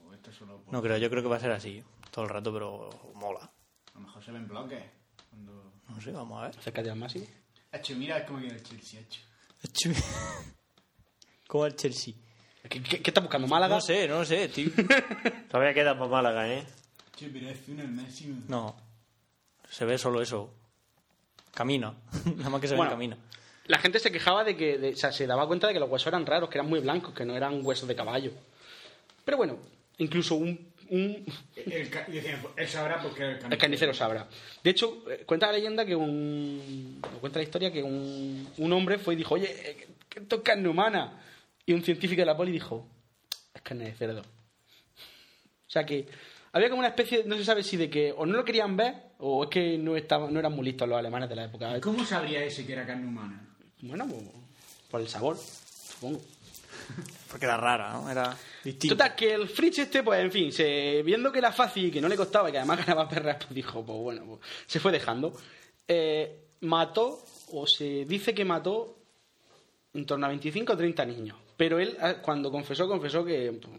[SPEAKER 16] O esto solo por-
[SPEAKER 11] No creo, yo creo que va a ser así. Todo el rato, pero mola.
[SPEAKER 16] A lo mejor se ven bloques. Cuando...
[SPEAKER 11] No sé, vamos a ver.
[SPEAKER 7] Acércate al máximo.
[SPEAKER 16] Hacho, mira cómo queda el Chelsea, hacho.
[SPEAKER 11] ¿Cómo el Chelsea?
[SPEAKER 7] ¿Qué, qué, qué está buscando Málaga?
[SPEAKER 11] No sé, no sé, tío.
[SPEAKER 15] Todavía queda para Málaga, ¿eh?
[SPEAKER 16] Che, pero es uno el máximo.
[SPEAKER 7] Eh,
[SPEAKER 11] No. Se ve solo eso. Camino. Nada más que se ve
[SPEAKER 7] Bueno.
[SPEAKER 11] el camino.
[SPEAKER 7] La gente se quejaba de que, de- o sea, se daba cuenta de que los huesos eran raros, que eran muy blancos, que no eran huesos de caballo. Pero bueno, incluso un, un- eh,
[SPEAKER 16] El, ca- y decían, pues, él sabrá porque era el
[SPEAKER 7] el carnicero sabrá. De hecho, eh, cuenta la leyenda que un. o cuenta la historia que un, un hombre fue y dijo, oye, eh, que esto es carne humana. Y un científico de la poli dijo, es carne de cerdo. O sea que había como una especie, no se sabe si de que o no lo querían ver o es que no, estaban, no eran muy listos los alemanes de la época.
[SPEAKER 16] ¿Cómo sabría ese que era carne humana?
[SPEAKER 7] Bueno, pues, por el sabor, supongo.
[SPEAKER 11] Porque era rara, ¿no? Era distinta.
[SPEAKER 7] Total, que el Fritz este, pues en fin, se, viendo que era fácil y que no le costaba y que además ganaba perras, pues dijo, pues bueno, pues, se fue dejando. Eh, mató, o se dice que mató en torno a 25 o 30 niños. Pero él, ah, cuando confesó, confesó que pues,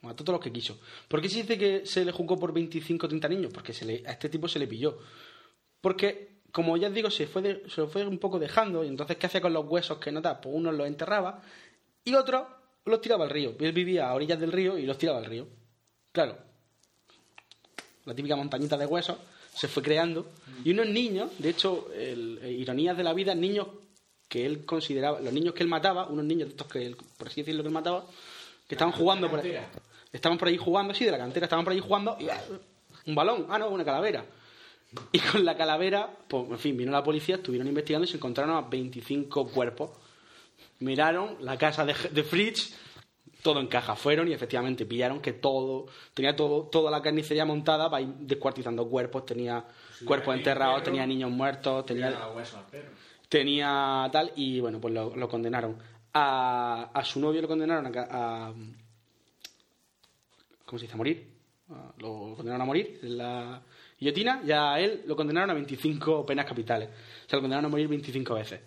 [SPEAKER 7] mató todos los que quiso. ¿Por qué se dice que se le juzgó por 25 o 30 niños? Porque se le- a este tipo se le pilló. Porque, como ya os digo, se fue, de- se lo fue un poco dejando. Y entonces, ¿qué hacía con los huesos que notaba? Pues unos los enterraba y otros los tiraba al río. Él vivía a orillas del río y los tiraba al río. Claro, la típica montañita de huesos se fue creando. Y unos niños, de hecho, el- eh, ironías de la vida, niños que él consideraba, los niños que él mataba, unos niños de estos que él, por así decirlo, que él mataba, que estaban jugando por ahí. Estaban por ahí jugando, sí, de la cantera, estaban por ahí jugando. y, ah, un balón, ah, no, una calavera. Y con la calavera, pues, en fin, vino la policía, estuvieron investigando y se encontraron a 25 cuerpos. Miraron la casa de, de Fritz, todo en caja. Fueron y efectivamente pillaron que todo, tenía todo, toda la carnicería montada para ir descuartizando cuerpos. Tenía cuerpos
[SPEAKER 16] tenía
[SPEAKER 7] enterrados,
[SPEAKER 16] perro,
[SPEAKER 7] tenía niños muertos, tenía
[SPEAKER 16] Tenía huesos al perro.
[SPEAKER 7] tenía tal y bueno pues lo, lo condenaron a, a su novio lo condenaron a, ca- a- cómo se dice a morir A- lo condenaron a morir en la guillotina y a él lo condenaron a 25 penas capitales o sea lo condenaron a morir 25 veces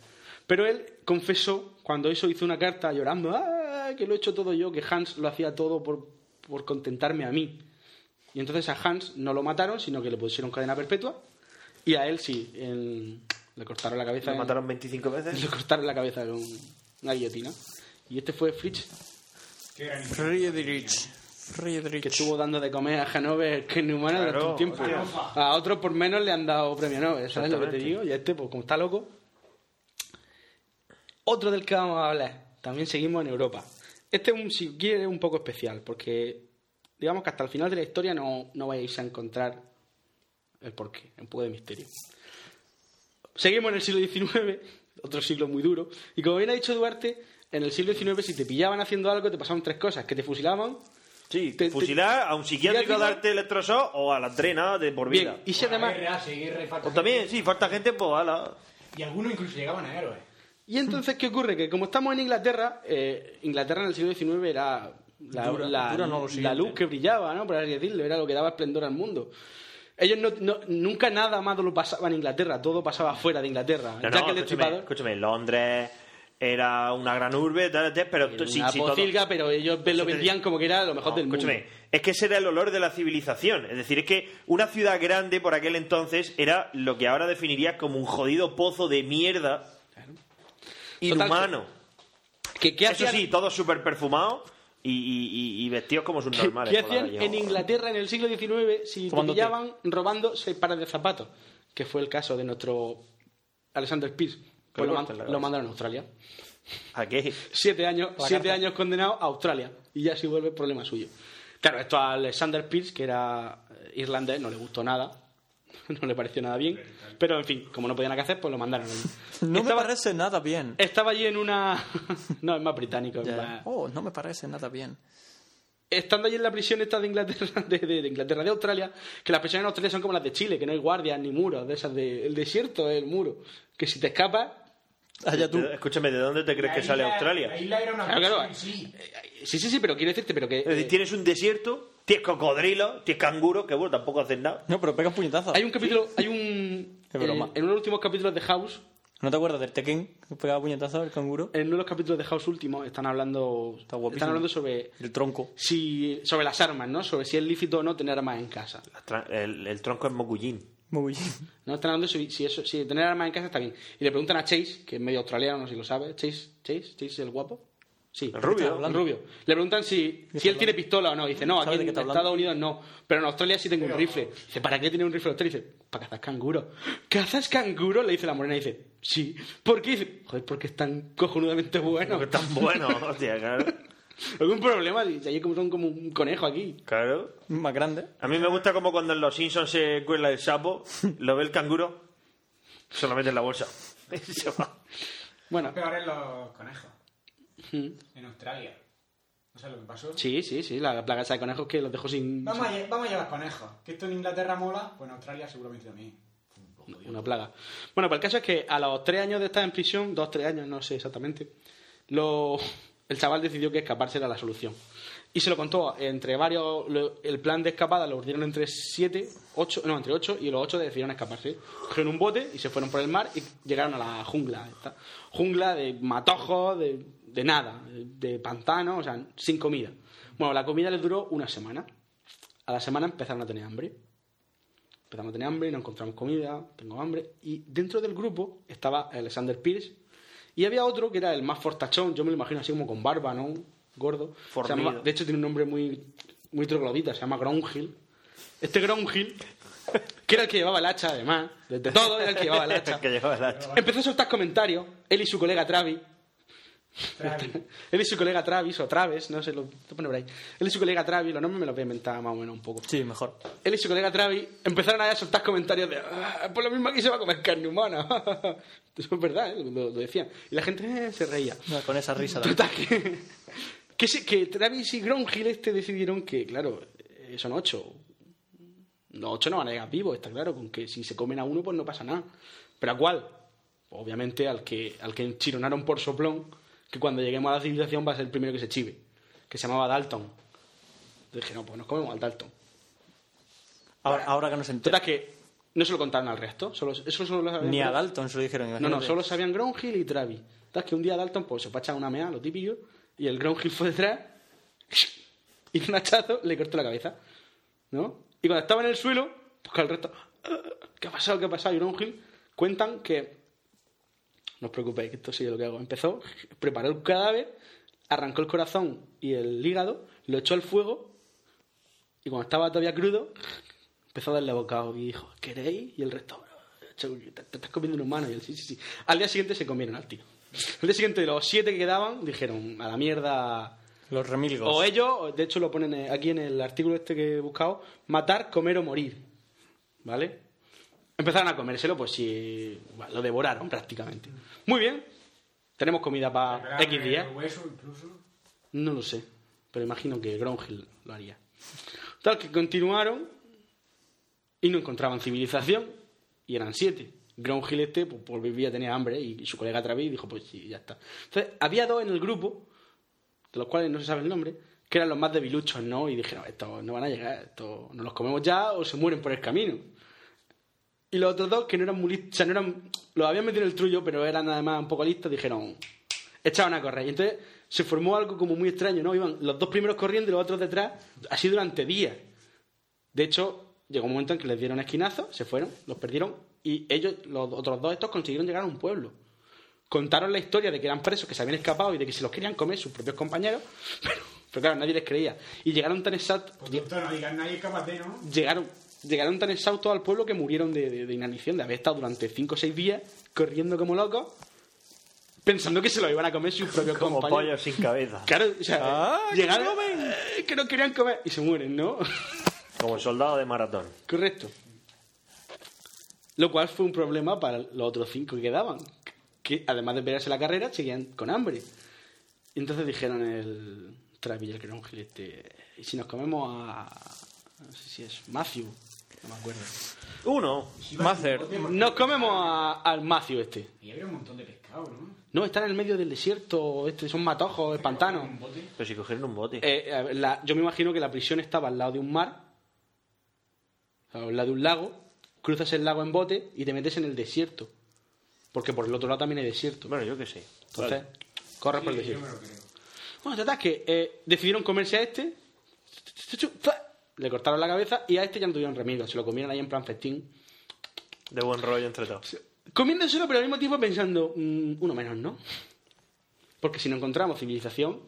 [SPEAKER 7] pero él confesó cuando eso hizo una carta llorando "Ah, que lo he hecho todo yo que Hans lo hacía todo por, por contentarme a mí y entonces a Hans no lo mataron sino que le pusieron cadena perpetua y a él sí en- le cortaron la cabeza
[SPEAKER 15] Lo
[SPEAKER 7] en-
[SPEAKER 15] mataron 25
[SPEAKER 7] le
[SPEAKER 15] veces.
[SPEAKER 7] cortaron la cabeza con una guillotina. Y este fue Fritz,
[SPEAKER 11] Friedrich. Friedrich.
[SPEAKER 7] que estuvo dando de comer a Hanover, que es humano durante
[SPEAKER 15] Claro,
[SPEAKER 7] un tiempo.
[SPEAKER 15] hostia.
[SPEAKER 7] A otros por menos le han dado premio Nobel, ¿sabes lo que te
[SPEAKER 15] Exactamente.
[SPEAKER 7] digo? Y a este, pues como está loco. Otro del que vamos a hablar, también seguimos en Europa. Este, es un, si quiere, es un poco especial, porque digamos que hasta el final de la historia no, no vais a encontrar el porqué, un poco de misterio. Seguimos en el siglo XIX, otro siglo muy duro. Y como bien ha dicho Duarte, en el siglo XIX si te pillaban haciendo algo te pasaban tres cosas. Que te fusilaban.
[SPEAKER 15] Sí,
[SPEAKER 7] te- te-
[SPEAKER 15] fusilar a un psiquiátrico,
[SPEAKER 7] psiquiátrico-
[SPEAKER 15] darte electroshock o a la trena de por vida.
[SPEAKER 7] Bien, y si además...
[SPEAKER 16] Guerra, sí, guerra y falta
[SPEAKER 15] O también, sí, falta gente, pues ala.
[SPEAKER 16] gente. Y algunos incluso llegaban a héroes.
[SPEAKER 7] Y entonces, ¿qué ocurre? Que como estamos en Inglaterra, eh, Inglaterra en el siglo XIX era la,
[SPEAKER 6] Dura,
[SPEAKER 7] la-
[SPEAKER 6] dura no, lo
[SPEAKER 7] la
[SPEAKER 6] siguiente.
[SPEAKER 7] luz que brillaba, ¿no? Por así decirlo, era lo que daba esplendor al mundo. Ellos no, no- nunca nada más lo pasaba en Inglaterra, todo pasaba fuera de Inglaterra.
[SPEAKER 15] No, no,
[SPEAKER 7] ya que el
[SPEAKER 15] escúchame,
[SPEAKER 7] destripador...
[SPEAKER 15] escúchame, Londres era una gran urbe, tal, tal, pero tú- sí,
[SPEAKER 7] una
[SPEAKER 15] sí, todo-
[SPEAKER 7] pocilga, pero ellos lo vendían como que era lo mejor
[SPEAKER 15] No,
[SPEAKER 7] del mundo.
[SPEAKER 15] escúchame, es que ese era el olor de la civilización. Es decir, es que una ciudad grande por aquel entonces era lo que ahora definirías como un jodido pozo de mierda inhumano.
[SPEAKER 7] que, ¿qué
[SPEAKER 15] Eso
[SPEAKER 7] hacían-
[SPEAKER 15] sí, todos súper perfumados y, y- y- y vestidos como sus normales.
[SPEAKER 7] ¿Qué hacían en Inglaterra en el siglo XIX si te
[SPEAKER 15] Tomando té.
[SPEAKER 7] pillaban robando seis pares de zapatos? Que fue el caso de nuestro Alexander Pierce. Pues
[SPEAKER 15] le
[SPEAKER 7] lo,
[SPEAKER 15] cortan
[SPEAKER 7] man-
[SPEAKER 15] la
[SPEAKER 7] lo
[SPEAKER 15] cabeza.
[SPEAKER 7] mandaron a Australia.
[SPEAKER 15] ¿A qué?
[SPEAKER 7] Siete años,
[SPEAKER 15] La
[SPEAKER 7] siete
[SPEAKER 15] cárcel.
[SPEAKER 7] años condenado a Australia. Y ya si vuelve, problema suyo. Claro, esto a Alexander Pierce, que era eh, irlandés, no le gustó nada. No le pareció nada bien. Pero, en fin, como no podían qué hacer, pues lo mandaron allí.
[SPEAKER 6] No me parece nada bien.
[SPEAKER 7] Estaba allí en una... no, es más británico. es
[SPEAKER 6] Ya.
[SPEAKER 7] más-
[SPEAKER 6] Oh, no me parece nada bien.
[SPEAKER 7] estando allí en la prisión esta de Inglaterra, de, de- de Inglaterra, de Australia, que las prisiones en Australia son como las de Chile, que no hay guardias ni muros, de esas de, el desierto es el muro, que si te escapas...
[SPEAKER 15] Allá tú. Escúchame, ¿de dónde te crees que sale Australia?
[SPEAKER 9] Ah,
[SPEAKER 7] Ah, Claro, claro. Sí, sí, sí, pero quiero decirte, pero que... eh,
[SPEAKER 15] Es decir, tienes un desierto, tienes cocodrilos, tienes canguros, que bueno, tampoco hacen nada.
[SPEAKER 6] No, pero pegas puñetazos.
[SPEAKER 7] Hay un capítulo, hay un...
[SPEAKER 6] Es broma.
[SPEAKER 7] eh, en uno de los últimos capítulos de House,
[SPEAKER 6] ¿No te acuerdas del Tekken? Que Pegaba puñetazos el canguro.
[SPEAKER 7] en uno de los capítulos de House últimos, están hablando...
[SPEAKER 6] guapísimo.
[SPEAKER 7] Están hablando sobre...
[SPEAKER 6] El tronco.
[SPEAKER 7] Si, sobre las armas, ¿no? Sobre si es lícito o no tener armas en casa.
[SPEAKER 15] Tra- El, el tronco es mogullín.
[SPEAKER 6] Muy
[SPEAKER 7] No están hablando si, si eso, si tener armas en casa está bien. Y le preguntan a Chase, que es medio australiano, no sé si lo sabe. Chase, Chase, Chase el guapo. Sí,
[SPEAKER 15] El rubio.
[SPEAKER 7] El rubio. Le preguntan si, si él tiene pistola o no. Y dice, no, aquí
[SPEAKER 6] ¿Sabe de
[SPEAKER 7] en
[SPEAKER 6] qué está
[SPEAKER 7] Estados
[SPEAKER 6] hablando?
[SPEAKER 7] Unidos no. Pero en Australia sí tengo un rifle. Dice, ¿para qué tiene un rifle en Australia? Dice, para cazar canguros. ¿Cazas canguros? Le dice la morena. Y dice, sí. ¿Por qué? Dice, joder, porque es tan cojonudamente bueno.
[SPEAKER 15] Porque tan bueno, hostia, claro.
[SPEAKER 7] ¿Algún problema? Dice, ahí como son como un conejo aquí.
[SPEAKER 15] Claro.
[SPEAKER 6] Más grande.
[SPEAKER 15] A mí me gusta como cuando en los Simpsons se cuela el sapo, lo ve el canguro, se lo mete en la bolsa. Se va.
[SPEAKER 7] Bueno.
[SPEAKER 16] Peor es los conejos.
[SPEAKER 7] Mm.
[SPEAKER 16] En Australia. ¿No sabes lo que pasó?
[SPEAKER 7] Sí, sí, sí. La plaga esa de conejos que los dejo sin...
[SPEAKER 16] Vamos a, lle- vamos a llevar conejos. Que esto en Inglaterra mola, pues en Australia seguramente también.
[SPEAKER 7] una plaga. Bueno, pues el caso es que a los tres años de estar en prisión, dos, tres años, no sé exactamente, lo- el chaval decidió que escaparse era la solución. Y se lo contó entre varios, lo- el plan de escapada lo dieron entre siete, ocho, no, entre ocho, y los ocho decidieron escaparse. Cogieron un bote y se fueron por el mar y llegaron a la jungla. esta. Jungla de matojos, de, de nada, de, de pantano, o sea, sin comida. Bueno, la comida les duró una semana. A la semana empezaron a tener hambre empezamos a tener hambre, no encontramos comida, tengo hambre. Y dentro del grupo estaba Alexander Pierce y había otro que era el más fortachón, yo me lo imagino así como con barba, ¿no? Gordo. Se
[SPEAKER 15] Fornido.
[SPEAKER 7] llama- de hecho, tiene un nombre muy, muy troglodita, se llama Groundhill. Este Groundhill, que era el que llevaba el hacha, además, de todo era el que llevaba el hacha.
[SPEAKER 15] que llevaba el hacha.
[SPEAKER 7] Empezó a soltar comentarios, él y su colega Travis. él y su colega Travis, o Travis, no sé, lo, lo pone por ahí. Él y su colega Travis, los nombres me los voy a inventar más o menos un poco.
[SPEAKER 6] Sí, mejor.
[SPEAKER 7] Él y su colega Travis empezaron a soltar comentarios de "Ah, por lo mismo aquí se va a comer carne humana. Eso es verdad, ¿eh? lo, lo decían. Y la gente eh, se reía.
[SPEAKER 6] No, con esa risa. también.
[SPEAKER 7] Total, que, que, sí, que Travis y Groundhill este decidieron que, claro, eh, son ocho. No, ocho no van a llegar vivos, está claro, con que si se comen a uno, pues no pasa nada. ¿Pero a cuál? Obviamente al que, al que enchironaron por soplón, que cuando lleguemos a la civilización va a ser el primero que se chive, que se llamaba Dalton. Yo dije, no, pues nos comemos al Dalton.
[SPEAKER 6] Ahora, ahora que nos enteramos.
[SPEAKER 7] Total, que no se lo contaron al resto, solo, eso solo lo sabían
[SPEAKER 6] Ni a
[SPEAKER 7] Ground-
[SPEAKER 6] Dalton se lo dijeron.
[SPEAKER 7] No,
[SPEAKER 6] imagínate.
[SPEAKER 7] no, solo sabían Groundhill y Travis. Total, que un día Dalton pues, se fue a echar una mea, lo típico, y el Groundhill fue detrás y con un hachazo le cortó la cabeza. ¿No? Y cuando estaba en el suelo, pues que el resto. ¿Qué ha pasado? ¿Qué ha pasado? Y Groundhill cuentan que. No os preocupéis, que esto sí es lo que hago. Empezó, preparó el cadáver, arrancó el corazón y el hígado, lo echó al fuego y cuando estaba todavía crudo, empezó a darle bocado y dijo, ¿queréis? Y el resto, "Chau, te, te estás comiendo un humano. Y él, sí, sí, sí. Al día siguiente se comieron al tío. Al día siguiente, los siete que quedaban dijeron, a la mierda.
[SPEAKER 6] Los remilgos.
[SPEAKER 7] O ellos, o- de hecho lo ponen eh, aquí en el artículo este que he buscado, matar, comer o morir. ¿Vale? Empezaron a comérselo, pues sí, bueno, lo devoraron prácticamente. Muy bien, tenemos comida para X días.
[SPEAKER 16] El hueso incluso.
[SPEAKER 7] No lo sé, pero imagino que Groundhill lo haría. Tal que continuaron y no encontraban civilización y eran siete. Ground Hill este, pues, pues vivía, tenía hambre y su colega Travis dijo, pues sí, ya está. Entonces, había dos en el grupo, de los cuales no se sabe el nombre, que eran los más debiluchos, ¿no? Y dijeron, estos no van a llegar, estos no los comemos ya o se mueren por el camino. Y los otros dos, que no eran muy listos, o sea, no eran, los habían metido en el trullo, pero eran además un poco listos, dijeron, echaban a correr. Y entonces se formó algo como muy extraño, ¿no? Iban los dos primeros corriendo y los otros detrás, así durante días. De hecho, llegó un momento en que les dieron esquinazos, se fueron, los perdieron y ellos, los otros dos estos, consiguieron llegar a un pueblo. Contaron la historia de que eran presos, que se habían escapado y de que se los querían comer sus propios compañeros, pero, pero claro, nadie les creía. Y llegaron tan exactos...
[SPEAKER 16] Por tanto, no digan nadie es capaz de, ¿no?
[SPEAKER 7] Llegaron, llegaron tan exhaustos al pueblo que murieron de, de- de inanición, de haber estado durante 5 o 6 días corriendo como locos, pensando que se lo iban a comer sus propios
[SPEAKER 15] Como
[SPEAKER 7] compañeros.
[SPEAKER 15] pollo sin cabeza.
[SPEAKER 7] Claro, o sea,
[SPEAKER 15] Ah, que
[SPEAKER 7] llegaron
[SPEAKER 15] no
[SPEAKER 7] eh, que no querían comer y se mueren, ¿no?
[SPEAKER 15] Como soldado de maratón.
[SPEAKER 7] Correcto. Lo cual fue un problema para los otros cinco que quedaban, que además de perderse la carrera, seguían con hambre. Y entonces dijeron el Travis y el Grongil, este, ¿y si nos comemos a... no sé si es Matthew, no me acuerdo.
[SPEAKER 15] Uno.
[SPEAKER 7] Nos comemos a- al Matthew este.
[SPEAKER 16] Y había un montón de pescado, ¿no?
[SPEAKER 7] No, está en el medio del desierto, este, son matojos, es pantano.
[SPEAKER 15] Pero si cogieron un bote.
[SPEAKER 7] Eh, a ver, la- yo me imagino que la prisión estaba al lado de un mar, al lado de un lago, cruzas el lago en bote y te metes en el desierto. Porque por el otro lado también hay desierto.
[SPEAKER 15] Bueno, yo qué sé.
[SPEAKER 7] Entonces,
[SPEAKER 15] Vale.
[SPEAKER 7] corres por el desierto. Bueno, total, que eh, decidieron comerse a este, le cortaron la cabeza y a este ya no tuvieron remedio, se lo comieron ahí en plan festín.
[SPEAKER 15] De buen rollo entre todos.
[SPEAKER 7] Comiéndoselo, pero al mismo tiempo pensando, "Mm, uno menos, ¿no? Porque si no encontramos civilización,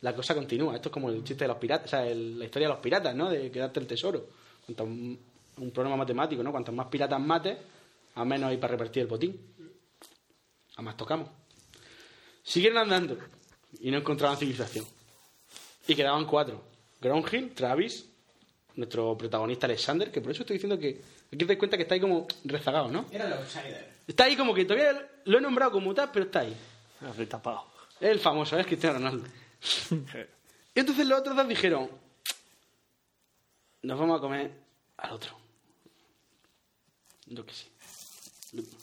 [SPEAKER 7] la cosa continúa. Esto es como el chiste de los piratas, o sea, el- la historia de los piratas, ¿no? De quedarte el tesoro. Cuanto m- un problema matemático, ¿no? Cuantos más piratas mates, a menos hay para repartir el botín. A más tocamos. Siguieron andando y no encontraban civilización. Y quedaban cuatro. Groundhill, Travis, nuestro protagonista Alexander, que por eso estoy diciendo que aquí os dais cuenta que estáis como rezagados, ¿no?
[SPEAKER 16] Eran los outsiders.
[SPEAKER 7] Está ahí como que todavía lo he nombrado como tal, pero está ahí.
[SPEAKER 15] Habré tapado.
[SPEAKER 7] Es el famoso, es Cristiano Ronaldo. y entonces los otros dos dijeron, nos vamos a comer al otro. Yo qué sé.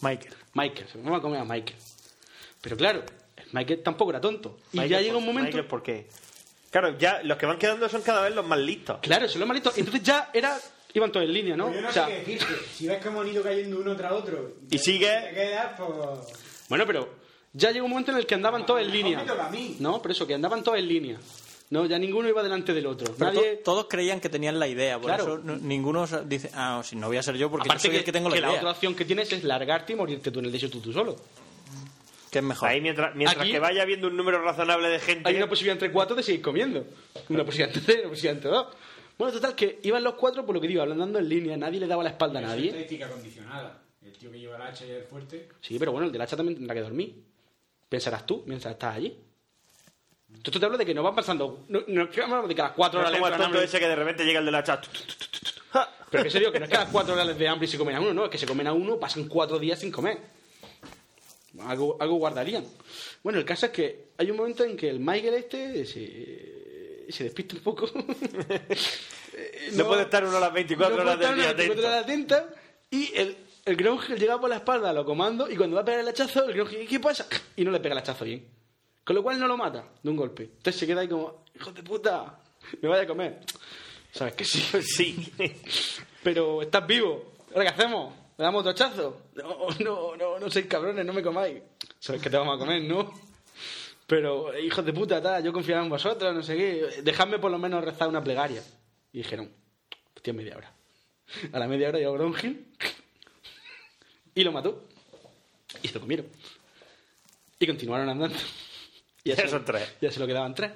[SPEAKER 7] Michael. Michael, se lo vamos a comer a Michael. Pero claro, Michael tampoco era tonto. Y
[SPEAKER 15] Michael,
[SPEAKER 7] ya llega un
[SPEAKER 15] ¿por-
[SPEAKER 7] momento...
[SPEAKER 15] Michael, ¿por qué? Claro, ya los que van quedando son cada vez los más listos.
[SPEAKER 7] Claro, son los más listos. Entonces ya era... Iban todos en línea, ¿no?
[SPEAKER 16] Pero Pues Yo no
[SPEAKER 7] O sea,
[SPEAKER 16] sé qué decirte. Si ves que bonito cayendo uno tras otro.
[SPEAKER 7] Y sigue.
[SPEAKER 16] Te quedas, pues.
[SPEAKER 7] Bueno, pero ya llegó un momento en el que andaban todos en línea.
[SPEAKER 16] me toca a mí.
[SPEAKER 7] No, pero eso, que andaban todos en línea. No, ya ninguno iba delante del otro.
[SPEAKER 11] Pero
[SPEAKER 7] Nadie...
[SPEAKER 11] to- todos creían que tenían la idea, por
[SPEAKER 7] Claro.
[SPEAKER 11] eso no- ninguno sa- dice, ah, si no voy a ser yo porque
[SPEAKER 7] Aparte
[SPEAKER 11] yo soy
[SPEAKER 7] que,
[SPEAKER 11] el que tengo la
[SPEAKER 7] que
[SPEAKER 11] idea.
[SPEAKER 7] otra opción que tienes es largarte y morirte tú en el desierto tú solo.
[SPEAKER 11] Que es mejor.
[SPEAKER 15] Ahí mientras, mientras
[SPEAKER 7] Aquí-
[SPEAKER 15] que vaya viendo un número razonable de gente.
[SPEAKER 7] Hay una posibilidad entre cuatro de seguir comiendo. Una posibilidad entre tres, una posibilidad entre dos. Bueno, total, que iban los cuatro, por lo que digo, andando en línea. Nadie le daba la espalda a
[SPEAKER 16] Es
[SPEAKER 7] nadie.
[SPEAKER 16] estadística condicionada. El tío que lleva el hacha y el fuerte.
[SPEAKER 7] Sí, pero bueno, el del hacha también tendrá que dormir. Pensarás tú mientras estás allí. Esto te hablo de que no van pasando... No, no es que hablamos de que a las cuatro
[SPEAKER 15] No
[SPEAKER 7] horas
[SPEAKER 15] es
[SPEAKER 7] le
[SPEAKER 15] como el
[SPEAKER 7] entran
[SPEAKER 15] tonto
[SPEAKER 7] hambre.
[SPEAKER 15] ese que de repente llega el de la chat.
[SPEAKER 7] Pero que serio, que no es que a las cuatro horas de hambre y se comen a uno, no, es que se comen a uno, pasan cuatro días sin comer. Algo, algo guardarían. Bueno, el caso es que hay un momento en que el Michael este se, se despista un poco. Eh,
[SPEAKER 15] No puede estar uno a las 24
[SPEAKER 7] puede
[SPEAKER 15] horas del
[SPEAKER 7] estar uno a
[SPEAKER 15] día
[SPEAKER 7] las 24 horas atento. Y el, el Groundhog llega por la espalda, lo comando, y cuando va a pegar el hachazo, el Groundhog, ¿qué pasa? Y no le pega el hachazo bien. Con lo cual no lo mata de un golpe. Entonces se queda ahí como, hijo de puta, me vaya a comer. ¿Sabes que sí?
[SPEAKER 15] Sí.
[SPEAKER 7] Pero estás vivo. ¿Ahora qué hacemos? ¿Le damos otro hachazo? No, no, no, no sois cabrones, no me comáis. Sabes que te vamos a comer, ¿no? Pero, eh, hijos de puta, tal, yo confiaba en vosotros, no sé qué. Dejadme por lo menos rezar una plegaria. Y dijeron, hostia, media hora. A la media hora llegó Grongil y lo mató. Y se lo comieron. Y continuaron andando. Y
[SPEAKER 15] Ya son tres.
[SPEAKER 7] Ya se lo quedaban tres.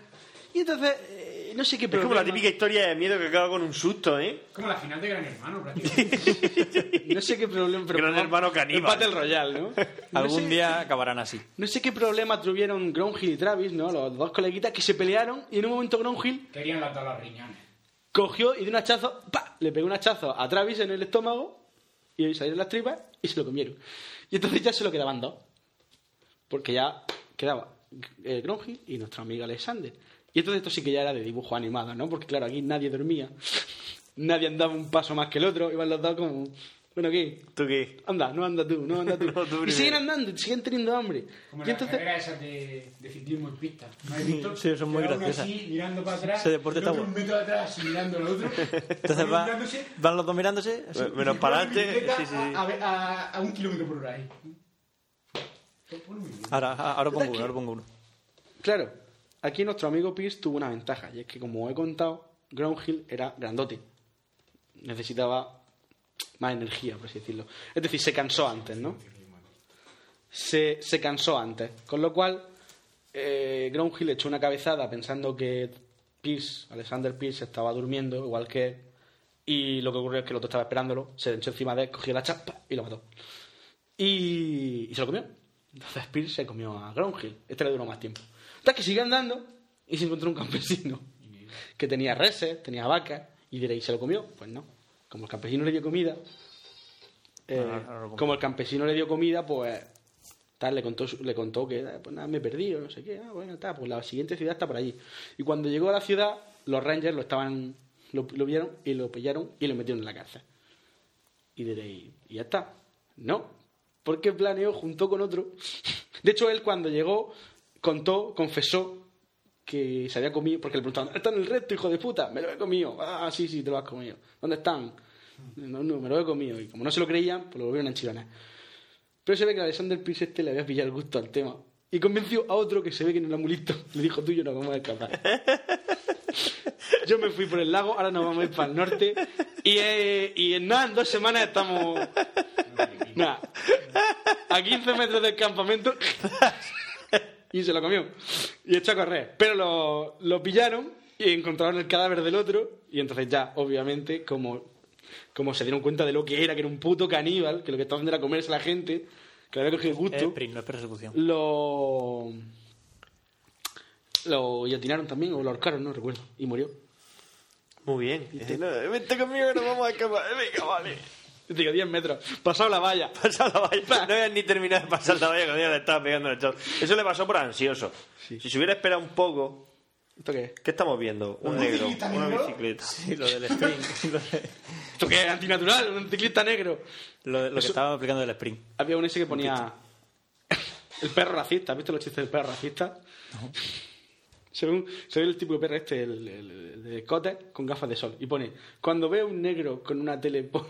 [SPEAKER 7] Y entonces, eh, no sé qué
[SPEAKER 15] Es como la típica historia de miedo que acaba con un susto, ¿eh?
[SPEAKER 16] Como la final de Gran Hermano, prácticamente.
[SPEAKER 7] No sé qué problema. pero-
[SPEAKER 15] Gran hermano caníbal.
[SPEAKER 7] El Battle Royale, ¿no? No
[SPEAKER 11] Algún
[SPEAKER 7] sé-
[SPEAKER 11] día acabarán así.
[SPEAKER 7] No sé qué problema tuvieron Groundhill y Travis, ¿no? Los dos coleguitas que se pelearon y en un momento Groundhill
[SPEAKER 16] Querían las dos los riñones.
[SPEAKER 7] cogió y de un hachazo, ¡pa! Le pegó un hachazo a Travis en el estómago y ahí salieron las tripas y se lo comieron. Y entonces ya se lo quedaban dos. Porque ya quedaba eh, Groundhog y nuestro amigo Alexander. Y entonces esto sí que ya era de dibujo animado, ¿no? Porque claro, aquí nadie dormía. Nadie andaba un paso más que el otro. Iban los dos como Bueno, ¿qué?
[SPEAKER 8] ¿Tú qué?
[SPEAKER 7] Anda, no anda tú, no anda tú.
[SPEAKER 8] No, tú
[SPEAKER 7] y
[SPEAKER 8] primero.
[SPEAKER 7] siguen andando, y siguen teniendo hambre.
[SPEAKER 9] Como
[SPEAKER 7] y
[SPEAKER 9] las
[SPEAKER 7] entonces...
[SPEAKER 9] carreras esas de, de ciclismo en pista. ¿No has
[SPEAKER 6] Sí,
[SPEAKER 9] visto?
[SPEAKER 6] sí, son muy
[SPEAKER 9] Que va uno
[SPEAKER 6] graciosas.
[SPEAKER 9] así, mirando para atrás,
[SPEAKER 6] Ese deporte
[SPEAKER 9] el
[SPEAKER 6] está
[SPEAKER 9] otro
[SPEAKER 6] bueno.
[SPEAKER 9] un metro atrás y mirando al otro.
[SPEAKER 6] Entonces va-
[SPEAKER 9] mirándose,
[SPEAKER 6] van los dos mirándose. así.
[SPEAKER 9] y pone bicicleta A, a- a un kilómetro por hora ahí.
[SPEAKER 6] Ahora, ahora pongo uno, ahora pongo uno.
[SPEAKER 7] Claro, aquí nuestro amigo Pierce tuvo una ventaja, y es que como he contado, Ground Hill era grandote. Necesitaba más energía, por así decirlo. Es decir, se cansó antes, ¿no? Se, se cansó antes. Con lo cual, eh, Ground Hill echó una cabezada pensando que Pierce, Alexander Pierce, estaba durmiendo, igual que él. Y lo que ocurrió es que el otro estaba esperándolo, se le echó encima de él, cogió la chapa y lo mató. Y, y se lo comió. Entonces Pierce se comió a Ground Hill. Este le duró más tiempo. Hasta que sigue andando y se encontró un campesino que tenía reses, tenía vacas y diréis, ¿se lo comió? Pues no. Como el campesino le dio comida, eh,
[SPEAKER 17] Ahora- ahora lo pongo.
[SPEAKER 7] como el campesino le dio comida, pues tal, le contó, su- le contó que "Ah, pues nada, me he perdido, no sé qué, ah, bueno, tal, pues la siguiente ciudad está por allí. Y cuando llegó a la ciudad, los rangers lo estaban, lo, lo vieron y lo pillaron y lo metieron en la cárcel. Y diréis, y ya está. No, porque planeó junto con otro. De hecho, él cuando llegó, contó, confesó que se había comido, porque le preguntaban, ¿dónde están el resto, hijo de puta? Me lo he comido. Ah, sí, sí, te lo has comido. ¿Dónde están? No, no, me lo he comido. Y como no se lo creían, pues lo volvieron a enchironar. Pero se ve que a Alexander Pierce este le había pillado el gusto al tema. Y convenció a otro que se ve que no era muy listo. Le dijo, tú y yo nos vamos a escapar. Yo me fui por el lago, ahora nos vamos a ir para el norte. Y, eh, y en nada, en dos semanas estamos... Nada. A 15 metros del campamento y se lo comió. Y echó a correr. Pero lo, lo pillaron y encontraron el cadáver del otro. Y entonces ya, obviamente, como, como se dieron cuenta de lo que era, que era un puto caníbal, que lo que estaba haciendo era comerse a la gente, que le había cogido el
[SPEAKER 6] Es
[SPEAKER 7] gusto,
[SPEAKER 6] print, no es persecución.
[SPEAKER 7] lo... Lo yatinaron también, o lo ahorcaron, no recuerdo. Y murió.
[SPEAKER 8] Muy bien. Eh, no, eh, vente conmigo que nos vamos a escapar. Eh, Venga, vale.
[SPEAKER 7] Digo, 10 metros. Pasado la valla.
[SPEAKER 8] Pasado la valla. No había ni terminado de pasar la valla cuando ya le estaba pegando el chorro. Eso le pasó por ansioso. Si se hubiera esperado un poco...
[SPEAKER 7] ¿Esto qué?
[SPEAKER 8] ¿Qué estamos viendo? Un
[SPEAKER 7] ¿Un
[SPEAKER 8] negro,
[SPEAKER 7] ciclista
[SPEAKER 8] una
[SPEAKER 7] negro?
[SPEAKER 8] bicicleta.
[SPEAKER 6] Sí, lo del sprint. lo de-
[SPEAKER 7] ¿Esto qué es antinatural? Un ciclista negro.
[SPEAKER 6] lo, lo que
[SPEAKER 7] Eso-
[SPEAKER 6] estaba aplicando del sprint.
[SPEAKER 7] Había un ese que ponía el perro racista. ¿Has visto los chistes del perro racista? Se ve, un- se ve el tipo de perro este, el, el- el de escote, con gafas de sol. Y pone, cuando veo un negro con una tele por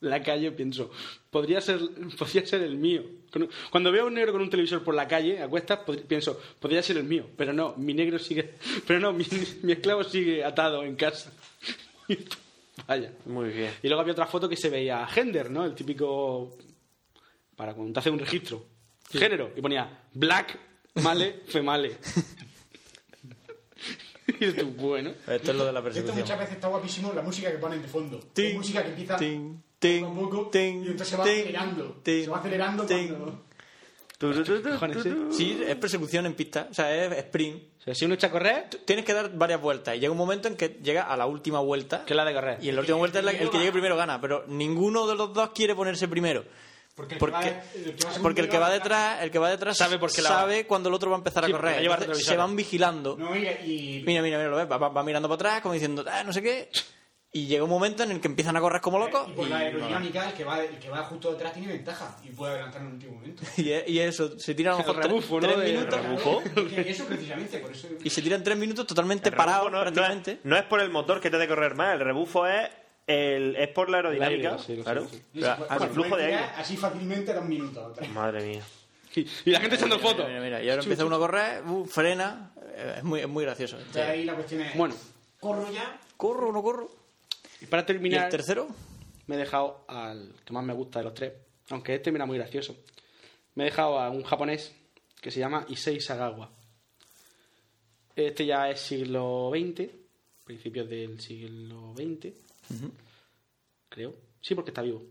[SPEAKER 7] la calle, pienso, podría ser, podría ser el mío. Con- Cuando veo un negro con un televisor por la calle, a cuestas, pod- pienso, podría ser el mío. Pero no, mi negro sigue, pero no, mi, mi esclavo sigue atado en casa. Vaya.
[SPEAKER 8] Muy bien.
[SPEAKER 7] Y luego había otra foto que se veía gender, ¿no? El típico. Para cuando te hace un registro. Género. Y ponía black, male, female. y tú, bueno.
[SPEAKER 6] Esto es lo de la
[SPEAKER 9] Esto
[SPEAKER 6] persecución.
[SPEAKER 9] muchas veces está guapísimo, la música que ponen de fondo.
[SPEAKER 6] Ting,
[SPEAKER 9] Es música que empieza
[SPEAKER 6] ting,
[SPEAKER 9] poco a poco y entonces se va
[SPEAKER 6] ting,
[SPEAKER 9] acelerando.
[SPEAKER 6] ting,
[SPEAKER 9] se va acelerando
[SPEAKER 6] ting.
[SPEAKER 9] cuando...
[SPEAKER 6] Cojones, ¿eh? Sí, es persecución en pista, o sea, es sprint.
[SPEAKER 7] O sea, si uno echa a correr,
[SPEAKER 6] Tú Tienes que dar varias vueltas y llega un momento en que llega a la última vuelta.
[SPEAKER 7] que es la de correr.
[SPEAKER 6] Y en la última vuelta es la- el que llegue primero gana, pero ninguno de los dos quiere ponerse primero.
[SPEAKER 9] Porque el que va-
[SPEAKER 6] Porque,
[SPEAKER 9] el que va
[SPEAKER 6] porque el que va
[SPEAKER 9] segundo
[SPEAKER 6] detrás, el que va detrás
[SPEAKER 7] Sabe por qué la va.
[SPEAKER 6] sabe cuando el otro va a empezar a
[SPEAKER 7] Sí, porque
[SPEAKER 6] correr.
[SPEAKER 7] la lleva
[SPEAKER 6] Entonces, se
[SPEAKER 7] retrovisora.
[SPEAKER 6] van vigilando.
[SPEAKER 9] No, mira, y...
[SPEAKER 6] Mira, mira, mira, lo ves, va, va- va mirando para atrás, como diciendo, "Ah, no sé qué. Y llega un momento en el que empiezan a correr como locos.
[SPEAKER 9] Eh, Y
[SPEAKER 6] Y,
[SPEAKER 9] por la aerodinámica, el que, va, el que va justo detrás tiene ventaja y puede adelantar en el último momento.
[SPEAKER 6] y es- y eso, se tiran a lo
[SPEAKER 7] El
[SPEAKER 6] mejor tres-
[SPEAKER 7] rebufo, ¿no?
[SPEAKER 6] tres
[SPEAKER 7] De-
[SPEAKER 6] minutos.
[SPEAKER 8] ¿Rebufo?
[SPEAKER 9] Es que eso precisamente, por eso...
[SPEAKER 6] Y se tiran tres minutos totalmente
[SPEAKER 8] El rebufo
[SPEAKER 6] parados
[SPEAKER 8] no, no
[SPEAKER 6] prácticamente.
[SPEAKER 8] es, no es por el motor que te hace correr más, el rebufo es el, es por la aerodinámica,
[SPEAKER 7] El aire, sí, lo sé,
[SPEAKER 8] claro,
[SPEAKER 7] lo sé.
[SPEAKER 8] O sea,
[SPEAKER 9] Cuando
[SPEAKER 8] el flujo de
[SPEAKER 9] puede
[SPEAKER 8] aire.
[SPEAKER 9] tirar Así fácilmente da un minuto a otra.
[SPEAKER 8] Madre mía.
[SPEAKER 7] Y, y la gente echando fotos.
[SPEAKER 6] Mira, mira, y ahora empieza uno a correr, uh, frena, eh, es muy, es muy gracioso.
[SPEAKER 9] O sea, ahí la cuestión es...
[SPEAKER 7] Bueno,
[SPEAKER 9] ¿Corro ya?
[SPEAKER 6] ¿Corro o no corro?
[SPEAKER 7] y para
[SPEAKER 6] ¿Y el
[SPEAKER 7] terminar,
[SPEAKER 6] tercero?
[SPEAKER 7] me he dejado al que más me gusta de los tres. Aunque este me era muy gracioso. Me he dejado a un japonés que se llama Issei Sagawa. Este ya es siglo XX, principios del siglo XX, creo. Sí, porque está vivo.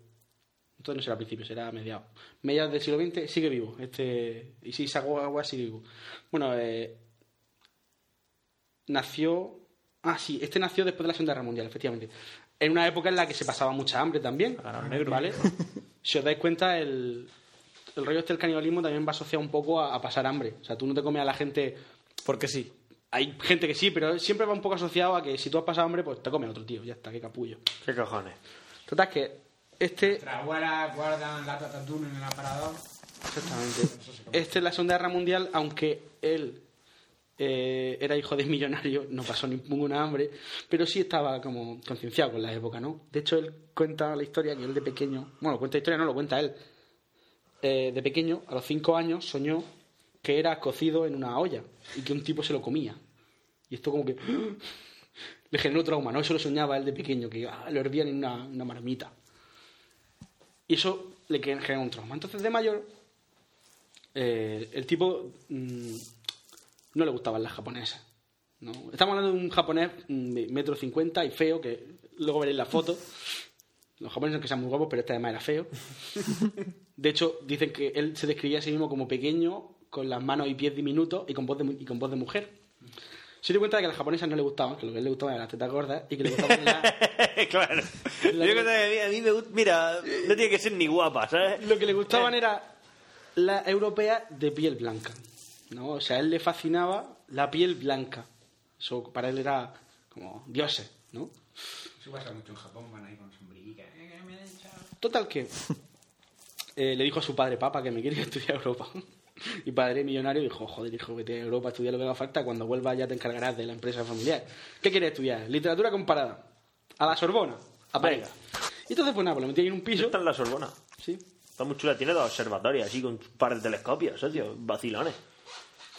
[SPEAKER 7] Entonces no será principio, será mediados. Mediados del siglo XX sigue vivo. Este Issei Sagawa sigue vivo. Bueno, eh, nació. Ah, sí, este nació después de la Segunda Guerra Mundial, efectivamente. En una época en la que se pasaba mucha hambre también. ¿Vale? si os dais cuenta, el, el rollo este del canibalismo también va asociado un poco a, a pasar hambre. O sea, tú no te comes a la gente.
[SPEAKER 6] Porque sí.
[SPEAKER 7] Hay gente que sí, pero siempre va un poco asociado a que si tú has pasado hambre, pues te comes a otro tío. Ya está, qué capullo.
[SPEAKER 8] ¿Qué cojones?
[SPEAKER 7] Total, que Este-
[SPEAKER 9] Nuestras abuelas guardan latas de atún en el aparador.
[SPEAKER 7] Exactamente. Este es la Segunda Guerra Mundial, aunque él eh, era hijo de millonario, no pasó ninguna hambre, pero sí estaba como concienciado con la época, ¿no? De hecho, él cuenta la historia que él de pequeño, bueno, cuenta la historia, no lo cuenta él. Eh, de pequeño, a los cinco años, soñó que era cocido en una olla y que un tipo se lo comía. Y esto como que le generó trauma, ¿no? Eso lo soñaba él de pequeño, que ah, lo hervían en una, una marmita. Y eso le que- generó un trauma. Entonces, de mayor, eh, el tipo mm, no le gustaban las japonesas. ¿no? Estamos hablando de un japonés mm, de metro cincuenta y feo, que luego veréis la foto. Los japoneses no que sean muy guapos, pero este además era feo. De hecho, dicen que él se describía a sí mismo como pequeño, con las manos y pies diminutos y con voz de, mu- y con voz de mujer. Se dio cuenta de que a las japonesas no le gustaban, que lo que a él le gustaban eran las tetas gordas y que le gustaban las...
[SPEAKER 8] claro. Yo creo que a mí me gusta. Mira, no tiene que ser ni guapa, ¿sabes?
[SPEAKER 7] Lo que le
[SPEAKER 9] Eh.
[SPEAKER 7] gustaban era la europea de piel blanca. ¿no? O sea, a él le fascinaba la piel blanca. Eso para él era como dioses, ¿no?
[SPEAKER 9] Eso pasa mucho en Japón, van ahí con sombrillitas. Eh, que me he echado.
[SPEAKER 7] Total que eh, le dijo a su padre, papá, que me quiere ir a estudiar a Europa. Y padre millonario dijo, joder, hijo, vete a Europa, estudia lo que haga falta, cuando vuelvas ya te encargarás de la empresa familiar. ¿Qué quieres estudiar? Literatura comparada. A la Sorbona. A París. Y entonces, pues nada, pues lo metí ahí en un piso.
[SPEAKER 8] Está en la Sorbona.
[SPEAKER 7] Sí.
[SPEAKER 8] Está muy chula. Tiene dos observatorios así con un par de telescopios, socio. Vacilones.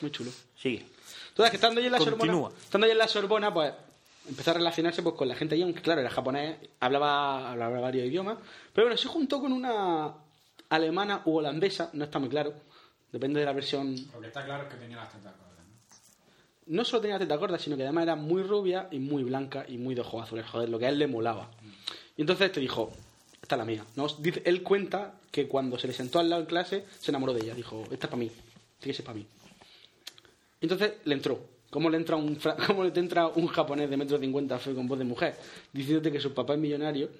[SPEAKER 7] Muy chulo.
[SPEAKER 8] Sigue.
[SPEAKER 7] Entonces, que estando allí en la
[SPEAKER 8] Continúa.
[SPEAKER 7] Sorbona, estando allí en la Sorbona, pues empezó a relacionarse pues, con la gente allí, aunque claro, era japonés, hablaba, hablaba varios idiomas, pero bueno, se juntó con una alemana u holandesa, no está muy claro, depende de la versión.
[SPEAKER 9] Lo que está claro es que tenía las tetas gordas.
[SPEAKER 7] No solo tenía teta corta, sino que además era muy rubia y muy blanca y muy de ojos azules, joder, lo que a él le molaba. Y entonces te dijo, esta es la mía. ¿no? Dice- Él cuenta que cuando se le sentó al lado en clase, se enamoró de ella, dijo, esta es para mí, tiene que ser para mí. Entonces le entró. ¿Cómo le, entra un fra- ¿Cómo le te entra un japonés de metro cincuenta feo con voz de mujer? Diciéndote que su papá es millonario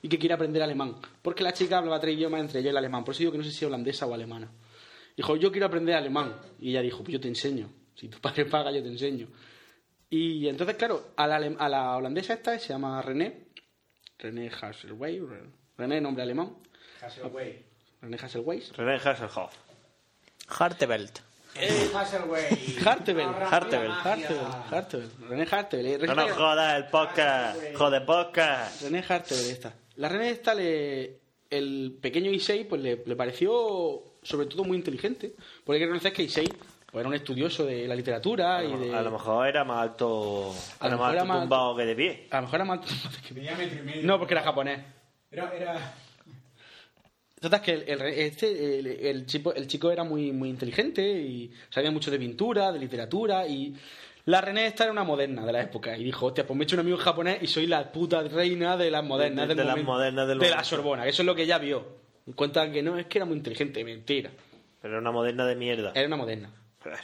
[SPEAKER 7] y que quiere aprender alemán. Porque la chica hablaba tres idiomas, entre ellos el alemán. Por eso digo que no sé si holandesa o alemana. Dijo, yo quiero aprender alemán. Y ella dijo, pues yo te enseño. Si tu padre paga, yo te enseño. Y entonces, claro, a la, alem- a la holandesa esta se llama René. René Hasselwey. René, nombre alemán.
[SPEAKER 9] Hasselwey.
[SPEAKER 7] René Hasselweis.
[SPEAKER 8] René Hasselhoff.
[SPEAKER 6] Hartebelt.
[SPEAKER 7] Eh.
[SPEAKER 9] Hasselwey.
[SPEAKER 7] Hartebel.
[SPEAKER 9] Hartebel.
[SPEAKER 7] Hartebel. Hartebel. René Hartebel. eh.
[SPEAKER 8] No nos jodas el podcast. Joder, podcast.
[SPEAKER 7] René Hartebel esta. La René esta le... El pequeño Issei pues le, le pareció sobre todo muy inteligente. Porque hay que reconocer que Issei pues, era un estudioso de la literatura y de...
[SPEAKER 8] A lo mejor era más alto.
[SPEAKER 7] A lo
[SPEAKER 8] Era
[SPEAKER 7] mejor
[SPEAKER 8] más
[SPEAKER 7] era más
[SPEAKER 8] alto tumbado que de pie.
[SPEAKER 7] A lo mejor era más...
[SPEAKER 9] Tenía metro y medio.
[SPEAKER 7] No, porque era japonés.
[SPEAKER 9] Era, era...
[SPEAKER 7] Total, que el, el- este, el, el chico, el chico era muy, muy inteligente y sabía mucho de pintura, de literatura y... La René esta era una moderna de la época y dijo, hostia, pues me he hecho un amigo japonés y soy la puta reina de las modernas
[SPEAKER 8] De- de
[SPEAKER 7] del
[SPEAKER 8] las
[SPEAKER 7] momento".
[SPEAKER 8] modernas del
[SPEAKER 7] De la
[SPEAKER 8] momento.
[SPEAKER 7] Sorbona, que eso es lo que ella vio. Y Cuenta que no, es que era muy inteligente, mentira.
[SPEAKER 8] Pero era una moderna de mierda.
[SPEAKER 7] Era una moderna,
[SPEAKER 8] Pues,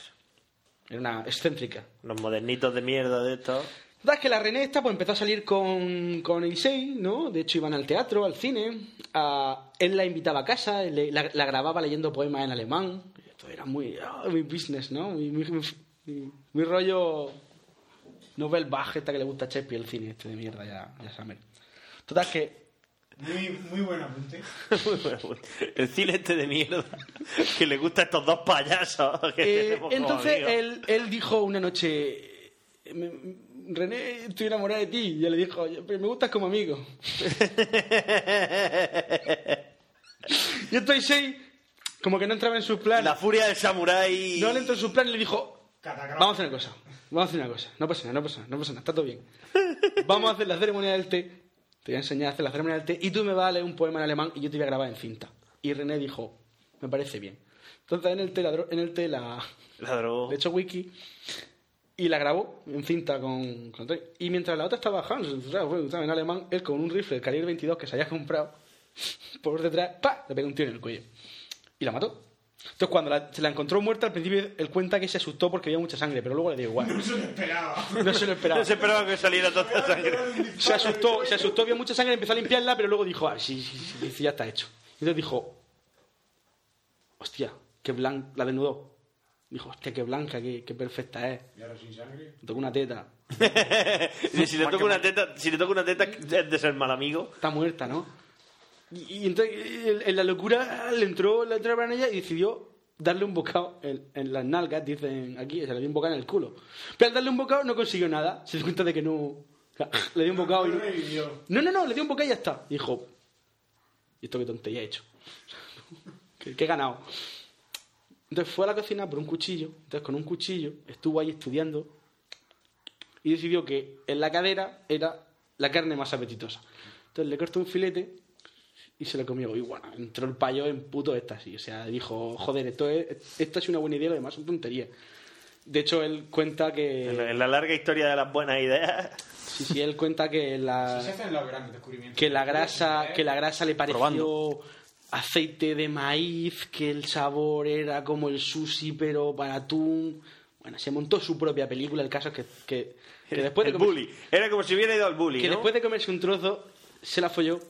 [SPEAKER 7] era una excéntrica.
[SPEAKER 8] Los modernitos de mierda de estos.
[SPEAKER 7] Total, que la René esta pues empezó a salir con, con Issei, ¿no? De hecho iban al teatro, al cine, a- él la invitaba a casa, él le- la, la grababa leyendo poemas en alemán, esto era muy, ah, muy business, ¿no? Muy, muy, muy- muy rollo novel baja esta que le gusta a Shakespeare el cine este de mierda, ya, ya saben. Total, que
[SPEAKER 9] Muy, muy buen apunte.
[SPEAKER 8] el cine este de mierda. Que le gusta a estos dos payasos. que
[SPEAKER 7] eh,
[SPEAKER 8] tenemos como
[SPEAKER 7] entonces
[SPEAKER 8] amigos.
[SPEAKER 7] él, él dijo una noche, "Me- René, estoy enamorada de ti, y ella le dijo, pero me gustas como amigo. y esto Issei como que no entraba en sus planes.
[SPEAKER 8] La furia del samurái.
[SPEAKER 7] No le entró en sus planes y le dijo, vamos a hacer una cosa, vamos a hacer una cosa, no pasa nada, no pasa nada, no pasa nada, está todo bien. Vamos a hacer la ceremonia del té, te voy a enseñar a hacer la ceremonia del té y tú me vas a leer un poema en alemán y yo te voy a grabar en cinta. Y René dijo, me parece bien. Entonces en el té la, dro- en el té la,
[SPEAKER 8] La drogó.
[SPEAKER 7] le echó wiki y la grabó en cinta con, con tre- Y mientras la otra estaba Hans, ¿sabes? en alemán, él con un rifle, el calibre 22 que se había comprado, por detrás, ¡pa! le pegó un tiro en el cuello y la mató. Entonces, cuando la- se la encontró muerta, al principio él cuenta que se asustó porque había mucha sangre, pero luego le dio igual.
[SPEAKER 9] No se lo esperaba.
[SPEAKER 7] No se lo esperaba.
[SPEAKER 8] No se esperaba que saliera toda esta sangre.
[SPEAKER 7] Se asustó, se asustó, vio mucha sangre, empezó a limpiarla, pero luego dijo, ah, sí, sí, sí, sí, ya está hecho. Y entonces dijo, hostia, que blanco, la desnudó. Dijo, hostia, qué blanca, qué, qué perfecta es.
[SPEAKER 16] ¿Y ahora sin sangre?
[SPEAKER 7] Me tocó una teta.
[SPEAKER 8] Y si le toca una teta, si le toca una teta es de ser mal amigo.
[SPEAKER 7] Está muerta, ¿no? Y, y entonces en- en la locura le entró la entró en ella y decidió darle un bocado en, en las nalgas, dicen aquí, se le dio un bocado en el culo. Pero al darle un bocado no consiguió nada, se dio cuenta de que no... Le dio un bocado y no... No, no, no, le dio un bocado y ya está. Dijo, ¿y esto qué tontería he hecho? ¿Qué, qué he ganado? Entonces fue a la cocina por un cuchillo, entonces con un cuchillo estuvo ahí estudiando y decidió que en la cadera era la carne más apetitosa. Entonces le cortó un filete y se lo comió. Y bueno, entró el payo en puto éxtasis. O sea, dijo, joder, esto es, esta es una buena idea, lo demás son tonterías. De hecho, él cuenta que...
[SPEAKER 8] En la, en la larga historia de las buenas ideas.
[SPEAKER 7] Sí, sí, él cuenta que la...
[SPEAKER 16] Se hacen los grandes descubrimientos.
[SPEAKER 7] que la grasa que la grasa le pareció
[SPEAKER 16] Probando.
[SPEAKER 7] aceite de maíz que el sabor era como el sushi pero para atún bueno se montó su propia película el caso es que, que, que después de
[SPEAKER 8] El
[SPEAKER 7] comer-
[SPEAKER 8] bully. Era como si hubiera ido al bully.
[SPEAKER 7] que
[SPEAKER 8] ¿no?
[SPEAKER 7] después de comerse un trozo se la folló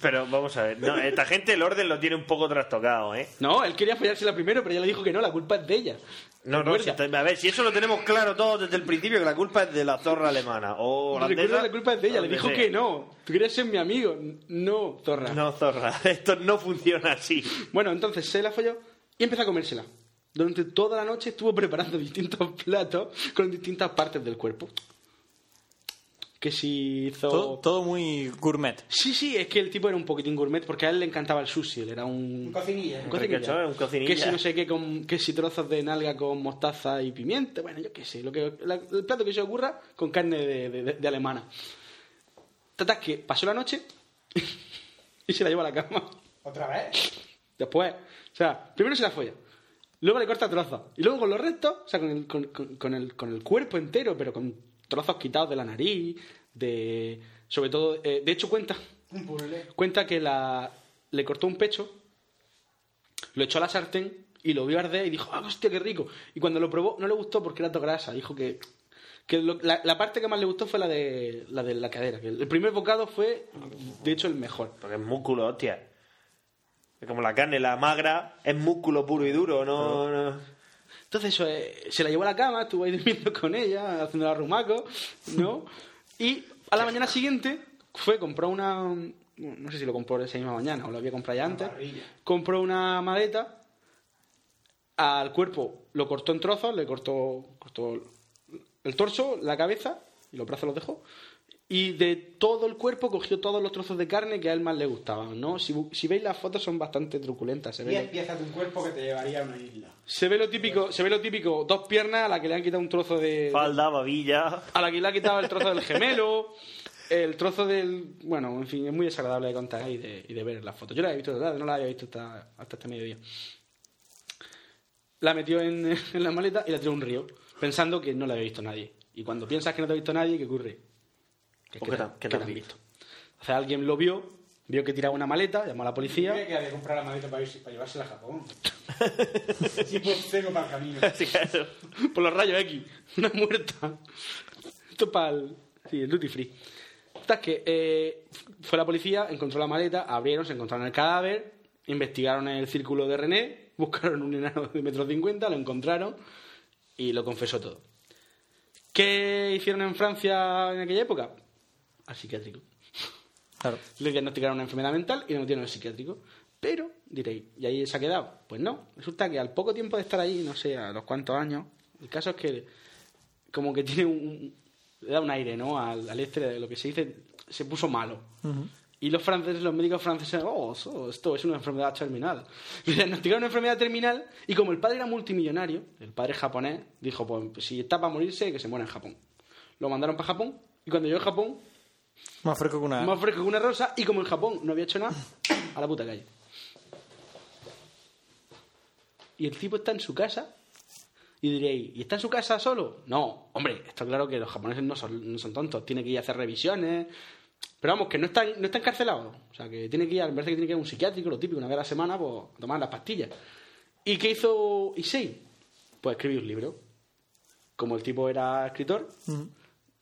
[SPEAKER 8] Pero vamos a ver. No, esta gente el orden lo tiene un poco trastocado, ¿eh?
[SPEAKER 7] no él quería follársela primero pero ella le dijo que no la culpa es de ella
[SPEAKER 8] No, no, si esto- a ver, si eso lo tenemos claro todos desde el principio, que la culpa es de la zorra alemana o
[SPEAKER 7] Recuerda,
[SPEAKER 8] holandesa.
[SPEAKER 7] la culpa es de ella le
[SPEAKER 8] donde
[SPEAKER 7] dijo
[SPEAKER 8] sea.
[SPEAKER 7] que no tú querías ser mi amigo no zorra
[SPEAKER 8] No, zorra, esto no funciona así.
[SPEAKER 7] Bueno, entonces se la folló y empezó a comérsela. Durante toda la noche estuvo preparando distintos platos con distintas partes del cuerpo. Que si hizo...
[SPEAKER 11] Todo-
[SPEAKER 7] muy gourmet. Sí, sí, es que el tipo era un poquitín gourmet porque a él le encantaba el sushi. Él era un... Un
[SPEAKER 16] cocinilla.
[SPEAKER 7] Un
[SPEAKER 16] Un
[SPEAKER 7] cocinilla.
[SPEAKER 8] ricachón, un cocinilla.
[SPEAKER 7] Que si no sé qué, con, que si trozos de nalga con mostaza y pimienta. Bueno, yo qué sé. Lo que, la- el plato que se ocurra con carne de, de- de alemana. Tata, que pasó la noche y se la llevó a la cama.
[SPEAKER 16] ¿Otra vez?
[SPEAKER 7] Después, o sea, primero se la folla, luego le corta trozos, y luego con los restos, o sea, con el, con, con- con el, con el cuerpo entero, pero con trozos quitados de la nariz, de. Sobre todo, eh, de hecho, cuenta,
[SPEAKER 16] Un puzzle.
[SPEAKER 7] cuenta que la, le cortó un pecho, lo echó a la sartén y lo vio arder y dijo, ¡ah, hostia, qué rico! Y cuando lo probó, no le gustó porque era todo grasa, dijo que. que lo- la, la parte que más le gustó fue la de la, de la cadera. que el primer bocado fue, de hecho, el mejor.
[SPEAKER 8] Porque es músculo, hostia. Es como la carne, la magra, es músculo puro y duro, no. no.
[SPEAKER 7] Entonces eso, eh, se la llevó a la cama, estuvo ahí durmiendo con ella, haciendo la rumaco, ¿no? Y a la mañana siguiente fue, compró una... No sé si lo compró esa misma mañana o lo había comprado ya antes. Compró una maleta, al cuerpo lo cortó en trozos, le cortó, cortó el torso, la cabeza y los brazos los dejó. Y de todo el cuerpo cogió todos los trozos de carne que a él más le gustaban, ¿no? Si, bu- si veis las fotos son bastante truculentas. Se ve
[SPEAKER 16] Diez piezas de un cuerpo que te llevaría a una isla.
[SPEAKER 7] se ve lo típico, se ve lo típico, dos piernas a la que le han quitado un trozo de
[SPEAKER 8] falda, babilla,
[SPEAKER 7] a la que le ha quitado el trozo del gemelo, el trozo del, bueno, en fin, es muy desagradable de contar y de, y de ver las fotos. Yo la he visto, la- no la había visto hasta, hasta este mediodía. La metió en, en la maleta y la tiró a un río, pensando que no la había visto nadie. Y cuando piensas que no te ha visto nadie, ¿qué ocurre? Que,
[SPEAKER 8] Pues
[SPEAKER 7] que
[SPEAKER 8] que
[SPEAKER 7] te-
[SPEAKER 8] te-
[SPEAKER 7] que
[SPEAKER 8] que
[SPEAKER 7] te han visto. O sea, alguien lo vio, vio que tiraba una maleta, llamó a la policía.
[SPEAKER 16] Dime que había comprado la maleta para, irse- para llevársela a Japón. tipo cero para el camino.
[SPEAKER 7] Por los rayos X. Una muerta. Esto es para el, sí, el duty free. Total, que eh, fue la policía, encontró la maleta, abrieron, se encontraron el cadáver, investigaron el círculo de René, buscaron un enano de metro cincuenta, lo encontraron y lo confesó todo. ¿Qué hicieron en Francia en aquella época? Al psiquiátrico. Le diagnosticaron una enfermedad mental y lo metieron al psiquiátrico. Pero, diréis, ¿y ahí se ha quedado? Pues no. Resulta que al poco tiempo de estar ahí, no sé, a los cuantos años, el caso es que como que tiene un... le da un aire, ¿no? Al, al este, de lo que se dice, se puso malo. Y los franceses, los médicos franceses, oh, eso- esto es una enfermedad terminal. Le diagnosticaron una enfermedad terminal y como el padre era multimillonario, el padre japonés, dijo, pues si está para morirse, que se muera en Japón. Lo mandaron para Japón y cuando llegó a Japón,
[SPEAKER 6] Más fresco que una.
[SPEAKER 7] más fresco que una rosa y como en Japón no había hecho nada, a la puta calle. Y el tipo está en su casa y diréis, ¿y está en su casa solo? No, hombre, está claro que los japoneses no son, no son tontos, tiene que ir a hacer revisiones. Pero vamos, que no está, no está encarcelado. O sea, que tiene que ir, a- me parece que tiene que ir a un psiquiátrico, lo típico, una vez a la semana, pues, a tomar las pastillas. ¿Y qué hizo Issei? Pues escribió un libro. Como el tipo era escritor,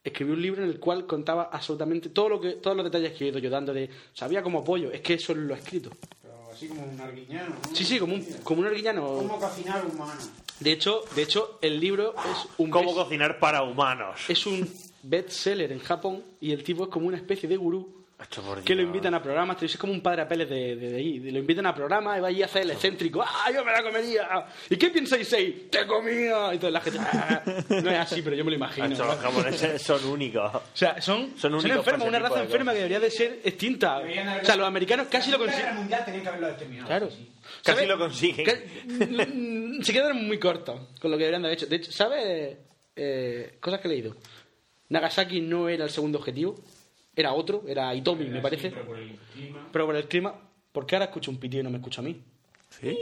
[SPEAKER 7] escribió un libro en el cual contaba absolutamente todo lo que, todos los detalles que he ido yo dando de sabía como pollo, es que eso lo ha escrito.
[SPEAKER 16] Pero
[SPEAKER 9] así como un arguiñano. ¿no?
[SPEAKER 7] Sí, sí, como un, como un arguiñano.
[SPEAKER 9] ¿Cómo cocinar humano?
[SPEAKER 7] De hecho, de hecho, el libro es un
[SPEAKER 8] ¿Cómo
[SPEAKER 7] best-
[SPEAKER 8] cocinar para humanos?
[SPEAKER 7] es un bestseller en Japón y el tipo es como una especie de gurú que lo invitan a programas. te dice, Es como un padre a peles de, de, de ahí. Lo invitan a programas y va allí a hacer el excéntrico. ¡Ah, yo me la comería! ¿Y qué pensáis ahí? ¡Te comía! Y toda la gente. "Ah". No es así, pero yo me lo imagino.
[SPEAKER 8] Estos los japoneses son únicos.
[SPEAKER 7] O sea, son, son,
[SPEAKER 8] únicos para ese
[SPEAKER 7] enfermos, una
[SPEAKER 8] tipo
[SPEAKER 7] raza
[SPEAKER 8] de
[SPEAKER 7] enferma que debería de ser extinta. O sea, los americanos casi lo
[SPEAKER 9] La Primera Guerra
[SPEAKER 7] consiguen.
[SPEAKER 9] mundial tenían que haberlo determinado.
[SPEAKER 7] Claro.
[SPEAKER 8] Casi
[SPEAKER 7] ¿Sabes?
[SPEAKER 8] lo consiguen.
[SPEAKER 7] Ca- mm, Se quedaron muy cortos con lo que deberían de haber hecho. De hecho, ¿sabes eh, cosas que he leído? Nagasaki no era el segundo objetivo, era otro, era Itomi, me parece.
[SPEAKER 9] Pero por el clima.
[SPEAKER 7] Pero por el clima, ¿por qué ahora escucho un pitido y no me escucho a mí?
[SPEAKER 6] ¿Sí?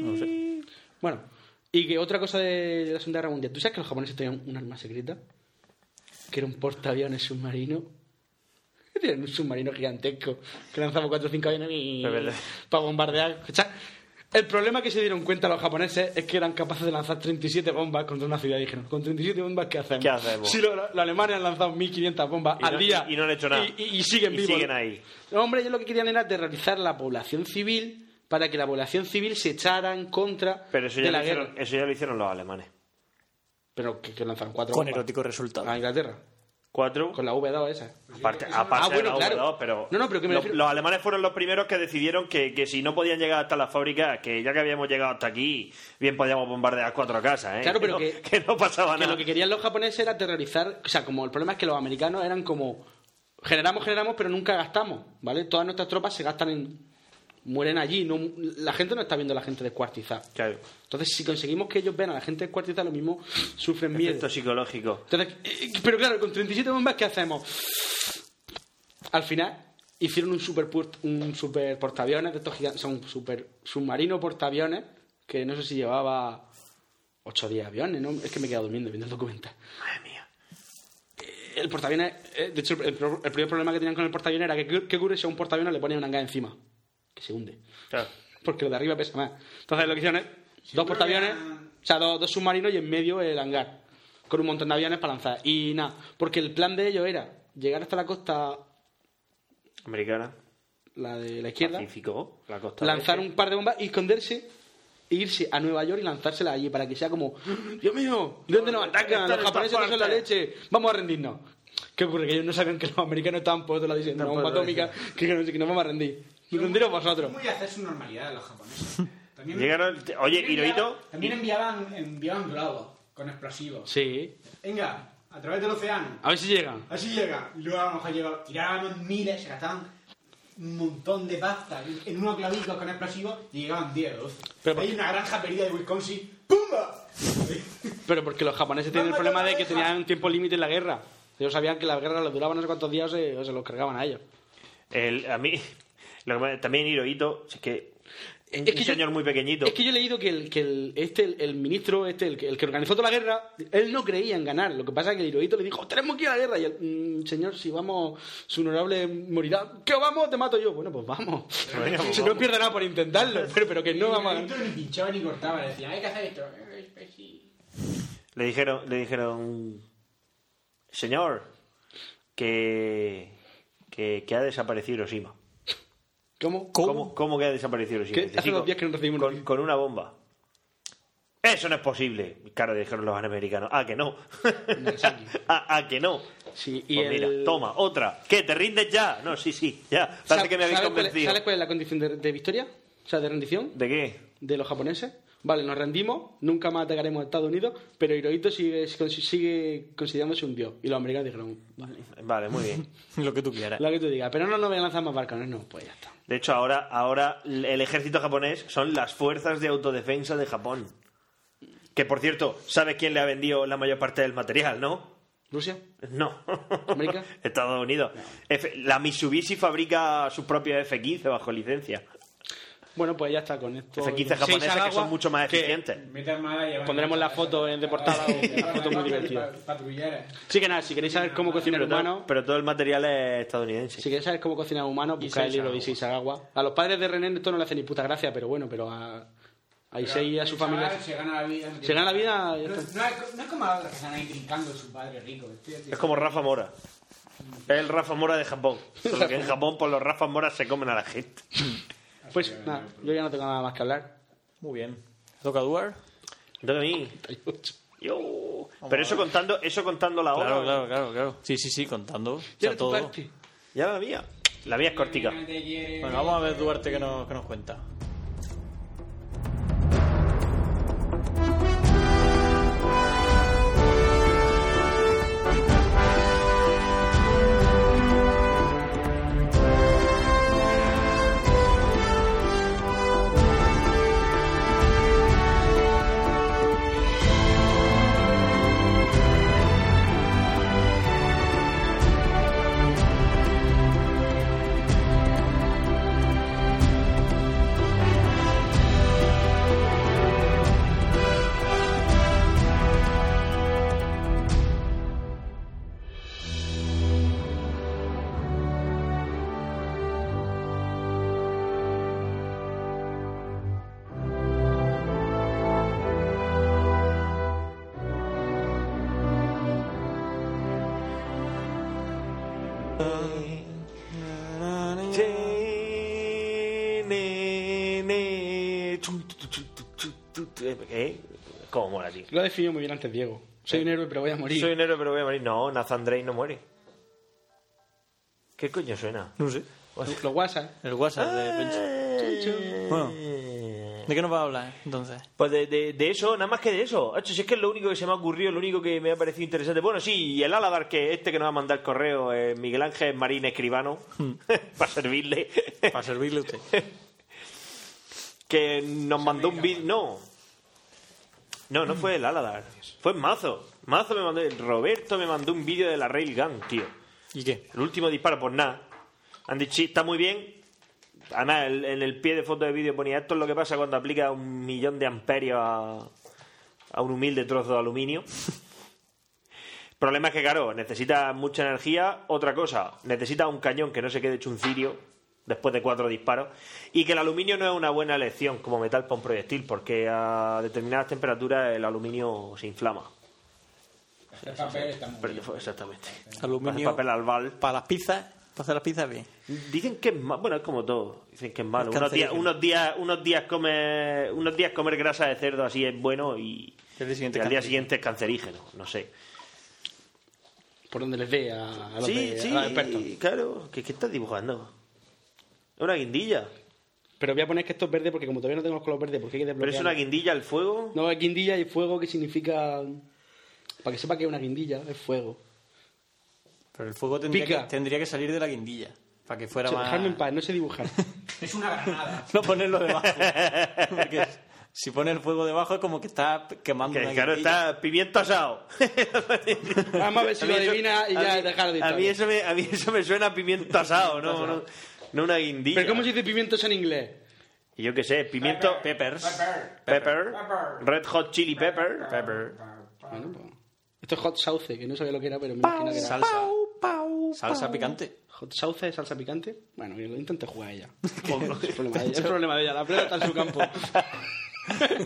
[SPEAKER 7] No lo sé. Bueno, y que otra cosa de la Segunda Guerra Mundial. ¿Tú sabes que los japoneses tenían un arma secreta? Que era un portaaviones submarino. Tenían un submarino gigantesco que lanzaba cuatro o cinco aviones y...
[SPEAKER 8] Es verdad.
[SPEAKER 7] para bombardear. O sea, el problema que se dieron cuenta los japoneses es que eran capaces de lanzar 37 bombas contra una ciudad. Y dijeron, con 37 bombas, ¿qué hacemos?
[SPEAKER 8] ¿Qué hacemos?
[SPEAKER 7] Si lo- los, alemanes han lanzado 1.500 bombas
[SPEAKER 8] Y
[SPEAKER 7] al
[SPEAKER 8] no-
[SPEAKER 7] día.
[SPEAKER 8] y- y no han hecho nada.
[SPEAKER 7] Y, y- y siguen
[SPEAKER 8] Y
[SPEAKER 7] vivos.
[SPEAKER 8] siguen ahí.
[SPEAKER 7] No, hombre, ellos lo que querían era aterrorizar la población civil para que la población civil se echara en contra
[SPEAKER 8] Pero eso
[SPEAKER 7] de
[SPEAKER 8] ya,
[SPEAKER 7] la
[SPEAKER 8] lo
[SPEAKER 7] guerra.
[SPEAKER 8] hicieron, eso ya lo hicieron los alemanes.
[SPEAKER 7] Pero que, que lanzaron cuatro
[SPEAKER 6] Con
[SPEAKER 7] bombas
[SPEAKER 6] erótico resultado.
[SPEAKER 7] a Inglaterra,
[SPEAKER 8] ¿Cuatro?
[SPEAKER 7] con la V2 esa.
[SPEAKER 8] Aparte, aparte
[SPEAKER 7] Ah, bueno,
[SPEAKER 8] de la
[SPEAKER 7] claro.
[SPEAKER 8] V2, pero
[SPEAKER 7] No, no, pero que me
[SPEAKER 8] lo-
[SPEAKER 7] refiero-
[SPEAKER 8] los alemanes fueron los primeros que decidieron que, que si no podían llegar hasta las fábricas, que ya que habíamos llegado hasta aquí, bien podíamos bombardear cuatro casas, ¿eh?
[SPEAKER 7] Claro, pero
[SPEAKER 8] no-
[SPEAKER 7] que-
[SPEAKER 8] que no pasaba
[SPEAKER 7] Que
[SPEAKER 8] nada.
[SPEAKER 7] lo que querían los japoneses era aterrorizar. O sea, como el problema es que los americanos eran como. Generamos, generamos, pero nunca gastamos, ¿vale? Todas nuestras tropas se gastan en. Mueren allí. No, la gente no está viendo a la gente descuartizada.
[SPEAKER 8] Claro.
[SPEAKER 7] Entonces, si conseguimos que ellos vean a la gente descuartizada, lo mismo sufren miedo.
[SPEAKER 8] Efecto psicológico.
[SPEAKER 7] Entonces, eh, pero claro, con 37 bombas, ¿qué hacemos? Al final, hicieron un super, un super portaaviones de estos gigantes, o sea, un super submarino portaaviones que no sé si llevaba 8 o 10 aviones, ¿no? Es que me he quedado durmiendo viendo el documental. Madre mía. Eh, El portaaviones, eh, de hecho, el, pro- el primer problema que tenían con el portaaviones era que qué- qué ocurre si a un portaaviones le ponen un hangar encima, que se hunde,
[SPEAKER 8] Claro.
[SPEAKER 7] porque lo de arriba pesa más. Entonces, lo que hicieron es dos portaaviones, o sea, dos, dos submarinos y en medio el hangar, con un montón de aviones para lanzar. Y nada, porque el plan de ellos era llegar hasta la costa,
[SPEAKER 8] Americana.
[SPEAKER 7] la de la izquierda,
[SPEAKER 8] Pacífico. La costa
[SPEAKER 7] lanzar
[SPEAKER 8] oeste.
[SPEAKER 7] un par de bombas y esconderse e irse a Nueva York y lanzárselas allí para que sea como "¡Ah, Dios mío, ¿de dónde nos
[SPEAKER 8] Están
[SPEAKER 7] atacan?
[SPEAKER 8] en
[SPEAKER 7] Los japoneses no
[SPEAKER 8] todas
[SPEAKER 7] son la
[SPEAKER 8] partes".
[SPEAKER 7] leche, vamos a rendirnos. ¿Qué ocurre? Que ellos no sabían que los americanos estaban por otro lado diciendo una
[SPEAKER 8] Estaban
[SPEAKER 7] bomba
[SPEAKER 8] por otro
[SPEAKER 7] atómica que, que no sé, que nos vamos a rendir. Nos rendiros vosotros.
[SPEAKER 9] Muy a hacer su normalidad los japoneses. También-
[SPEAKER 8] Llegaron. Oye,
[SPEAKER 9] también
[SPEAKER 8] Hirohito.
[SPEAKER 9] enviaban- También enviaban, enviaban globos con explosivos.
[SPEAKER 7] Sí.
[SPEAKER 9] Venga, a través del océano.
[SPEAKER 7] A ver si llegan.
[SPEAKER 9] Así llega. Y luego a lo mejor llegaba, tiraban miles, se gastaban un montón de pasta en- en unos clavitos con explosivos y llegaban 10 o 12.
[SPEAKER 7] Pero-
[SPEAKER 9] Hay una granja perdida de Wisconsin. ¡Pumba!
[SPEAKER 7] Pero porque los japoneses tienen el
[SPEAKER 9] Vamos a
[SPEAKER 7] problema de que
[SPEAKER 9] dejar.
[SPEAKER 7] tenían un tiempo límite en la guerra. Ellos sabían que la guerra les duraba no sé cuántos días eh, o se los cargaban a ellos.
[SPEAKER 8] El, a mí. lo que me- también Hirohito. Es que. Un,
[SPEAKER 7] Es que
[SPEAKER 8] un
[SPEAKER 7] yo-
[SPEAKER 8] señor muy pequeñito.
[SPEAKER 7] Es que yo he leído que el, que el, este, el, el ministro, este, el, que- el que organizó toda la guerra, él no creía en ganar. Lo que pasa es que el Hirohito le dijo, tenemos que ir a la guerra. Y el "Mm, señor, si vamos, su honorable morirá. ¿Qué vamos? Te mato yo. Bueno, pues vamos.
[SPEAKER 8] Venga, pues
[SPEAKER 7] si no
[SPEAKER 8] vamos.
[SPEAKER 7] pierde nada por intentarlo, pero, pero que no vamos a
[SPEAKER 9] Hirohito ni pinchaba ni cortaba. Le decían, hay que hacer esto. Eh, pues sí.
[SPEAKER 8] Le dijeron, le dijeron, señor, que, que, que ha desaparecido Hiroshima.
[SPEAKER 7] ¿Cómo?
[SPEAKER 8] ¿Cómo, que ha desaparecido Hiroshima?
[SPEAKER 7] ¿Qué?
[SPEAKER 8] Dice,
[SPEAKER 7] Hace dos
[SPEAKER 8] "Chico,
[SPEAKER 7] días que no recibimos
[SPEAKER 8] con,
[SPEAKER 7] noticias".
[SPEAKER 8] con una bomba. Eso no es posible. Claro, le dijeron los americanos. Ah, que no. ah, ah, que no.
[SPEAKER 7] Sí, y
[SPEAKER 8] Y pues mira,
[SPEAKER 7] el-
[SPEAKER 8] toma, otra. ¿Qué? ¿Te rindes ya? No, sí, sí, ya. Parece
[SPEAKER 7] ¿Sab-
[SPEAKER 8] que me habéis
[SPEAKER 7] ¿sabes cuál es-
[SPEAKER 8] convencido.
[SPEAKER 7] ¿Sabes cuál es la condición de, de victoria? O sea, de rendición
[SPEAKER 8] ¿De qué?
[SPEAKER 7] de los japoneses. Vale, nos rendimos, nunca más atacaremos a Estados Unidos, pero Hirohito sigue, sigue considerándose un dios. Y los americanos dijeron, vale.
[SPEAKER 8] Vale, muy bien.
[SPEAKER 6] Lo que tú quieras.
[SPEAKER 7] Lo que tú digas, pero no nos voy a lanzar más barcones, no, pues ya está.
[SPEAKER 8] De hecho, ahora, ahora el ejército japonés son las fuerzas de autodefensa de Japón. Que por cierto, ¿sabes quién le ha vendido la mayor parte del material, no?
[SPEAKER 7] Rusia,
[SPEAKER 8] No.
[SPEAKER 7] ¿América?
[SPEAKER 8] Estados Unidos. F- la Mitsubishi fabrica sus propios F-15 bajo licencia.
[SPEAKER 7] bueno, pues ya está con esto.
[SPEAKER 8] F-15
[SPEAKER 7] Seis
[SPEAKER 8] japoneses que
[SPEAKER 7] Sagawa,
[SPEAKER 8] son mucho más
[SPEAKER 7] que
[SPEAKER 8] eficientes.
[SPEAKER 9] Mete armada y llevan-
[SPEAKER 7] Pondremos la foto en de portada, una foto muy divertida.
[SPEAKER 9] Patrulleras.
[SPEAKER 7] Sí que nada, si queréis saber cómo cocinar
[SPEAKER 8] Pero
[SPEAKER 7] humanos,
[SPEAKER 8] todo, pero todo el material es estadounidense.
[SPEAKER 7] si queréis saber cómo cocinar humanos, buscad el libro de Issei Sagawa. A los padres de René esto no le hace ni puta gracia, pero bueno, pero a, a Issei y a su
[SPEAKER 9] El chaval
[SPEAKER 7] familia...
[SPEAKER 9] Se gana la vida.
[SPEAKER 7] Se gana la vida...
[SPEAKER 9] No,
[SPEAKER 7] ya
[SPEAKER 9] no
[SPEAKER 7] está.
[SPEAKER 9] es, no es como ahora que están ahí brincando su padre rico. este tío.
[SPEAKER 8] Es como Rafa Mora. Es el Rafa Mora de Japón. Solo que en Japón, por los Rafa Moras se comen a la gente.
[SPEAKER 7] Pues nada, yo ya no tengo nada más que hablar.
[SPEAKER 18] Muy bien. ¿Toca Duar?
[SPEAKER 8] Toca a mí. Yo. Pero eso contando, eso contando la hora.
[SPEAKER 6] Claro, claro, claro, claro. Sí, sí, sí, contando. O sea,
[SPEAKER 8] Ya tu
[SPEAKER 6] todo.
[SPEAKER 7] este.
[SPEAKER 8] parte. Ya la mía. La mía es cortica.
[SPEAKER 6] Bueno, vamos a ver Duarte que nos, que nos cuenta.
[SPEAKER 8] ¿Eh? ¿Cómo mola, tío?
[SPEAKER 7] Lo ha definido muy bien antes Diego. Soy un héroe, pero voy a morir.
[SPEAKER 8] Soy un héroe, pero voy a morir. No, Nathan Drake no muere. ¿Qué coño suena? Eh,
[SPEAKER 6] No sé.
[SPEAKER 7] Los WhatsApp.
[SPEAKER 6] El WhatsApp de Pencho. Eh, Bueno, ¿de qué nos va a hablar entonces?
[SPEAKER 8] Pues de, de- de eso, nada más que de eso. Hacho, si es que es lo único que se me ha ocurrido, lo único que me ha parecido interesante. Bueno, sí, y el Aladar, que este que nos va a mandar correo, eh, Miguel Ángel Marín Escribano, para servirle,
[SPEAKER 6] Para servirle a usted.
[SPEAKER 8] que nos mandó un vídeo. No, no, no fue el Aladar, fue Mazo. Mazo me mandó, Roberto me mandó un vídeo de la Railgun, tío.
[SPEAKER 6] ¿Y qué?
[SPEAKER 8] El último disparo, por nada. Han dicho, "Sí, está muy bien. Además, el- en el pie de foto de vídeo ponía, esto es lo que pasa cuando aplica un millón de amperios a, a un humilde trozo de aluminio. Problema es que, claro, necesita mucha energía. Otra cosa, necesita un cañón que no se quede hecho un cirio después de cuatro disparos. Y que el aluminio no es una buena elección como metal para un proyectil, porque a determinadas temperaturas el aluminio se inflama.
[SPEAKER 9] El papel está muy bien.
[SPEAKER 8] Exactamente. Hace
[SPEAKER 6] Aluminio.
[SPEAKER 8] papel albal.
[SPEAKER 6] Para las pizzas. Para hacer las pizzas bien.
[SPEAKER 8] Dicen que es malo, bueno, es como todo. Dicen que es malo.
[SPEAKER 6] Es
[SPEAKER 8] unos, días,
[SPEAKER 6] cancerígeno.
[SPEAKER 8] unos, días, unos, días comer, unos días comer grasa de cerdo así es bueno y,
[SPEAKER 6] El día siguiente
[SPEAKER 8] y al día
[SPEAKER 6] cancerígeno.
[SPEAKER 8] siguiente es cancerígeno, no sé.
[SPEAKER 7] Por donde les dé a, a los
[SPEAKER 8] Sí,
[SPEAKER 7] de- a
[SPEAKER 8] sí,
[SPEAKER 7] los expertos.
[SPEAKER 8] claro. ¿Qué, qué estás dibujando? Es una guindilla.
[SPEAKER 7] Pero voy a poner que esto es verde porque como todavía no tengo los colores verdes, porque hay que
[SPEAKER 8] ¿Pero es
[SPEAKER 7] desbloquearlo.
[SPEAKER 8] una guindilla al fuego?
[SPEAKER 7] No, es guindilla y fuego que significa... Para que sepa que es una guindilla, es fuego.
[SPEAKER 6] Pero el fuego tendría que,
[SPEAKER 7] Pica.
[SPEAKER 6] tendría que salir de la guindilla. Para que fuera
[SPEAKER 7] O sea,
[SPEAKER 6] más.
[SPEAKER 7] dejarme en paz, no sé dibujar.
[SPEAKER 9] Es una granada.
[SPEAKER 6] No ponerlo debajo. Porque si pones el fuego debajo es como que está quemando
[SPEAKER 8] Que
[SPEAKER 6] una
[SPEAKER 8] claro,
[SPEAKER 6] guindilla.
[SPEAKER 8] está pimiento asado.
[SPEAKER 7] Vamos a ver si
[SPEAKER 8] mí
[SPEAKER 7] lo
[SPEAKER 8] eso-
[SPEAKER 7] adivina y
[SPEAKER 8] a
[SPEAKER 7] ya
[SPEAKER 8] mí-
[SPEAKER 7] dejar de
[SPEAKER 8] a mí, eso me, a mí eso me suena a pimiento asado, no, no, no una guindilla.
[SPEAKER 7] Pero ¿cómo se dice pimientos en inglés?
[SPEAKER 8] Y Yo qué sé, pimiento...
[SPEAKER 6] Peppers.
[SPEAKER 8] Pepper, Red Hot Chili Pepper, Pepper.
[SPEAKER 7] Bueno, pues, Esto es hot sauce, que no sabía lo que era, pero me imagino que era.
[SPEAKER 6] Salsa. Salsa picante.
[SPEAKER 7] Hot sauce, salsa picante. Bueno, yo lo intenté jugar a ella. es problema de ella. Es problema de ella, la prueba está en su campo.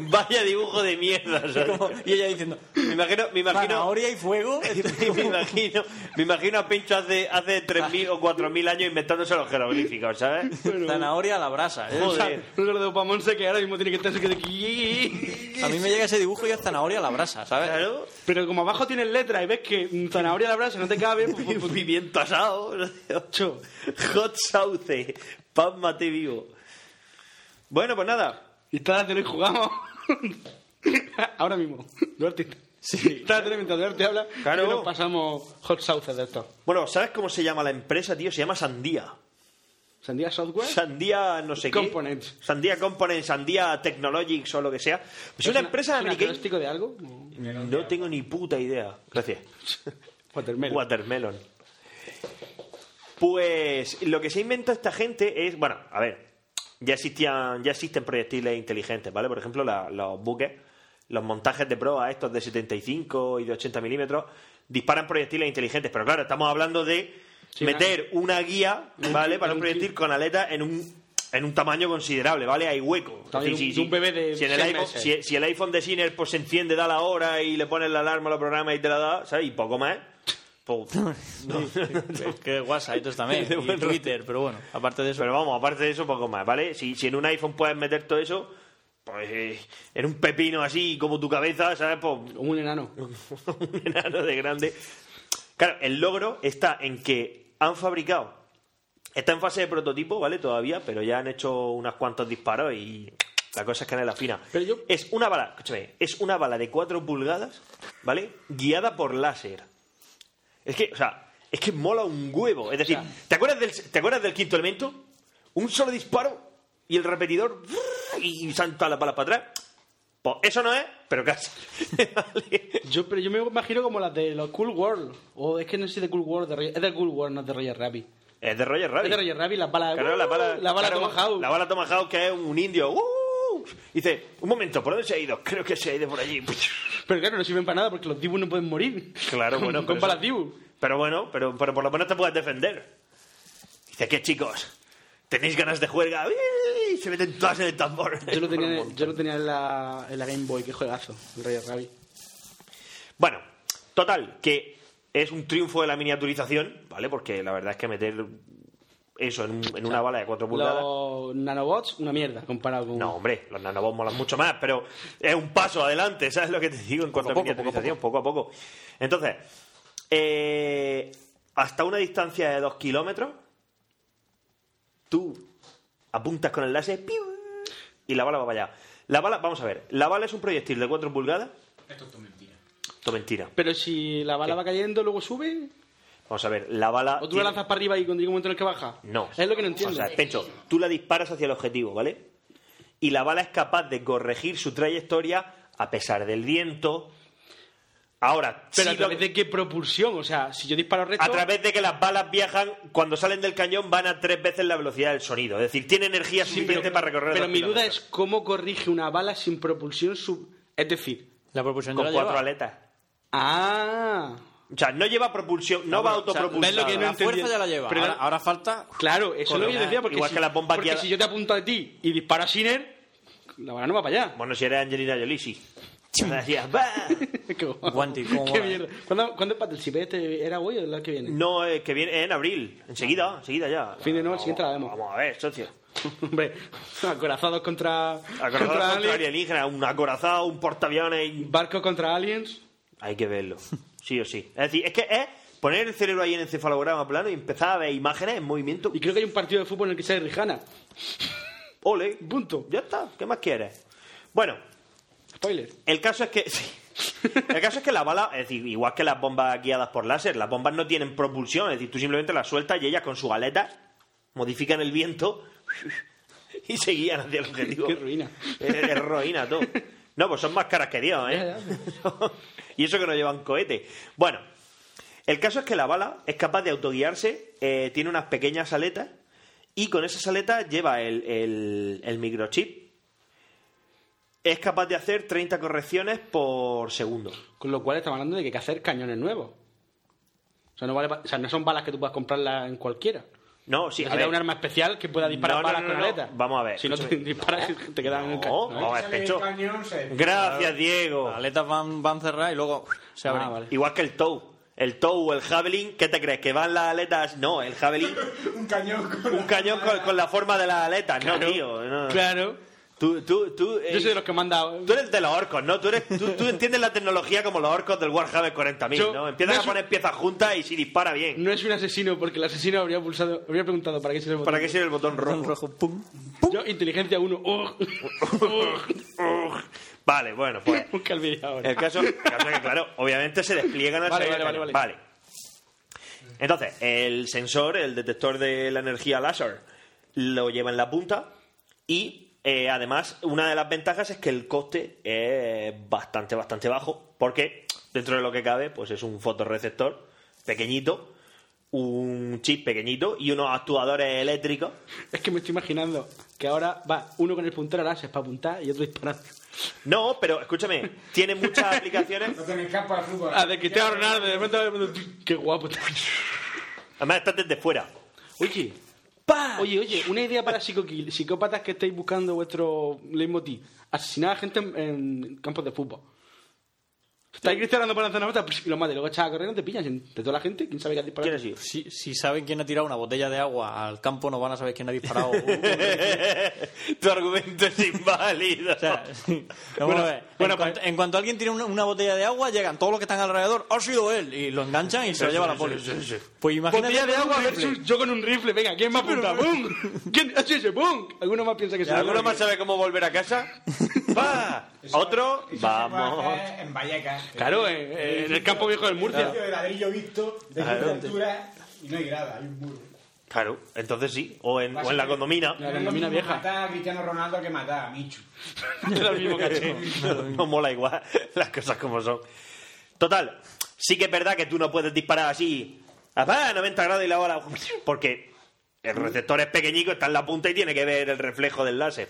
[SPEAKER 8] Vaya dibujo de mierda, ¿sabes?
[SPEAKER 6] Como- y ella diciendo,
[SPEAKER 8] Me imagino, me imagino,
[SPEAKER 6] zanahoria y fuego.
[SPEAKER 8] me imagino, me imagino a Pincho hace, hace 3.000 o 4.000 años inventándose los jeroglíficos, ¿sabes?
[SPEAKER 6] zanahoria a la brasa. ¿eh?
[SPEAKER 8] Joder.
[SPEAKER 7] No se lo debo para Monse, que ahora mismo tiene que estar que de
[SPEAKER 6] A mí me llega ese dibujo y es zanahoria a la brasa, ¿sabes?
[SPEAKER 8] Claro,
[SPEAKER 7] Pero como abajo tienes letra y ves que mm, zanahoria a la brasa no te cabe, pues, pues, pues,
[SPEAKER 8] pimiento asado, hot sauce, pan mate vivo. Bueno, pues nada.
[SPEAKER 7] y está la tele y jugamos. ahora mismo, Duarte. Sí. Está la tele mientras Duarte habla.
[SPEAKER 8] Claro.
[SPEAKER 7] Y nos pasamos hot sauce de esto.
[SPEAKER 8] Bueno, ¿sabes cómo se llama la empresa, tío? Se llama Sandía.
[SPEAKER 7] Sandía Software.
[SPEAKER 8] Sandía no sé qué.
[SPEAKER 7] Components.
[SPEAKER 8] Sandía Pues, Components, Sandía Technologics o lo que sea. Es, una, empresa
[SPEAKER 7] ¿Es un
[SPEAKER 8] americana.
[SPEAKER 7] acróstico de algo? No.
[SPEAKER 8] No tengo ni puta idea. Gracias.
[SPEAKER 7] Watermelon.
[SPEAKER 8] Watermelon. Pues lo que se inventa esta gente es. Bueno, a ver. Ya existían, ya existen proyectiles inteligentes, ¿vale? Por ejemplo, la- los buques, los montajes de proa, estos de 75 y de 80 milímetros, disparan proyectiles inteligentes. Pero claro, estamos hablando de
[SPEAKER 7] Sí,
[SPEAKER 8] meter una guía, ¿vale? Para un
[SPEAKER 7] en un
[SPEAKER 8] proyectil con aleta en un en un tamaño considerable, ¿vale? Hay hueco.
[SPEAKER 7] Tamaño
[SPEAKER 8] Es
[SPEAKER 7] de un- de un bebé de
[SPEAKER 8] si en el
[SPEAKER 7] 100
[SPEAKER 8] iPhone-
[SPEAKER 7] meses.
[SPEAKER 8] si- si el iPhone de Sinner pues se enciende, da la hora y le pones la alarma, lo programas y te la da, ¿sabes? Y poco más. Pues, no.
[SPEAKER 6] Es que WhatsApp, entonces también.
[SPEAKER 8] De
[SPEAKER 6] Y
[SPEAKER 8] buen
[SPEAKER 6] Twitter, pero bueno, aparte de eso.
[SPEAKER 8] Pero vamos, aparte de eso, poco más, ¿vale? Si, si en un iPhone puedes meter todo eso, pues eh, en un pepino así como tu cabeza, ¿sabes? Pues,
[SPEAKER 7] un enano.
[SPEAKER 8] un enano de grande. Claro, el logro está en que han fabricado. Está en fase de prototipo, ¿vale? Todavía, pero ya han hecho unos cuantos disparos y la cosa es que no es la fina. Es una bala, escúchame, es una bala de 4 pulgadas, ¿vale? Guiada por láser. Es que, o sea, es que mola un huevo. Es decir, ¿te, acuerdas del, ¿te acuerdas del quinto elemento? Un solo disparo y el repetidor y salta la bala para atrás. Pues eso no es, pero casi.
[SPEAKER 7] Yo, pero yo me imagino como las de los Cool World. O es que no sé si de Cool World, de Roger- es de Cool World, no es de Roger Rabbit.
[SPEAKER 8] Es de Roger
[SPEAKER 7] Es
[SPEAKER 8] Rabbit.
[SPEAKER 7] de Roger Rabbit, las balas.
[SPEAKER 8] Claro, la bala,
[SPEAKER 7] la bala
[SPEAKER 8] claro,
[SPEAKER 7] Tomahawk.
[SPEAKER 8] La bala Tomahawk que es un indio. ¡Uh! Dice, un momento, ¿por dónde se ha ido? Creo que se ha ido por allí.
[SPEAKER 7] Pero claro, no sirven para nada porque los dibus no pueden morir.
[SPEAKER 8] Claro,
[SPEAKER 7] Con-
[SPEAKER 8] bueno.
[SPEAKER 7] con
[SPEAKER 8] pero
[SPEAKER 7] balas
[SPEAKER 8] eso- Pero bueno, pero, pero por lo menos te puedes defender. Dice, ¿qué chicos? ¿Tenéis ganas de juega? ¡Uy! Se meten todas en el tambor.
[SPEAKER 7] Yo lo tenía, yo lo tenía en, la, en la Game Boy, qué juegazo, el Roger Rabbit.
[SPEAKER 8] Bueno, total, que es un triunfo de la miniaturización, ¿vale? Porque la verdad es que meter eso en, un- en una bala de 4 pulgadas...
[SPEAKER 7] Los nanobots, una mierda comparado con.
[SPEAKER 8] No, hombre, los nanobots molan mucho más, pero es un paso adelante, ¿sabes lo que te digo? En cuanto a
[SPEAKER 7] poco,
[SPEAKER 8] miniaturización, poco a poco. Entonces, eh, hasta una distancia de 2 kilómetros, tú apuntas con el láser ¡piu! y la bala va para allá. La bala, vamos a ver, la bala es un proyectil de 4 pulgadas.
[SPEAKER 9] Esto es todo mentira.
[SPEAKER 8] Esto mentira.
[SPEAKER 7] Pero si la bala va cayendo, luego sube.
[SPEAKER 8] Vamos a ver, la bala.
[SPEAKER 7] O tú
[SPEAKER 8] tiene-
[SPEAKER 7] la lanzas para arriba y cuando llega un momento en el que baja.
[SPEAKER 8] No.
[SPEAKER 7] Es lo que no entiendo.
[SPEAKER 8] O sea, Pencho, tú la disparas hacia el objetivo, ¿vale? Y la bala es capaz de corregir su trayectoria a pesar del viento. Ahora,
[SPEAKER 7] Pero
[SPEAKER 8] sí
[SPEAKER 7] a
[SPEAKER 8] lo-
[SPEAKER 7] través de qué propulsión, o sea, si yo disparo recto.
[SPEAKER 8] a través de que las balas viajan, cuando salen del cañón van a tres veces la velocidad del sonido. Es decir, tiene energía suficiente para recorrer
[SPEAKER 7] Pero
[SPEAKER 8] dos
[SPEAKER 7] mi duda
[SPEAKER 8] kilómetros.
[SPEAKER 7] es cómo corrige una bala sin propulsión sub. Es decir,
[SPEAKER 6] la propulsión
[SPEAKER 8] Con cuatro aletas.
[SPEAKER 7] Ah.
[SPEAKER 8] O sea, no lleva propulsión, no,
[SPEAKER 6] No,
[SPEAKER 8] va
[SPEAKER 6] pero, o sea,
[SPEAKER 8] autopropulsada.
[SPEAKER 6] ¿ves lo que no La entendí? fuerza ya la lleva. Ahora- ahora
[SPEAKER 8] falta...
[SPEAKER 7] Claro, eso es lo que yo decía, porque,
[SPEAKER 8] Igual
[SPEAKER 7] si,
[SPEAKER 8] que la bomba
[SPEAKER 7] porque
[SPEAKER 8] guiada-
[SPEAKER 7] si yo te apunto a ti y disparo a Sinner, la bala no va para allá.
[SPEAKER 8] Bueno, si eres Angelina Jolie, sí. Gracias.
[SPEAKER 7] Qué guapo.
[SPEAKER 6] Guante, ¿cómo
[SPEAKER 7] Qué
[SPEAKER 6] mola?
[SPEAKER 7] mierda. ¿Cuándo, ¿Cuándo es Battleship? ¿Este era hoy o el que viene?
[SPEAKER 8] No, eh, que viene en abril. Enseguida, enseguida ya.
[SPEAKER 7] Fin de no, el siguiente la vemos.
[SPEAKER 8] Vamos a ver, socio.
[SPEAKER 7] Hombre, acorazados contra.
[SPEAKER 8] Acorazado contra,
[SPEAKER 7] aliens,
[SPEAKER 8] alienígena, un acorazado, un portaaviones. y-
[SPEAKER 7] barcos contra aliens.
[SPEAKER 8] Hay que verlo. Sí o sí. Es decir, es que es poner el cerebro ahí en encefalograma plano y empezar a ver imágenes en movimiento.
[SPEAKER 7] Y creo que hay un partido de fútbol en el que sale Rijana.
[SPEAKER 8] Ole,
[SPEAKER 7] punto.
[SPEAKER 8] Ya está, ¿qué más quieres? Bueno,
[SPEAKER 7] Spoiler.
[SPEAKER 8] el caso es que. sí. El caso es que la bala, es decir, igual que las bombas guiadas por láser, las bombas no tienen propulsión, es decir, tú simplemente las sueltas y ellas con sus aletas modifican el viento y se guían hacia el objetivo.
[SPEAKER 7] Qué ruina.
[SPEAKER 8] Es, es ruina todo. No, pues son más caras que Dios, ¿eh?
[SPEAKER 7] pues.
[SPEAKER 8] y eso que no llevan cohete. Bueno, el caso es que la bala es capaz de autoguiarse, eh, tiene unas pequeñas aletas y con esas aletas lleva el, el- el microchip. Es capaz de hacer 30 correcciones por segundo.
[SPEAKER 7] Con lo cual estamos hablando de que hay que hacer cañones nuevos. O sea, no, vale pa- o sea, no son balas que tú puedas comprarlas en cualquiera.
[SPEAKER 8] No, sí, a
[SPEAKER 7] Necesitas
[SPEAKER 8] ver.
[SPEAKER 7] un arma especial que pueda disparar
[SPEAKER 8] No, no,
[SPEAKER 7] balas
[SPEAKER 8] no,
[SPEAKER 7] con
[SPEAKER 8] no.
[SPEAKER 7] aletas.
[SPEAKER 8] Vamos a ver,
[SPEAKER 7] Si no te
[SPEAKER 8] escúchame.
[SPEAKER 7] disparas, te quedas en el
[SPEAKER 8] No,
[SPEAKER 7] cañón.
[SPEAKER 8] vamos a ver, Pencho.
[SPEAKER 9] cañón, se-
[SPEAKER 8] Gracias, Diego.
[SPEAKER 6] Las aletas van, van cerradas y luego se abren.
[SPEAKER 7] Ah, vale.
[SPEAKER 8] Igual que el tow. El tow o el javelin, ¿qué te crees? ¿Que van las aletas? No, el javelin,
[SPEAKER 9] Un cañón con
[SPEAKER 8] un cañón con, con la forma de las aletas. no, tío. no.
[SPEAKER 7] Claro.
[SPEAKER 8] Tú, tú, tú, eh,
[SPEAKER 7] Yo soy de los que manda.
[SPEAKER 8] tú eres de los orcos, ¿no? Tú, eres, tú, tú entiendes la tecnología como los orcos del Warhammer 40.000,
[SPEAKER 7] Yo-
[SPEAKER 8] ¿no? Empiezas
[SPEAKER 7] no
[SPEAKER 8] a
[SPEAKER 7] es-
[SPEAKER 8] poner piezas juntas y si dispara bien.
[SPEAKER 7] No es un asesino porque el asesino habría pulsado, habría preguntado para qué sirve el botón.
[SPEAKER 8] ¿Para qué sirve el botón rojo?
[SPEAKER 6] pum.
[SPEAKER 7] Yo, inteligencia 1. Oh.
[SPEAKER 8] Ugh. Vale, bueno, pues...
[SPEAKER 7] Un calvirio Oh, ahora.
[SPEAKER 8] El caso, el caso es que, claro, obviamente se despliegan al
[SPEAKER 7] Vale,
[SPEAKER 8] salir
[SPEAKER 7] vale,
[SPEAKER 8] del
[SPEAKER 7] vale,
[SPEAKER 8] cañón. Vale. Entonces, el sensor, el detector de la energía láser, lo lleva en la punta y eh, además una de las ventajas es que el coste es bastante, bastante bajo porque dentro de lo que cabe, pues es un fotorreceptor pequeñito, un chip pequeñito y unos actuadores eléctricos
[SPEAKER 7] Es que me estoy imaginando que ahora va uno con el puntero láser para apuntar y otro disparando.
[SPEAKER 8] No, pero escúchame, tiene muchas aplicaciones.
[SPEAKER 9] No tenés campo de fútbol.
[SPEAKER 7] Ah, de Cristiano Ronaldo, de repente, de repente, Qué guapo.
[SPEAKER 8] Además, estás desde fuera.
[SPEAKER 7] Oye, oye, oye, una idea para psicoquil- psicópatas que estáis buscando vuestro leitmotiv. Asesinar a gente en, en campos de fútbol. Está ahí Cristiano andando por la zona nota pues, y lo mata. Y luego echas a correr no te pillan. Entre toda la gente, ¿quién sabe qué ha disparado?
[SPEAKER 6] Si, si saben quién ha tirado una botella de agua al campo, no van a saber quién ha disparado.
[SPEAKER 19] tu argumento es inválido.
[SPEAKER 6] O sea, vamos
[SPEAKER 19] Bueno,
[SPEAKER 6] a ver.
[SPEAKER 19] bueno,
[SPEAKER 6] en, cuanto, en cuanto alguien tira una, una botella de agua, llegan todos los que están alrededor. ¡Ha sido él! Y lo enganchan y se lo lleva a la poli. Pues imagínate.
[SPEAKER 7] Botella de
[SPEAKER 6] con un
[SPEAKER 7] agua
[SPEAKER 6] rifle.
[SPEAKER 7] versus yo con un rifle. Venga, ¿quién más apunta? ¡Bum! ¿Quién ha hecho ese bum? ¿Alguno más piensa que se
[SPEAKER 19] ¿Alguno más sabe cómo volver a casa? ¡Va! ¿Otro? Vamos.
[SPEAKER 8] eh.
[SPEAKER 9] En Vallecas.
[SPEAKER 7] Claro, en, en el campo viejo del
[SPEAKER 9] Un
[SPEAKER 7] Murcia.
[SPEAKER 9] edificio de ladrillo visto, de
[SPEAKER 19] Claro.
[SPEAKER 9] altura, y no hay grada, hay un muro.
[SPEAKER 8] Claro, entonces sí. O en, o en la condomina.
[SPEAKER 9] No es lo mismo Matar a Cristiano Ronaldo que matar a Michu.
[SPEAKER 8] Lo mismo que no, no mola igual las cosas como son. Total, sí que es verdad que tú no puedes disparar así a pa, 90 grados y la bola porque el receptor es pequeñico, está en la punta y tiene que ver el reflejo del láser.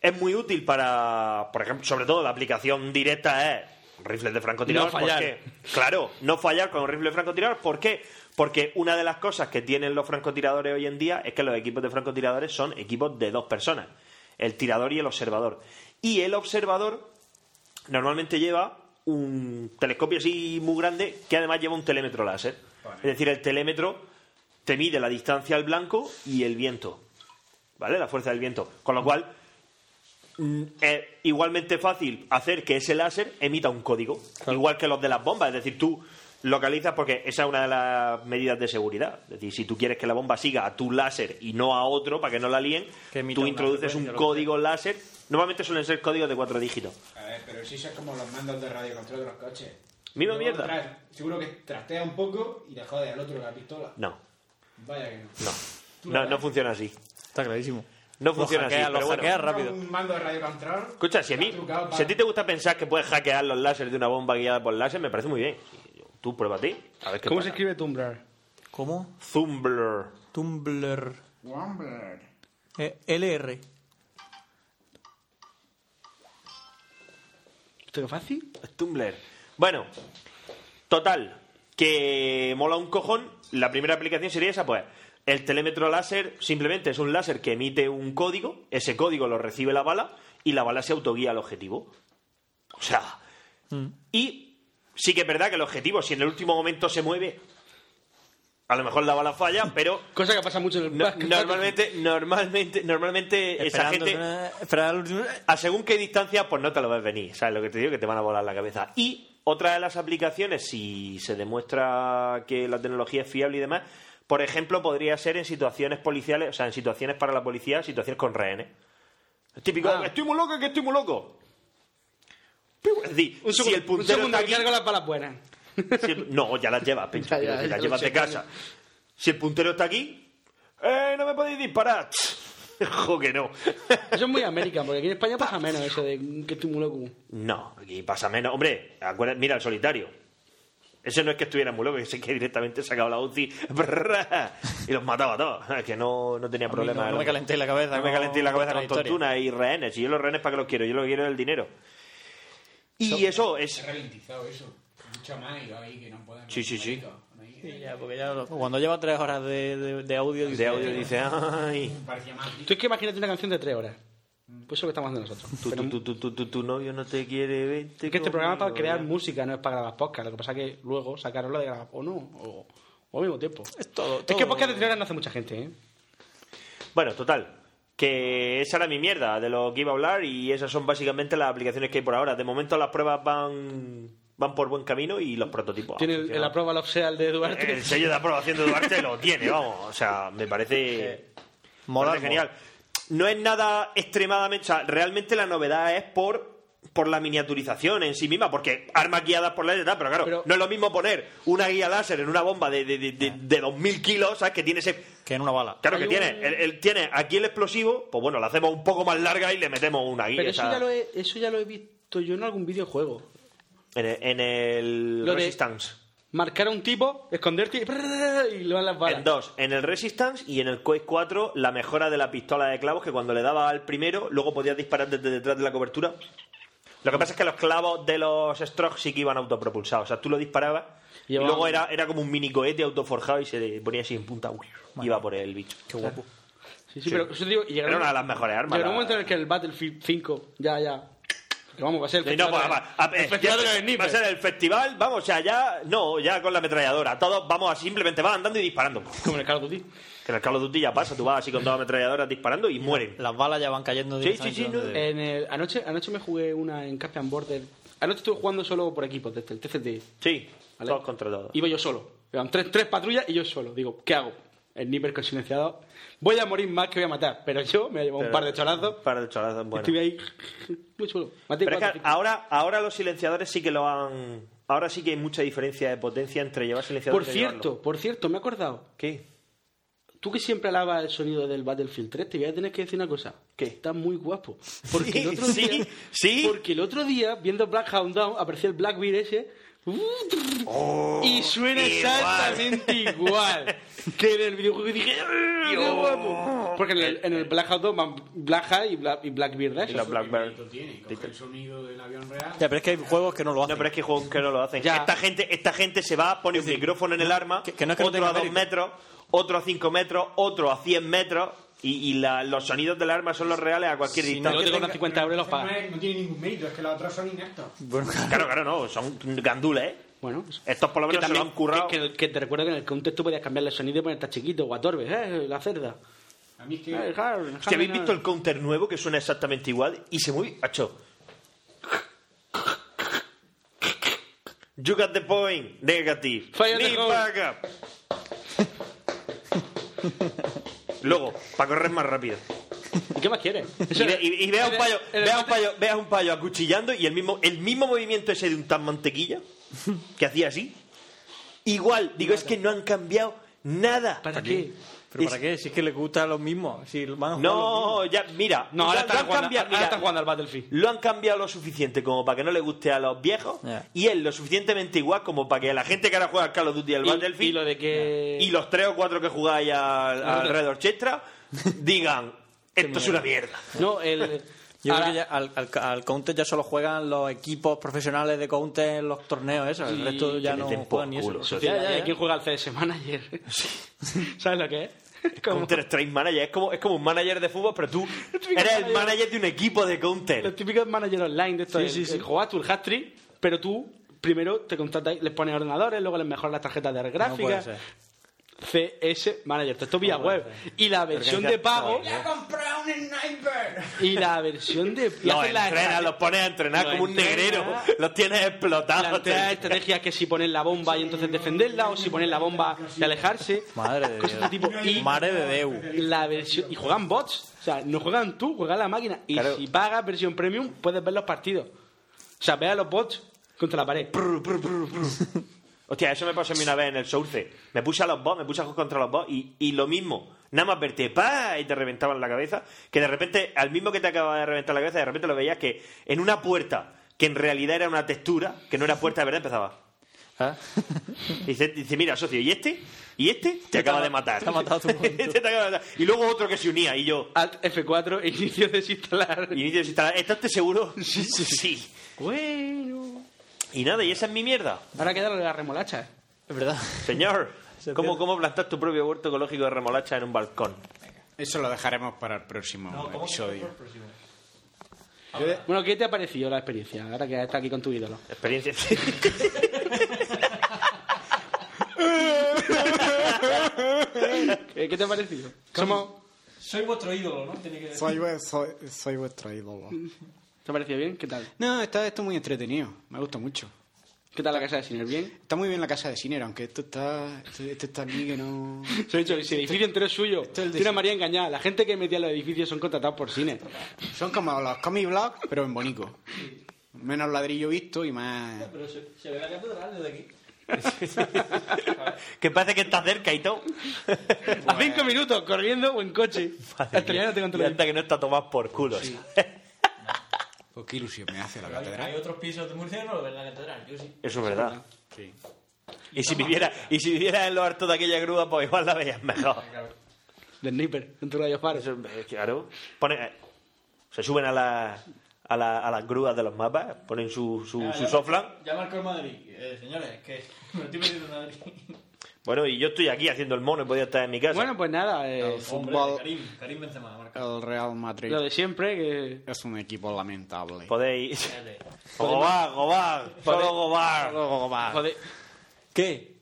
[SPEAKER 8] Es muy útil para, por ejemplo, sobre todo la aplicación directa es rifles de francotirador.
[SPEAKER 7] No fallar.
[SPEAKER 8] ¿por qué? Claro, no fallar con un rifle de francotirador. ¿Por qué? Porque una de las cosas que tienen los francotiradores hoy en día es que los equipos de francotiradores son equipos de dos personas, el tirador y el observador. Y el observador normalmente lleva un telescopio así muy grande que además lleva un telémetro láser. Es decir, el telémetro te mide la distancia al blanco y el viento, ¿vale? La fuerza del viento. Con lo cual, mm, es igualmente fácil hacer que ese láser emita un código, igual que los de las bombas. Es decir, tú localizas, porque esa es una de las medidas de seguridad. Es decir, si tú quieres que la bomba siga a tu láser y no a otro para que no la líen,
[SPEAKER 6] Que emita
[SPEAKER 8] tú
[SPEAKER 6] una
[SPEAKER 8] introduces un
[SPEAKER 6] frecuencia, lo que
[SPEAKER 8] código láser. Normalmente suelen ser códigos de cuatro dígitos.
[SPEAKER 9] A ver, pero si eso es como los mandos de radio control de los coches.
[SPEAKER 8] Misma
[SPEAKER 9] Luego
[SPEAKER 8] mierda.
[SPEAKER 9] tras- seguro que trastea un poco y le jode al otro la pistola.
[SPEAKER 8] No,
[SPEAKER 9] Vaya que no.
[SPEAKER 8] no. No, no funciona así.
[SPEAKER 6] Está clarísimo.
[SPEAKER 8] No
[SPEAKER 6] Lo
[SPEAKER 8] funciona
[SPEAKER 6] hackea,
[SPEAKER 8] así.
[SPEAKER 6] lo
[SPEAKER 8] pero bueno.
[SPEAKER 6] hackea rápido.
[SPEAKER 9] Un mando de radio control.
[SPEAKER 8] Escucha, si a mí,
[SPEAKER 9] trucado para-
[SPEAKER 8] si a ti te gusta pensar que puedes hackear los láseres de una bomba guiada por láser, me parece muy bien. Tú pruébate. A ver qué
[SPEAKER 7] ¿Cómo se
[SPEAKER 8] pasa.
[SPEAKER 7] escribe Tumblr?
[SPEAKER 6] ¿Cómo?
[SPEAKER 8] Zumbler.
[SPEAKER 6] Tumblr.
[SPEAKER 9] Wambler.
[SPEAKER 6] Eh, LR.
[SPEAKER 7] ¿Esto es fácil?
[SPEAKER 8] Tumblr. Bueno, total, que mola un cojón. La primera aplicación sería esa, pues. El telémetro láser simplemente es un láser que emite un código, ese código lo recibe la bala y la bala se autoguía al objetivo. O sea, y sí que es verdad que el objetivo, si en el último momento se mueve, a lo mejor la bala falla, pero
[SPEAKER 7] Cosa que pasa mucho en el
[SPEAKER 8] no-
[SPEAKER 7] básquet.
[SPEAKER 8] normalmente, normalmente, normalmente esa
[SPEAKER 6] Esperando,
[SPEAKER 8] gente
[SPEAKER 6] eh, esperar al último-
[SPEAKER 8] a según qué distancia, pues no te lo ves venir. ¿Sabes lo que te digo? Que te van a volar la cabeza. Y otra de las aplicaciones, si se demuestra que la tecnología es fiable y demás, por ejemplo, podría ser en situaciones policiales, o sea, en situaciones para la policía, situaciones con rehenes. Es típico,
[SPEAKER 7] Ah.
[SPEAKER 8] estoy muy loco, que estoy muy loco. Es decir,
[SPEAKER 7] Un
[SPEAKER 8] si el
[SPEAKER 7] segundo, un
[SPEAKER 8] puntero está
[SPEAKER 7] segundo, aquí
[SPEAKER 8] aquí-
[SPEAKER 7] cargo las balas buenas.
[SPEAKER 8] si el- no, ya las llevas, Pencho.
[SPEAKER 7] Ya, ya,
[SPEAKER 8] quiero decir, las
[SPEAKER 7] ya lo
[SPEAKER 8] llevas
[SPEAKER 7] sé,
[SPEAKER 8] de casa. Si el puntero está aquí, ¡eh! No me podéis disparar. Jo que no.
[SPEAKER 7] Eso es muy América, porque aquí en España pasa menos eso de mm, que estoy muy loco.
[SPEAKER 8] No, aquí pasa menos. Hombre, acuérdate, mira el solitario. Ese no es que estuviera muy loco, ese que directamente sacaba la UCI brrra, y los mataba a todos. Es que no, no tenía problema.
[SPEAKER 6] no me calentéis la cabeza
[SPEAKER 8] No me
[SPEAKER 6] con-
[SPEAKER 8] calentéis la
[SPEAKER 6] con
[SPEAKER 8] cabeza con
[SPEAKER 6] vuestra historia.
[SPEAKER 8] tortunas y rehenes. Y yo los rehenes, ¿para qué los quiero? Yo lo que quiero es el dinero. Y eso
[SPEAKER 9] Se
[SPEAKER 8] es.
[SPEAKER 9] ha ralentizado eso. Mucho más y yo ahí que no pueden.
[SPEAKER 8] Sí, sí, sí.
[SPEAKER 9] No hay-
[SPEAKER 6] Sí, ya, porque ya lo- cuando lleva tres horas de, de- de audio, dice,
[SPEAKER 8] De audio dice, ay.
[SPEAKER 9] Parecía más.
[SPEAKER 7] Tú es que imagínate una canción de tres horas. Pues eso que estamos haciendo nosotros.
[SPEAKER 8] Tu,
[SPEAKER 7] Pero
[SPEAKER 8] tu, tu, tu, tu, tu, tu novio no te quiere, vente.
[SPEAKER 7] es que este programa es para
[SPEAKER 8] conmigo,
[SPEAKER 7] crear
[SPEAKER 8] ya.
[SPEAKER 7] música, no es para grabar podcast. Lo que pasa que luego sacaron lo de grabar o no, o, o al mismo tiempo.
[SPEAKER 6] Es todo,
[SPEAKER 7] Es que
[SPEAKER 6] todo-
[SPEAKER 7] podcast de tres horas no hace mucha gente, ¿eh?
[SPEAKER 8] Bueno, total. Que esa era mi mierda de lo que iba a hablar y esas son básicamente las aplicaciones que hay por ahora. De momento las pruebas van, van por buen camino y los prototipos.
[SPEAKER 7] Tiene el,
[SPEAKER 8] han
[SPEAKER 7] el
[SPEAKER 8] funcionado.
[SPEAKER 7] aprueba lo sea el de Duarte.
[SPEAKER 8] El sello de aprobación de Duarte lo tiene, vamos. O sea, me parece,
[SPEAKER 6] Mola,
[SPEAKER 8] me parece genial. No es nada extremadamente... O sea, realmente la novedad es por por la miniaturización en sí misma, porque armas guiadas por láser y tal, pero claro,
[SPEAKER 7] Pero- Ah.
[SPEAKER 8] no es lo mismo poner una guía láser en una bomba de, de, de, de, de 2.000 kilos, ¿sabes? Que tiene ese
[SPEAKER 6] que en una bala.
[SPEAKER 8] Claro que
[SPEAKER 7] Hay un-
[SPEAKER 8] tiene, el, el- tiene aquí el explosivo, pues bueno, lo hacemos un poco más larga y le metemos una guía.
[SPEAKER 7] Pero eso
[SPEAKER 8] esa-
[SPEAKER 7] ya, lo he, eso ya lo he visto yo en algún videojuego.
[SPEAKER 8] en, el, en el
[SPEAKER 7] Lo de-
[SPEAKER 8] Resistance.
[SPEAKER 7] Marcar a un tipo, esconderte y, prrr, y le van las balas.
[SPEAKER 8] En dos, en el Resistance y en el Quake 4, la mejora de la pistola de clavos, que cuando le daba al primero, luego podías disparar desde detrás de la cobertura. Lo que pasa es que los clavos de los Strokes sí que iban autopropulsados. O sea, tú lo disparabas y,
[SPEAKER 7] Llevaban-
[SPEAKER 8] luego era, era como un mini cohete autoforjado y se ponía así en punta. uy, iba por el bicho. Qué guapo.
[SPEAKER 7] Sí, sí, pero eso te digo, y llegaron-
[SPEAKER 8] Era una de las mejores armas.
[SPEAKER 7] Llegará un
[SPEAKER 8] la-
[SPEAKER 7] momento en el que el Battlefield 5 ya, ya. Que vamos, va a ser
[SPEAKER 8] Y no, va, va, a-
[SPEAKER 7] el
[SPEAKER 8] eh,
[SPEAKER 7] festival de
[SPEAKER 8] ya-
[SPEAKER 7] los
[SPEAKER 8] va a
[SPEAKER 7] snipers.
[SPEAKER 8] ser el festival, vamos, o sea, ya, no, ya con la ametralladora. Todos vamos a simplemente van andando y disparando. Como en el Call of Duty. Que en el Call of Duty ya pasa, tú vas así con dos ametralladoras disparando y mueren.
[SPEAKER 20] Las balas ya van cayendo
[SPEAKER 8] Sí, sí, sí. no, eh,
[SPEAKER 7] En el- anoche, anoche me jugué una en Caspian Border. Anoche estuve jugando solo por equipos, desde el TCT.
[SPEAKER 8] Sí, todos contra todos.
[SPEAKER 7] Iba yo solo. Eran tres, tres patrullas y yo solo. Digo, ¿qué hago? El sniper con silenciado. Voy a morir más que voy a matar. Pero yo me he llevado un
[SPEAKER 8] Pero-
[SPEAKER 7] par de cholazos.
[SPEAKER 8] Un par de cholazos, bueno.
[SPEAKER 7] Estuve ahí muy solo. Maté
[SPEAKER 8] Pero es
[SPEAKER 7] cuatro
[SPEAKER 8] que
[SPEAKER 7] tipos.
[SPEAKER 8] ahora, ahora los silenciadores sí que lo han. Ahora sí que hay mucha diferencia de potencia entre llevar silenciadores
[SPEAKER 7] Por
[SPEAKER 8] y no llevarlo.
[SPEAKER 7] cierto, por cierto, me he acordado.
[SPEAKER 8] ¿Qué?
[SPEAKER 7] Tú que siempre alabas el sonido del Battlefield 3, te voy a tener que decir una cosa. Que está muy guapo. Porque el otro
[SPEAKER 8] sí,
[SPEAKER 7] día, Porque el otro día, viendo Black Hound Down, apareció el Blackbeard ese.
[SPEAKER 8] Oh,
[SPEAKER 7] y suena exactamente igual que en el videojuego. Y dije, "Ah, qué guapo! Porque en el, en el Black Hound Down van Black Hawk y, Bla- y Blackbeard Dash.
[SPEAKER 21] tiene, coge el sonido del avión real.
[SPEAKER 20] Ya, pero es que hay juegos que no lo hacen.
[SPEAKER 8] No, pero es que hay juegos que no lo hacen.
[SPEAKER 20] Ya.
[SPEAKER 8] Esta gente, esta gente se va, pone un micrófono en el arma,
[SPEAKER 20] que no es que no
[SPEAKER 8] otro
[SPEAKER 20] tenga
[SPEAKER 8] a dos
[SPEAKER 20] mérito.
[SPEAKER 8] metros, otro a cinco metros, otro a cien metros, y, y la- los sonidos del arma son los reales a cualquier distancia.
[SPEAKER 22] No, es- no tiene ningún mérito, es que los otros son inactos.
[SPEAKER 8] Claro, claro, no, son gandules, ¿eh?
[SPEAKER 7] Bueno,
[SPEAKER 8] estos por lo
[SPEAKER 7] que,
[SPEAKER 8] menos se lo
[SPEAKER 7] también,
[SPEAKER 8] han currado.
[SPEAKER 7] que, que- que te recuerdo que en el contexto podías cambiarle el sonido y ponerte chiquito o a Torbe, ¿eh? La cerda.
[SPEAKER 22] A mí es que.
[SPEAKER 7] Eh, claro,
[SPEAKER 8] Hostia, ¿habéis visto el counter nuevo que suena exactamente igual y se mueve? Acho. You got the point. Negative.
[SPEAKER 7] Fire the
[SPEAKER 8] Need
[SPEAKER 7] hole.
[SPEAKER 8] backup. Luego, para correr más rápido.
[SPEAKER 7] ¿Y qué más quieres?
[SPEAKER 8] Y, ve- y- y vea un payo, vea un payo, vea un payo acuchillando y el mismo, el mismo movimiento ese de un tan mantequilla que hacía así. Igual, digo, es que no han cambiado nada.
[SPEAKER 7] ¿Para qué?
[SPEAKER 6] ¿Pero para qué? Si es que les gusta lo mismo. Si van a jugar lo
[SPEAKER 8] No,
[SPEAKER 6] mismo.
[SPEAKER 8] ya, mira.
[SPEAKER 6] No, ahora
[SPEAKER 8] lo-
[SPEAKER 6] están
[SPEAKER 8] lo han
[SPEAKER 6] jugando-
[SPEAKER 8] cambiado,
[SPEAKER 6] ahora
[SPEAKER 8] mira,
[SPEAKER 6] están
[SPEAKER 7] jugando al Battlefield.
[SPEAKER 8] Lo han cambiado lo suficiente como para que no le guste a los viejos
[SPEAKER 20] Ya.
[SPEAKER 8] y es lo suficientemente igual como para que a la gente que ahora juega al Call of Duty y al Battlefield
[SPEAKER 7] y lo de que-
[SPEAKER 8] y los tres o cuatro que jugáis al, al Red Orchestra digan, esto es una mierda.
[SPEAKER 7] No, el.
[SPEAKER 6] Yo
[SPEAKER 7] ahora-
[SPEAKER 6] creo que ya al, al- al Counter ya solo juegan los equipos profesionales de Counter en los torneos esos. El
[SPEAKER 7] Y
[SPEAKER 6] resto ya
[SPEAKER 7] que
[SPEAKER 6] no
[SPEAKER 7] le den por
[SPEAKER 6] juegan ni eso.
[SPEAKER 8] culo,
[SPEAKER 6] Sí,
[SPEAKER 7] Ya, ya,
[SPEAKER 6] ya,
[SPEAKER 7] ¿y
[SPEAKER 6] ya.
[SPEAKER 7] ¿Quién juega al CS Manager? ¿Sabes lo que es?
[SPEAKER 8] Counter Strike Manager, es como, es como un manager de fútbol, pero tú eres el manager de un equipo de Counter.
[SPEAKER 7] Los típicos manager online de estos.
[SPEAKER 8] Sí,
[SPEAKER 7] es,
[SPEAKER 8] sí, sí.
[SPEAKER 7] eh, Juegas tú el hat-trick, pero tú primero te contratas, les pones ordenadores, luego les mejoras las tarjetas de gráficas.
[SPEAKER 6] puede
[SPEAKER 7] CS Manager, todo esto vía
[SPEAKER 6] No puede
[SPEAKER 7] web. Y la versión
[SPEAKER 8] Porque
[SPEAKER 7] de
[SPEAKER 8] ya-
[SPEAKER 7] pago.
[SPEAKER 8] Joder.
[SPEAKER 22] comprar un sniper!
[SPEAKER 7] Y la versión de. y
[SPEAKER 8] Los
[SPEAKER 7] hacen
[SPEAKER 8] entrenas,
[SPEAKER 7] las estrategias-
[SPEAKER 8] los pones a entrenar
[SPEAKER 7] Los
[SPEAKER 8] como un
[SPEAKER 7] entrenas.
[SPEAKER 8] negrero, los tienes explotados.
[SPEAKER 7] plantea estrategias que si ponen la bomba y entonces defenderla o si ponen la bomba y alejarse
[SPEAKER 6] Madre de
[SPEAKER 7] cosas de este
[SPEAKER 6] Dios.
[SPEAKER 7] tipo y
[SPEAKER 6] Madre de Deu.
[SPEAKER 7] la versión y juegan bots o sea no juegan tú juegan la máquina y si pagas versión premium puedes ver los partidos o sea ve a los bots contra la pared
[SPEAKER 8] Hostia, eso me pasó a mí una vez en el Source. Me puse a los bots, me puse a jugar contra los bots y, y lo mismo. Nada más verte pa y te reventaban la cabeza. Que de repente, al mismo que te acababa de reventar la cabeza, de repente lo veías que en una puerta, que en realidad era una textura, que no era puerta de verdad, empezaba.
[SPEAKER 6] Ah.
[SPEAKER 8] Dice, dice, mira, socio, ¿y este? ¿Y este? Te acaba de matar.
[SPEAKER 6] te ha matado tu
[SPEAKER 8] Este te acaba de matar. Y luego otro que se unía y yo.
[SPEAKER 7] Alt F4 inicio desinstalar
[SPEAKER 8] Y inicio de instalar. ¿Estás seguro? Sí, sí,
[SPEAKER 7] bueno
[SPEAKER 8] Y nada, y esa es mi mierda.
[SPEAKER 7] ahora queda lo de las remolachas
[SPEAKER 6] Es verdad.
[SPEAKER 8] Señor, ¿cómo, ¿cómo plantar tu propio huerto ecológico de remolacha en un balcón?
[SPEAKER 9] Eso lo dejaremos para el próximo episodio.
[SPEAKER 7] bueno ¿qué te ha parecido la experiencia ahora que estás aquí con tu ídolo
[SPEAKER 8] Experiencia.
[SPEAKER 7] ¿qué qué te ha parecido? ¿Somos-
[SPEAKER 22] Soy vuestro ídolo, ¿no? Tiene que
[SPEAKER 9] Soy, vue- soy, soy vuestro ídolo.
[SPEAKER 7] ¿te ha parecido bien? ¿qué tal?
[SPEAKER 9] No, está esto muy entretenido. Me gusta mucho.
[SPEAKER 7] ¿qué tal la casa de Siner? ¿bien?
[SPEAKER 9] Está muy bien la casa de Siner, aunque esto está, esto, esto está aquí que no...
[SPEAKER 7] Se ha dicho, si el edificio entero es suyo,
[SPEAKER 9] el de-
[SPEAKER 7] tiene a María engañada. La gente que metía en los edificios son contratados por cine.
[SPEAKER 9] Son como los comic blogs, pero en bonico. Menos ladrillo visto y más...
[SPEAKER 22] Pero se, se ve la catedral desde aquí.
[SPEAKER 8] que parece que está cerca y todo.
[SPEAKER 7] A cinco minutos, corriendo o en coche. Estrellándote contra
[SPEAKER 8] Y
[SPEAKER 7] el
[SPEAKER 8] hasta que no está tomado por culo. ¿sabes?
[SPEAKER 9] Pues qué ilusión me hace la
[SPEAKER 22] Pero hay, hay
[SPEAKER 9] catedral.
[SPEAKER 22] otros pisos de Murcia que no lo ven la catedral, yo sí.
[SPEAKER 8] Eso es verdad. Y si viviera, y si viviera en los hartos de aquella grúa, pues igual la veías mejor.
[SPEAKER 7] De sniper, dentro de los faros.
[SPEAKER 8] Eso, eh, claro. Pone- eh, se suben a, la- a, la- a las grúas de los mapas, ponen su, su,
[SPEAKER 22] Ah,
[SPEAKER 8] su
[SPEAKER 22] ya-
[SPEAKER 8] soflan.
[SPEAKER 22] Ya marcó el Madrid. Eh, señores, que me estoy metiendo en Madrid.
[SPEAKER 8] Bueno, y yo estoy aquí haciendo el mono, he podido estar en mi casa.
[SPEAKER 7] Bueno, pues nada, eh,
[SPEAKER 8] Hombre,
[SPEAKER 7] fútbol.
[SPEAKER 8] Karim, Karim Benzema,
[SPEAKER 23] El Real Madrid.
[SPEAKER 7] Lo de siempre, que.
[SPEAKER 23] Es un equipo lamentable.
[SPEAKER 8] Podéis. Gobar, Gobar, solo Gobar.
[SPEAKER 7] Joder.
[SPEAKER 6] ¿Qué?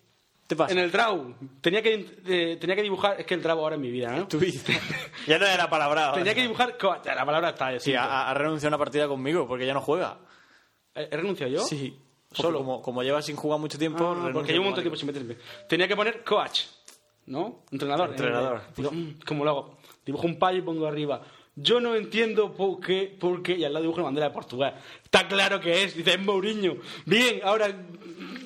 [SPEAKER 6] ¿Te pasa?
[SPEAKER 7] En el draw. Tenía que, eh, tenía que dibujar. Es que el draw ahora es mi vida, ¿no?
[SPEAKER 6] Tu vida.
[SPEAKER 8] Ya no era palabra.
[SPEAKER 7] tenía que dibujar. co- La palabra está. eh, yo
[SPEAKER 24] Sí,
[SPEAKER 7] siento.
[SPEAKER 24] ha, ha renunciado a una partida conmigo porque ya no juega.
[SPEAKER 7] Eh, ¿He he renunciado yo?
[SPEAKER 24] Sí. Solo. Como, como lleva sin jugar mucho tiempo.
[SPEAKER 7] Ah,
[SPEAKER 24] renuncia
[SPEAKER 7] porque llevo un montón de tiempo
[SPEAKER 24] automático.
[SPEAKER 7] sin meterme. Tenía que poner coach, ¿no? Entrenador.
[SPEAKER 8] Entrenador.
[SPEAKER 7] Eh, digo, mm, ¿Cómo lo hago? Dibujo un payo y pongo arriba. Yo no entiendo por qué, por qué. Y al lado dibujo una bandera de Portugal. Está claro que es, dice, es Mourinho. Bien, ahora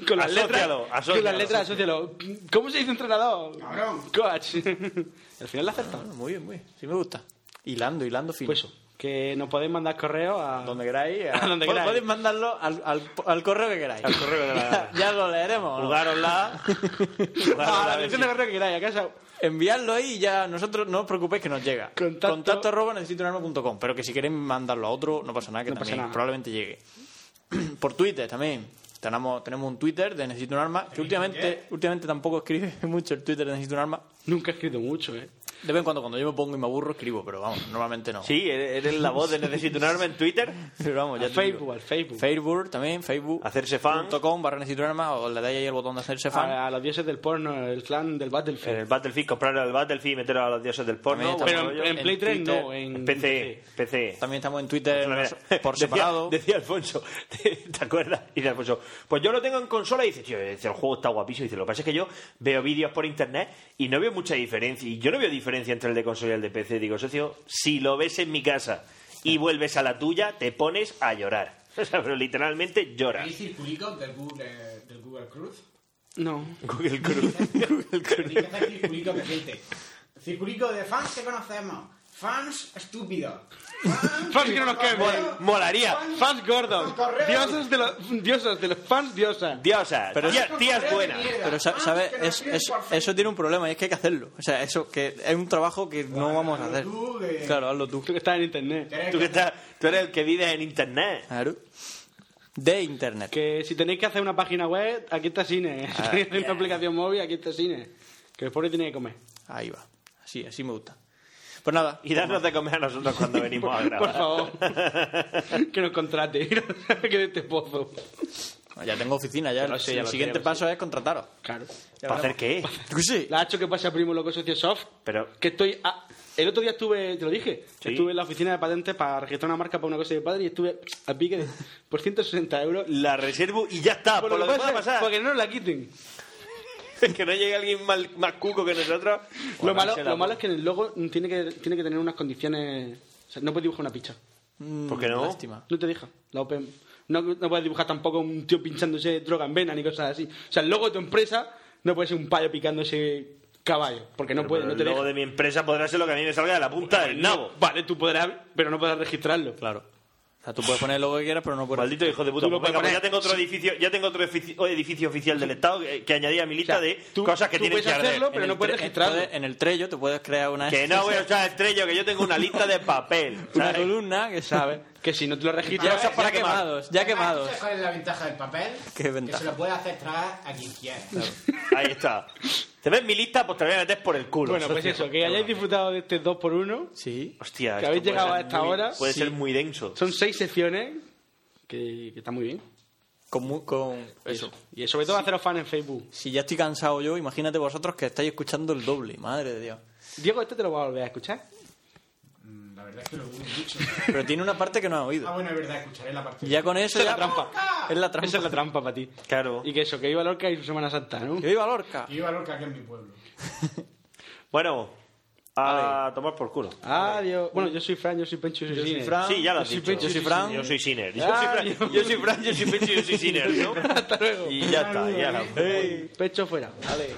[SPEAKER 7] con
[SPEAKER 8] Asócialo,
[SPEAKER 7] las letras.
[SPEAKER 8] asócialo,
[SPEAKER 7] con las letras, asócialo. ¿Cómo se dice entrenador?
[SPEAKER 9] Cabrón.
[SPEAKER 7] Coach. al final la acertado.
[SPEAKER 6] Muy bien, muy bien. Sí me gusta. Hilando, hilando fino.
[SPEAKER 7] Pues eso, que nos podéis mandar correo a.
[SPEAKER 6] Donde queráis.
[SPEAKER 7] A donde
[SPEAKER 6] pod-
[SPEAKER 7] queráis.
[SPEAKER 6] Podéis mandarlo al, al- al correo que queráis.
[SPEAKER 8] Al correo que
[SPEAKER 6] ya,
[SPEAKER 8] queráis.
[SPEAKER 6] ya lo leeremos. ¿no?
[SPEAKER 8] Jugarosla.
[SPEAKER 7] a Ah, la dirección de correo que queráis, a casa.
[SPEAKER 6] Enviadlo ahí y ya nosotros no os preocupéis que nos llega.
[SPEAKER 7] Contacto-
[SPEAKER 6] arroba necesitounarma.com, Pero que si queréis mandarlo a otro, no pasa nada, que
[SPEAKER 7] No pasa
[SPEAKER 6] también
[SPEAKER 7] nada.
[SPEAKER 6] probablemente llegue. Por Twitter también. Tenemos, tenemos un Twitter de Necesito un Arma, que últimamente, últimamente tampoco escribe mucho el Twitter de Necesito un Arma.
[SPEAKER 7] Nunca he escrito mucho, ¿eh?
[SPEAKER 6] De vez en cuando, cuando yo me pongo y me aburro, escribo, pero vamos, normalmente no.
[SPEAKER 8] Sí, eres la voz de Necesito un arma en Twitter.
[SPEAKER 6] Pero vamos, ya
[SPEAKER 7] Al
[SPEAKER 6] te digo.
[SPEAKER 7] Facebook, al Facebook.
[SPEAKER 6] Facebook también, Facebook.
[SPEAKER 8] Hacerse fan.
[SPEAKER 6] .com barra Necesito un Arma, o le dais ahí el botón de hacerse fan.
[SPEAKER 7] A, a los dioses del porno, el clan del
[SPEAKER 8] En
[SPEAKER 7] Battlefield.
[SPEAKER 8] el Battlefield, comprar el Battlefield y meter a los dioses del porno.
[SPEAKER 6] También
[SPEAKER 8] buen
[SPEAKER 7] Pero en,
[SPEAKER 8] rollo.
[SPEAKER 7] en Play
[SPEAKER 6] en
[SPEAKER 7] 3
[SPEAKER 6] Twitter,
[SPEAKER 7] no,
[SPEAKER 8] En
[SPEAKER 7] en
[SPEAKER 8] PC, PC.
[SPEAKER 6] También estamos en Twitter
[SPEAKER 8] Otra
[SPEAKER 6] nos-
[SPEAKER 8] manera.
[SPEAKER 6] por
[SPEAKER 8] Decía-
[SPEAKER 6] separado.
[SPEAKER 8] Decía, Alfonso, ¿te acuerdas? Y dice Alfonso, pues yo lo tengo en consola y dice, tío, dice, el juego está guapísimo. Dice, lo que pasa es que yo veo vídeos por internet y no veo mucha diferencia. Y yo no veo diferencia entre el de consola y el de PC. Digo, socio, si lo ves en mi casa y vuelves a la tuya, te pones a llorar. O sea, pero literalmente lloras.
[SPEAKER 9] ¿Hay circulitos del Google, del Google Cruz?
[SPEAKER 7] No.
[SPEAKER 8] Google Cruz.
[SPEAKER 9] Hay que hacer circulitos de gente. Circulito de fans que conocemos. Fans estúpidos. Fans,
[SPEAKER 7] Fans que no nos caen bien.
[SPEAKER 9] correo,
[SPEAKER 8] Molaría.
[SPEAKER 7] Fans gordos.
[SPEAKER 9] Correo.
[SPEAKER 7] Dioses de los diosas de los fans diosa.
[SPEAKER 8] Diosas.
[SPEAKER 6] Pero-
[SPEAKER 8] tía- tías
[SPEAKER 9] correo de
[SPEAKER 8] buenas.
[SPEAKER 9] mierda.
[SPEAKER 6] Pero, sa-
[SPEAKER 9] Fans
[SPEAKER 6] ¿sabes?
[SPEAKER 9] que nos
[SPEAKER 6] Es-
[SPEAKER 9] escriben
[SPEAKER 6] es-
[SPEAKER 9] por Facebook.
[SPEAKER 6] eso tiene un problema y es que hay que hacerlo. O sea, eso que es un trabajo que no vamos a hacer.
[SPEAKER 9] tú, que-
[SPEAKER 6] Claro, hazlo tú.
[SPEAKER 7] Tú que estás en internet.
[SPEAKER 9] Tenés
[SPEAKER 8] Tú, que
[SPEAKER 9] que-
[SPEAKER 8] estás- tú eres el que vives en internet.
[SPEAKER 6] Claro. De internet.
[SPEAKER 7] Que si tenéis que hacer una página web, aquí está cine. Si tenéis que hacer una aplicación móvil, aquí está cine. Que el pobre tiene que comer.
[SPEAKER 6] Ahí va. Así, así me gusta. Pues nada.
[SPEAKER 8] Y darnos de comer a nosotros cuando venimos a
[SPEAKER 7] Por
[SPEAKER 8] grabar.
[SPEAKER 7] favor. que nos contrate. que de este pozo.
[SPEAKER 6] Ya tengo oficina, ya.
[SPEAKER 7] Lo
[SPEAKER 6] El,
[SPEAKER 7] sé, ya
[SPEAKER 6] el
[SPEAKER 7] lo
[SPEAKER 6] siguiente
[SPEAKER 7] tenemos,
[SPEAKER 6] paso es contrataros.
[SPEAKER 7] Claro.
[SPEAKER 8] ¿Para hacer qué?
[SPEAKER 6] Sí.
[SPEAKER 7] La hacho que pasa, primo loco socio soft.
[SPEAKER 8] Pero-
[SPEAKER 7] Que estoy. a- El otro día estuve, te lo dije,
[SPEAKER 8] Sí.
[SPEAKER 7] estuve en la oficina de patentes para registrar una marca para una cosa de mi padre y estuve a pique de, por 160 euros.
[SPEAKER 8] La reservo y ya está. Ah, Por, lo que pueda pasar.
[SPEAKER 7] Porque no la quiten.
[SPEAKER 8] que no llegue alguien mal- más cuco que nosotros. pues.
[SPEAKER 7] Lo
[SPEAKER 8] Bueno,
[SPEAKER 7] malo,
[SPEAKER 8] se la-
[SPEAKER 7] lo malo es que en el logo tiene que, tiene que tener unas condiciones. O sea, no puedes dibujar una picha.
[SPEAKER 8] ¿Por qué no?
[SPEAKER 6] Lástima.
[SPEAKER 7] No te deja. La open- no, no puedes dibujar tampoco un tío pinchándose droga en vena ni cosas así. O sea, el logo de tu empresa no puede ser un payo picándose caballo. Porque no
[SPEAKER 8] Pero
[SPEAKER 7] puede, no te
[SPEAKER 8] el logo
[SPEAKER 7] deja.
[SPEAKER 8] de mi empresa podrá ser lo que a mí me salga de la punta del nabo.
[SPEAKER 7] Vale, tú podrás, pero no podrás registrarlo.
[SPEAKER 6] Claro. O sea, tú puedes poner lo que quieras, pero no puedes.
[SPEAKER 8] Maldito hijo de puta.
[SPEAKER 7] Tú lo
[SPEAKER 8] Pues venga, pues
[SPEAKER 7] puedes
[SPEAKER 8] ya
[SPEAKER 7] poner-
[SPEAKER 8] tengo otro edificio, ya tengo otro edifici- o edificio oficial del Estado que, que añadí a mi lista
[SPEAKER 7] O sea,
[SPEAKER 8] de
[SPEAKER 7] tú-
[SPEAKER 8] cosas que
[SPEAKER 7] tú
[SPEAKER 8] tienen que
[SPEAKER 7] puedes
[SPEAKER 8] arder.
[SPEAKER 7] hacerlo, pero
[SPEAKER 6] En
[SPEAKER 7] no
[SPEAKER 6] el
[SPEAKER 7] puedes
[SPEAKER 6] tre-
[SPEAKER 7] registrarlo.
[SPEAKER 6] puedes- en el Trello te puedes crear una.
[SPEAKER 8] Que no voy a usar estrello, que yo tengo una lista de papel.
[SPEAKER 6] Una
[SPEAKER 8] ¿sabes?
[SPEAKER 6] columna que sabe.
[SPEAKER 7] Que si no te lo
[SPEAKER 6] Ya,
[SPEAKER 7] registras.
[SPEAKER 8] Cosas para
[SPEAKER 6] ya
[SPEAKER 8] quemar.
[SPEAKER 6] quemados, ya quemados.
[SPEAKER 9] ¿Sabes ¿Cuál es la ventaja del papel?
[SPEAKER 6] Qué
[SPEAKER 9] Que
[SPEAKER 6] ventaja.
[SPEAKER 9] se lo puede hacer tragar a quien quiera.
[SPEAKER 8] Ahí está. ¿Te ves mi lista? Pues te la voy a meter por el culo.
[SPEAKER 7] Bueno, pues
[SPEAKER 8] socio.
[SPEAKER 7] eso, que hayáis disfrutado de este 2x1.
[SPEAKER 6] Sí.
[SPEAKER 8] Hostia,
[SPEAKER 7] que
[SPEAKER 8] esto
[SPEAKER 7] habéis
[SPEAKER 8] puede
[SPEAKER 7] llegado
[SPEAKER 8] ser
[SPEAKER 7] a esta
[SPEAKER 8] muy-
[SPEAKER 7] hora,
[SPEAKER 8] Puede
[SPEAKER 7] sí.
[SPEAKER 8] ser muy denso.
[SPEAKER 7] Son seis secciones que, que está muy bien.
[SPEAKER 6] Con, mu- con eso.
[SPEAKER 7] Y sobre todo haceros fan en Facebook.
[SPEAKER 6] Si ya estoy cansado yo, imagínate vosotros que estáis escuchando el doble, madre de Dios.
[SPEAKER 7] Diego, este te lo voy a volver a escuchar.
[SPEAKER 9] Mm, La verdad es que lo dudo mucho.
[SPEAKER 6] Pero tiene una parte que no has
[SPEAKER 9] Ah,
[SPEAKER 6] oído.
[SPEAKER 9] bueno, es verdad, escucharé la parte.
[SPEAKER 6] Y ya con eso
[SPEAKER 7] Esa es
[SPEAKER 6] ya...
[SPEAKER 7] la trampa.
[SPEAKER 6] Es la trampa.
[SPEAKER 7] Esa es la trampa para ti.
[SPEAKER 8] Claro.
[SPEAKER 7] Y que eso, que iba Lorca y su Semana Santa, ¿no?
[SPEAKER 6] ¡Que viva Lorca!
[SPEAKER 9] Y viva Lorca, que es mi pueblo.
[SPEAKER 8] Bueno, a tomar por culo.
[SPEAKER 7] Adiós. Bueno, yo soy Fran, yo soy Pencho, yo soy Cine.
[SPEAKER 8] Sí, ya lo has
[SPEAKER 7] Yo soy
[SPEAKER 8] dicho.
[SPEAKER 7] Pencho,
[SPEAKER 6] yo soy Fran.
[SPEAKER 8] Yo soy Sinner. Yo soy
[SPEAKER 7] Ah,
[SPEAKER 8] Fran,
[SPEAKER 7] Dios.
[SPEAKER 8] yo soy Fran, yo soy Pecho y yo soy Sinner, ¿no?
[SPEAKER 7] Hasta luego.
[SPEAKER 8] Y ya está, ya la-
[SPEAKER 7] Pecho fuera. Vale.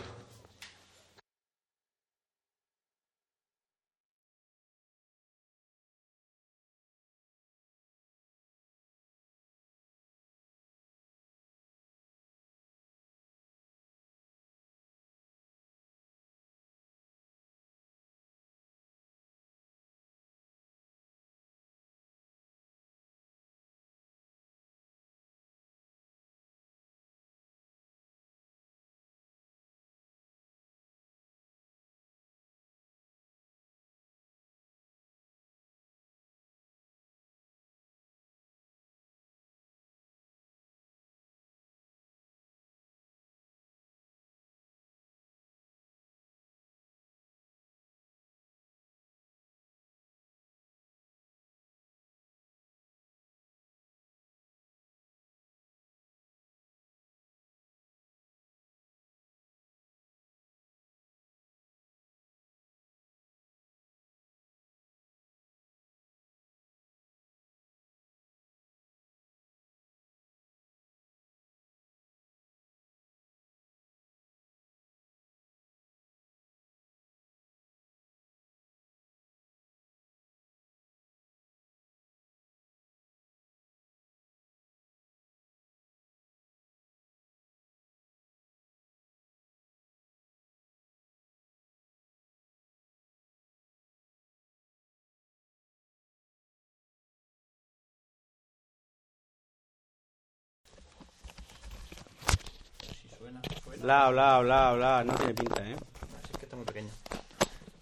[SPEAKER 7] Bla, bla, bla, bla. No tiene pinta, ¿eh?
[SPEAKER 6] Así es que está muy pequeño.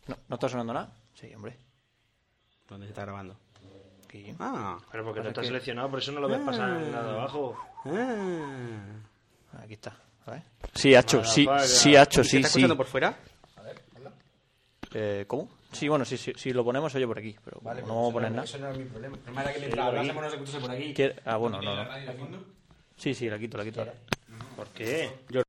[SPEAKER 6] ¿No, ¿no está sonando nada? Sí, hombre.
[SPEAKER 7] ¿Dónde se está grabando?
[SPEAKER 6] Aquí.
[SPEAKER 7] Ah.
[SPEAKER 8] Pero porque
[SPEAKER 6] Pasa
[SPEAKER 8] no está
[SPEAKER 6] que-
[SPEAKER 8] seleccionado, por eso no lo ves pasar en la de abajo.
[SPEAKER 6] Aquí está. A ver.
[SPEAKER 2] Sí, Hacho, sí, sí, Hacho, sí, sí.
[SPEAKER 7] fuera?
[SPEAKER 6] Eh, ¿Cómo? Sí, bueno, sí, sí, si lo ponemos oye por aquí, pero como no vamos a poner nada.
[SPEAKER 13] Eso no es mi problema. El problema era que
[SPEAKER 8] Sí,
[SPEAKER 13] mientras
[SPEAKER 8] lo vi.
[SPEAKER 13] hablásemos no se escuchase por aquí.
[SPEAKER 6] Quier- Ah, bueno, no,
[SPEAKER 13] ¿Tiene la
[SPEAKER 6] no.
[SPEAKER 13] radio de fondo?
[SPEAKER 6] Sí, sí, la quito, la quito ahora.
[SPEAKER 8] ¿Por qué?